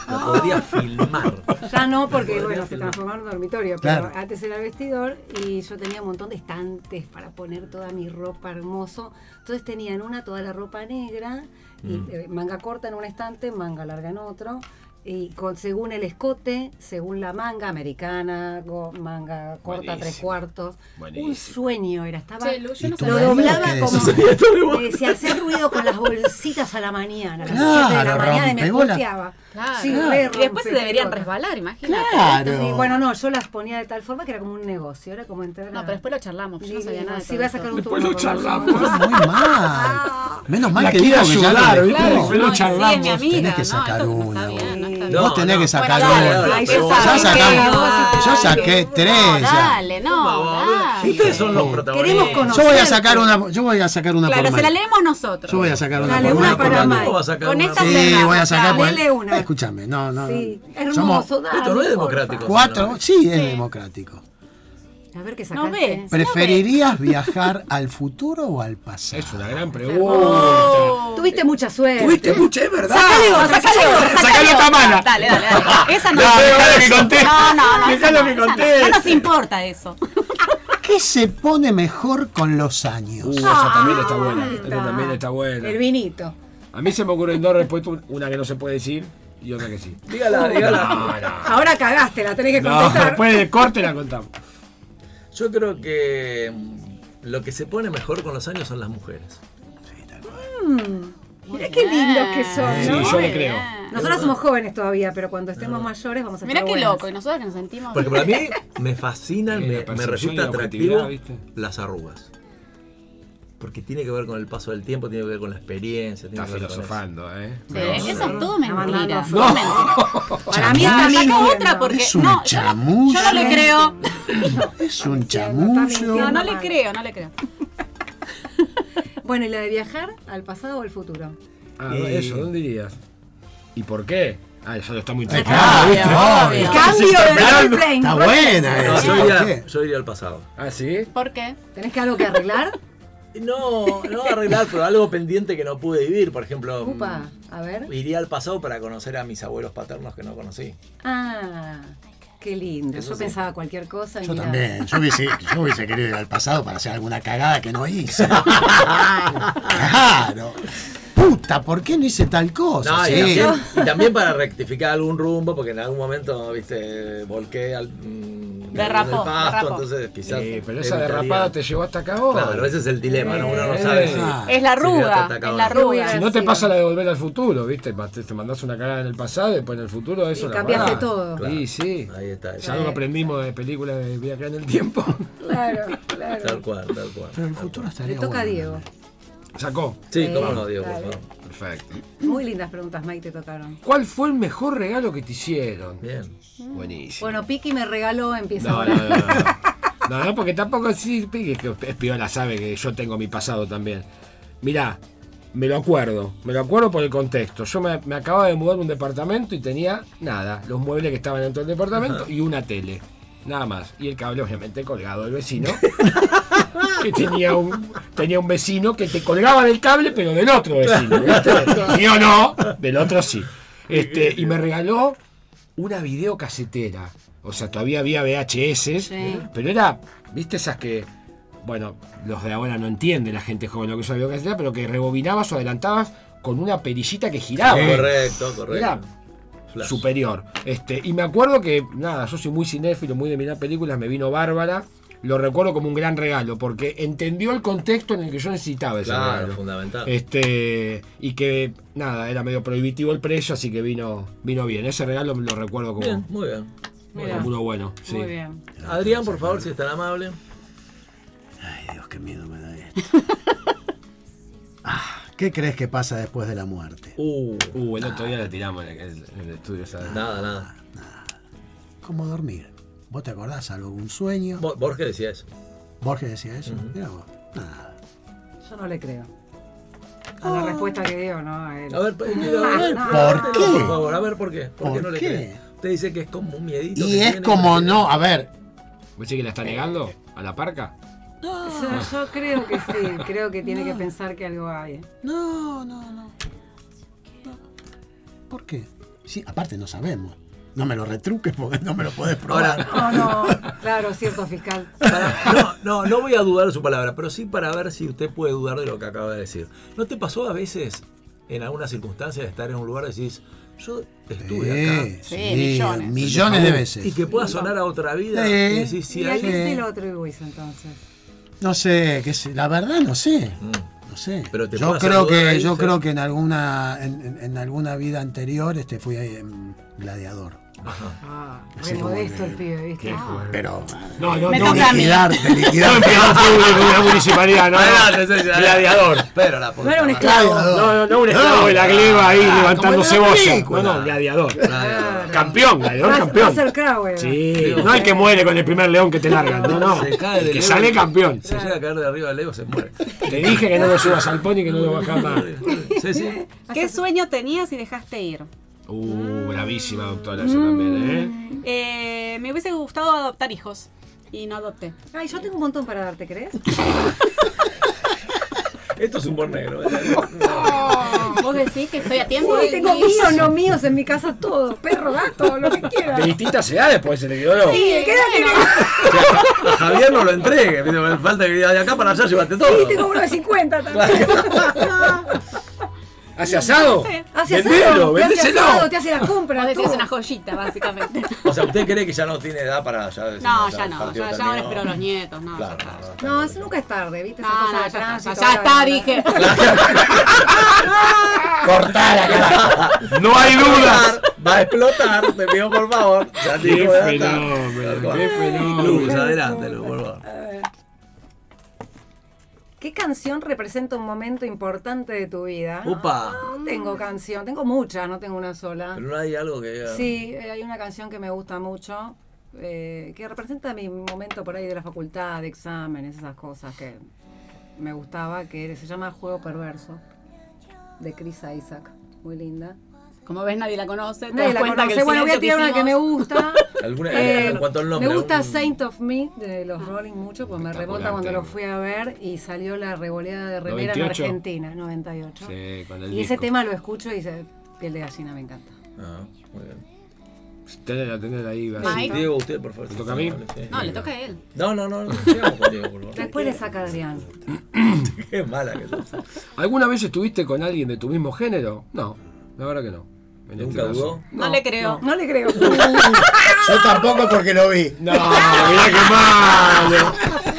S2: la podría filmar.
S3: ya no, porque
S2: Podría
S3: bueno, se
S2: filmar.
S3: transformaron en dormitorio,
S5: Claro.
S3: pero antes era vestidor y yo tenía un montón de estantes para poner toda mi ropa hermoso, entonces tenía en una toda la ropa negra, y, eh, manga corta en un estante, manga larga en otro, y con, según el escote, según la manga americana, go- manga corta, tres
S7: Buenísimo.
S3: cuartos,
S7: Buenísimo.
S3: un sueño era, estaba...
S4: Che, Lu, yo
S5: ¿Y
S4: no
S5: tu
S4: sabía.
S3: Lo doblaba
S5: marido qué
S3: como.
S5: decía?
S3: eh, si hacía ruido con las bolsitas a la mañana. A las
S5: Claro,
S3: siete de la mañana me
S5: rompebola.
S3: puteaba.
S4: Claro.
S3: Sí,
S4: Y
S3: re
S4: después se deberían
S3: rompebola.
S4: resbalar, imagínate.
S5: Claro.
S3: Y bueno, no, yo las ponía de tal forma que era como un negocio, era como entrar
S4: No,
S3: a-
S4: pero después lo charlamos, yo no sabía
S3: Sí,
S4: nada. de
S3: sí,
S4: todo
S3: voy a
S4: esto.
S3: sacar un
S7: Después
S3: turno
S7: lo
S3: con vosotros.
S7: charlamos.
S5: Muy mal. Menos mal
S7: La
S5: que dijo
S7: quiere
S5: que ya
S7: ayudar,
S5: lo
S7: ¿viste?
S5: dejó.
S7: Después lo
S4: No, y sí, es mi
S7: charlamos.
S4: amiga,
S5: Tenés que
S4: no,
S5: sacar
S4: esto no
S5: una,
S4: está bien, no está
S3: boludo.
S4: bien.
S5: Vos tenés
S2: No,
S5: que
S2: no.
S5: sacar
S4: Bueno,
S5: una.
S4: dale,
S3: Ay,
S5: Yo
S3: yo
S5: ya
S3: saqué
S5: sacamos-
S3: dos.
S5: yo saqué tres.
S4: No,
S5: ya.
S4: dale, no, dale.
S2: Ustedes son los protagonistas.
S3: Queremos conocer.
S5: Yo voy a sacar una. Yo voy a sacar una
S4: Claro,
S5: por
S4: se la
S5: Mike.
S4: leemos nosotros.
S5: Yo voy a sacar una
S3: Dale,
S5: por
S3: una
S5: Mike.
S3: para Mike.
S2: ¿Cómo va a sacar
S4: Con
S2: una
S4: esta
S2: por-
S4: se-
S5: Sí,
S4: Cerramos,
S5: voy a sacar
S4: dale,
S5: por
S3: dele una.
S5: Escúchame, no, no.
S3: Sí,
S5: no.
S3: hermoso,
S5: Somos
S3: dale,
S2: Esto no es
S3: porfa.
S2: democrático.
S5: cuatro. Sí, es democrático.
S3: A ver qué
S4: No
S3: sacaste.
S4: ve.
S5: ¿Preferirías viajar al futuro o al pasado?
S7: Es una gran pregunta.
S4: Oh.
S3: Tuviste mucha suerte.
S7: Tuviste mucha, es verdad.
S3: Sacale otra, sacale otra,
S7: Sacale otra mala.
S4: Dale, dale, dale. Esa no.
S7: No,
S4: esa
S7: dejalo
S4: no.
S7: que conteste.
S4: No, no, no. esa
S7: Dejalo
S4: no,
S7: que
S4: esa no.
S7: conteste.
S4: No nos importa eso.
S5: ¿Qué se pone mejor con los años?
S7: Uh, esa también está buena. Esa también está
S3: El
S7: buena.
S3: vinito.
S7: A mí se me ocurren dos respuestas, una que no se puede decir y otra que sí.
S2: Dígala, dígala.
S7: No, no.
S3: Ahora cagaste, la tenés que
S7: No,
S3: contestar.
S7: después del corte la contamos.
S2: Yo creo que mm, lo que se pone mejor con los años son las mujeres.
S3: Mirá qué lindos que son,
S7: Sí,
S3: ¿no?
S7: yo le creo.
S3: Nosotros somos jóvenes todavía, pero cuando estemos mayores vamos a estar
S4: Mirá qué
S3: buenas.
S4: loco. Y nosotros que nos sentimos.
S2: Porque para mí me fascinan,
S7: Sí, la
S2: me, me
S7: percepción
S2: resulta
S7: y la objetividad,
S2: atractivo
S7: ¿viste?
S2: las arrugas. Porque tiene que ver con el paso del tiempo, tiene que ver con la experiencia. Tiene
S7: Está
S2: que ver con
S7: filosofando, ¿eh.
S4: Sí, Eso es todo
S3: Está mandando
S4: mentira.
S3: flores. Para mí
S4: Ah,
S3: está
S4: saca
S3: mintiendo.
S4: otra porque
S5: Es un
S4: no, yo no,
S5: chamuyo.
S4: yo no le creo.
S5: Es un
S4: No,
S5: chamullo.
S4: no le creo, no le creo.
S3: Bueno, ¿y la de viajar al pasado o al futuro?
S7: Ah,
S2: Y-
S7: eso, ¿dónde dirías? ¿Y por qué? Ah, ya lo está muy
S5: Ay,
S7: temprano,
S5: claro,
S7: ¿viste?
S5: obvio, obvio.
S3: ¡Cambio de role playing!
S5: Está buena
S2: eso. No,
S5: esa.
S2: yo,
S5: ¿por
S2: iría,
S5: qué?
S2: yo iría al pasado.
S7: Ah, sí.
S4: ¿Por qué?
S3: ¿Tenés que algo que arreglar?
S2: No, no arreglar, pero algo pendiente que no pude vivir, por ejemplo. mm,
S3: Upa, a ver.
S2: Iría al pasado para conocer a mis abuelos paternos que no conocí.
S3: Ah, qué lindo. Yo pensaba cualquier cosa. y
S5: Yo
S3: mirá.
S5: también, yo hubiese, yo hubiese querido ir al pasado para hacer alguna cagada que no hice. claro. Puta, ¿por qué no hice tal cosa?
S2: No, y,
S5: Sí.
S2: también, y también para rectificar algún rumbo, porque en algún momento, viste, volqué al. mm,
S4: Derrapó,
S2: del pasto,
S4: derrapó.
S2: entonces quizás.
S7: Eh, pero esa
S2: evitaría-
S7: derrapada te llevó hasta acá ahora.
S2: Claro, ese es el dilema, ¿no? Uno no
S7: Eh,
S2: sabe. si-
S5: ah.
S4: Es la
S2: si quedó
S4: arruga,
S2: tan
S4: es la
S2: acabado.
S3: arruga.
S7: Si no te
S3: Sí.
S7: pasa la de volver al futuro, ¿viste? Te te mandás una cagada en el pasado y después en el futuro eso
S3: Y
S7: la
S3: cambiaste
S7: parás.
S3: todo.
S2: Claro.
S7: Sí, sí.
S2: Ahí está.
S7: Ya no aprendimos de películas de viajar en el tiempo.
S3: Claro, claro.
S2: Tal cual, tal cual.
S5: Pero el futuro estaría
S3: Le toca a
S5: bueno.
S3: Diego.
S7: Sacó.
S2: Sí, cómo no, Diego,
S3: Dale.
S2: por favor.
S7: Perfecto.
S3: Muy lindas preguntas, Mike, te tocaron.
S7: ¿Cuál fue el mejor regalo que te hicieron?
S2: Bien.
S7: Buenísimo.
S3: Bueno, Piki me regaló, empieza
S7: No,
S3: ahora.
S7: no, no, no. No, no, porque tampoco es decir, que que es piola, sabe que yo tengo mi pasado también. Mirá, me lo acuerdo, me lo acuerdo por el contexto. Yo me, me acababa de mudar de un departamento y tenía nada, los muebles que estaban dentro del departamento y una tele. Nada más. Y el cable, obviamente, colgado del vecino. que tenía un, tenía un vecino que te colgaba del cable, pero del otro vecino. ¿viste? Mío no, del otro sí. Este, y me regaló una videocasetera. O sea, todavía había VHS, pero era, viste, esas que, bueno, los de ahora no entienden la gente joven lo que es una videocasetera, pero que rebobinabas o adelantabas con una perillita que giraba.
S2: Correcto,
S7: Era
S2: correcto. Flash.
S7: superior. Este, y me acuerdo que, nada, yo soy muy cinéfilo, muy de mirar películas, me vino Bárbara. Lo recuerdo como un gran regalo, porque entendió el contexto en el que yo necesitaba ese
S2: Claro,
S7: regalo.
S2: fundamental.
S7: Este, y que nada, era medio prohibitivo el precio, así que vino, vino bien. Ese regalo me lo recuerdo como,
S2: Bien, muy bien.
S7: como uno bueno. sí.
S4: Muy bien.
S2: Adrián, por favor, si es tan amable.
S5: Ay, Dios, qué miedo me da esto. Ah, ¿Qué crees que pasa después de la muerte?
S2: Uh,
S7: Uh, el otro día la tiramos en el, en el estudio, ¿sabes?
S2: nada, nada.
S5: ¿Cómo dormir? ¿Vos te acordás algo? ¿Un sueño?
S2: Bo- Borges decía eso.
S5: ¿Borges decía eso? Mirá vos. Nada.
S3: Yo no le creo. A la
S2: Oh.
S3: respuesta que dio, no. a él.
S2: A ver, pues, pa- a ver,
S5: ¿Por
S2: por
S5: qué?
S2: favor, a ver por qué. ¿Por, qué no le crees? Usted dice que es como un miedito.
S5: Y
S2: que
S5: es
S2: tiene.
S5: como no, a ver,
S7: ¿Vos decís que la está negando? ¿A la parca?
S3: Yo, yo creo que sí, creo que tiene que pensar que algo hay. ¿eh?
S5: No, no, no. ¿Por qué? Sí, aparte no sabemos. No me lo retruques porque no me lo podés probar.
S3: No, no, claro, cierto fiscal.
S2: Para- no, no, no voy a dudar de su palabra, pero sí para ver si usted puede dudar de lo que acaba de decir. ¿No te pasó a veces, en alguna circunstancia, de estar en un lugar y decís, yo estuve acá?
S5: Sí,
S4: Sí, millones.
S5: millones de
S2: Y
S5: veces.
S2: que pueda sonar a otra vida
S5: Sí.
S2: y decís, sí,
S3: ¿Y a
S2: ahí-
S3: qué es el otro Luis entonces?
S5: No sé, qué sé, la verdad no sé. No sé.
S2: Mm. Pero te
S5: yo
S2: puedo hacer
S5: creo que
S2: dudar ahí,
S5: yo
S2: sí.
S5: creo que en alguna en, en- en alguna vida anterior este fui eh, gladiador.
S3: Ah,
S5: Sí,
S3: re modesto el
S5: bueno.
S3: pibe, ¿viste? Ah,
S5: Pero
S7: No, no,
S4: Me
S7: no.
S4: toca a mí.
S5: liquidar, te
S7: No
S5: liquidar.
S7: empezó con una municipalidad, no.
S2: Adelante, sí, sí, adelante.
S7: Gladiador.
S2: Pero la puta
S3: No era un
S2: madre.
S3: esclavo.
S7: No, no, no un esclavo de la gleba ahí levantándose
S5: como en la
S7: voces. No,
S5: película.
S7: no, gladiador.
S2: Claro.
S7: Campeón, gladiador
S3: Ras- Russell
S7: campeón.
S3: Crowe.
S7: Sí, no el que muere con el primer león que te largan, no, no.
S2: Se cae
S7: El
S2: del
S7: que
S2: ego.
S7: sale campeón.
S2: Se llega a caer de arriba del ego, se muere.
S7: Te dije que no lo subas al pony que no lo bajas más.
S2: Sí, sí.
S4: ¿Qué sueño tenías y dejaste ir?
S7: Uh, bravísima doctora yo
S3: Mm,
S7: también, ¿eh?
S4: Eh, me hubiese gustado adoptar hijos y no adopté.
S3: Ay, yo tengo un montón para darte, ¿crees?
S2: Esto es humor negro. ¿eh?
S4: Vos decís que estoy a tiempo.
S3: Oh. Sí, tengo míos, no míos en mi casa todo. Perro, gato, lo que
S7: De
S3: quieras.
S7: distintas edades pues, puede ser que
S4: Sí,
S3: Quédate
S4: bueno.
S2: A Javier no lo entregue. ¿viste? Falta que diga, de acá para allá llévate todo.
S3: Sí, tengo uno de 50 también.
S7: ¿Hace asado?
S3: Hace
S7: Vendelo,
S3: asado, te hace
S7: vendéselo.
S3: asado, te hace las
S4: Vos
S3: compras.
S4: decís es
S3: todo.
S4: una joyita, básicamente.
S2: O sea, ¿usted cree que ya no tiene edad para ya decir,
S4: No, ya
S2: el
S4: no.
S2: partido
S4: Ya, ya
S2: terminó?
S4: ahora espero a los nietos. No,
S2: Claro,
S4: ya está.
S3: No, es- nunca es tarde, ¿viste? Esas
S4: No,
S3: cosas
S4: no, ya
S3: de
S4: está, ya
S3: tránsito,
S4: está,
S3: bla, bla,
S4: dije.
S5: Cortala, carajo.
S7: No hay dudas.
S2: Va a explotar, te pido por favor. Ya
S7: Qué
S2: digo, ya está. Tal
S7: fenómeno,
S2: cual.
S7: qué
S2: Luz,
S7: fenómeno.
S2: adelante, Luz, por favor.
S3: bla. ¿Qué canción representa un momento importante de tu vida?
S2: Upa.
S3: No tengo canción, tengo muchas, no tengo una sola.
S2: Pero no hay algo que. diga-
S3: Sí, eh, hay una canción que me gusta mucho, eh, que representa mi momento por ahí de la facultad, de exámenes, esas cosas que me gustaba, que se llama Juego Perverso, de Chris Isaac. Muy linda.
S4: Como ves, nadie la conoce. Te
S3: Nadie
S4: das
S3: la
S4: cuenta que
S3: conoce.
S4: el
S3: Bueno, voy a
S4: silencio
S3: tirar una que me
S4: hicimos-
S3: gusta.
S2: Alguna,
S3: Eh,
S2: en cuanto al nombre.
S3: me gusta
S2: algún-
S3: Saint of Me de los Rolling mucho, pues me remonta cuando lo fui a ver y salió la revoleada de Rivera en
S7: 98.
S3: Argentina, 98.
S7: Sí, con el
S3: y ese
S7: disco.
S3: tema lo escucho y se piel de gallina, me encanta.
S2: Ah, muy bien.
S7: Tenela, tenela ahí. va.
S4: Ay.
S2: Diego, usted, por favor.
S7: ¿Me toca a mí?
S2: Sí.
S4: No, le toca a él.
S2: No, no, no, no. sigamos con Diego, por favor.
S3: Después le saca Adrián.
S2: Qué mala que sos.
S7: ¿Alguna vez estuviste con alguien de tu mismo género? No, la verdad que no. En este
S2: ¿Nunca
S7: caso.
S2: dudó?
S4: No, le creo.
S3: No le creo.
S5: Yo tampoco porque lo vi.
S7: No, mirá qué malo.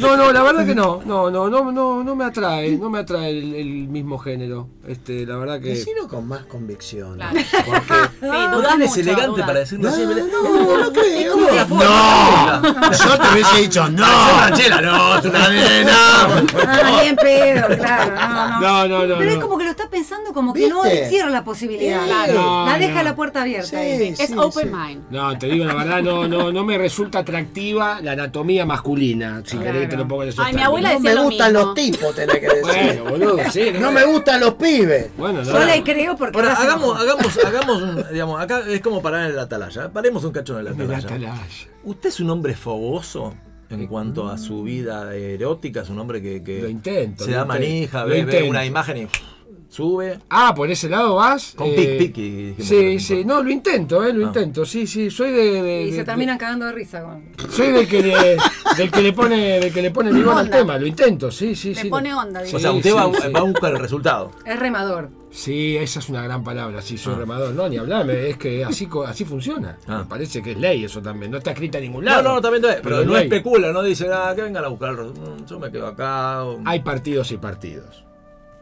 S7: No, no, la verdad que no. No, no, no, no, no me atrae. No me atrae el, el mismo género. Este, la verdad que.
S5: Decilo con más convicción.
S4: Claro.
S5: Porque
S4: Sí, dudas
S2: Él es
S4: mucho,
S2: elegante
S4: dudas.
S2: para decirlo así. No,
S5: no lo creo.
S2: la forma,
S5: No, yo te hubiese dicho no.
S2: Chela, no, tú también, no.
S3: Ah, bien pedo, claro. No, no.
S7: No, no, no.
S3: Pero es
S7: no.
S3: como que lo está pensando como que no
S5: ¿Viste?
S3: cierra la posibilidad.
S7: Claro.
S3: La
S7: No,
S3: deja
S7: no.
S3: la puerta abierta. ahí.
S5: Sí,
S4: Es
S5: sí,
S4: open
S5: sí.
S4: mind.
S7: No, te digo la verdad, no, no, no me resulta atractiva la anatomía masculina. Si querés, te lo pongo en esos
S4: Ay, mi
S7: términos.
S4: abuela
S5: No
S4: decía
S5: me
S4: lo
S5: gustan
S4: mismo.
S5: los tipos, tenés que decir.
S7: Bueno, boludo, sí.
S5: No me gustan los pibes.
S7: Bueno, no.
S3: Yo le creo porque
S2: Ahora,
S3: ahora se
S2: hagamos,
S3: enojó.
S2: hagamos, hagamos un, digamos, acá es como parar en la atalaya. Paremos un cacho en la
S7: Me la
S2: atalaya.
S7: atalaya.
S2: ¿Usted es un hombre fogoso en cuanto a su vida erótica? ¿Es un hombre que, que
S7: Lo intento,
S2: se
S7: lo
S2: da
S7: intento.
S2: manija,
S7: Lo
S2: ve, ve
S7: intento.
S2: una imagen y sube?
S7: Ah, por ese lado vas. eh,
S2: Con pic, pic y dijimos que
S7: Sí,
S2: no
S7: sí,
S2: importa.
S7: no, lo intento, eh, lo
S2: Ah.
S7: intento. Sí, sí, soy de. de-
S3: Y
S7: de-
S3: se terminan cagando de risa con.
S7: de- soy del que le, del que le pone, del que le pone vigor al
S4: Onda.
S7: tema, lo intento, sí, sí,
S4: Le
S7: sí.
S4: pone onda,
S2: o
S4: dice.
S2: sea,
S7: Sí,
S2: usted
S7: sí,
S2: va,
S7: sí.
S2: va a buscar el resultado.
S3: Es remador.
S7: Sí, esa es una gran palabra, sí, soy remador, no, ni hablarme, es que así co- así funciona.
S2: Ah.
S7: Me parece que es ley eso también, no está escrita en ningún
S2: No,
S7: lado.
S2: no, no, también te- pero,
S7: es
S2: no
S7: ley.
S2: especula, no dice nada, que vengan a buscarlo. Mm, Yo me quedo acá. o-
S7: Hay partidos y partidos.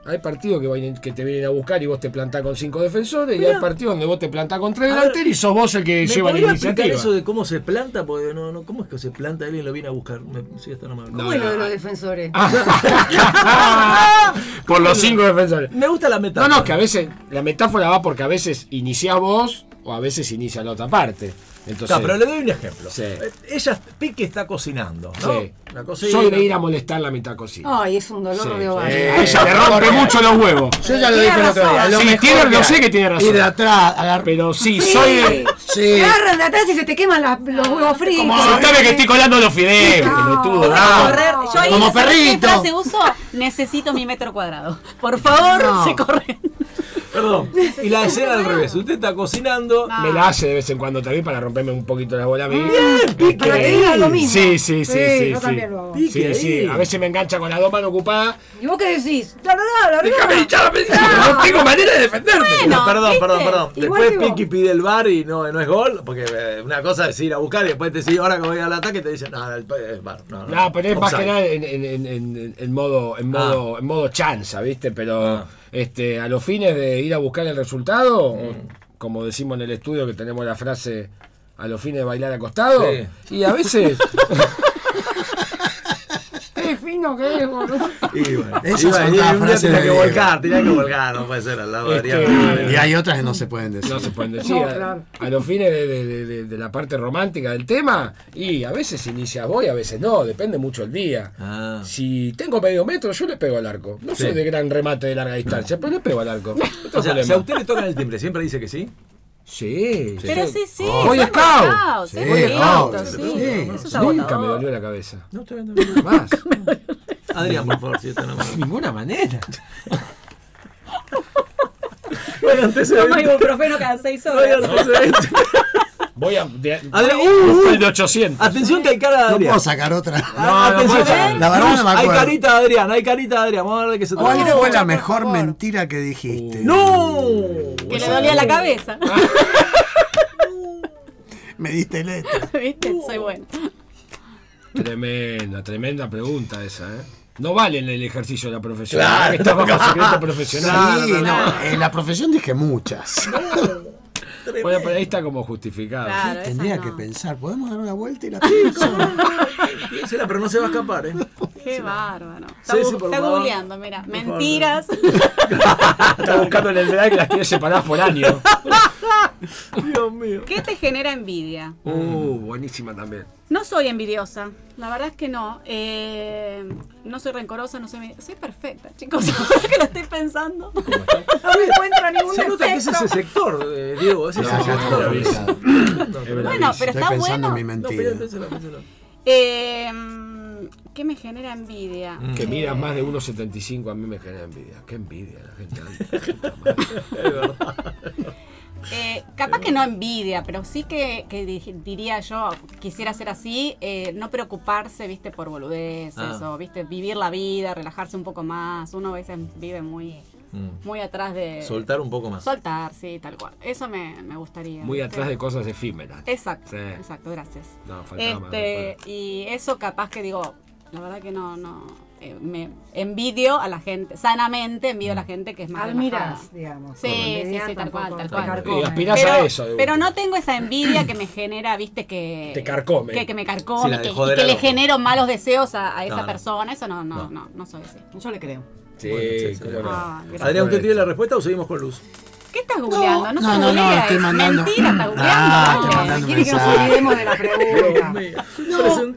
S7: Hay partidos que, vayan- que te vienen a buscar y vos te plantás con cinco defensores, y hay partidos donde vos te plantás con tres
S2: A ver,
S7: delanteros y sos vos el que
S2: ¿Me
S7: lleva la
S2: podría explicar
S7: iniciativa.
S2: eso de cómo se planta? Porque no, no, ¿cómo es que se planta alguien y lo viene a buscar? Me, sí, está normal.
S3: ¿Cómo es lo de los defensores?
S7: Ah. Por los cinco defensores.
S2: Me gusta la
S7: No,
S2: metáfora.
S7: no, que a veces la metáfora va porque a veces iniciás vos o a veces inicia la otra parte. Entonces,
S2: Está, pero le doy un ejemplo.
S7: Sí.
S2: Eh, Ella, Pique está cocinando, ¿no?
S7: sí.
S2: La cocina.
S7: Soy de ir a molestar la mitad cocina.
S3: Ay, es un dolor
S7: Sí,
S3: de ovario.
S5: sí.
S2: Eh,
S7: A ella le rompe mucho los huevos.
S5: Yo ya lo dije el otro día. Lo
S7: Sí,
S5: mejor
S7: tiene-
S5: que
S7: lo sé
S5: hay.
S7: que tiene razón.
S5: Ir de atrás, agarrar.
S7: Pero sí, soy de.
S5: Sí.
S3: Te agarran de atrás y se te queman las- los huevos fritos.
S7: Contame que estoy colando los fideos, pelotudo,
S3: Ah,
S7: dale.
S4: correr. Yo ahí
S5: Como
S4: no sé qué
S5: perrito.
S4: frase uso, necesito mi metro cuadrado. Por favor, se corren.
S2: Perdón. Y la escena al revés. Usted está cocinando.
S4: No.
S7: Me la hace de vez en cuando también para romperme un poquito la bola a mí.
S2: Pique.
S3: Para que digas lo mismo.
S7: Sí, sí, sí, sí.
S3: yo
S7: sí.
S3: también lo hago.
S7: Sí,
S2: Pique
S7: sí,
S2: ahí.
S7: A veces me engancha con las dos manos ocupadas.
S3: ¿Y vos qué decís? ¡La verdad, la
S7: Déjame
S3: verdad!
S7: hinchar la pelota, porque no tengo manera de defenderte.
S4: Bueno,
S2: perdón,
S4: ¿viste?
S2: perdón, perdón.
S3: Igual que
S2: Después
S3: vos.
S2: Piqui pide el bar y no, no es gol, porque eh, una cosa es ir a buscar y después te decís, ahora que voy al ataque, te dicen, no, el, el bar. No,
S7: No, pero es más que
S2: Offside. Ah.
S7: nada en, en- en- en- en modo, en modo, en modo chanza, ¿viste? Pero este, a los fines de ir a buscar el resultado, o
S2: Mm.
S7: como decimos en el estudio que tenemos la frase a los fines de bailar acostado,
S2: Sí.
S7: y a veces
S3: ¡Qué fino que es, boludo!
S2: Y bueno,
S5: Esas
S2: iba
S5: son
S2: a ir,
S5: todas
S2: un día
S5: frases
S2: tenía
S5: de
S2: que
S5: Diego.
S2: volcar, tenía que volcar, no puede ser al lado de
S7: Este,
S2: Adrián.
S5: Y hay otras que no se pueden decir.
S7: no se pueden decir,
S3: No,
S7: a-
S3: claro.
S7: a, los fines de, de- de- de- de la parte romántica del tema, y a veces inicias vos y a veces no, depende mucho el día.
S2: Ah.
S7: Si tengo medio metro, yo le pego al arco. No soy
S2: Sí.
S7: de gran remate de larga distancia, pero le pego al arco. No tengo
S2: O sea, si
S7: problema.
S2: a usted le tocan el timbre, siempre dice que sí.
S7: Sí,
S4: Pero sí, sí.
S7: Boy
S4: son
S7: Scout.
S4: Scouts,
S5: Sí,
S4: es bonito,
S5: Scouts.
S4: sí.
S5: Sí.
S4: Eso es
S7: Nunca me
S4: agotador.
S7: dolió la cabeza.
S2: No, está bien, está bien.
S7: Más.
S2: Adrián, por favor, si está no
S7: De ninguna manera.
S2: Bueno,
S4: Toma
S2: antecedente.
S4: ibuprofeno cada seis
S2: Hay
S4: horas.
S2: antecedente.
S7: Voy a. de-
S2: Adrián, uh,
S7: el de 800.
S2: Atención que hay cara de
S5: No
S2: Adrián.
S5: puedo sacar otra.
S2: Ah,
S7: No, no puedo sacar.
S5: La verdad
S2: Luz,
S5: no me
S2: Hay
S5: acuerdo.
S2: carita de Adrián, hay carita de Adrián. Vamos a ver de qué se trata.
S5: ¿Cuál fue la
S3: por
S5: mejor
S3: favor.
S5: mentira que dijiste?
S2: ¡No!
S4: Que le dolía la cabeza.
S5: Me diste letra.
S4: ¿Viste? Soy bueno.
S7: Tremenda, tremenda pregunta esa, ¿eh? No vale en el ejercicio de la profesión. Claro, está bajo secreto profesional.
S5: Sí, no. En la profesión dije muchas.
S7: Bueno, pero ahí está como justificado.
S4: Claro, esas
S5: Tendría
S4: no.
S5: que pensar, ¿podemos dar una vuelta y la pienso?
S2: Será, pero no se va a escapar, ¿eh?
S4: Qué bárbaro. Está,
S2: Sí,
S4: gu-
S2: sí, por
S4: está
S2: favor.
S4: googleando, mira. Mentiras.
S7: Está buscando en el drive que las tiene separadas por año.
S2: Dios mío.
S4: ¿Qué te genera envidia?
S7: Uh, buenísima también.
S4: No soy envidiosa, la verdad es que no. Eh, no soy rencorosa, no soy envidiosa. Soy perfecta, chicos. Ahora que lo estoy pensando. No me encuentro ningún
S2: Se nota que es
S4: defecto.
S2: ese sector, eh, Diego. Es ese
S5: No,
S2: sector.
S5: no,
S2: No,
S5: no.
S4: Bueno, pero
S5: Estoy
S4: está
S5: pensando en
S4: bueno.
S5: mi mentira.
S2: pero pensalo, pensalo.
S4: Eh, ¿Qué me genera envidia?
S2: Mm.
S7: Que miras más de 1.75 a mí me genera envidia. Qué envidia la gente. alta, la puta madre.
S4: Eh, capaz que no envidia, pero sí que, que di- diría yo, quisiera ser así, eh, no preocuparse, viste, por boludeces
S2: Ah.
S4: o, viste, vivir la vida, relajarse un poco más. Uno a veces vive muy, muy atrás de...
S2: Mm. Soltar un poco más.
S4: Soltar, sí, tal cual. Eso me, me gustaría.
S7: Muy
S4: ¿viste?
S7: atrás de cosas efímeras.
S4: Exacto,
S7: Sí.
S4: exacto, gracias.
S7: No, faltaba más,
S4: Este, y eso capaz que digo, la verdad que no, no, eh, me envidio a la gente, sanamente envidio a
S7: Mm.
S4: la gente que es más relajada.
S3: Admirás, digamos.
S4: Ah, Sí, sí, sí, tal cual, tal cual.
S7: Y aspirás a
S4: Pero,
S7: eso. de
S4: pero
S7: última.
S4: no tengo esa envidia que me genera, viste, que...
S7: Te carcome.
S4: Que, que me
S2: Sí,
S4: carcome,
S2: la de
S4: que, y
S2: joder
S4: que
S2: al
S4: le
S2: otro.
S4: genero malos deseos a, a esa
S2: No, no.
S4: persona. Eso no, no,
S2: No.
S4: no, no, soy así.
S3: Yo le creo.
S7: Sí,
S2: Bueno, sí, sí,
S7: cómo
S2: sí.
S7: no.
S4: Ah, gracias.
S2: Adrián, ¿usted tiene la respuesta o seguimos con luz?
S4: ¿Qué estás googleando? No,
S5: no,
S4: se
S5: no, no,
S4: googlea,
S5: estoy
S4: es
S5: mandando-
S4: Mentira, está
S5: Ah,
S4: googleando.
S5: estoy mandando
S3: Quiere que nos
S5: mensaje.
S3: olvidemos de la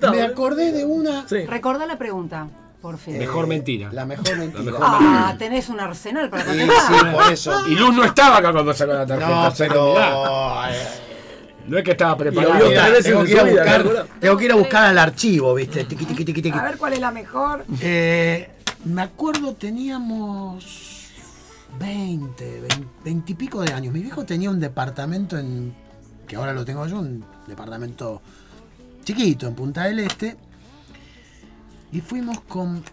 S3: pregunta.
S5: No, me acordé de una.
S2: Sí.
S3: Recordá la pregunta, por fin.
S7: Eh, Mejor mentira.
S5: La mejor mentira.
S3: Ah, tenés un arsenal para
S5: Sí,
S3: contar.
S5: sí, por eso.
S7: Y Luz no estaba acá cuando sacó la tarjeta.
S5: No,
S7: así que mirá,
S5: pero. eh,
S7: No es que estaba
S2: Y lo vio
S7: preparado.
S2: tres veces
S5: Tengo
S2: en
S5: que ir a
S2: su vida,
S5: buscar-
S2: ¿verdad?
S5: tengo que ir a buscar al archivo, ¿viste? Tiqui, tiqui, tiqui,
S4: Ah.
S5: tiqui.
S3: A ver cuál es la mejor.
S5: Eh, me acuerdo teníamos 20, 20, 20 y pico de años. Mi viejo tenía un departamento en. que ahora lo tengo yo, un departamento chiquito en Punta del Este. Y fuimos con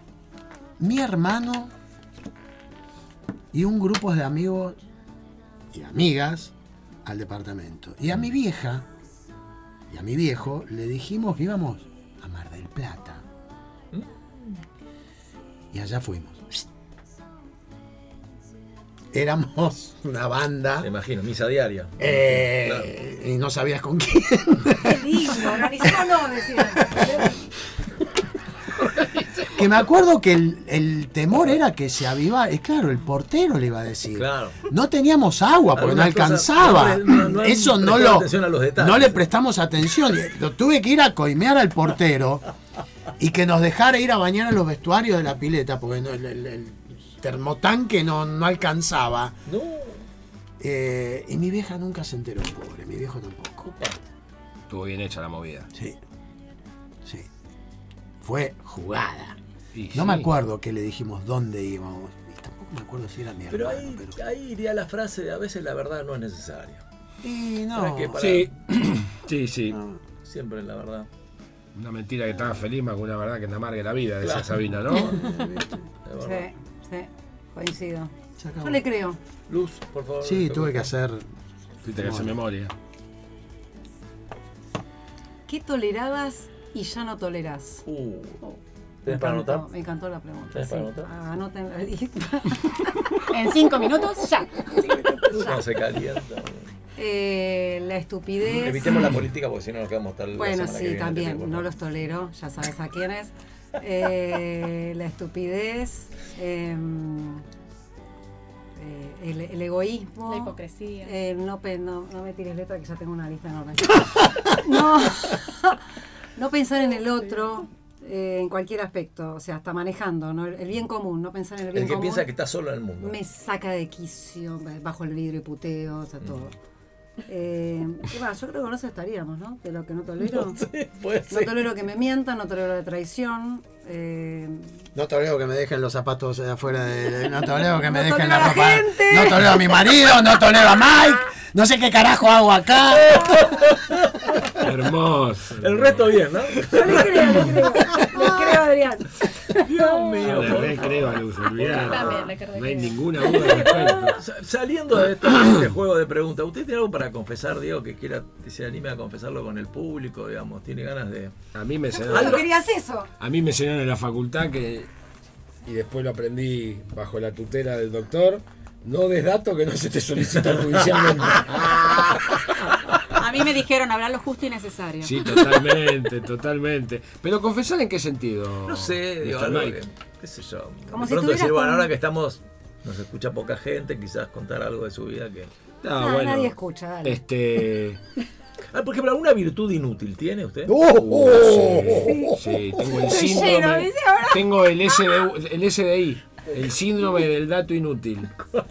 S5: mi hermano y un grupo de amigos y amigas al departamento. Y a mi vieja y a mi viejo le dijimos que íbamos a Mar del Plata. Y allá fuimos. Éramos una banda
S2: Me imagino, misa diaria.
S5: eh, y no sabías con quién.
S3: Qué lindo, organizémonos, decían.
S5: que me acuerdo que el, el temor era que se avivara. Y claro, el portero le iba a decir.
S2: Claro.
S5: No teníamos agua porque no
S2: Algunas cosas-
S5: alcanzaba.
S2: no, no, no
S5: Eso no
S2: prestaba
S5: lo.
S2: atención a los detalles.
S5: no le prestamos atención. Y Lo tuve que ir a coimear al portero y que nos dejara ir a bañar a los vestuarios de la pileta porque no- el, el- el termotanque no, no alcanzaba.
S2: No.
S5: Eh, y mi vieja nunca se enteró, pobre. Mi viejo tampoco.
S7: Estuvo bien hecha la movida.
S5: Sí. Sí. Fue jugada.
S7: Y
S5: No me
S7: sí.
S5: acuerdo que le dijimos dónde íbamos. Y tampoco me acuerdo si era mi
S2: Pero
S5: hermano,
S2: ahí,
S5: pero-
S2: ahí iría la frase de a veces la verdad no es necesaria.
S5: Y
S2: ¿Para
S5: no.
S2: qué? Para-
S7: Sí, sí, sí.
S5: no.
S2: Siempre la verdad.
S7: Una mentira que te haga feliz más que una verdad que te amargue la vida, decía
S2: Claro.
S7: Sabina, ¿no?
S2: la verdad.
S3: Sí, sí, coincido.
S5: Se acabó.
S3: Yo le creo.
S2: Luz, por favor.
S5: Sí,
S2: te
S5: tuve
S2: cuento.
S5: que hacer.
S7: Viste que hace memoria.
S3: ¿Qué tolerabas y ya no tolerás?
S2: Uh.
S3: Me
S2: ¿Tenés para
S3: encantó,
S2: anotar?
S3: Me encantó la pregunta.
S2: ¿Tenés
S3: Sí.
S2: para anotar?
S3: Ah, anoten la lista.
S4: En cinco minutos, ya.
S2: No se calienta.
S3: Eh, la estupidez.
S2: Evitemos la política porque si no nos quedamos tal
S3: Bueno, sí, también, no los tolero, ya sabes a quiénes. Eh, la estupidez, em, eh, el, el egoísmo.
S4: La hipocresía.
S3: Eh, no, pe- no, no me tires letra que ya tengo una lista enorme. no, no pensar en el otro eh, en cualquier aspecto, o sea, hasta manejando, ¿no? el el bien común, no pensar en el bien
S2: El que
S3: común.
S2: piensa que está solo en el mundo.
S3: Me saca de quicio, eh, bajo el vidrio y puteo, o sea, todo. Eh, y bueno, yo creo que no se estaríamos, ¿no? De lo que no tolero. No,
S2: Puede ser.
S3: tolero que me mientan, no tolero la traición. eh,
S5: No tolero que me dejen los zapatos de afuera de. de- No tolero que me
S3: No
S5: dejen
S3: tolero a
S5: la
S3: la
S5: ropa.
S3: gente.
S5: No tolero a mi marido, no tolero a Mike. No sé qué carajo hago acá.
S7: Hermoso.
S2: El resto bien, ¿no?
S3: yo le creo, le creo. Le creo, Adrián.
S2: Dios
S7: Yo
S2: mío.
S7: le recreo a Luz, olvidá.
S4: Yo también le creo.
S7: No hay ninguna duda al respecto.
S2: Sa- Saliendo de esto- de este juego de preguntas, ¿usted tiene algo para confesar, Diego, que quiera que se anime a confesarlo con el público, digamos? ¿Tiene ganas de...?
S7: A mí me
S3: ¿Tú
S7: enseñaron,
S3: querías eso?
S7: a mí me enseñaron en la facultad que. Y después lo aprendí bajo la tutela del doctor. No des datos que no se te solicitan judicialmente.
S4: A mí me dijeron hablar lo justo y necesario.
S7: Sí, eh, totalmente, totalmente. Pero confesar en qué sentido.
S2: No sé,
S7: Mr.
S2: digo, algo
S7: Mike?
S2: que- qué sé yo.
S3: Como
S2: de pronto
S3: si estuvieras
S2: decir, bueno,
S3: con-
S2: ahora que estamos, nos escucha poca gente, quizás contar algo de su vida que...
S7: No,
S3: Ah,
S7: bueno,
S3: Nadie escucha, dale.
S7: Este.
S2: Ah, por ejemplo, ¿alguna virtud inútil tiene usted?
S5: Uh,
S7: sí, uh, sí, tengo
S3: lleno,
S7: el síndrome.
S3: dice ahora.
S7: Tengo el SDI, el SDI, el síndrome del dato inútil.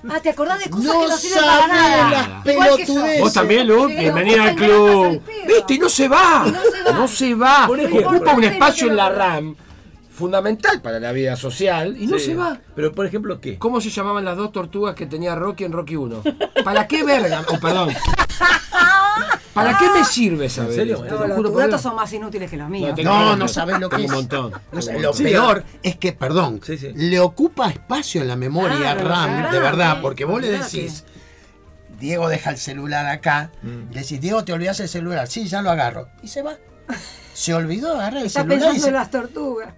S3: Ah, ¿te acordás de cosas que
S5: No
S3: no sirven para
S5: sabés
S3: nada?
S5: las
S3: Igual que yo.
S7: Vos
S5: pelotudeces.
S7: también, Luz,
S3: Sí,
S7: bienvenida al
S3: ocupan grapas al
S7: club.
S3: pedo.
S7: ¿Viste? Y no se va.
S3: Y no se va.
S7: No se va.
S2: Por ejemplo.
S7: Ocupa un
S3: Importante
S7: espacio
S3: que
S7: en
S3: lo-
S7: la RAM fundamental para la vida social y no
S2: Sí.
S7: se va.
S2: Pero, por ejemplo, ¿qué?
S7: ¿Cómo se llamaban las dos tortugas que tenía Rocky en Rocky 1? ¿Para qué verga? Oh, perdón. ¿Para qué me sirve saber?
S2: serio?
S7: esto?
S2: No,
S7: Te
S3: No,
S7: lo
S3: los-
S7: juro
S3: tus
S7: por
S3: datos
S7: Dios.
S3: son más inútiles que los
S7: No,
S3: míos.
S7: tengo-
S5: No, no sabés lo que
S7: Tengo
S5: es.
S7: un montón.
S5: No sé,
S7: Tengo un
S5: lo
S7: montón.
S5: peor es que, perdón,
S2: Sí, sí.
S5: le ocupa espacio en la memoria
S3: Claro,
S5: RAM,
S3: claro,
S5: de verdad,
S3: sí,
S5: porque vos le
S3: olvidate.
S5: decís, Diego deja el celular acá, le decís, Diego, te olvidas el celular, sí, ya lo agarro, y se va. Se olvidó agarrar el
S3: Estás
S5: celular. y
S3: pensando
S5: se-
S3: en las tortugas.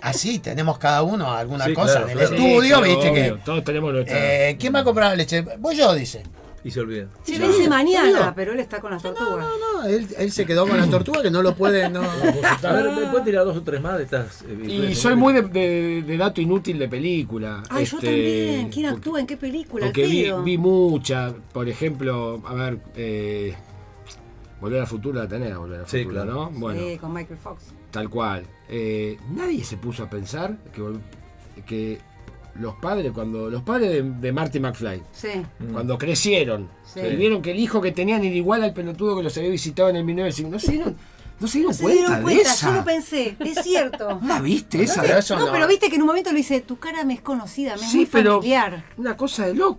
S5: Así, tenemos cada uno alguna
S2: Sí,
S5: cosa
S2: claro,
S5: en el
S2: claro.
S5: estudio,
S7: Sí,
S5: viste
S7: obvio,
S5: que...
S7: Todos tenemos nuestra.
S5: eh, ¿Quién va a comprar la leche? Voy yo, dice.
S2: Y se olvida.
S3: Sí, lo dice mañana,
S5: Olvidó.
S3: pero él está con las
S5: No,
S3: tortugas.
S5: no, no, él, él se quedó con la tortuga que no lo puede, no.
S2: A ver, ¿me puede tirar dos o tres más de estas? eh,
S7: Y
S2: virtudes
S7: soy muy
S2: inútiles?
S7: de, de- de dato inútil de película.
S3: Ay, yo
S7: Este,
S3: también. ¿Quién
S7: porque-
S3: actúa? ¿En qué película? Al
S7: Porque vi,
S3: pedo.
S7: vi mucha, por ejemplo, a ver, eh, Volver al futuro la tenés, Volver al
S2: Sí,
S7: futuro,
S2: claro.
S7: ¿no? Bueno,
S3: Sí, con Michael Fox.
S7: tal cual. Eh, nadie se puso a pensar que, vol- que los padres, cuando los padres de, de Marty McFly,
S3: Sí.
S5: Mm.
S7: cuando crecieron
S3: Sí.
S7: y vieron que el hijo que tenían era igual al pelotudo que los había visitado en el 1905, no se dieron, no se dieron
S3: Se
S7: cuenta
S3: dieron
S7: de
S3: cuenta,
S7: esa.
S3: yo lo pensé, es cierto.
S7: ¿No la viste esa?
S5: Pero eso
S3: no,
S5: no.
S3: pero viste que en un momento le dice, tu cara me es conocida, me es muy familiar.
S7: Una cosa de loco.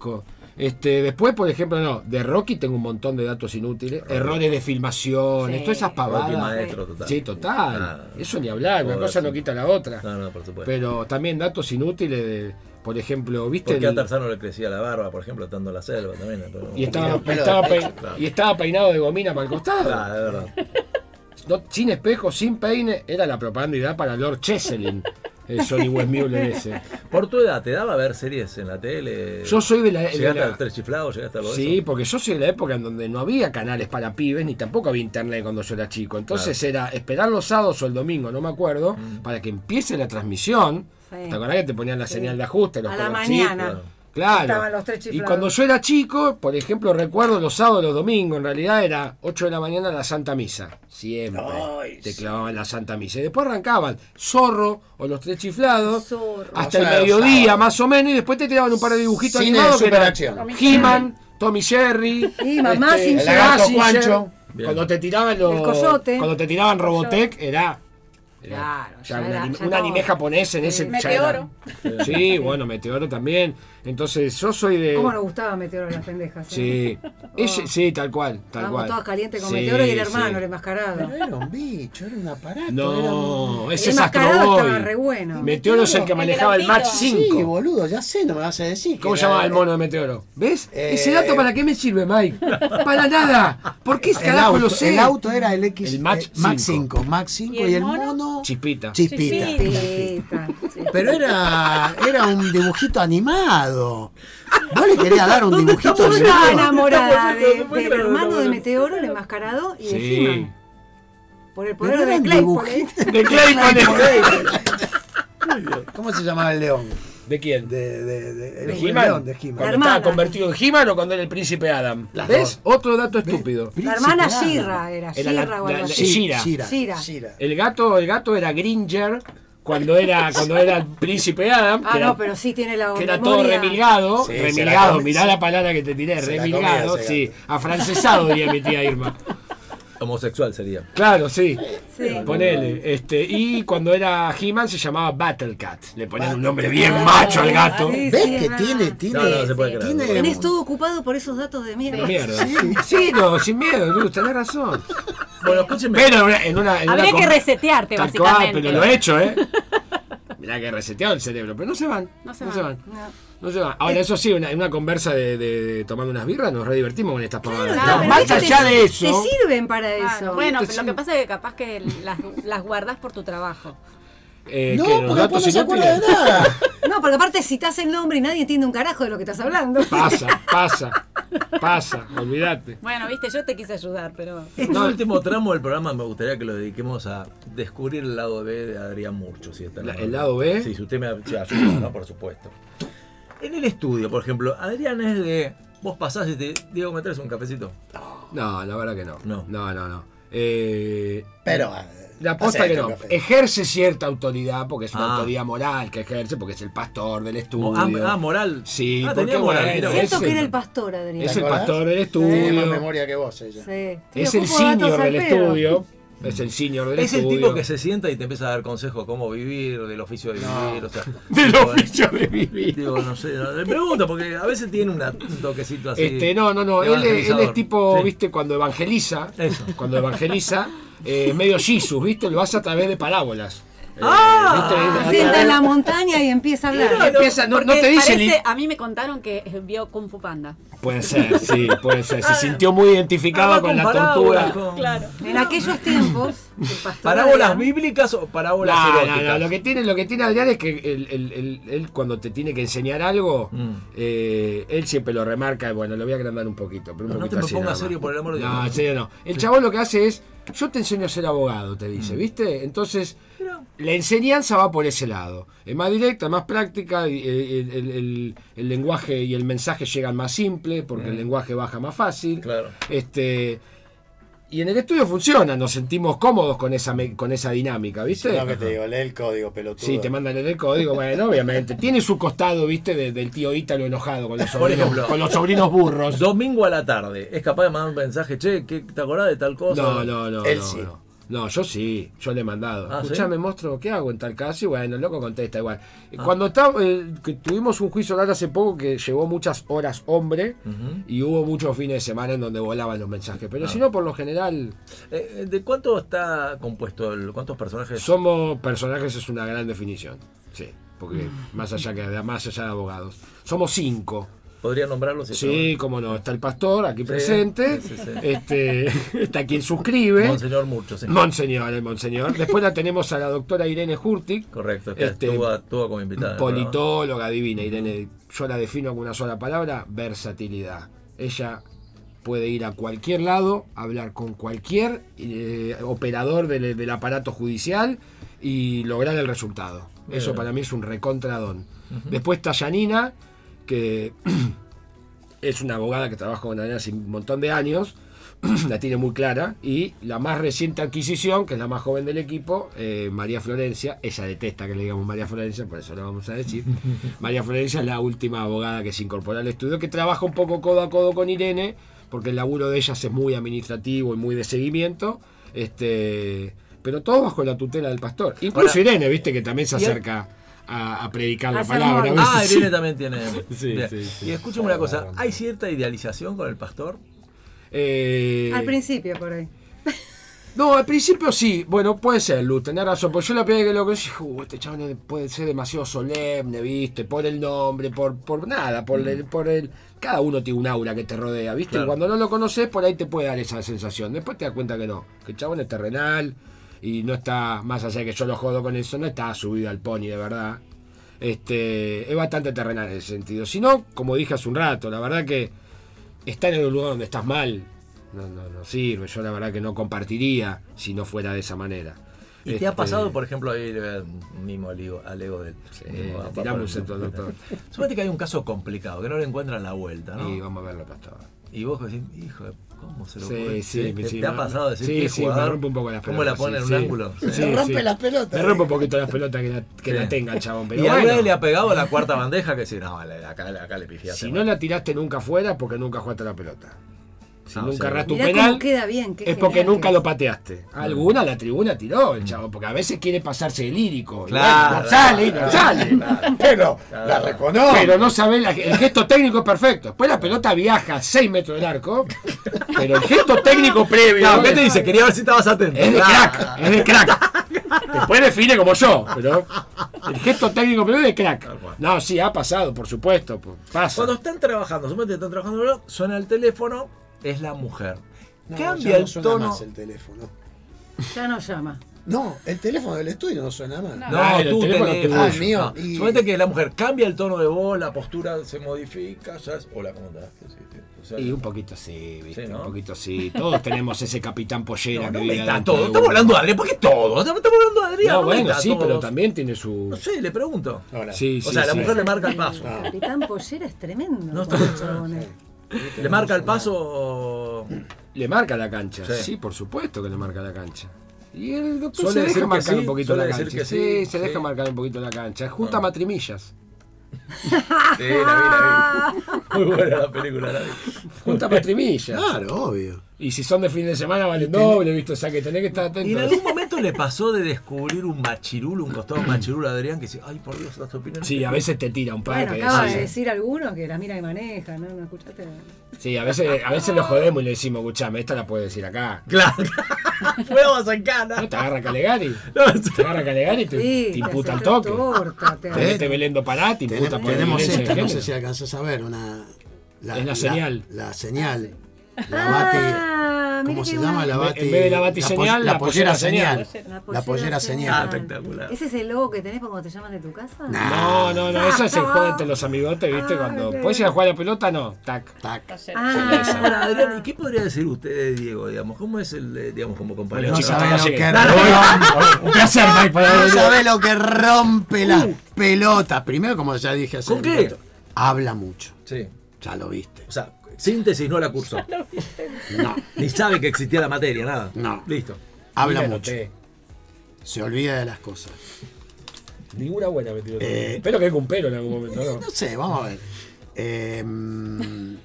S7: Este, después, por ejemplo, no, de Rocky tengo un montón de datos inútiles, errores de filmaciones,
S3: Sí.
S7: todas esas pavadas.
S2: Rocky maestro, total.
S7: Sí, total.
S2: Ah.
S7: Eso ni hablar, una
S2: Joder,
S7: cosa no
S2: sí.
S7: quita la otra.
S2: No, no, por supuesto.
S7: Pero también datos inútiles de, por ejemplo, ¿viste?
S2: ¿Por qué a
S7: el-
S2: Tarzano le crecía la barba, por ejemplo, estando en la selva también? Pero-
S7: y, estaba,
S5: Tenía pelo
S7: estaba
S5: de
S7: pe-
S5: pecho,
S2: claro.
S7: y estaba peinado de gomina para el costado.
S2: Claro, de verdad.
S7: No, sin espejo, sin peine, era la propaganda ideal para Lord Cheselin. eh, Johnny Westmuller ese.
S2: Por tu edad, ¿te daba ver series en la tele?
S7: Yo soy de la... de
S2: ¿Llegaste
S7: la-
S2: a Tres Chiflados? ¿Llegaste a algo de
S7: Sí,
S2: eso?
S7: porque yo soy de la época en donde no había canales para pibes, ni tampoco había internet cuando yo era chico. Entonces era esperar los sábados o el domingo, no me acuerdo, para que empiece la transmisión.
S3: Sí.
S7: ¿Te acordás que te ponían la señal de ajuste? Los
S3: A la
S7: colorcitos?
S3: mañana.
S7: Claro.
S3: Estaban los tres
S7: y
S3: chiflados.
S7: cuando yo era chico, por ejemplo, recuerdo los sábados, los domingos, en realidad era 8 de la mañana la Santa Misa. Siempre te clavaban la Santa Misa. Y después arrancaban Zorro o los tres chiflados
S3: Zorro.
S7: hasta
S5: O sea,
S7: el mediodía
S5: sábado.
S7: más o menos y después te tiraban un par de dibujitos
S5: Cine de
S7: animados que eran
S5: superacción.
S7: He-Man, Tommy Jerry, este,
S3: Y mamá sin
S5: el lagarto
S7: Mazinger.
S5: Juancho.
S2: Bien.
S7: Cuando te tiraban los.
S3: El coyote.
S7: Cuando te tiraban Robotech era. era
S3: Claro,
S7: ya
S3: ya
S7: un,
S3: era-
S7: anime,
S3: ya
S7: un
S3: no.
S7: anime japonés en ese. ya era- Sí, bueno, Meteoro también. Entonces yo soy de.
S3: ¿Cómo nos gustaba Meteoro a las pendejas? eh?
S7: eh, Sí. Ese- sí, tal cual, tal
S3: Estábamos
S7: cual.
S3: todas calientes con
S7: Sí,
S3: Meteoro y el
S7: sí.
S3: hermano, el enmascarado.
S5: Pero era un bicho, era un aparato. era un-
S7: No, ese
S3: El
S7: es
S3: enmascarado estaba
S7: Astroboy.
S3: re bueno.
S7: Meteoro es el que
S4: El
S7: manejaba el
S4: del
S7: Match
S4: autito.
S5: Sí,
S7: 5.
S5: boludo, ya sé, no me vas a decir. que
S7: ¿Cómo se
S5: era-
S7: llamaba el mono de Meteoro? ¿Ves?
S5: Eh,
S7: ¿Ese dato para qué me sirve, Mike? Para nada. ¿Por qué
S5: El
S7: carajo lo
S5: auto,
S7: sé?
S5: el auto era el X.
S7: El Mach
S5: eh, Mach
S7: 5.
S5: 5. Mach 5 y el mono.
S7: Chispita.
S5: Chispita.
S4: Chispita.
S3: Teta, sí.
S5: Pero era, era un dibujito animado. ¿Vos le querías dar un dibujito
S3: Yo estaba
S5: animado?
S3: enamorada
S2: Estamos
S3: de,
S2: yendo,
S3: del
S2: estamos
S3: hermano de
S2: yendo.
S3: Meteoro, el enmascarado y de
S7: Sí.
S3: He-Man. Por el
S5: Pero
S3: poder
S5: era
S3: de
S5: un
S3: Claypole.
S5: dibujito.
S7: De Clayton.
S5: ¿Cómo se llamaba el león?
S7: ¿De quién?
S5: De, de, de,
S7: ¿De
S5: el
S7: He-Man?
S5: león de He-Man.
S7: ¿Cuando
S3: hermana.
S7: estaba convertido en He-Man o cuando era el príncipe Adam?
S5: Las
S7: ¿Ves?
S5: dos.
S7: Otro dato estúpido.
S3: La hermana
S5: Príncipe
S3: Shira era,
S7: Era la-
S3: Shira o
S7: la-
S3: algo
S7: la-
S3: así.
S7: Shira.
S5: Shira.
S3: Shira.
S5: Shira.
S7: El gato, el gato era Gringer cuando era, cuando era el príncipe Adam.
S3: Ah,
S7: que era-
S3: no, pero sí tiene la
S7: que era todo
S3: memoria.
S7: remilgado,
S5: Sí, se la
S7: remilgado,
S5: come-
S7: mirá
S5: se-
S7: la palabra que te tiré,
S5: se la
S7: remilgado,
S5: comía ese
S7: sí, afrancesado diría mi tía Irma.
S2: Homosexual sería.
S7: Claro, sí.
S3: Sí.
S7: Ponele, este, y cuando era He-Man se llamaba Battle Cat. Le ponían un
S5: Battle
S7: nombre bien macho al gato.
S3: Sí,
S5: ¿Ves
S3: sí, es
S5: que
S3: verdad.
S5: tiene, tiene,
S2: No, no, no se puede creer.
S5: tiene
S3: Tenés todo ocupado por esos datos de mierda.
S7: Mierda. Sí, no, sin miedo, Luz, tenés razón.
S2: Bueno, escúcheme.
S7: Pero en una- en una. en una
S4: Habría que
S7: com-
S4: resetearte,
S7: Tal cual,
S4: básicamente.
S7: pero lo he hecho, ¿eh? Mirá que he reseteado el cerebro, pero no se van.
S4: No se van.
S7: No se van. Ahora, eso sí, una- en una conversa de, de- de tomando unas birras nos re divertimos con estas pavadas.
S3: Claro,
S7: No,
S3: pero
S7: más
S3: viste, te-
S7: allá de
S3: Te
S7: eso.
S3: sirven para
S4: Claro,
S3: eso.
S4: bueno,
S7: Te
S4: pero lo
S7: sirve.
S4: que pasa es que capaz que las, las guardas por tu trabajo.
S7: eh,
S5: No,
S7: que los
S5: porque
S7: datos
S5: después no se acuerda de
S7: inútiles-
S5: nada.
S3: No, porque aparte citás el nombre y nadie entiende un carajo de lo que estás hablando.
S7: Pasa, pasa, pasa, olvídate.
S4: Bueno, viste, yo te quise ayudar, pero.
S2: Este último tramo del programa me gustaría que lo dediquemos a descubrir el lado B de Adrián Murcho. Si está en
S7: La-
S2: la-
S7: ¿el lado B?
S2: Sí, si usted me si ayuda, ¿no? Por supuesto. En el estudio, por ejemplo, Adrián es de. Vos pasás y te. Diego, ¿me traes un cafecito?
S7: No, la verdad que no.
S2: No.
S7: no, no. no. Eh,
S5: Pero. eh,
S7: La aposta
S5: hacete
S7: que
S5: un
S7: no.
S5: café.
S7: Ejerce cierta autoridad, porque es una
S2: Ah.
S7: autoridad moral que ejerce, porque es el pastor del estudio.
S2: Ah, ah, moral.
S7: Sí,
S2: Ah,
S7: porque
S2: tenía moral.
S7: bueno,
S2: mira vos.
S3: Siento
S7: ese-
S3: que era el pastor, Adrián.
S7: Es
S5: ¿Te
S7: el
S5: acordás?
S7: pastor del
S5: Tiene más
S7: estudio.
S5: memoria que vos ella.
S3: Sí.
S7: Es
S3: Tío,
S7: el
S3: ocupo datos
S7: senior
S3: al
S7: del
S3: pedo.
S7: estudio. Es el senior del
S2: Es el
S7: estudio.
S2: tipo que se sienta y te empieza a dar consejos cómo vivir, del oficio de vivir, o sea.
S7: Del
S2: digo,
S7: oficio de vivir.
S2: Digo, no sé, no, le pregunto, porque a veces tiene una- un toquecito así.
S7: Este, no, no, no. Él, es- él es
S2: evangelizador.
S7: tipo,
S2: Sí.
S7: viste, cuando evangeliza.
S2: Eso.
S7: Cuando evangeliza, eh, medio Jesus, viste, lo hace a través de parábolas.
S3: Se
S7: Eh,
S2: Ah.
S3: Ah,
S7: ¿viste? A
S3: sienta en
S7: través-
S3: la montaña y empieza a hablar.
S7: Empieza, no, no te
S4: Porque
S7: dice ni-
S4: parece- A mí me contaron que vio Kung Fu Panda.
S7: Puede ser, sí, puede ser. Se sintió muy identificado
S2: Ah, Habla
S7: con la
S2: parábolas,
S7: tortura.
S2: con-
S3: En aquellos tiempos, el pastor
S2: ¿Parábolas
S3: Adrián-
S2: bíblicas o parábolas
S7: No, no,
S2: eróticas?
S7: no, lo que tiene, lo que tiene Adrián es que él, él- él- él cuando te tiene que enseñar algo,
S2: Mm.
S7: eh, él siempre lo remarca, y bueno, lo voy a agrandar un poquito. Pero un
S2: No, no
S7: poquito
S2: te me
S7: así
S2: pongas
S7: nada más.
S2: serio, por el amor de Dios.
S7: No, en serio no. El chabón lo que hace es, yo te enseño a ser abogado, te
S2: Mm.
S7: dice, ¿viste? Entonces, la enseñanza va por ese lado. Es más directa, más práctica, y eh, el, el- el- el lenguaje y el mensaje llegan más simple, porque el lenguaje baja más fácil.
S2: Mm. Claro.
S7: Este, y en el estudio funciona, nos sentimos cómodos con esa, me- con esa dinámica, ¿viste?
S5: No, que te digo, lee el código, pelotudo.
S7: Sí, te mandan el código, bueno, obviamente. Tiene su costado, viste, de- del tío Ítalo enojado con los
S2: Por
S7: sobrinos,
S2: ejemplo.
S7: con los sobrinos burros.
S2: Domingo a la tarde, es capaz de mandar un mensaje, che, ¿qué- ¿te acordás de tal cosa?
S7: No, no, no,
S5: Él
S7: no,
S5: sí.
S7: no. No, yo sí, yo le he mandado.
S2: Ah, ¿sí?
S7: Escuchame, monstruo, ¿qué hago en tal caso? Y bueno, el loco contesta igual. Eh,
S2: Ah.
S7: Cuando está, eh, que tuvimos un juicio oral hace poco que llevó muchas horas hombre
S2: Ujú.
S7: y hubo muchos fines de semana en donde volaban los mensajes. Pero si no, por lo general,
S2: Eh, ¿De cuánto está compuesto? el- ¿Cuántos personajes?
S7: somos personajes, es
S2: Mm.
S7: una gran definición. Sí, porque más allá que más allá de abogados. Somos cinco.
S2: Podría nombrarlos. y
S7: Sí, cómo no, está el pastor aquí
S2: Sí,
S7: presente,
S2: sí, sí, sí.
S7: Este, está quien suscribe,
S2: Monseñor Murcho, sí.
S7: Monseñor, el Monseñor. Después la tenemos a la doctora Irene Hurtig,
S2: Correcto, que
S7: Este,
S2: estuvo, estuvo como invitada. en el programa.
S7: politóloga divina, Irene, yo la defino con una sola palabra, versatilidad. Ella puede ir a cualquier lado, hablar con cualquier eh, operador del, del aparato judicial y lograr el resultado. Eso
S2: Bien.
S7: para mí es un recontradón. Después está Yanina, que es una abogada que trabaja con Adriana hace un montón de años, la tiene muy clara, y la más reciente adquisición, que es la más joven del equipo, eh, María Florencia, ella detesta que le digamos María Florencia, por eso lo vamos a decir, María Florencia es la última abogada que se incorpora al estudio, que trabaja un poco codo a codo con Irene, porque el laburo de ellas es muy administrativo y muy de seguimiento, este, pero todo bajo la tutela del pastor. Incluso
S2: Ahora,
S7: Irene, viste, que también se
S2: y el-
S7: acerca a, a predicar la
S6: Hacer
S7: palabra.
S6: mono.
S7: a
S2: Ah,
S7: veces, sí.
S2: Irene también tiene.
S7: Sí,
S2: Bien.
S7: sí, Ah, sí.
S2: Y escúchame una cosa, ¿hay cierta idealización con el pastor?
S7: Eh,
S6: Al principio, por ahí.
S7: No, al principio sí. Bueno, puede ser, Luz, tenés razón. Porque yo la primera que lo que dije, "Uh, este chaval puede ser demasiado solemne, ¿viste? Por el nombre, por, por nada, por el, por el. Cada uno tiene un aura que te rodea, ¿viste?
S2: Claro.
S7: Y cuando no lo conoces, por ahí te puede dar esa sensación. Después te das cuenta que no, que el chabón es terrenal y no está, más allá de que yo lo jodo con eso, no está subido al pony de verdad. Este, es bastante terrenal en ese sentido. Si no, como dije hace un rato, la verdad que estar en un lugar donde estás mal no, no, no sirve. Yo la verdad que no compartiría si no fuera de esa manera.
S2: ¿Y te ha
S7: Este,
S2: pasado, por ejemplo, ahí le voy a dar un mimo al ego- al ego del.
S7: eh,
S2: mimo a-
S7: le tiramos un centro, doctor.
S2: Suponete que hay un caso complicado, que no le encuentran la vuelta, ¿no?
S7: Y vamos a verlo, pastor.
S2: Y vos decís, hijo, de- ¿cómo se lo
S7: Sí,
S2: puede
S7: sí,
S2: decir?
S7: mi-
S2: ¿Te,
S7: sí,
S2: te ha
S7: me-
S2: pasado decir
S7: sí,
S2: qué
S7: sí, me
S2: jugador?
S7: rompe un poco las
S2: ¿Cómo la
S7: pelotas,
S2: pone
S7: sí,
S2: en un
S7: sí.
S2: ángulo?
S7: Sí,
S5: Me rompe
S7: sí.
S5: las pelotas.
S7: Me rompe un poquito las pelotas que la, que
S2: Sí.
S7: la tenga, chabón. Pero
S2: y alguna
S7: bueno,
S2: vez le ha pegado a la cuarta bandeja que decís, no, le- acá, acá le pifiaste.
S7: si
S2: bueno".
S7: no la tiraste nunca afuera, porque nunca jugaste la pelota. Si
S2: Ah, o
S7: nunca
S2: sea,
S7: erraste un
S6: Mirá
S7: penal,
S6: cómo queda bien. qué
S7: es porque
S6: genial que
S7: nunca
S6: es.
S7: lo pateaste. Alguna la tribuna tiró el chavo, porque a veces quiere pasarse de lírico. y
S2: Mm. Claro,
S7: bueno, no sale, no
S2: claro,
S7: sale.
S2: claro.
S7: Pero
S5: La reconozco.
S7: Pero no sabe, la- el gesto técnico es perfecto. Después la pelota viaja a 6 metros del arco, pero el gesto técnico previo
S2: Claro, ¿qué te dice? Quería ver si estabas atento.
S7: es de
S2: Claro.
S7: crack, es de crack. Después define como yo, pero el gesto técnico previo es de
S2: Tal cual.
S7: crack. No, sí, ha pasado, por supuesto. pues, Pasa.
S2: Cuando están trabajando, suponete que están trabajando, bro, suena el teléfono, es la mujer.
S5: No,
S2: Cambia
S5: ya no
S2: el
S5: suena
S2: tono.
S5: más el teléfono.
S6: Ya no llama.
S5: No, el teléfono del estudio no suena más.
S2: No,
S7: Ah, el
S2: tú
S7: teléfono
S5: tuyo. Ah, mío.
S2: No,
S5: Y-
S2: Suponete que la mujer cambia el tono de voz, la postura se modifica, ya es. Hola, ¿cómo estás? Sí, sí, o sea,
S7: Y un poquito sí, viste,
S2: Sí, ¿no?
S7: un poquito sí. Todos tenemos ese capitán pollera
S2: no,
S7: que
S2: no
S7: vive
S2: meta
S7: adentro
S2: todo.
S7: de
S2: Estamos
S7: uno.
S2: hablando de Adrián, ¿por qué todo? Estamos estamos hablando de Adrián.
S7: No,
S2: no
S7: bueno,
S2: meta
S7: sí,
S2: todo.
S7: pero también tiene su.
S2: No sé, le pregunto.
S5: Ahora,
S7: Sí,
S2: O
S7: sí,
S2: sea, la
S7: sí.
S2: mujer le marca el paso.
S5: Ah.
S6: Capitán Pollera es tremendo.
S2: No,
S6: con los
S2: está-
S6: chabones.
S2: ¿Le marca el paso?
S7: Le marca la cancha.
S2: Sí.
S7: Sí. por supuesto que le marca la cancha. Y el doctor
S2: Suele
S7: se
S2: decir
S7: deja
S2: que
S7: marcar
S2: sí,
S7: un poquito la
S2: suele decir
S7: cancha.
S2: que
S7: Sí,
S2: sí,
S7: se
S2: sí.
S7: deja marcar un poquito la cancha. Junta
S2: Ah.
S7: matrimillas.
S2: Sí,
S6: Ah,
S2: la vi, la vi. Muy buena la película, la vi.
S7: Junta matrimillas.
S5: Claro, obvio.
S7: Y si son de fin de semana valen doble, ¿viste? O sea que tenés que estar atento.
S2: Y en algún momento le pasó de descubrir un machirulo, un costado machirulo a Adrián que dice, ay por Dios, las opiniones.
S7: Sí, a veces te tira un par.
S6: Bueno,
S7: que
S6: acaba
S7: decís,
S6: de decir algunos que la mira y maneja, ¿no? ¿No escuchaste?
S7: Sí, a veces, a veces lo jodemos y le decimos, escuchame, esta la puedes decir acá.
S2: Claro. Huevos en cana.
S7: No, te agarra Calegari.
S2: No,
S7: Te agarra Calegari y te,
S6: Sí,
S7: te
S6: te
S7: imputa
S6: hace
S7: el toque.
S6: torta, te
S7: Te mete Belén do Pará, te imputa
S5: Tenem-
S7: por
S5: tenemos
S7: violencia de
S5: esta, no
S7: género.
S5: sé si alcanzás a ver, una...
S7: Es la señal.
S5: La, señal. La bati...
S6: Ah, mira
S5: ¿Cómo
S6: que
S5: se
S6: una-
S5: llama la
S7: En
S5: bati?
S7: vez de la
S5: po-
S7: batiseñal, la pollera señal.
S5: La pollera
S2: Ah,
S5: señal.
S2: espectacular.
S6: ¿Ese es el logo que tenés cuando te llaman de tu casa?
S7: No, no, no, eso es el juego entre los amigotes, ¿viste? Cuando puedes ir a jugar a la pelota, no, tac.
S5: Tac.
S6: Ah,
S2: Ahora, Adrián, ¿y qué podría decir usted de Diego, digamos? ¿Cómo es el, eh, digamos, como compañero?
S5: No
S7: Bueno,
S5: sabe
S7: no
S5: lo
S7: llegué.
S5: que
S7: No,
S5: rompe.
S7: Un placer, Mike, para
S5: No sabe lo que rompe las
S7: Uh.
S5: pelotas. Primero, como ya dije hace
S2: ¿Con
S5: un
S2: qué?
S5: rato, habla mucho.
S2: Sí.
S5: Ya lo viste.
S2: O sea, síntesis no la cursó.
S5: No,
S2: Ni sabe que existía la materia, nada.
S5: No.
S2: Listo.
S5: habla mucho. Se olvida de las cosas.
S7: Ninguna buena me tiró.
S5: Eh.
S7: Espero que un pelo en algún momento, ¿no?
S5: No sé, vamos a ver. Em,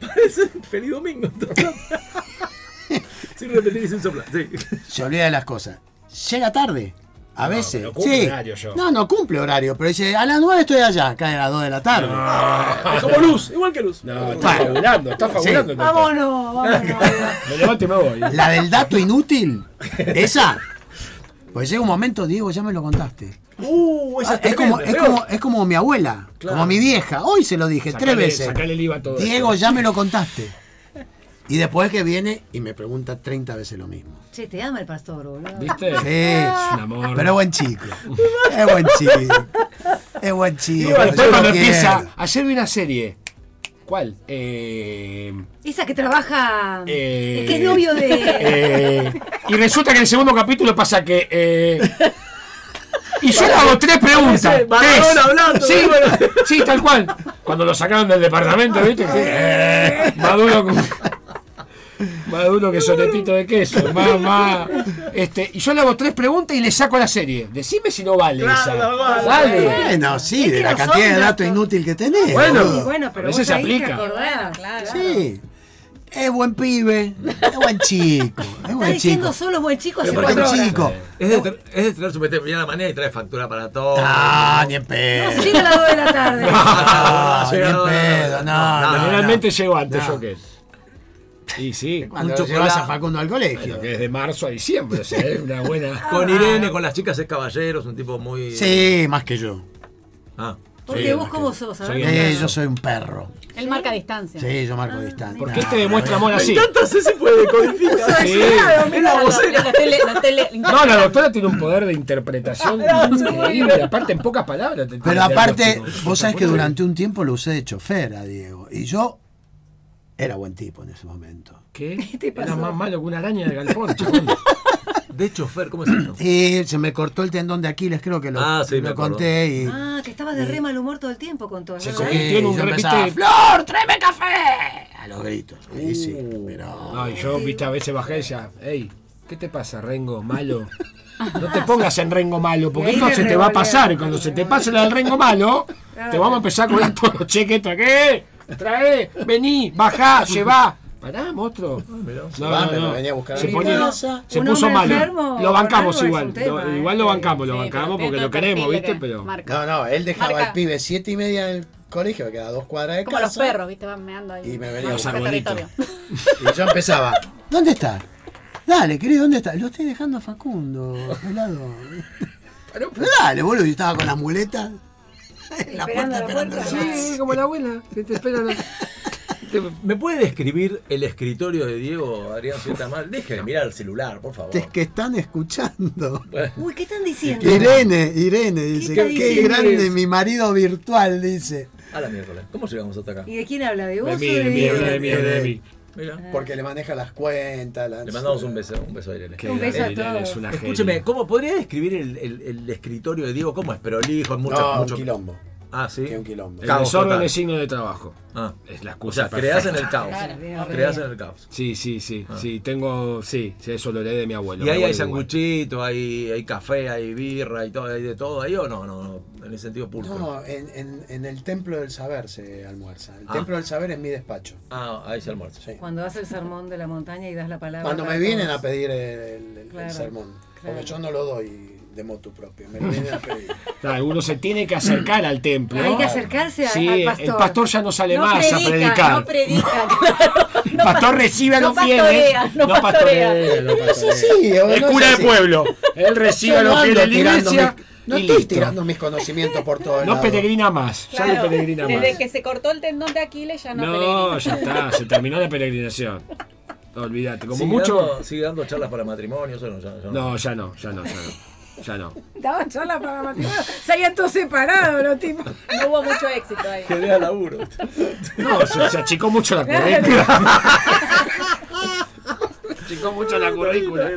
S2: Feliz domingo. Sin repetir y sin soplar. Sí.
S5: se olvida de las cosas. Llega tarde. A veces.
S7: pero cumple
S5: sí.
S7: horario yo.
S5: No, no cumple horario, pero dice, a las 9 estoy allá, cae a las 2 de la tarde. Ah,
S2: Es como luz, igual que luz.
S7: Ah,
S2: Uh,
S7: No, está fabulando, está fabulando. el doctor.
S6: vámonos, vámonos.
S7: Me levanto y me voy.
S5: La del dato inútil, esa. Pues llega un momento, Diego, ya me lo contaste.
S2: Uh, esa
S5: Ah, es, como, es,
S2: tremenda, ¿veo?
S5: como, es como mi abuela,
S2: Claro.
S5: como mi vieja. Hoy se lo dije
S7: Sacale-
S5: tres veces.
S7: sacale el IVA a todo
S5: Diego,
S7: esto.
S5: ya me lo contaste. Y después que viene y me pregunta 30 veces lo mismo.
S3: Che, te ama el pastor, boludo.
S7: ¿Viste?
S5: Sí,
S7: Es un amor.
S5: pero es buen chico. Es buen chico. Es buen chico.
S7: Diego, después
S5: yo
S7: cuando
S5: lo
S7: empieza.
S5: quiero.
S7: Ayer vi una serie. ¿Cuál? Eh,
S3: Esa que trabaja.
S7: eh,
S3: el que es novio de.
S7: eh, y resulta que en el segundo capítulo pasa que. eh, y yo le hago tres preguntas.
S2: Ese Maradona
S7: tres.
S2: hablando,
S7: sí,
S2: Maradona.
S7: sí, tal cual. Cuando lo sacaron del departamento, ¿viste? Que, eh, maduro como. Maduro que soletito de queso, mamá. Este, y yo le hago tres preguntas y le saco la serie. Decime si no vale esa.
S2: Claro, vale.
S7: Vale.
S5: Bueno, sí,
S3: Es
S5: de
S3: que
S5: la
S3: no
S5: cantidad
S3: son
S5: de datos
S3: datos.
S5: inútil que tenés.
S7: Bueno.
S5: boludo.
S3: Y bueno, pero
S7: a veces
S3: vos ahí
S7: aplica.
S3: te acordás.
S4: Claro.
S5: Sí. Es buen pibe, es buen chico, es
S3: Está
S5: buen chico.
S3: diciendo solo buen chico hace
S5: Es buen
S3: cuatro horas.
S5: chico.
S2: Es de, tra- es de tener su determinada manera y trae factura para todo.
S5: Ah, ni en pedo.
S3: Se Llega a las dos de la tarde.
S5: Ah, ni en
S2: No,
S5: pedo, no,
S2: no,
S5: no,
S7: Generalmente llego antes
S5: No.
S7: yo que él. Y sí.
S5: Cuando
S2: Un
S5: llevas a
S2: chocolate.
S5: Facundo al colegio.
S7: Bueno, que es de marzo a diciembre, o sea, es una buena.
S2: Con Irene, con las chicas es caballero, es un tipo muy.
S5: Sí, más que yo.
S2: Ah.
S3: Porque
S7: Sí,
S3: vos
S7: porque
S3: cómo sos, ¿sabes?
S7: soy-
S5: Eh, yo soy un perro.
S4: Él marca distancia.
S5: Sí, yo marco distancia.
S7: Ah,
S5: Ah,
S7: ¿Por qué
S5: No,
S7: te demuestra amor
S2: Me
S7: así?
S2: encanta, sí se puede codificar.
S7: Sí.
S2: Es la vocera.
S4: La tele, la tele,
S7: No, la doctora tiene un poder de interpretación increíble. Aparte, en pocas palabras. te-
S5: Pero
S7: te-
S5: aparte,
S7: te-
S5: vos sabés que durante un tiempo lo usé de chofer a Diego. Y yo era buen tipo en ese momento.
S7: ¿Qué? Era más malo que una araña de galpón, chabón.
S2: De chofer, ¿cómo es eso?
S5: Y se me cortó el tendón de Aquiles, creo que lo
S2: Ah, sí,
S5: lo
S2: me acuerdo.
S5: conté. Y,
S3: Ah, que estabas de re mal humor todo el tiempo con todo
S5: Se
S3: eso.
S5: convirtió
S7: tiene
S5: en
S7: un
S5: un
S7: re- viste-
S5: ¡Flor, tráeme café! A los gritos. Y sí, pero...
S7: No, y yo, viste, a veces bajé y ya. Ey, ¿qué te pasa, Rengo malo? No te pongas en Rengo malo, porque
S3: Y ahí
S7: esto
S3: me
S7: se te va a
S3: revolea.
S7: pasar. Y cuando se te pase la del Rengo malo, te vamos a empezar a cobrar todos los cheques. Tra ¿Qué? Trae, vení, bajá, llevá. Pará, monstruo. No,
S5: Ah, Va,
S7: no,
S5: me lo
S7: no.
S5: venía a buscar.
S7: Se,
S5: Mi
S7: ponía-
S3: casa,
S7: se
S3: un
S7: puso
S3: hombre
S7: malo.
S3: enfermo
S7: lo bancamos
S3: con algo
S7: igual.
S3: es un tema,
S7: lo-
S3: ¿eh?
S7: igual lo bancamos, lo
S4: Sí,
S7: bancamos
S4: pero
S7: porque
S4: tiene
S7: lo
S4: todo el
S7: queremos,
S4: perfil
S7: ¿viste?
S4: que
S7: Pero.
S4: marca.
S5: No, no, él dejaba
S4: Marca.
S5: al pibe siete y media del colegio, que quedaba a dos cuadras de
S4: Como
S5: casa.
S4: los perros, ¿viste? Van meando ahí.
S5: Y me venía
S4: Marca
S5: los
S7: arbolitos.
S4: territorio.
S5: Y yo empezaba, ¿dónde está? Dale, querido, ¿dónde está? Lo estoy dejando a Facundo, pelado. Pero dale, boludo, y estaba con las muletas. En la puerta esperando.
S7: Sí, como la abuela. que te espera la-
S2: ¿Me puede describir el escritorio de Diego Adrián Mal? Deje de mirar el celular, por favor.
S5: Es que están escuchando.
S3: Uy, ¿qué están diciendo?
S5: Irene, Irene dice,
S3: está
S5: qué,
S3: diciendo
S5: grande
S2: eso?
S5: mi marido virtual, dice.
S2: A la miércoles. ¿Cómo llegamos hasta acá?
S3: ¿Y de quién habla? ¿De vos
S7: De
S3: o
S7: mí,
S3: de
S7: de mí,
S3: Diego?
S7: de mí, de mí.
S2: Mira.
S5: Porque le maneja las cuentas. las-
S2: Le mandamos un beso, un beso a Irene.
S7: Que
S3: Un beso a
S7: Irene
S3: todos.
S7: es una
S2: Escúcheme,
S7: genia.
S2: ¿cómo podría describir el, el- el escritorio de Diego? ¿Cómo es? Prolijo, es
S5: No,
S2: mucho,
S5: un
S2: mucho.
S5: quilombo.
S2: Ah, sí.
S5: Que un quilombo.
S7: El
S2: Caos
S7: desorden
S2: total.
S7: es signo de trabajo.
S2: Ah.
S7: Es la
S2: O
S7: excusa.
S2: sea, creas en
S7: perfecta.
S2: el caos. Creas en el caos.
S7: Sí, sí, sí. Sí, tengo. Sí, sí, eso lo leí de mi abuelo.
S2: Y
S7: mi
S2: ahí hay
S7: abuelo igual.
S2: sanguchito, hay, hay café, hay birra, hay todo, hay de todo ahí o no, no, no, en el sentido pulpo.
S5: No, en, en- en el templo del saber se almuerza. El
S2: Ah.
S5: templo del saber es mi despacho.
S2: Ah, ahí se almuerza.
S5: Sí.
S3: Cuando das el sermón de la montaña y das la palabra.
S5: Cuando me
S3: para
S5: vienen
S3: todos.
S5: a pedir el, el- el
S3: Claro,
S5: sermón,
S3: claro.
S5: porque yo no lo doy de motu propio, me lo vienen a pedir.
S7: Claro, uno se tiene que acercar al templo.
S3: Hay que acercarse a-
S7: Sí,
S3: al pastor.
S7: el pastor ya no sale
S4: No
S7: más a
S4: predica,
S7: predicar.
S4: no predica, claro.
S7: el pastor recibe a
S4: no
S7: los fieles.
S4: pastorea, no pastorea.
S7: no
S5: No sé si, o
S7: El
S5: no
S7: cura
S5: sé
S7: de
S5: si.
S7: pueblo. Él
S5: Yo
S7: recibe a los
S5: ando
S7: fieles de la
S5: tirando
S7: iglesia.
S5: mis- no
S7: y
S5: estoy
S7: listo.
S5: tirando mis conocimientos por todo el
S7: No peregrina más. Ya no
S4: Claro,
S7: peregrina más.
S4: Desde que se cortó el tendón de Aquiles ya no,
S7: No,
S4: peregrina.
S7: ya está. Se terminó la peregrinación. Olvídate. Como
S2: Sigue
S7: mucho.
S2: dando- sigue dando charlas para matrimonios o no, ya, ya
S7: No, ya no, ya no, ya no. Ya no.
S3: Daban charla para matrimonio. Salían todos separados los tipos.
S4: No hubo mucho éxito ahí.
S2: Que vea laburo.
S7: No, se, se achicó mucho la currícula. Se achicó mucho la currícula.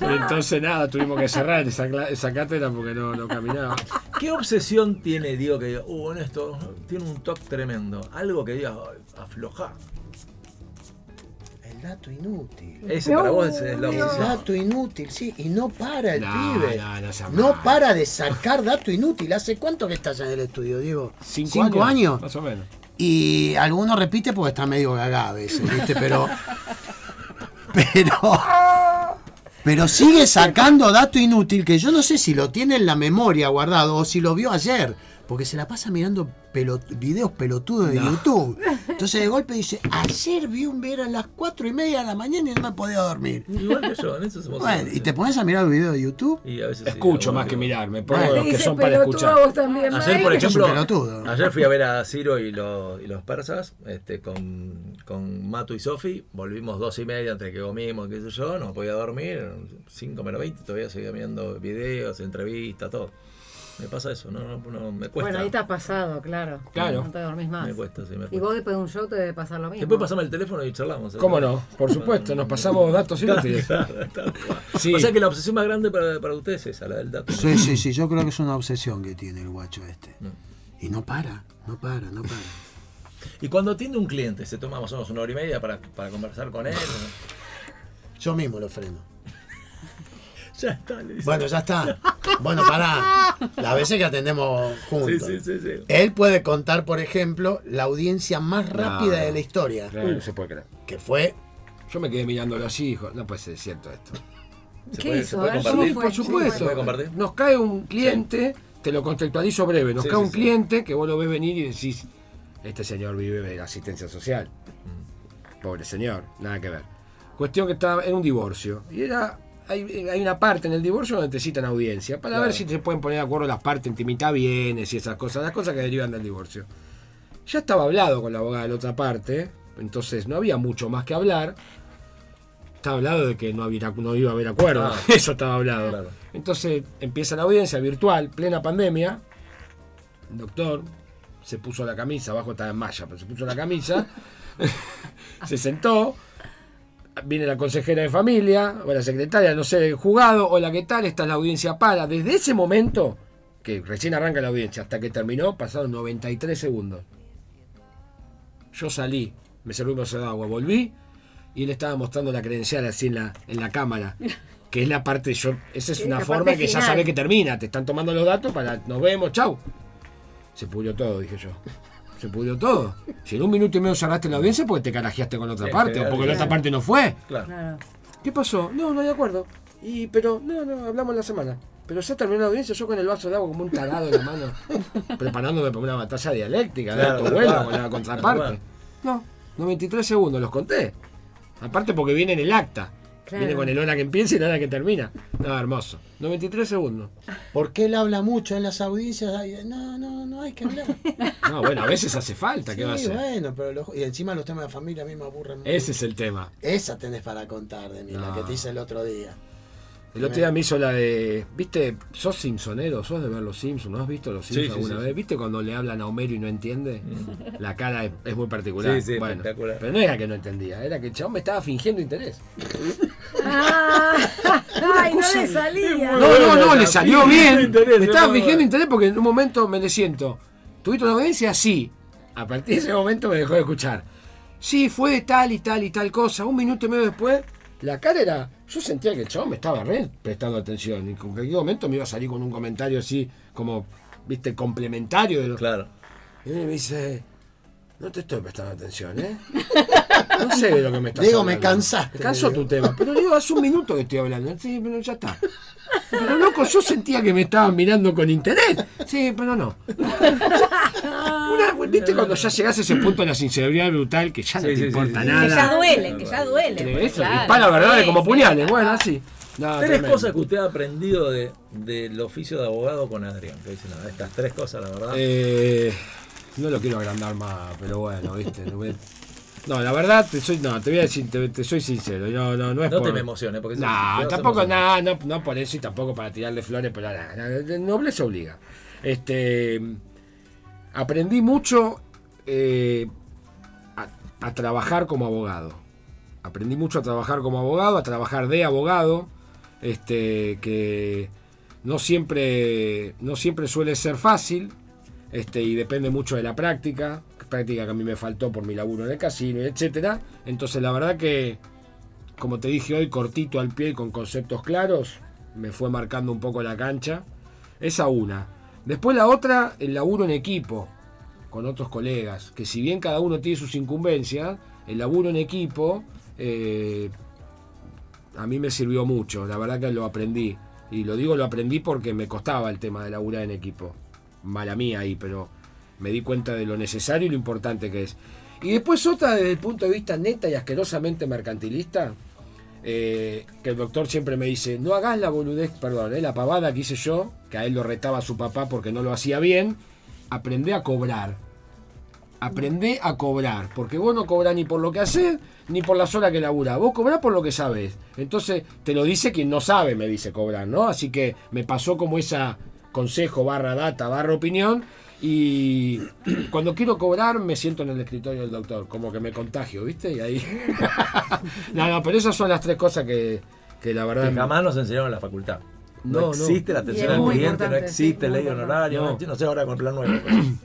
S7: Entonces nada, tuvimos que cerrar esa, cla- esa cátedra porque no, no caminaba.
S2: ¿Qué obsesión tiene Diego que diga, uh, en esto tiene un toque tremendo? Algo que diga, afloja.
S5: El dato inútil.
S2: Ese para vos ese es la
S5: El
S2: obsesión.
S5: dato inútil, sí, y no para el
S7: No,
S5: pibe.
S7: no, no sea malo.
S5: para de sacar dato inútil. ¿Hace cuánto que estás en el estudio, Diego?
S7: Más o menos.
S5: Y alguno repite porque está medio gaga a veces, ¿viste? Pero. Pero. Pero sigue sacando dato inútil que yo no sé si lo tiene en la memoria guardado o si lo vio ayer. Porque se la pasa mirando pelot- videos pelotudos de YouTube. Entonces de golpe dice, ayer vi un video a las cuatro y media de la mañana y no me podía dormir.
S8: Igual que yo, en eso somos
S5: Bueno, y te pones a mirar el video de YouTube.
S8: Y a veces sí,
S7: Escucho
S8: algunos
S7: más que
S8: digo.
S7: mirar, me pongo
S5: Bueno,
S7: los que son para
S3: pelotudo
S7: escuchar.
S3: a vos también,
S8: Ayer,
S3: Mike.
S8: por
S5: Sos un
S8: ejemplo,
S5: pelotudo.
S8: ayer fui a ver a Ciro y, los- y los persas este, con, con Matu y Sofi. Volvimos dos y media antes de que comimos, qué sé yo. No podía dormir. Cinco menos 20 todavía seguía mirando videos, entrevistas, todo. Me pasa eso, no, no, no, me cuesta.
S3: Bueno, ahí te has pasado, claro.
S7: Claro.
S3: No te dormís más.
S8: Me cuesta, sí, me
S3: Y
S8: cuesta.
S3: vos después de un show te debe pasar lo mismo.
S8: Después pasame el teléfono y charlamos. ¿eh?
S7: ¿Cómo no? Por supuesto, nos pasamos datos inútiles. Sí.
S8: O sea que la obsesión más grande para, para ustedes es esa, la del dato.
S5: Sí, sí, sí, yo creo que es una obsesión que tiene el guacho este. Y no para, no para, no para.
S8: Y cuando atiende un cliente, se toma más o menos una hora y media para, para conversar con él. ¿no?
S5: Yo mismo lo freno.
S8: ya está, le dice.
S5: Bueno, ya está. Bueno, pará. Las veces que atendemos
S8: Sí,
S5: juntos.
S8: sí, sí, sí.
S5: Él puede contar, por ejemplo, la audiencia más rápida de la historia,
S7: Claro, no se puede creer.
S5: que fue
S7: Yo me quedé mirándolo así, hijo. No puede ser cierto esto.
S8: ¿Se
S3: ¿Qué
S8: puede,
S3: hizo?
S8: se puede
S3: A ver, ¿cómo
S8: compartir?
S3: fue?
S7: Por
S3: Sí,
S8: ¿Se
S7: supuesto.
S8: puede compartir?
S7: Nos cae un cliente, te lo contextualizo breve, nos
S8: Sí,
S7: cae
S8: sí,
S7: un
S8: sí.
S7: cliente que vos lo ves venir y decís, este señor vive de la asistencia social.
S8: Mm.
S7: Pobre señor, nada que ver. Cuestión que estaba en un divorcio. Y era. Hay, hay una parte en el divorcio donde te citan audiencia para ver si se pueden poner de acuerdo las partes, intimidad, bienes y esas cosas, las cosas que derivan del divorcio. Ya estaba hablado con la abogada de la otra parte, entonces no había mucho más que hablar. Estaba hablado de que no, había, no iba a haber acuerdo,
S8: Ah.
S7: eso estaba hablado.
S8: Claro.
S7: Entonces empieza la audiencia virtual, plena pandemia. El doctor se puso la camisa, abajo estaba en malla, pero se puso la camisa, se sentó. Viene la consejera de familia, o la secretaria, no sé, del juzgado, hola, ¿qué tal? Esta es la audiencia para. Desde ese momento, que recién arranca la audiencia, hasta que terminó, pasaron 93 segundos. Yo salí, me serví un vaso de agua, volví y él estaba mostrando la credencial así en la, en la cámara. Que es la parte, yo, esa es
S3: Sí,
S7: una
S3: la
S7: forma
S3: parte
S7: que ya
S3: final.
S7: sabés que termina. Te están tomando los datos para, nos vemos, chau. Se pudrió todo, dije yo. Se pudrió todo. Si en un minuto y medio cerraste la audiencia, porque te carajeaste con la otra
S8: Sí,
S7: parte, o
S8: claro,
S7: porque la
S8: claro.
S7: otra parte no fue.
S8: Claro.
S3: Claro.
S7: ¿Qué pasó? No, no hay acuerdo. Y, pero, no, no, hablamos la semana. Pero ya terminó la audiencia, yo con el vaso de agua como un tarado en la mano, preparándome para una batalla dialéctica, de
S8: Claro,
S7: alto
S8: tal
S7: vuelo
S8: cual.
S7: con la
S8: Tal
S7: contraparte. No, 93 segundos, los conté. Aparte porque viene en el acta.
S3: Claro.
S7: Viene con el hora que empieza y la hora que termina. No, hermoso. 93 segundos.
S5: Porque él habla mucho en las audiencias? Ay, No, no, no hay que hablar.
S7: No, bueno, a veces hace falta, ¿qué va a
S5: Sí,
S7: hacer?
S5: bueno, pero los- y encima los temas de familia a mí me aburren mucho.
S7: Ese es el tema.
S5: Esa tenés para contar de mí, la que te hice el otro día.
S7: El otro día me hizo la de. ¿Viste? ¿Sos Simpsonero? ¿Sos de ver los Simpsons? ¿No has visto los Simpsons
S8: sí,
S7: alguna
S8: sí, Mm.
S7: vez? ¿Viste cuando le hablan a Homero y no entiende? La cara es, es muy particular.
S8: Sí, sí,
S7: Bueno,
S8: espectacular.
S7: Pero no era que no entendía, era que el chabón me estaba fingiendo interés.
S3: Ah, ay, no le salía.
S7: No, no, no, le salió bien.
S8: interés,
S7: me estaba
S8: ¿no?
S7: fingiendo interés porque en un momento me le siento. ¿Tuviste una audiencia? Sí. A partir de ese momento me dejó de escuchar. Sí, fue tal y tal y tal cosa. Un minuto y medio después, la cara era. Yo sentía que el chabón me estaba re prestando atención. Y en cualquier momento me iba a salir con un comentario así, como, viste, complementario de lo
S8: Claro.
S7: Y me dice. No te estoy prestando atención, ¿eh? No sé de lo que me estás
S5: Diego,
S7: hablando.
S5: me cansaste,
S7: Me cansó
S5: le digo.
S7: tu tema. Pero digo, hace un minuto que estoy hablando. Sí, pero ya está. Pero loco, yo sentía que me estaban mirando con interés. Sí, pero no. Una- ¿Viste cuando ya llegás a ese punto de la sinceridad brutal que ya no
S8: Sí,
S7: te
S8: sí, sí,
S7: importa
S8: sí.
S4: Que ya
S7: nada?
S4: duele, que ya duele.
S7: Te-
S4: pues,
S7: eso,
S4: claro.
S7: Dispara verdades
S4: Sí,
S7: como
S4: sí,
S7: puñales.
S4: ajá.
S7: Bueno, así. No,
S8: Tres
S7: Ah, tremendo.
S8: cosas que usted ha aprendido de, del oficio de abogado con Adrián. Que dice, no, estas tres cosas, la verdad.
S7: Eh, no lo quiero agrandar más, pero bueno, viste. No, me- no, la verdad, te soy, no, te voy a decir, te, te soy sincero. No, no, no es
S8: No te
S7: por-
S8: me emociones, porque eso- te vas
S7: No,
S8: a
S7: tampoco,
S8: emocionar.
S7: nada, no, no por eso y tampoco para tirarle flores, pero nada, nada, de nobleza obliga. Este, aprendí mucho eh, a, a trabajar como abogado. Aprendí mucho a trabajar como abogado, a trabajar de abogado, este, que no siempre, no siempre suele ser fácil este, y depende mucho de la práctica, práctica que a mí me faltó por mi laburo en el casino, etcétera. Entonces la verdad que como te dije hoy, cortito al pie y con conceptos claros, me fue marcando un poco la cancha. Esa una. Después la otra, el laburo en equipo, con otros colegas, que si bien cada uno tiene sus incumbencias, el laburo en equipo eh, a mí me sirvió mucho, la verdad que lo aprendí. Y lo digo, lo aprendí porque me costaba el tema de laburar en equipo. mala mía ahí, pero me di cuenta de lo necesario y lo importante que es. Y después otra desde el punto de vista neta y asquerosamente mercantilista, eh, que el doctor siempre me dice, no hagas la boludez, perdón, eh, la pavada que hice yo, que a él lo retaba su papá porque no lo hacía bien, aprende a cobrar. Aprende a cobrar, porque vos no cobrás ni por lo que haces, ni por las horas que laburás, vos cobrás por lo que sabes. Entonces, te lo dice quien no sabe, me dice cobrar, ¿no? Así que me pasó como esa consejo barra data barra opinión y cuando quiero cobrar me siento en el escritorio del doctor, como que me contagio, ¿viste? Y ahí... no, no, pero esas son las tres cosas que, que la verdad...
S2: Que jamás nos enseñaron en la facultad. No,
S7: em, No, no.
S2: existe la atención
S6: Y es
S2: al
S6: muy
S2: cliente, no
S6: importante,
S2: existe
S6: sí,
S2: ley
S6: muy
S2: honoraria, no.
S7: importante.
S2: existe- no sé ahora con plan nuevo.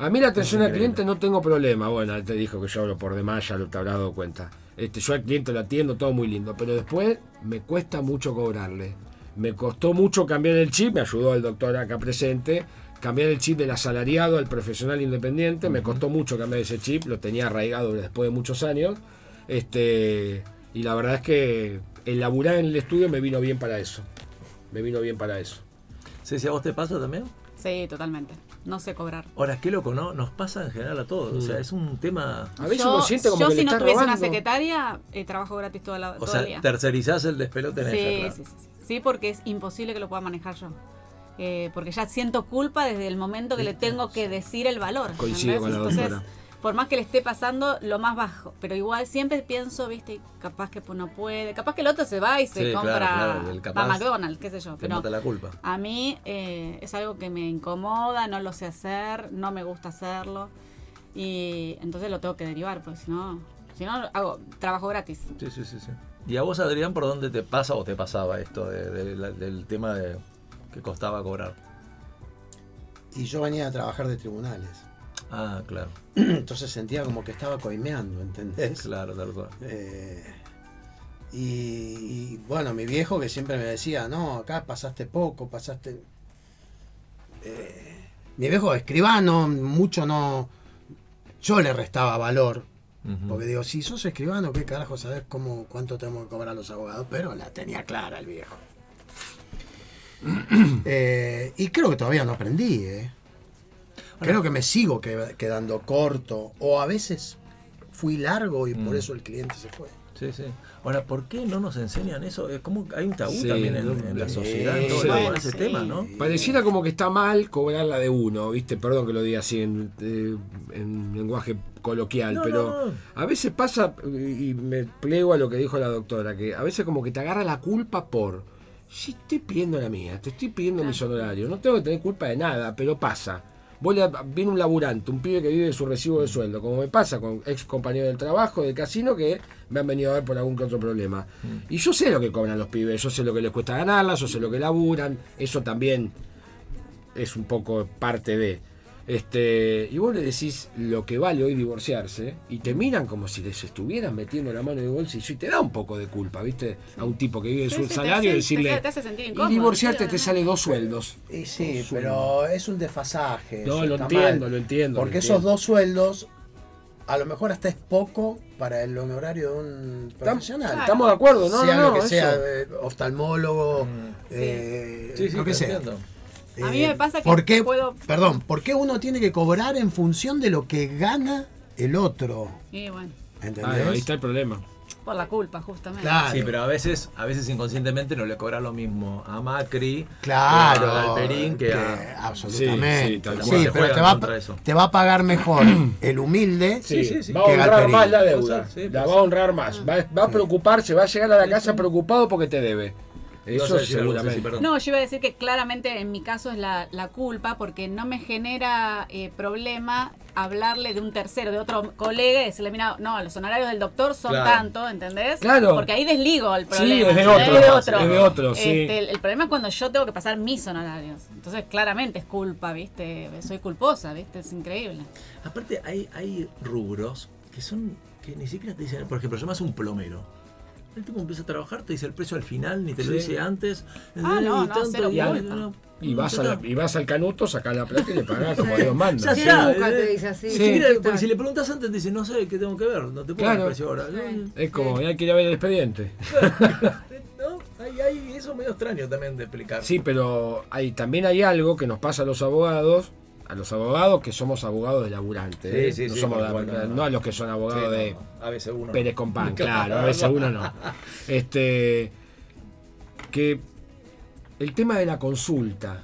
S7: A mí la atención al
S2: Increíble.
S7: cliente no tengo problema. Bueno, te dijo que yo hablo por demás, ya lo te habrás dado cuenta. Este, yo al cliente lo atiendo, todo muy lindo, pero después me cuesta mucho cobrarle. Me costó mucho cambiar el chip, me ayudó el doctor acá presente, cambiar el chip del asalariado al profesional independiente, me costó mucho cambiar ese chip, lo tenía arraigado después de muchos años. Este, y la verdad es que el laburar en el estudio me vino bien para eso. Me vino bien para eso.
S2: Sí, sí, ¿a vos te pasa también?
S4: Sí, totalmente. No sé cobrar.
S2: Ahora, qué loco, ¿no? Nos pasa en general a todos. O sea, es un tema...
S7: A veces
S4: yo,
S7: uno siente como
S4: yo
S7: que
S4: si
S7: le
S4: no
S7: están
S4: tuviese una
S7: robando.
S4: secretaria, eh, trabajo gratis toda la,
S2: O
S4: todo el día.
S2: sea, tercerizás el despelote en
S4: sí,
S2: ella, claro.
S4: sí, sí, sí. Sí, porque es imposible que lo pueda manejar yo. Eh, porque ya siento culpa desde el momento que le tengo que decir el valor.
S7: Coincido
S4: ¿entendés?
S7: con la
S4: Entonces,
S7: doctora.
S4: por más que le esté pasando lo más bajo, pero igual siempre pienso, viste, capaz que no puede, capaz que el otro se va y se
S2: Sí, claro,
S4: compra
S2: claro, el capaz
S4: a McDonald's, qué sé yo.
S2: Te
S4: Pero
S2: mata la culpa.
S4: a mí eh, es algo que me incomoda, no lo sé hacer, no me gusta hacerlo y entonces lo tengo que derivar, pues si no, si no hago trabajo gratis.
S2: Sí, sí, sí, sí. ¿Y a vos, Adrián, por dónde te pasa o te pasaba esto de- de la- del tema de que costaba cobrar?
S5: Y yo venía a trabajar de tribunales.
S2: Ah, claro,
S5: Entonces sentía como que estaba coimeando, ¿entendés?
S2: claro, tal cual.
S5: Eh, y, y, bueno, mi viejo que siempre me decía, no, acá pasaste poco, pasaste... Eh, mi viejo escribano, mucho no... Yo le restaba valor,
S2: Ujú.
S5: porque digo, si sos escribano, qué carajo sabes cómo, cuánto tenemos que cobrar los abogados, pero la tenía clara el viejo. Eh, y creo que todavía no aprendí, ¿eh? Creo que me sigo que- quedando corto, o a veces fui largo y
S7: Mm.
S5: por eso el cliente se fue.
S2: Sí, sí. Ahora, ¿por qué no nos enseñan eso? Es como hay un tabú
S7: Sí,
S2: también en,
S7: no,
S2: en la
S7: sí.
S2: sociedad, en todo
S7: Sí.
S2: el- en ese
S4: Sí.
S2: tema, ¿no?
S7: Pareciera como que está mal cobrar la de uno, ¿viste? Perdón que lo diga así en, eh, en lenguaje coloquial,
S2: No,
S7: pero
S2: no, no.
S7: a veces pasa, y y me plego a lo que dijo la doctora, que a veces como que te agarra la culpa por. Si estoy pidiendo la mía, te estoy pidiendo mis honorarios, no tengo que tener culpa de nada, pero pasa. Vos le- viene un laburante, un pibe que vive de su recibo de sueldo, como me pasa con ex compañeros del trabajo, del casino, que me han venido a ver por algún que otro problema.
S2: Mm.
S7: Y yo sé lo que cobran los pibes, yo sé lo que les cuesta ganarlas, yo sé lo que laburan, eso también es un poco parte de. Este, y vos le decís lo que vale hoy divorciarse y te miran como si les estuvieras metiendo la mano en el bolsillo y te da un poco de culpa, ¿viste? A un tipo que vive de
S4: Sí,
S7: su
S4: sí, te
S7: salario y
S4: hace-
S7: decirle.
S4: te hace sentir
S7: Y
S4: incómodo,
S7: divorciarte
S4: ¿viste?
S7: te sale dos sueldos.
S5: Y sí, pero es un desfasaje.
S7: No,
S5: eso
S7: lo
S5: está
S7: entiendo, lo entiendo, lo
S5: Porque esos
S7: entiendo.
S5: dos sueldos, a lo mejor hasta es poco para el honorario de un profesional.
S7: Estamos de acuerdo, ¿no?
S5: sea
S7: no,
S5: lo que
S7: eso.
S5: sea, eh, oftalmólogo, eh,
S2: Sí, sí,
S5: lo que
S2: te
S5: sea.
S2: entiendo.
S5: Eh,
S4: A mí me pasa que
S5: ¿por qué,
S4: puedo-
S5: Perdón, ¿por qué uno tiene que cobrar en función de lo que gana el otro?
S4: Y bueno,
S7: Ah,
S5: ¿Entendés?
S7: ahí está el problema.
S4: por la culpa justamente.
S5: Claro.
S2: Sí, pero a veces, a veces inconscientemente no le cobra lo mismo a Macri,
S5: Claro,
S2: a Galperín, que, a...
S5: absolutamente.
S7: Sí,
S5: Sí,
S7: sí, tal
S2: cual. Se
S5: pero
S2: juegan
S5: te va,
S2: contra eso.
S5: te va a pagar mejor el humilde
S2: Sí, sí, sí.
S7: Va a honrar
S5: Galperín.
S7: más la deuda.
S2: Sí, sí,
S7: la
S2: sí.
S7: va a honrar
S4: Ah.
S7: más. Va, va a preocuparse, va a llegar a la casa preocupado porque te debe.
S2: Ibas
S7: Eso
S2: a decir algo, Ceci,
S7: seguramente.
S2: perdón.
S4: No, yo iba a decir que claramente en mi caso es la, la culpa porque no me genera eh, problema hablarle de un tercero, de otro colega y decirle, mira, no, los honorarios del doctor son
S2: Claro.
S4: tanto, ¿entendés?
S7: Claro.
S4: Porque ahí desligo el
S7: Sí,
S4: problema.
S7: es de
S4: ¿entendés?
S7: otro, es de otro, sí.
S4: Este, el, el problema es cuando yo tengo que pasar mis honorarios. Entonces claramente es culpa, ¿viste? Soy culposa, ¿viste? Es increíble.
S2: Aparte, hay, hay rubros que son que ni siquiera te dicen, por ejemplo, llamas a un plomero. El tipo empieza a trabajar, te dice el precio al final, ni te lo
S7: Sí.
S2: dice antes.
S4: Ah, no,
S2: Y
S4: no, cero
S2: y-
S4: culpa.
S2: no,
S7: Y vas,
S2: ya
S7: a la-
S2: está.
S7: y vas al canuto, sacás la plata y le pagás como Dios
S2: Ya
S7: manda.
S2: sé.
S3: Nunca
S2: Claro,
S3: te
S2: eh,
S3: dice así.
S2: ni
S7: Sí.
S2: siquiera-
S3: Tal
S2: porque
S3: cual.
S2: si le preguntas antes, te dice, no sé qué tengo que ver, no te puedo
S7: Claro.
S2: dar precio ahora.
S7: Es como, ya quiere ver el expediente.
S2: No, hay, hay- es eso es medio extraño también de explicar.
S7: Sí, pero hay, también hay algo que nos pasa a los abogados, a los abogados que somos abogados de laburantes. ¿eh?
S2: Sí, sí,
S7: no,
S2: sí,
S7: somos
S2: por
S7: la-
S2: supuesto, no.
S7: no a los que son abogados
S2: Sí,
S7: de
S2: no, a veces uno.
S7: Pérez con pan, claro, a veces uno no. Este, que el tema de la consulta,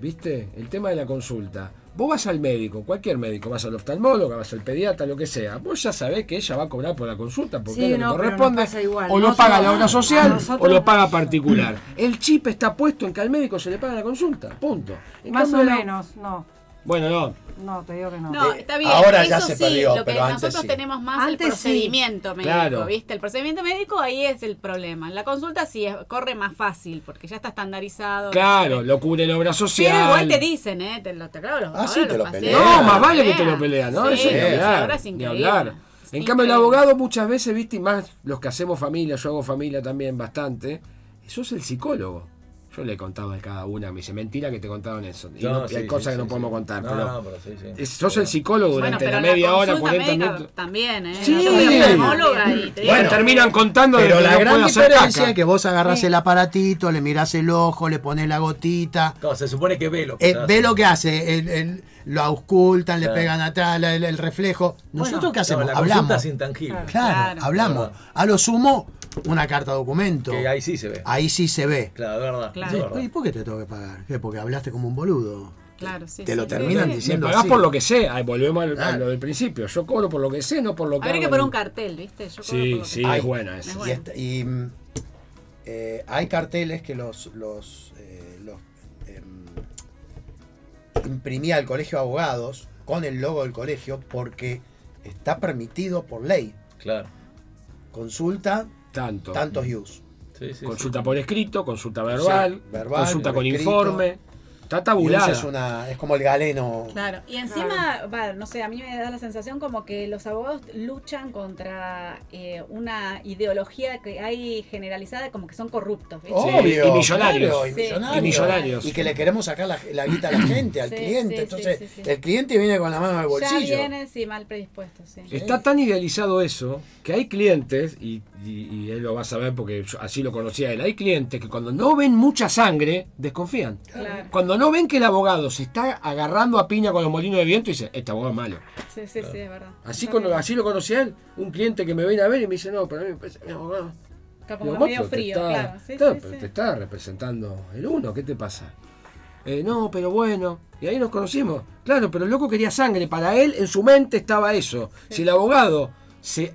S7: ¿viste? El tema de la consulta. Vos vas al médico, cualquier médico, vas al oftalmólogo, vas al pediatra, lo que sea. Vos ya sabés que ella va a cobrar por la consulta porque
S3: Sí,
S7: es lo que
S3: no, pero nos
S7: corresponde.
S3: pasa igual.
S7: O lo
S3: Nosotros-
S7: paga la obra
S3: a
S7: social o
S3: nosotros
S7: lo
S3: no.
S7: paga particular. El chip está puesto en que al médico se le paga la consulta. Punto. En
S3: Más
S7: cambio,
S3: o
S7: la-
S3: menos, no.
S7: Bueno, no.
S3: No, te digo que no.
S4: No,
S5: Eh,
S4: está bien.
S5: ahora
S4: eso
S5: ya se
S4: sí,
S5: perdió,
S4: lo que
S5: pero antes
S4: nosotros
S5: sí.
S4: tenemos más
S3: Antes
S4: el
S3: sí.
S4: procedimiento médico,
S7: Claro.
S4: ¿viste? El procedimiento médico ahí es el problema. La consulta sí es- corre más fácil porque ya está estandarizado.
S7: Claro, lo cubre la obra social.
S4: Pero igual te dicen, ¿eh? Te lo, te, claro, los
S5: Ah, sí,
S4: ahora los
S5: te lo
S4: pacientes
S5: pelean.
S7: No,
S4: lo
S7: más vale que te lo pelean, ¿no?
S4: Sí,
S7: Eso ni
S4: sí,
S7: hablar.
S4: ahora es
S7: ni
S4: increíble.
S7: hablar.
S4: Es
S7: En cambio, el
S4: increíble.
S7: abogado muchas veces, viste, y más los que hacemos familia, yo hago familia también bastante, eso es el psicólogo. Yo le he contado de cada una, me dice, mentira que te contaron eso. Y, no- y
S2: sí,
S7: hay
S2: sí,
S7: cosas
S2: sí,
S7: que no
S2: sí.
S7: podemos contar,
S2: No,
S7: pero,
S2: no, pero sí, sí.
S7: es- sos el psicólogo
S4: Bueno,
S7: durante
S4: pero
S7: la media hora,
S4: consulta
S7: 40
S4: médica
S7: minutos.
S4: también, ¿eh?
S7: Sí.
S4: Yo soy oftalmóloga y te digo-
S7: Bueno, terminan contando de
S5: Pero
S7: que
S5: la
S7: no
S5: gran
S7: puedo hacer
S5: diferencia
S7: caca.
S5: es que vos agarrás el aparatito, le mirás el ojo, le pones la gotita.
S2: No, se supone que ve lo que
S5: eh,
S2: está
S5: ve
S2: haciendo.
S5: lo que hace, el- el- lo auscultan, le
S2: Claro.
S5: pegan atrás la- el, el reflejo. ¿Nosotros
S2: Bueno,
S5: qué hacemos?
S2: no, la consulta
S5: hablamos.
S2: es intangible.
S5: Claro,
S4: Claro.
S5: hablamos. A lo sumo, una carta documento.
S2: Que ahí sí se ve.
S5: Ahí sí se ve.
S2: Claro, es verdad.
S4: Claro.
S2: eso es verdad.
S5: ¿Y por qué te tengo que pagar? ¿Qué? Porque hablaste como un boludo.
S4: Claro, sí,
S5: Te
S4: sí,
S5: lo
S4: sí,
S5: terminan
S4: sí.
S7: Me
S5: diciendo
S7: pagás
S5: así.
S7: por lo que sea. Ahí volvemos al- a
S5: Claro.
S7: lo del principio. Yo cobro por lo que sé, no por lo que.
S4: Habría
S7: hago
S4: que
S7: en
S4: poner
S7: el-
S4: un cartel, ¿viste? Yo cobro por
S7: Sí,
S4: lo que-
S7: sí,
S5: Ay.
S7: es buena esa.
S4: Es
S5: Y,
S4: bueno.
S5: esta- y, mm, eh, hay carteles que los, los, eh, los, em, imprimía el colegio de abogados con el logo del colegio porque está permitido por ley.
S2: Claro.
S5: Consulta
S7: Tanto.
S5: tantos views.
S2: Sí, sí,
S7: Consulta por escrito, consulta verbal,
S5: Sí, verbal,
S7: consulta
S5: por
S7: con
S5: escrito.
S7: informe. Está tabulada.
S5: Es, una, es como el galeno.
S4: Claro, y encima, va, no sé, a mí me da la sensación como que los abogados luchan contra eh, una ideología que hay generalizada como que son corruptos.
S7: Oh,
S4: ¿viste?
S5: Obvio,
S7: y millonarios.
S5: claro, y,
S4: Sí.
S5: millonarios.
S4: Y
S7: millonarios.
S5: Y que le queremos sacar la, la guita a la gente, al
S4: Sí,
S5: cliente.
S4: sí,
S5: Entonces,
S4: sí, sí, sí.
S5: el cliente viene con la mano en el
S4: ya
S5: bolsillo.
S4: vienen, sí, mal predispuestos, sí.
S7: Está tan idealizado eso que hay clientes, y, y- y él lo va a saber porque yo así lo conocía él, hay clientes que cuando no ven mucha sangre, desconfían.
S4: Claro.
S7: Cuando no ven que el abogado se está agarrando a piña con los molinos de viento, dicen, este abogado es malo.
S4: Sí, sí, sí, es verdad.
S7: Así, con, así lo conocía él, un cliente que me viene a ver y me dice, no, para mí me parece mi abogado.
S4: Como
S7: Digo,
S4: medio
S7: macho, te
S4: frío,
S7: está-
S4: claro. Sí,
S7: está-
S4: sí,
S7: pero
S4: sí.
S7: Te está representando el uno, ¿qué te pasa? Eh, no, pero bueno. Y ahí nos conocimos. Claro, pero el loco quería sangre. Para él, en su mente estaba eso. Si el abogado se.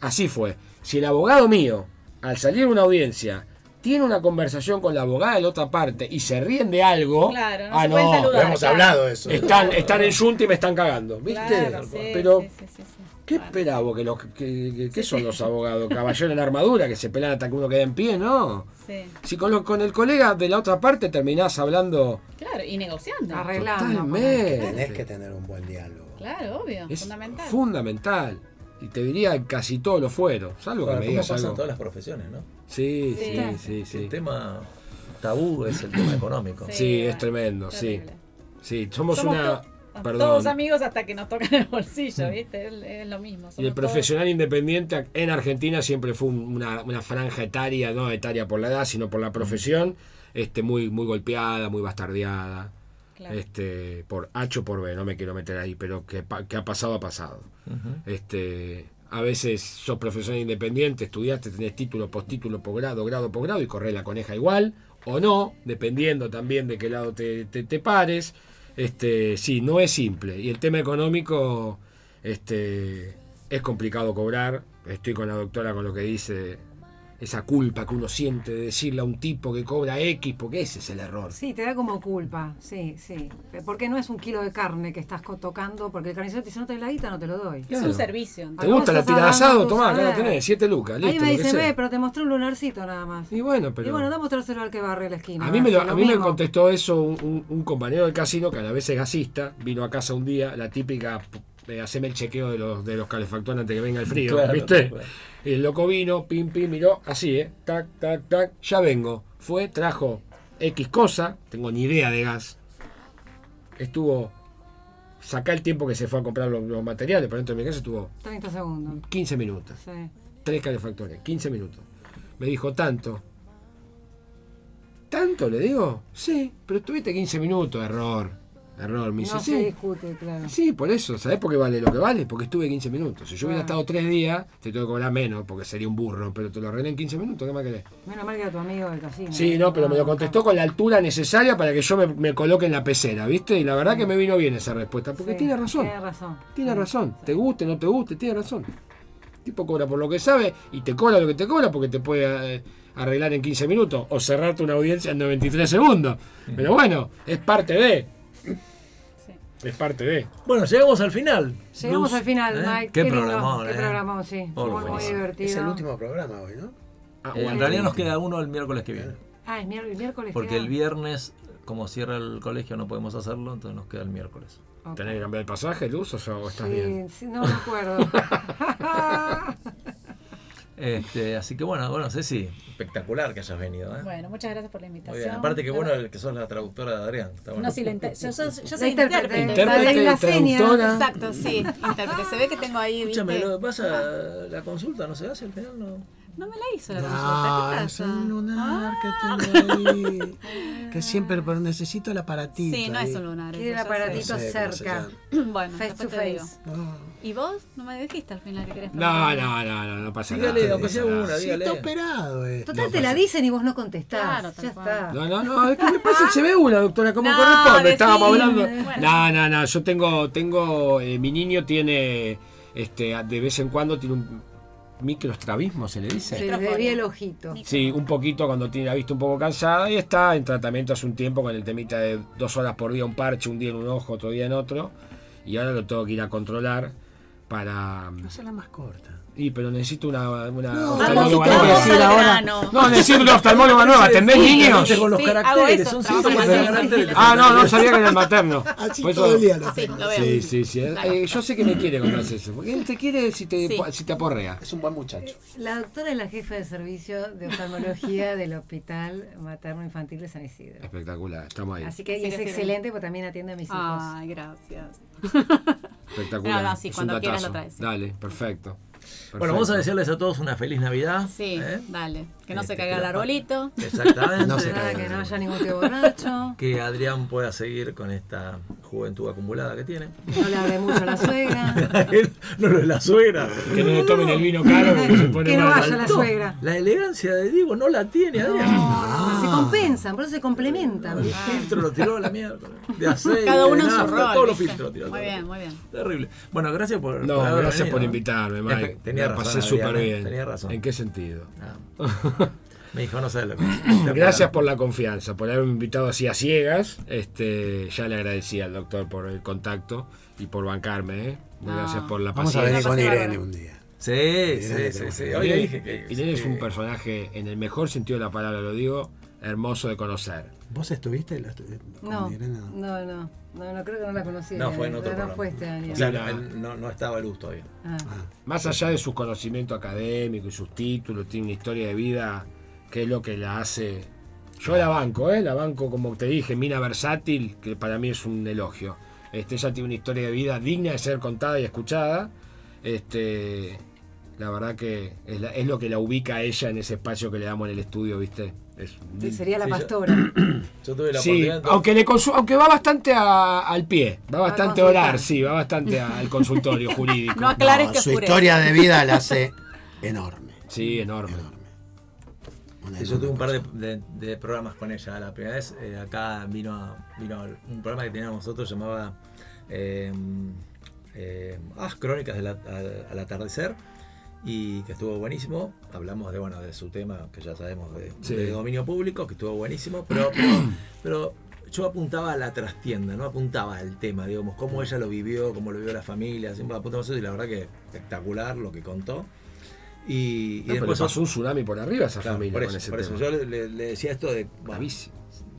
S7: Así fue. Si el abogado mío, al salir de una audiencia, tiene una conversación con la abogada de la otra parte y se ríen de algo.
S4: Claro, no
S7: ah,
S4: se pueden
S5: Lo
S4: saludar.
S5: hemos hablado de eso.
S7: Están, están en Junta y me están cagando. ¿Viste?
S4: Claro, sí,
S7: pero
S4: sí, sí, sí, sí.
S7: ¿Qué
S4: Bueno.
S7: esperaba vos? ¿Que los, que, que- qué son los abogados? ¿Caballeros en armadura que se pelan hasta que uno queda en pie? No.
S4: Sí.
S7: Si con, lo- con el colega de la otra parte terminás hablando
S4: Claro, y negociando.
S3: Arreglando.
S5: Tenés que
S7: totalmente.
S5: tener un buen diálogo.
S4: Claro, obvio,
S7: Es
S4: fundamental.
S7: fundamental. Y te diría que casi todos lo fueron. Salvo que
S2: Bueno,
S7: me
S2: ¿Cómo
S7: digas
S2: pasan
S7: algo.
S2: todas las profesiones, no?
S7: Sí,
S4: Sí.
S7: sí, sí, sí.
S2: El tema tabú es el tema económico.
S4: Sí.
S7: Sí, es
S4: bueno,
S7: tremendo, sí.
S4: terrible.
S7: Sí, somos
S4: Somos
S7: una...
S4: to-
S7: Perdón.
S4: todos amigos hasta que nos tocan el bolsillo, ¿viste? Es, es lo mismo.
S7: Y el
S4: somos todos-
S7: profesional independiente en Argentina siempre fue un- una, una franja etaria, no etaria por la edad, sino por la profesión, este, muy, muy golpeada, muy bastardeada,
S4: Claro.
S7: este, por H o por B, no me quiero meter ahí, pero que, pa- que ha pasado, ha pasado. este, a veces sos profesional independiente, estudiaste, tenés título, postítulo, posgrado, grado, posgrado y corres la coneja igual, o no, dependiendo también de qué lado te, te- te pares. Este, sí, no es simple. Y el tema económico, este, es complicado cobrar. Estoy con la doctora con lo que dice, esa culpa que uno siente de decirle a un tipo que cobra X, porque ese es el error.
S3: Sí, te da como culpa, sí, sí. Porque no es un kilo de carne que estás co- tocando, porque el carnicero te dice, no te doy la guita, no te lo doy.
S4: Es un servicio.
S7: ¿Te
S4: entonces.
S3: Acá
S7: gusta la
S3: Ah, estás
S7: tira de asado?
S3: hablando,
S7: Tomá, acá la
S3: sabés.
S7: tenés, 7 lucas,
S3: Ahí
S7: listo.
S3: me
S7: lo que
S3: dice,
S7: sea.
S3: ve, pero te mostré un lunarcito nada más.
S7: Y bueno, pero...
S3: Y bueno, da mostrárselo al que barre la esquina.
S7: A mí, me, lo-
S3: que
S7: a mí me
S3: mismo.
S7: contestó eso un, un- un compañero del casino que a la vez es gasista, vino a casa un día, la típica, eh, haceme el chequeo de los, de los calefactores antes que venga el frío,
S2: Claro,
S7: ¿viste?
S2: claro.
S7: Y el loco vino, pim, pim, miró, así, ¿eh? Tac, tac, tac, ya vengo. Fue, trajo X cosa, tengo ni idea de gas. Estuvo, saca el tiempo que se fue a comprar los, los materiales, pero dentro de mi casa estuvo
S3: 30 segundos,
S7: 15 minutos
S3: sí.
S7: tres calefactores, 15 minutos. Me dijo tanto. minutos? Le digo, sí, pero estuviste 15 minutos, error. Error, me dice,
S3: No
S7: sí.
S3: se discute, claro.
S7: Sí, por eso. ¿Sabés por qué vale lo que vale? Porque estuve 15 minutos. Si yo hubiera estado 3 días, te tengo que cobrar menos, porque sería un burro, pero te lo arreglé en 15 minutos, ¿qué más querés?
S3: Menos mal que era tu amigo del casino. Ah,
S7: Sí, no, pero me lo contestó con la altura necesaria para que yo me, me coloque en la pecera, ¿viste? Y la verdad que me vino bien esa respuesta, porque tiene razón.
S3: Tiene razón.
S7: Tiene razón. Te guste, no te guste, tiene razón. El tipo cobra por lo que sabe y te cobra lo que te cobra porque te puede eh, arreglar en 15 minutos o cerrarte una audiencia en 93 segundos. Pero bueno, es parte de. Es parte de.
S2: Bueno, llegamos al final.
S3: Llegamos
S2: Luz,
S3: al final,
S2: ¿eh?
S3: Mike.
S2: Qué,
S3: lindo,
S2: programón,
S3: Qué
S2: eh.
S3: programón, sí.
S2: Oh,
S3: muy, muy
S2: buenísimo.
S3: divertido.
S5: Es el último programa hoy, ¿no?
S7: Ah,
S2: Eh, en
S7: bueno.
S2: realidad nos queda uno el miércoles que viene.
S3: Ah, es miér- el miércoles.
S2: Porque
S3: queda.
S2: el viernes, como cierra el colegio, no podemos hacerlo, entonces nos queda el miércoles.
S3: Ok.
S7: ¿Tenés que cambiar el pasaje, Luz, o, sea, o estás bien?
S3: Sí, sí, no me acuerdo.
S2: Este, así que bueno, bueno, Ceci, espectacular que hayas venido. ¿eh?
S4: Bueno, muchas gracias por la
S2: Muy
S4: invitación.
S2: bien. Aparte que bueno el que sos la traductora de Adrián. Está bueno.
S4: No, sí, la inter- yo, yo- yo
S3: La
S4: soy
S3: intérprete.
S4: intérprete.
S7: Intérprete,
S3: La
S7: traductora.
S4: Exacto, sí, intérprete. Se ve que tengo ahí, ¿viste?
S2: Escúchame, lo que pasa, la consulta no se hace al final, no.
S4: No me la hizo la consulta, ¿qué
S5: es
S4: pasa?
S5: un lunar que tengo ahí. Que siempre, pero necesito el aparatito.
S4: Sí, no
S5: ahí.
S4: es un lunar.
S3: Tiene el
S4: eso ya sé.
S3: aparatito
S5: No sé cómo se
S3: cerca.
S5: llama.
S4: Bueno,
S3: Face
S4: después
S3: to
S4: te digo.
S3: face.
S4: ¿Y vos? No me dijiste al final que querés
S7: No,
S4: preguntarme.
S7: no, no, no, no pasa
S2: Dígale,
S7: nada.
S2: aunque sea
S7: no pasa
S2: una,
S7: nada.
S5: Sí, está
S2: dígale.
S5: operado, eh.
S3: Total, te la dicen y vos no contestás.
S4: Claro, tal
S3: ya
S4: cual.
S3: está.
S7: No, no, no, es que me pasa el se ve una, doctora, como
S4: Ah. No,
S7: corresponde.
S4: decime.
S7: Estábamos hablando.
S4: Bueno.
S7: No, no, no, yo tengo, tengo, eh, mi niño tiene, este, de vez en cuando tiene un microestrabismo, se le dice.
S3: Se le debía el ojito.
S7: Sí, un poquito cuando tiene la vista un poco cansada y está en tratamiento hace un tiempo con el temita de dos horas por día, un parche, un día en un ojo, otro día en otro. Y ahora lo tengo que ir a controlar para...
S5: Hacerla más corta.
S7: Y pero necesito una, una
S5: No,
S4: Vamos,
S5: Oftalmólogo
S7: oftalmóloga
S5: nueva.
S4: vamos al
S7: nueva.
S5: Decir ahora-
S4: grano.
S7: Ah, No, necesito una oftalmóloga nueva. ¿Atendés niños?
S2: Con los
S4: Sí, hago
S2: caracteres,
S4: eso,
S2: son
S4: trabajo
S2: síntomas
S4: con
S2: de
S4: eso.
S2: caracteres.
S7: Ah, no, no sabía que era el materno.
S5: Así
S7: Por eso-
S5: todo Ah, el día lo
S4: Sí,
S5: tengo.
S4: lo veo.
S7: Sí, sí, sí. Eh, yo sé que me quiere cuando hace eso. Porque él te quiere si te,
S4: Sí.
S7: si te aporrea.
S5: Es un buen muchacho.
S3: La doctora es la jefa de servicio de oftalmología del Hospital Materno Infantil de San Isidro.
S7: Espectacular, estamos ahí.
S3: Así que Ah,
S4: Así
S3: es
S4: que sí.
S3: excelente porque también atiende a mis hijos.
S4: Ay, gracias.
S7: Espectacular.
S4: No, no, sí,
S7: Es un
S4: cuando quieras lo
S7: datazo.
S4: traes, sí.
S7: Dale, perfecto.
S2: Bueno, vamos a
S7: Perfecto.
S2: desearles a todos una feliz Navidad.
S4: Sí,
S2: ¿eh?
S4: dale. Que no
S2: Este,
S4: se caiga
S2: que
S4: el
S2: la-
S4: arbolito.
S2: Exactamente.
S5: No se
S3: Nada,
S5: caiga.
S3: que no haya ningún tío borracho,
S2: Que Adrián pueda seguir con esta juventud acumulada que tiene.
S3: que no le hable mucho a la suegra,
S2: no lo de la suegra.
S7: Que no le tomen el vino caro porque se pone
S3: que no
S7: mal.
S3: vaya la suegra.
S2: La elegancia de Diego no la tiene Adrián. Ah,
S3: Se compensan, por eso se complementan. Ah,
S2: El filtro lo tiró a la mierda. De aceite,
S4: Cada uno
S2: de
S4: en su
S2: nafta,
S4: rol.
S2: Todos los
S4: ¿viste?
S2: filtros tiró.
S4: Muy bien, muy bien.
S2: Terrible. Bueno, gracias por.
S7: No,
S2: por haber
S7: gracias
S2: venido,
S7: por
S2: ¿no?
S7: invitarme,
S2: Espe-
S7: Mike.
S2: Tenía
S7: la
S2: razón.
S7: pasé súper
S2: Adrián, ¿eh?
S7: bien.
S2: Tenía razón.
S7: ¿En qué sentido?
S2: Ah. Me dijo, no sé lo que. está
S7: Gracias
S2: pegando.
S7: por la confianza, por haberme invitado así a ciegas. Este, ya le agradecí al doctor por el contacto y por bancarme. ¿eh? Muy
S4: No.
S7: Gracias por la
S5: Vamos a venir
S7: paciencia.
S5: con
S4: Paciencia.
S5: Irene un día.
S2: Sí, sí, sí. sí. Hoy le
S7: Irene-
S2: dije que.
S7: Irene es un
S2: que-
S7: personaje, en el mejor sentido de la palabra lo digo, hermoso de conocer.
S5: ¿Vos estuviste la- eh, con
S3: No,
S5: Irene? No.
S3: no, no, no, no creo que no la conocí.
S2: No, fue en
S3: no,
S2: otro programa.
S3: fue este año.
S2: Claro, él no, no estaba luz todavía.
S3: Ah.
S7: Más allá de su conocimiento académico y sus títulos, tiene una historia de vida que es lo que la hace. Yo
S2: Ah.
S7: la banco, ¿eh? la banco como te dije, Mina Versátil, que para mí es un elogio. Este, ella tiene una historia de vida digna de ser contada y escuchada. Este, la verdad que es, la- es lo que la ubica a ella en ese espacio que le damos en el estudio, ¿viste? Es,
S3: Sí, sería la
S2: Sí, yo- Eh,
S3: pastora.
S2: Yo tuve la
S7: Sí,
S2: oportunidad. entonces-
S7: aunque, le consu- aunque va bastante a- al pie, va bastante a
S3: consultar.
S7: orar, sí, va bastante a- al consultorio jurídico.
S4: No aclares que
S5: su
S4: oscurece.
S5: historia de vida la hace enorme.
S7: Sí, enorme.
S5: Una
S2: Sí, yo tuve un
S5: enorme
S2: par de, de- de programas con ella. La primera vez eh, acá vino, a- vino a un programa que teníamos nosotros llamaba eh, eh, ah, Crónicas del at- al, al atardecer y que estuvo buenísimo. Hablamos de bueno de su tema que ya sabemos de,
S7: Sí.
S2: de dominio público que estuvo buenísimo, pero, pero yo apuntaba a la trastienda, no apuntaba al tema, digamos cómo ella lo vivió, cómo lo vivió la familia, siempre apuntamos eso y la verdad que espectacular lo que contó. Y, y
S7: No, pero
S2: después
S7: le pasó un tsunami por arriba a esa
S2: Claro,
S7: familia
S2: por
S7: con
S2: eso,
S7: ese
S2: por eso.
S7: tema.
S2: Yo le, le- le decía esto de. bueno,
S7: Bravísimo.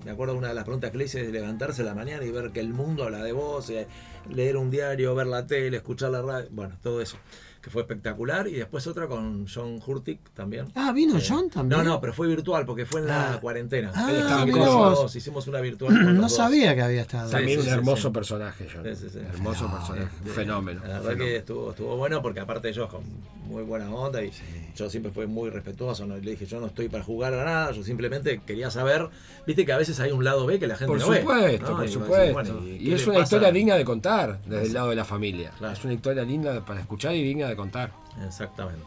S2: me acuerdo una de las preguntas que le hice es levantarse a la mañana y ver que el mundo habla de vos, eh, leer un diario, ver la tele, escuchar la radio, bueno, todo eso. que fue espectacular, y después otra con John Hurtig también.
S5: Ah, vino
S2: Eh,
S5: John
S2: No,
S5: también.
S2: no, pero fue virtual porque fue en la
S5: Ah.
S2: cuarentena.
S5: Ah,
S2: Él estaba
S5: mirá
S2: con los
S5: vos.
S2: dos, hicimos una virtual. con los
S5: No
S2: dos.
S5: sabía que había estado.
S2: Sí,
S7: También
S2: sí,
S7: un
S2: sí,
S7: hermoso
S2: sí.
S7: personaje, John.
S2: Sí, sí, sí.
S7: Hermoso personaje. Un fenómeno.
S2: La verdad
S7: un
S2: que
S7: fenómeno.
S2: estuvo, estuvo bueno porque aparte ellos con muy buena onda y yo siempre fui muy respetuoso, ¿no? le dije yo no estoy para jugar a nada, yo simplemente quería saber, viste que a veces hay un lado B que la gente
S7: Por
S2: no ve.
S7: supuesto,
S2: ¿no?
S7: por
S2: Y vos
S7: supuesto.
S2: decís, bueno, ¿y
S7: y
S2: qué
S7: es
S2: le
S7: una
S2: pasa?
S7: historia digna de contar desde el lado de la familia.
S2: Claro.
S7: Es una historia linda para escuchar y digna de contar.
S2: Exactamente.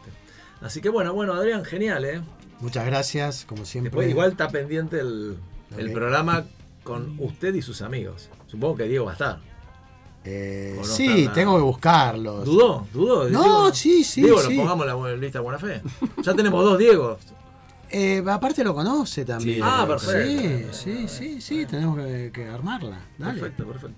S2: Así que bueno, bueno, Adrián, genial, ¿eh?
S5: Muchas gracias, como siempre.
S2: Después igual está pendiente el, el
S5: Ok.
S2: programa con usted y sus amigos. Supongo que Diego va a estar.
S5: Eh,
S2: O no
S5: sí,
S2: está nada.
S5: tengo que
S7: Oh,
S5: buscarlos.
S2: ¿Dudó? ¿Dudó?
S5: No,
S2: Diego-
S5: sí, sí,
S2: Diego,
S5: sí.
S2: lo pongamos en la bu- lista de buena fe. Ya tenemos dos Diego.
S5: Eh, aparte lo conoce también.
S7: Sí,
S2: Ah, perfecto.
S5: Sí, sí, sí, sí, tenemos que, que armarla. Dale.
S2: Perfecto, perfecto.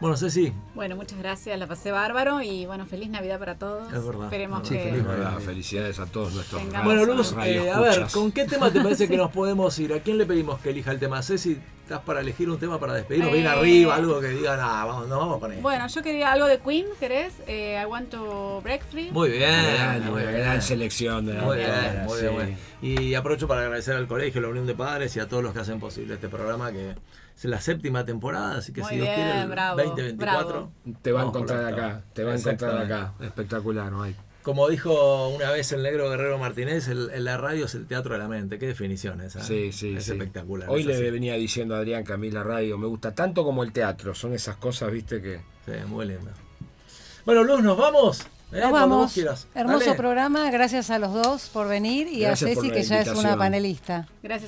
S2: Bueno, Ceci,
S4: Bueno, muchas gracias, la pasé bárbaro y bueno, feliz Navidad para todos.
S2: Es verdad.
S4: Esperemos
S2: Sí,
S4: que
S2: feliz Navidad.
S7: Verdad, Ah, Felicidades a todos nuestros
S4: Tengamos
S2: Bueno,
S4: Vamos
S2: Luz,
S4: a
S2: eh, a ver, ¿con qué tema te parece que nos podemos ir? ¿A quién le pedimos que elija el tema? Ceci, ¿estás para elegir un tema para despedirnos? Bien
S4: Eh.
S2: arriba, algo que digan, ah, vamos, no vamos con esto.
S4: Bueno, yo quería algo de Queen, ¿querés? Eh, I want to break free.
S2: muy bien, muy
S7: una
S2: bien.
S7: gran selección de la
S2: Muy bien,
S7: banda,
S2: muy
S7: sí.
S2: bien. Y aprovecho para agradecer al colegio, la Unión de Padres y a todos los que hacen posible este programa, que es la séptima temporada, así que
S4: Muy
S2: si Dios quiere, el
S4: bien, bravo,
S2: 2024.
S4: bravo.
S7: Te va a
S2: vamos por la
S7: encontrar
S2: octava.
S7: acá, te va a encontrar
S2: Exactamente.
S7: acá. Espectacular, Mike.
S2: Como dijo una vez el negro Guerrero Martínez, el, el- la radio es el teatro de la mente. Qué definición esa. ¿eh?
S7: Sí, sí,
S2: Es
S7: sí.
S2: espectacular.
S7: Hoy
S2: es
S7: le
S2: así.
S7: venía diciendo a Adrián que a mí la radio me gusta tanto como el teatro. Son esas cosas, viste, que...
S2: Sí, muy linda. Bueno, Luz, nos vamos. ¿eh?
S3: Nos
S2: Cuando vos
S3: vamos.
S2: quieras.
S3: Hermoso
S2: Dale.
S3: programa. Gracias a los dos por venir y
S7: Gracias
S3: a
S7: por
S3: Ceci,
S7: la
S3: que ya es una
S7: invitación.
S3: panelista.
S4: Gracias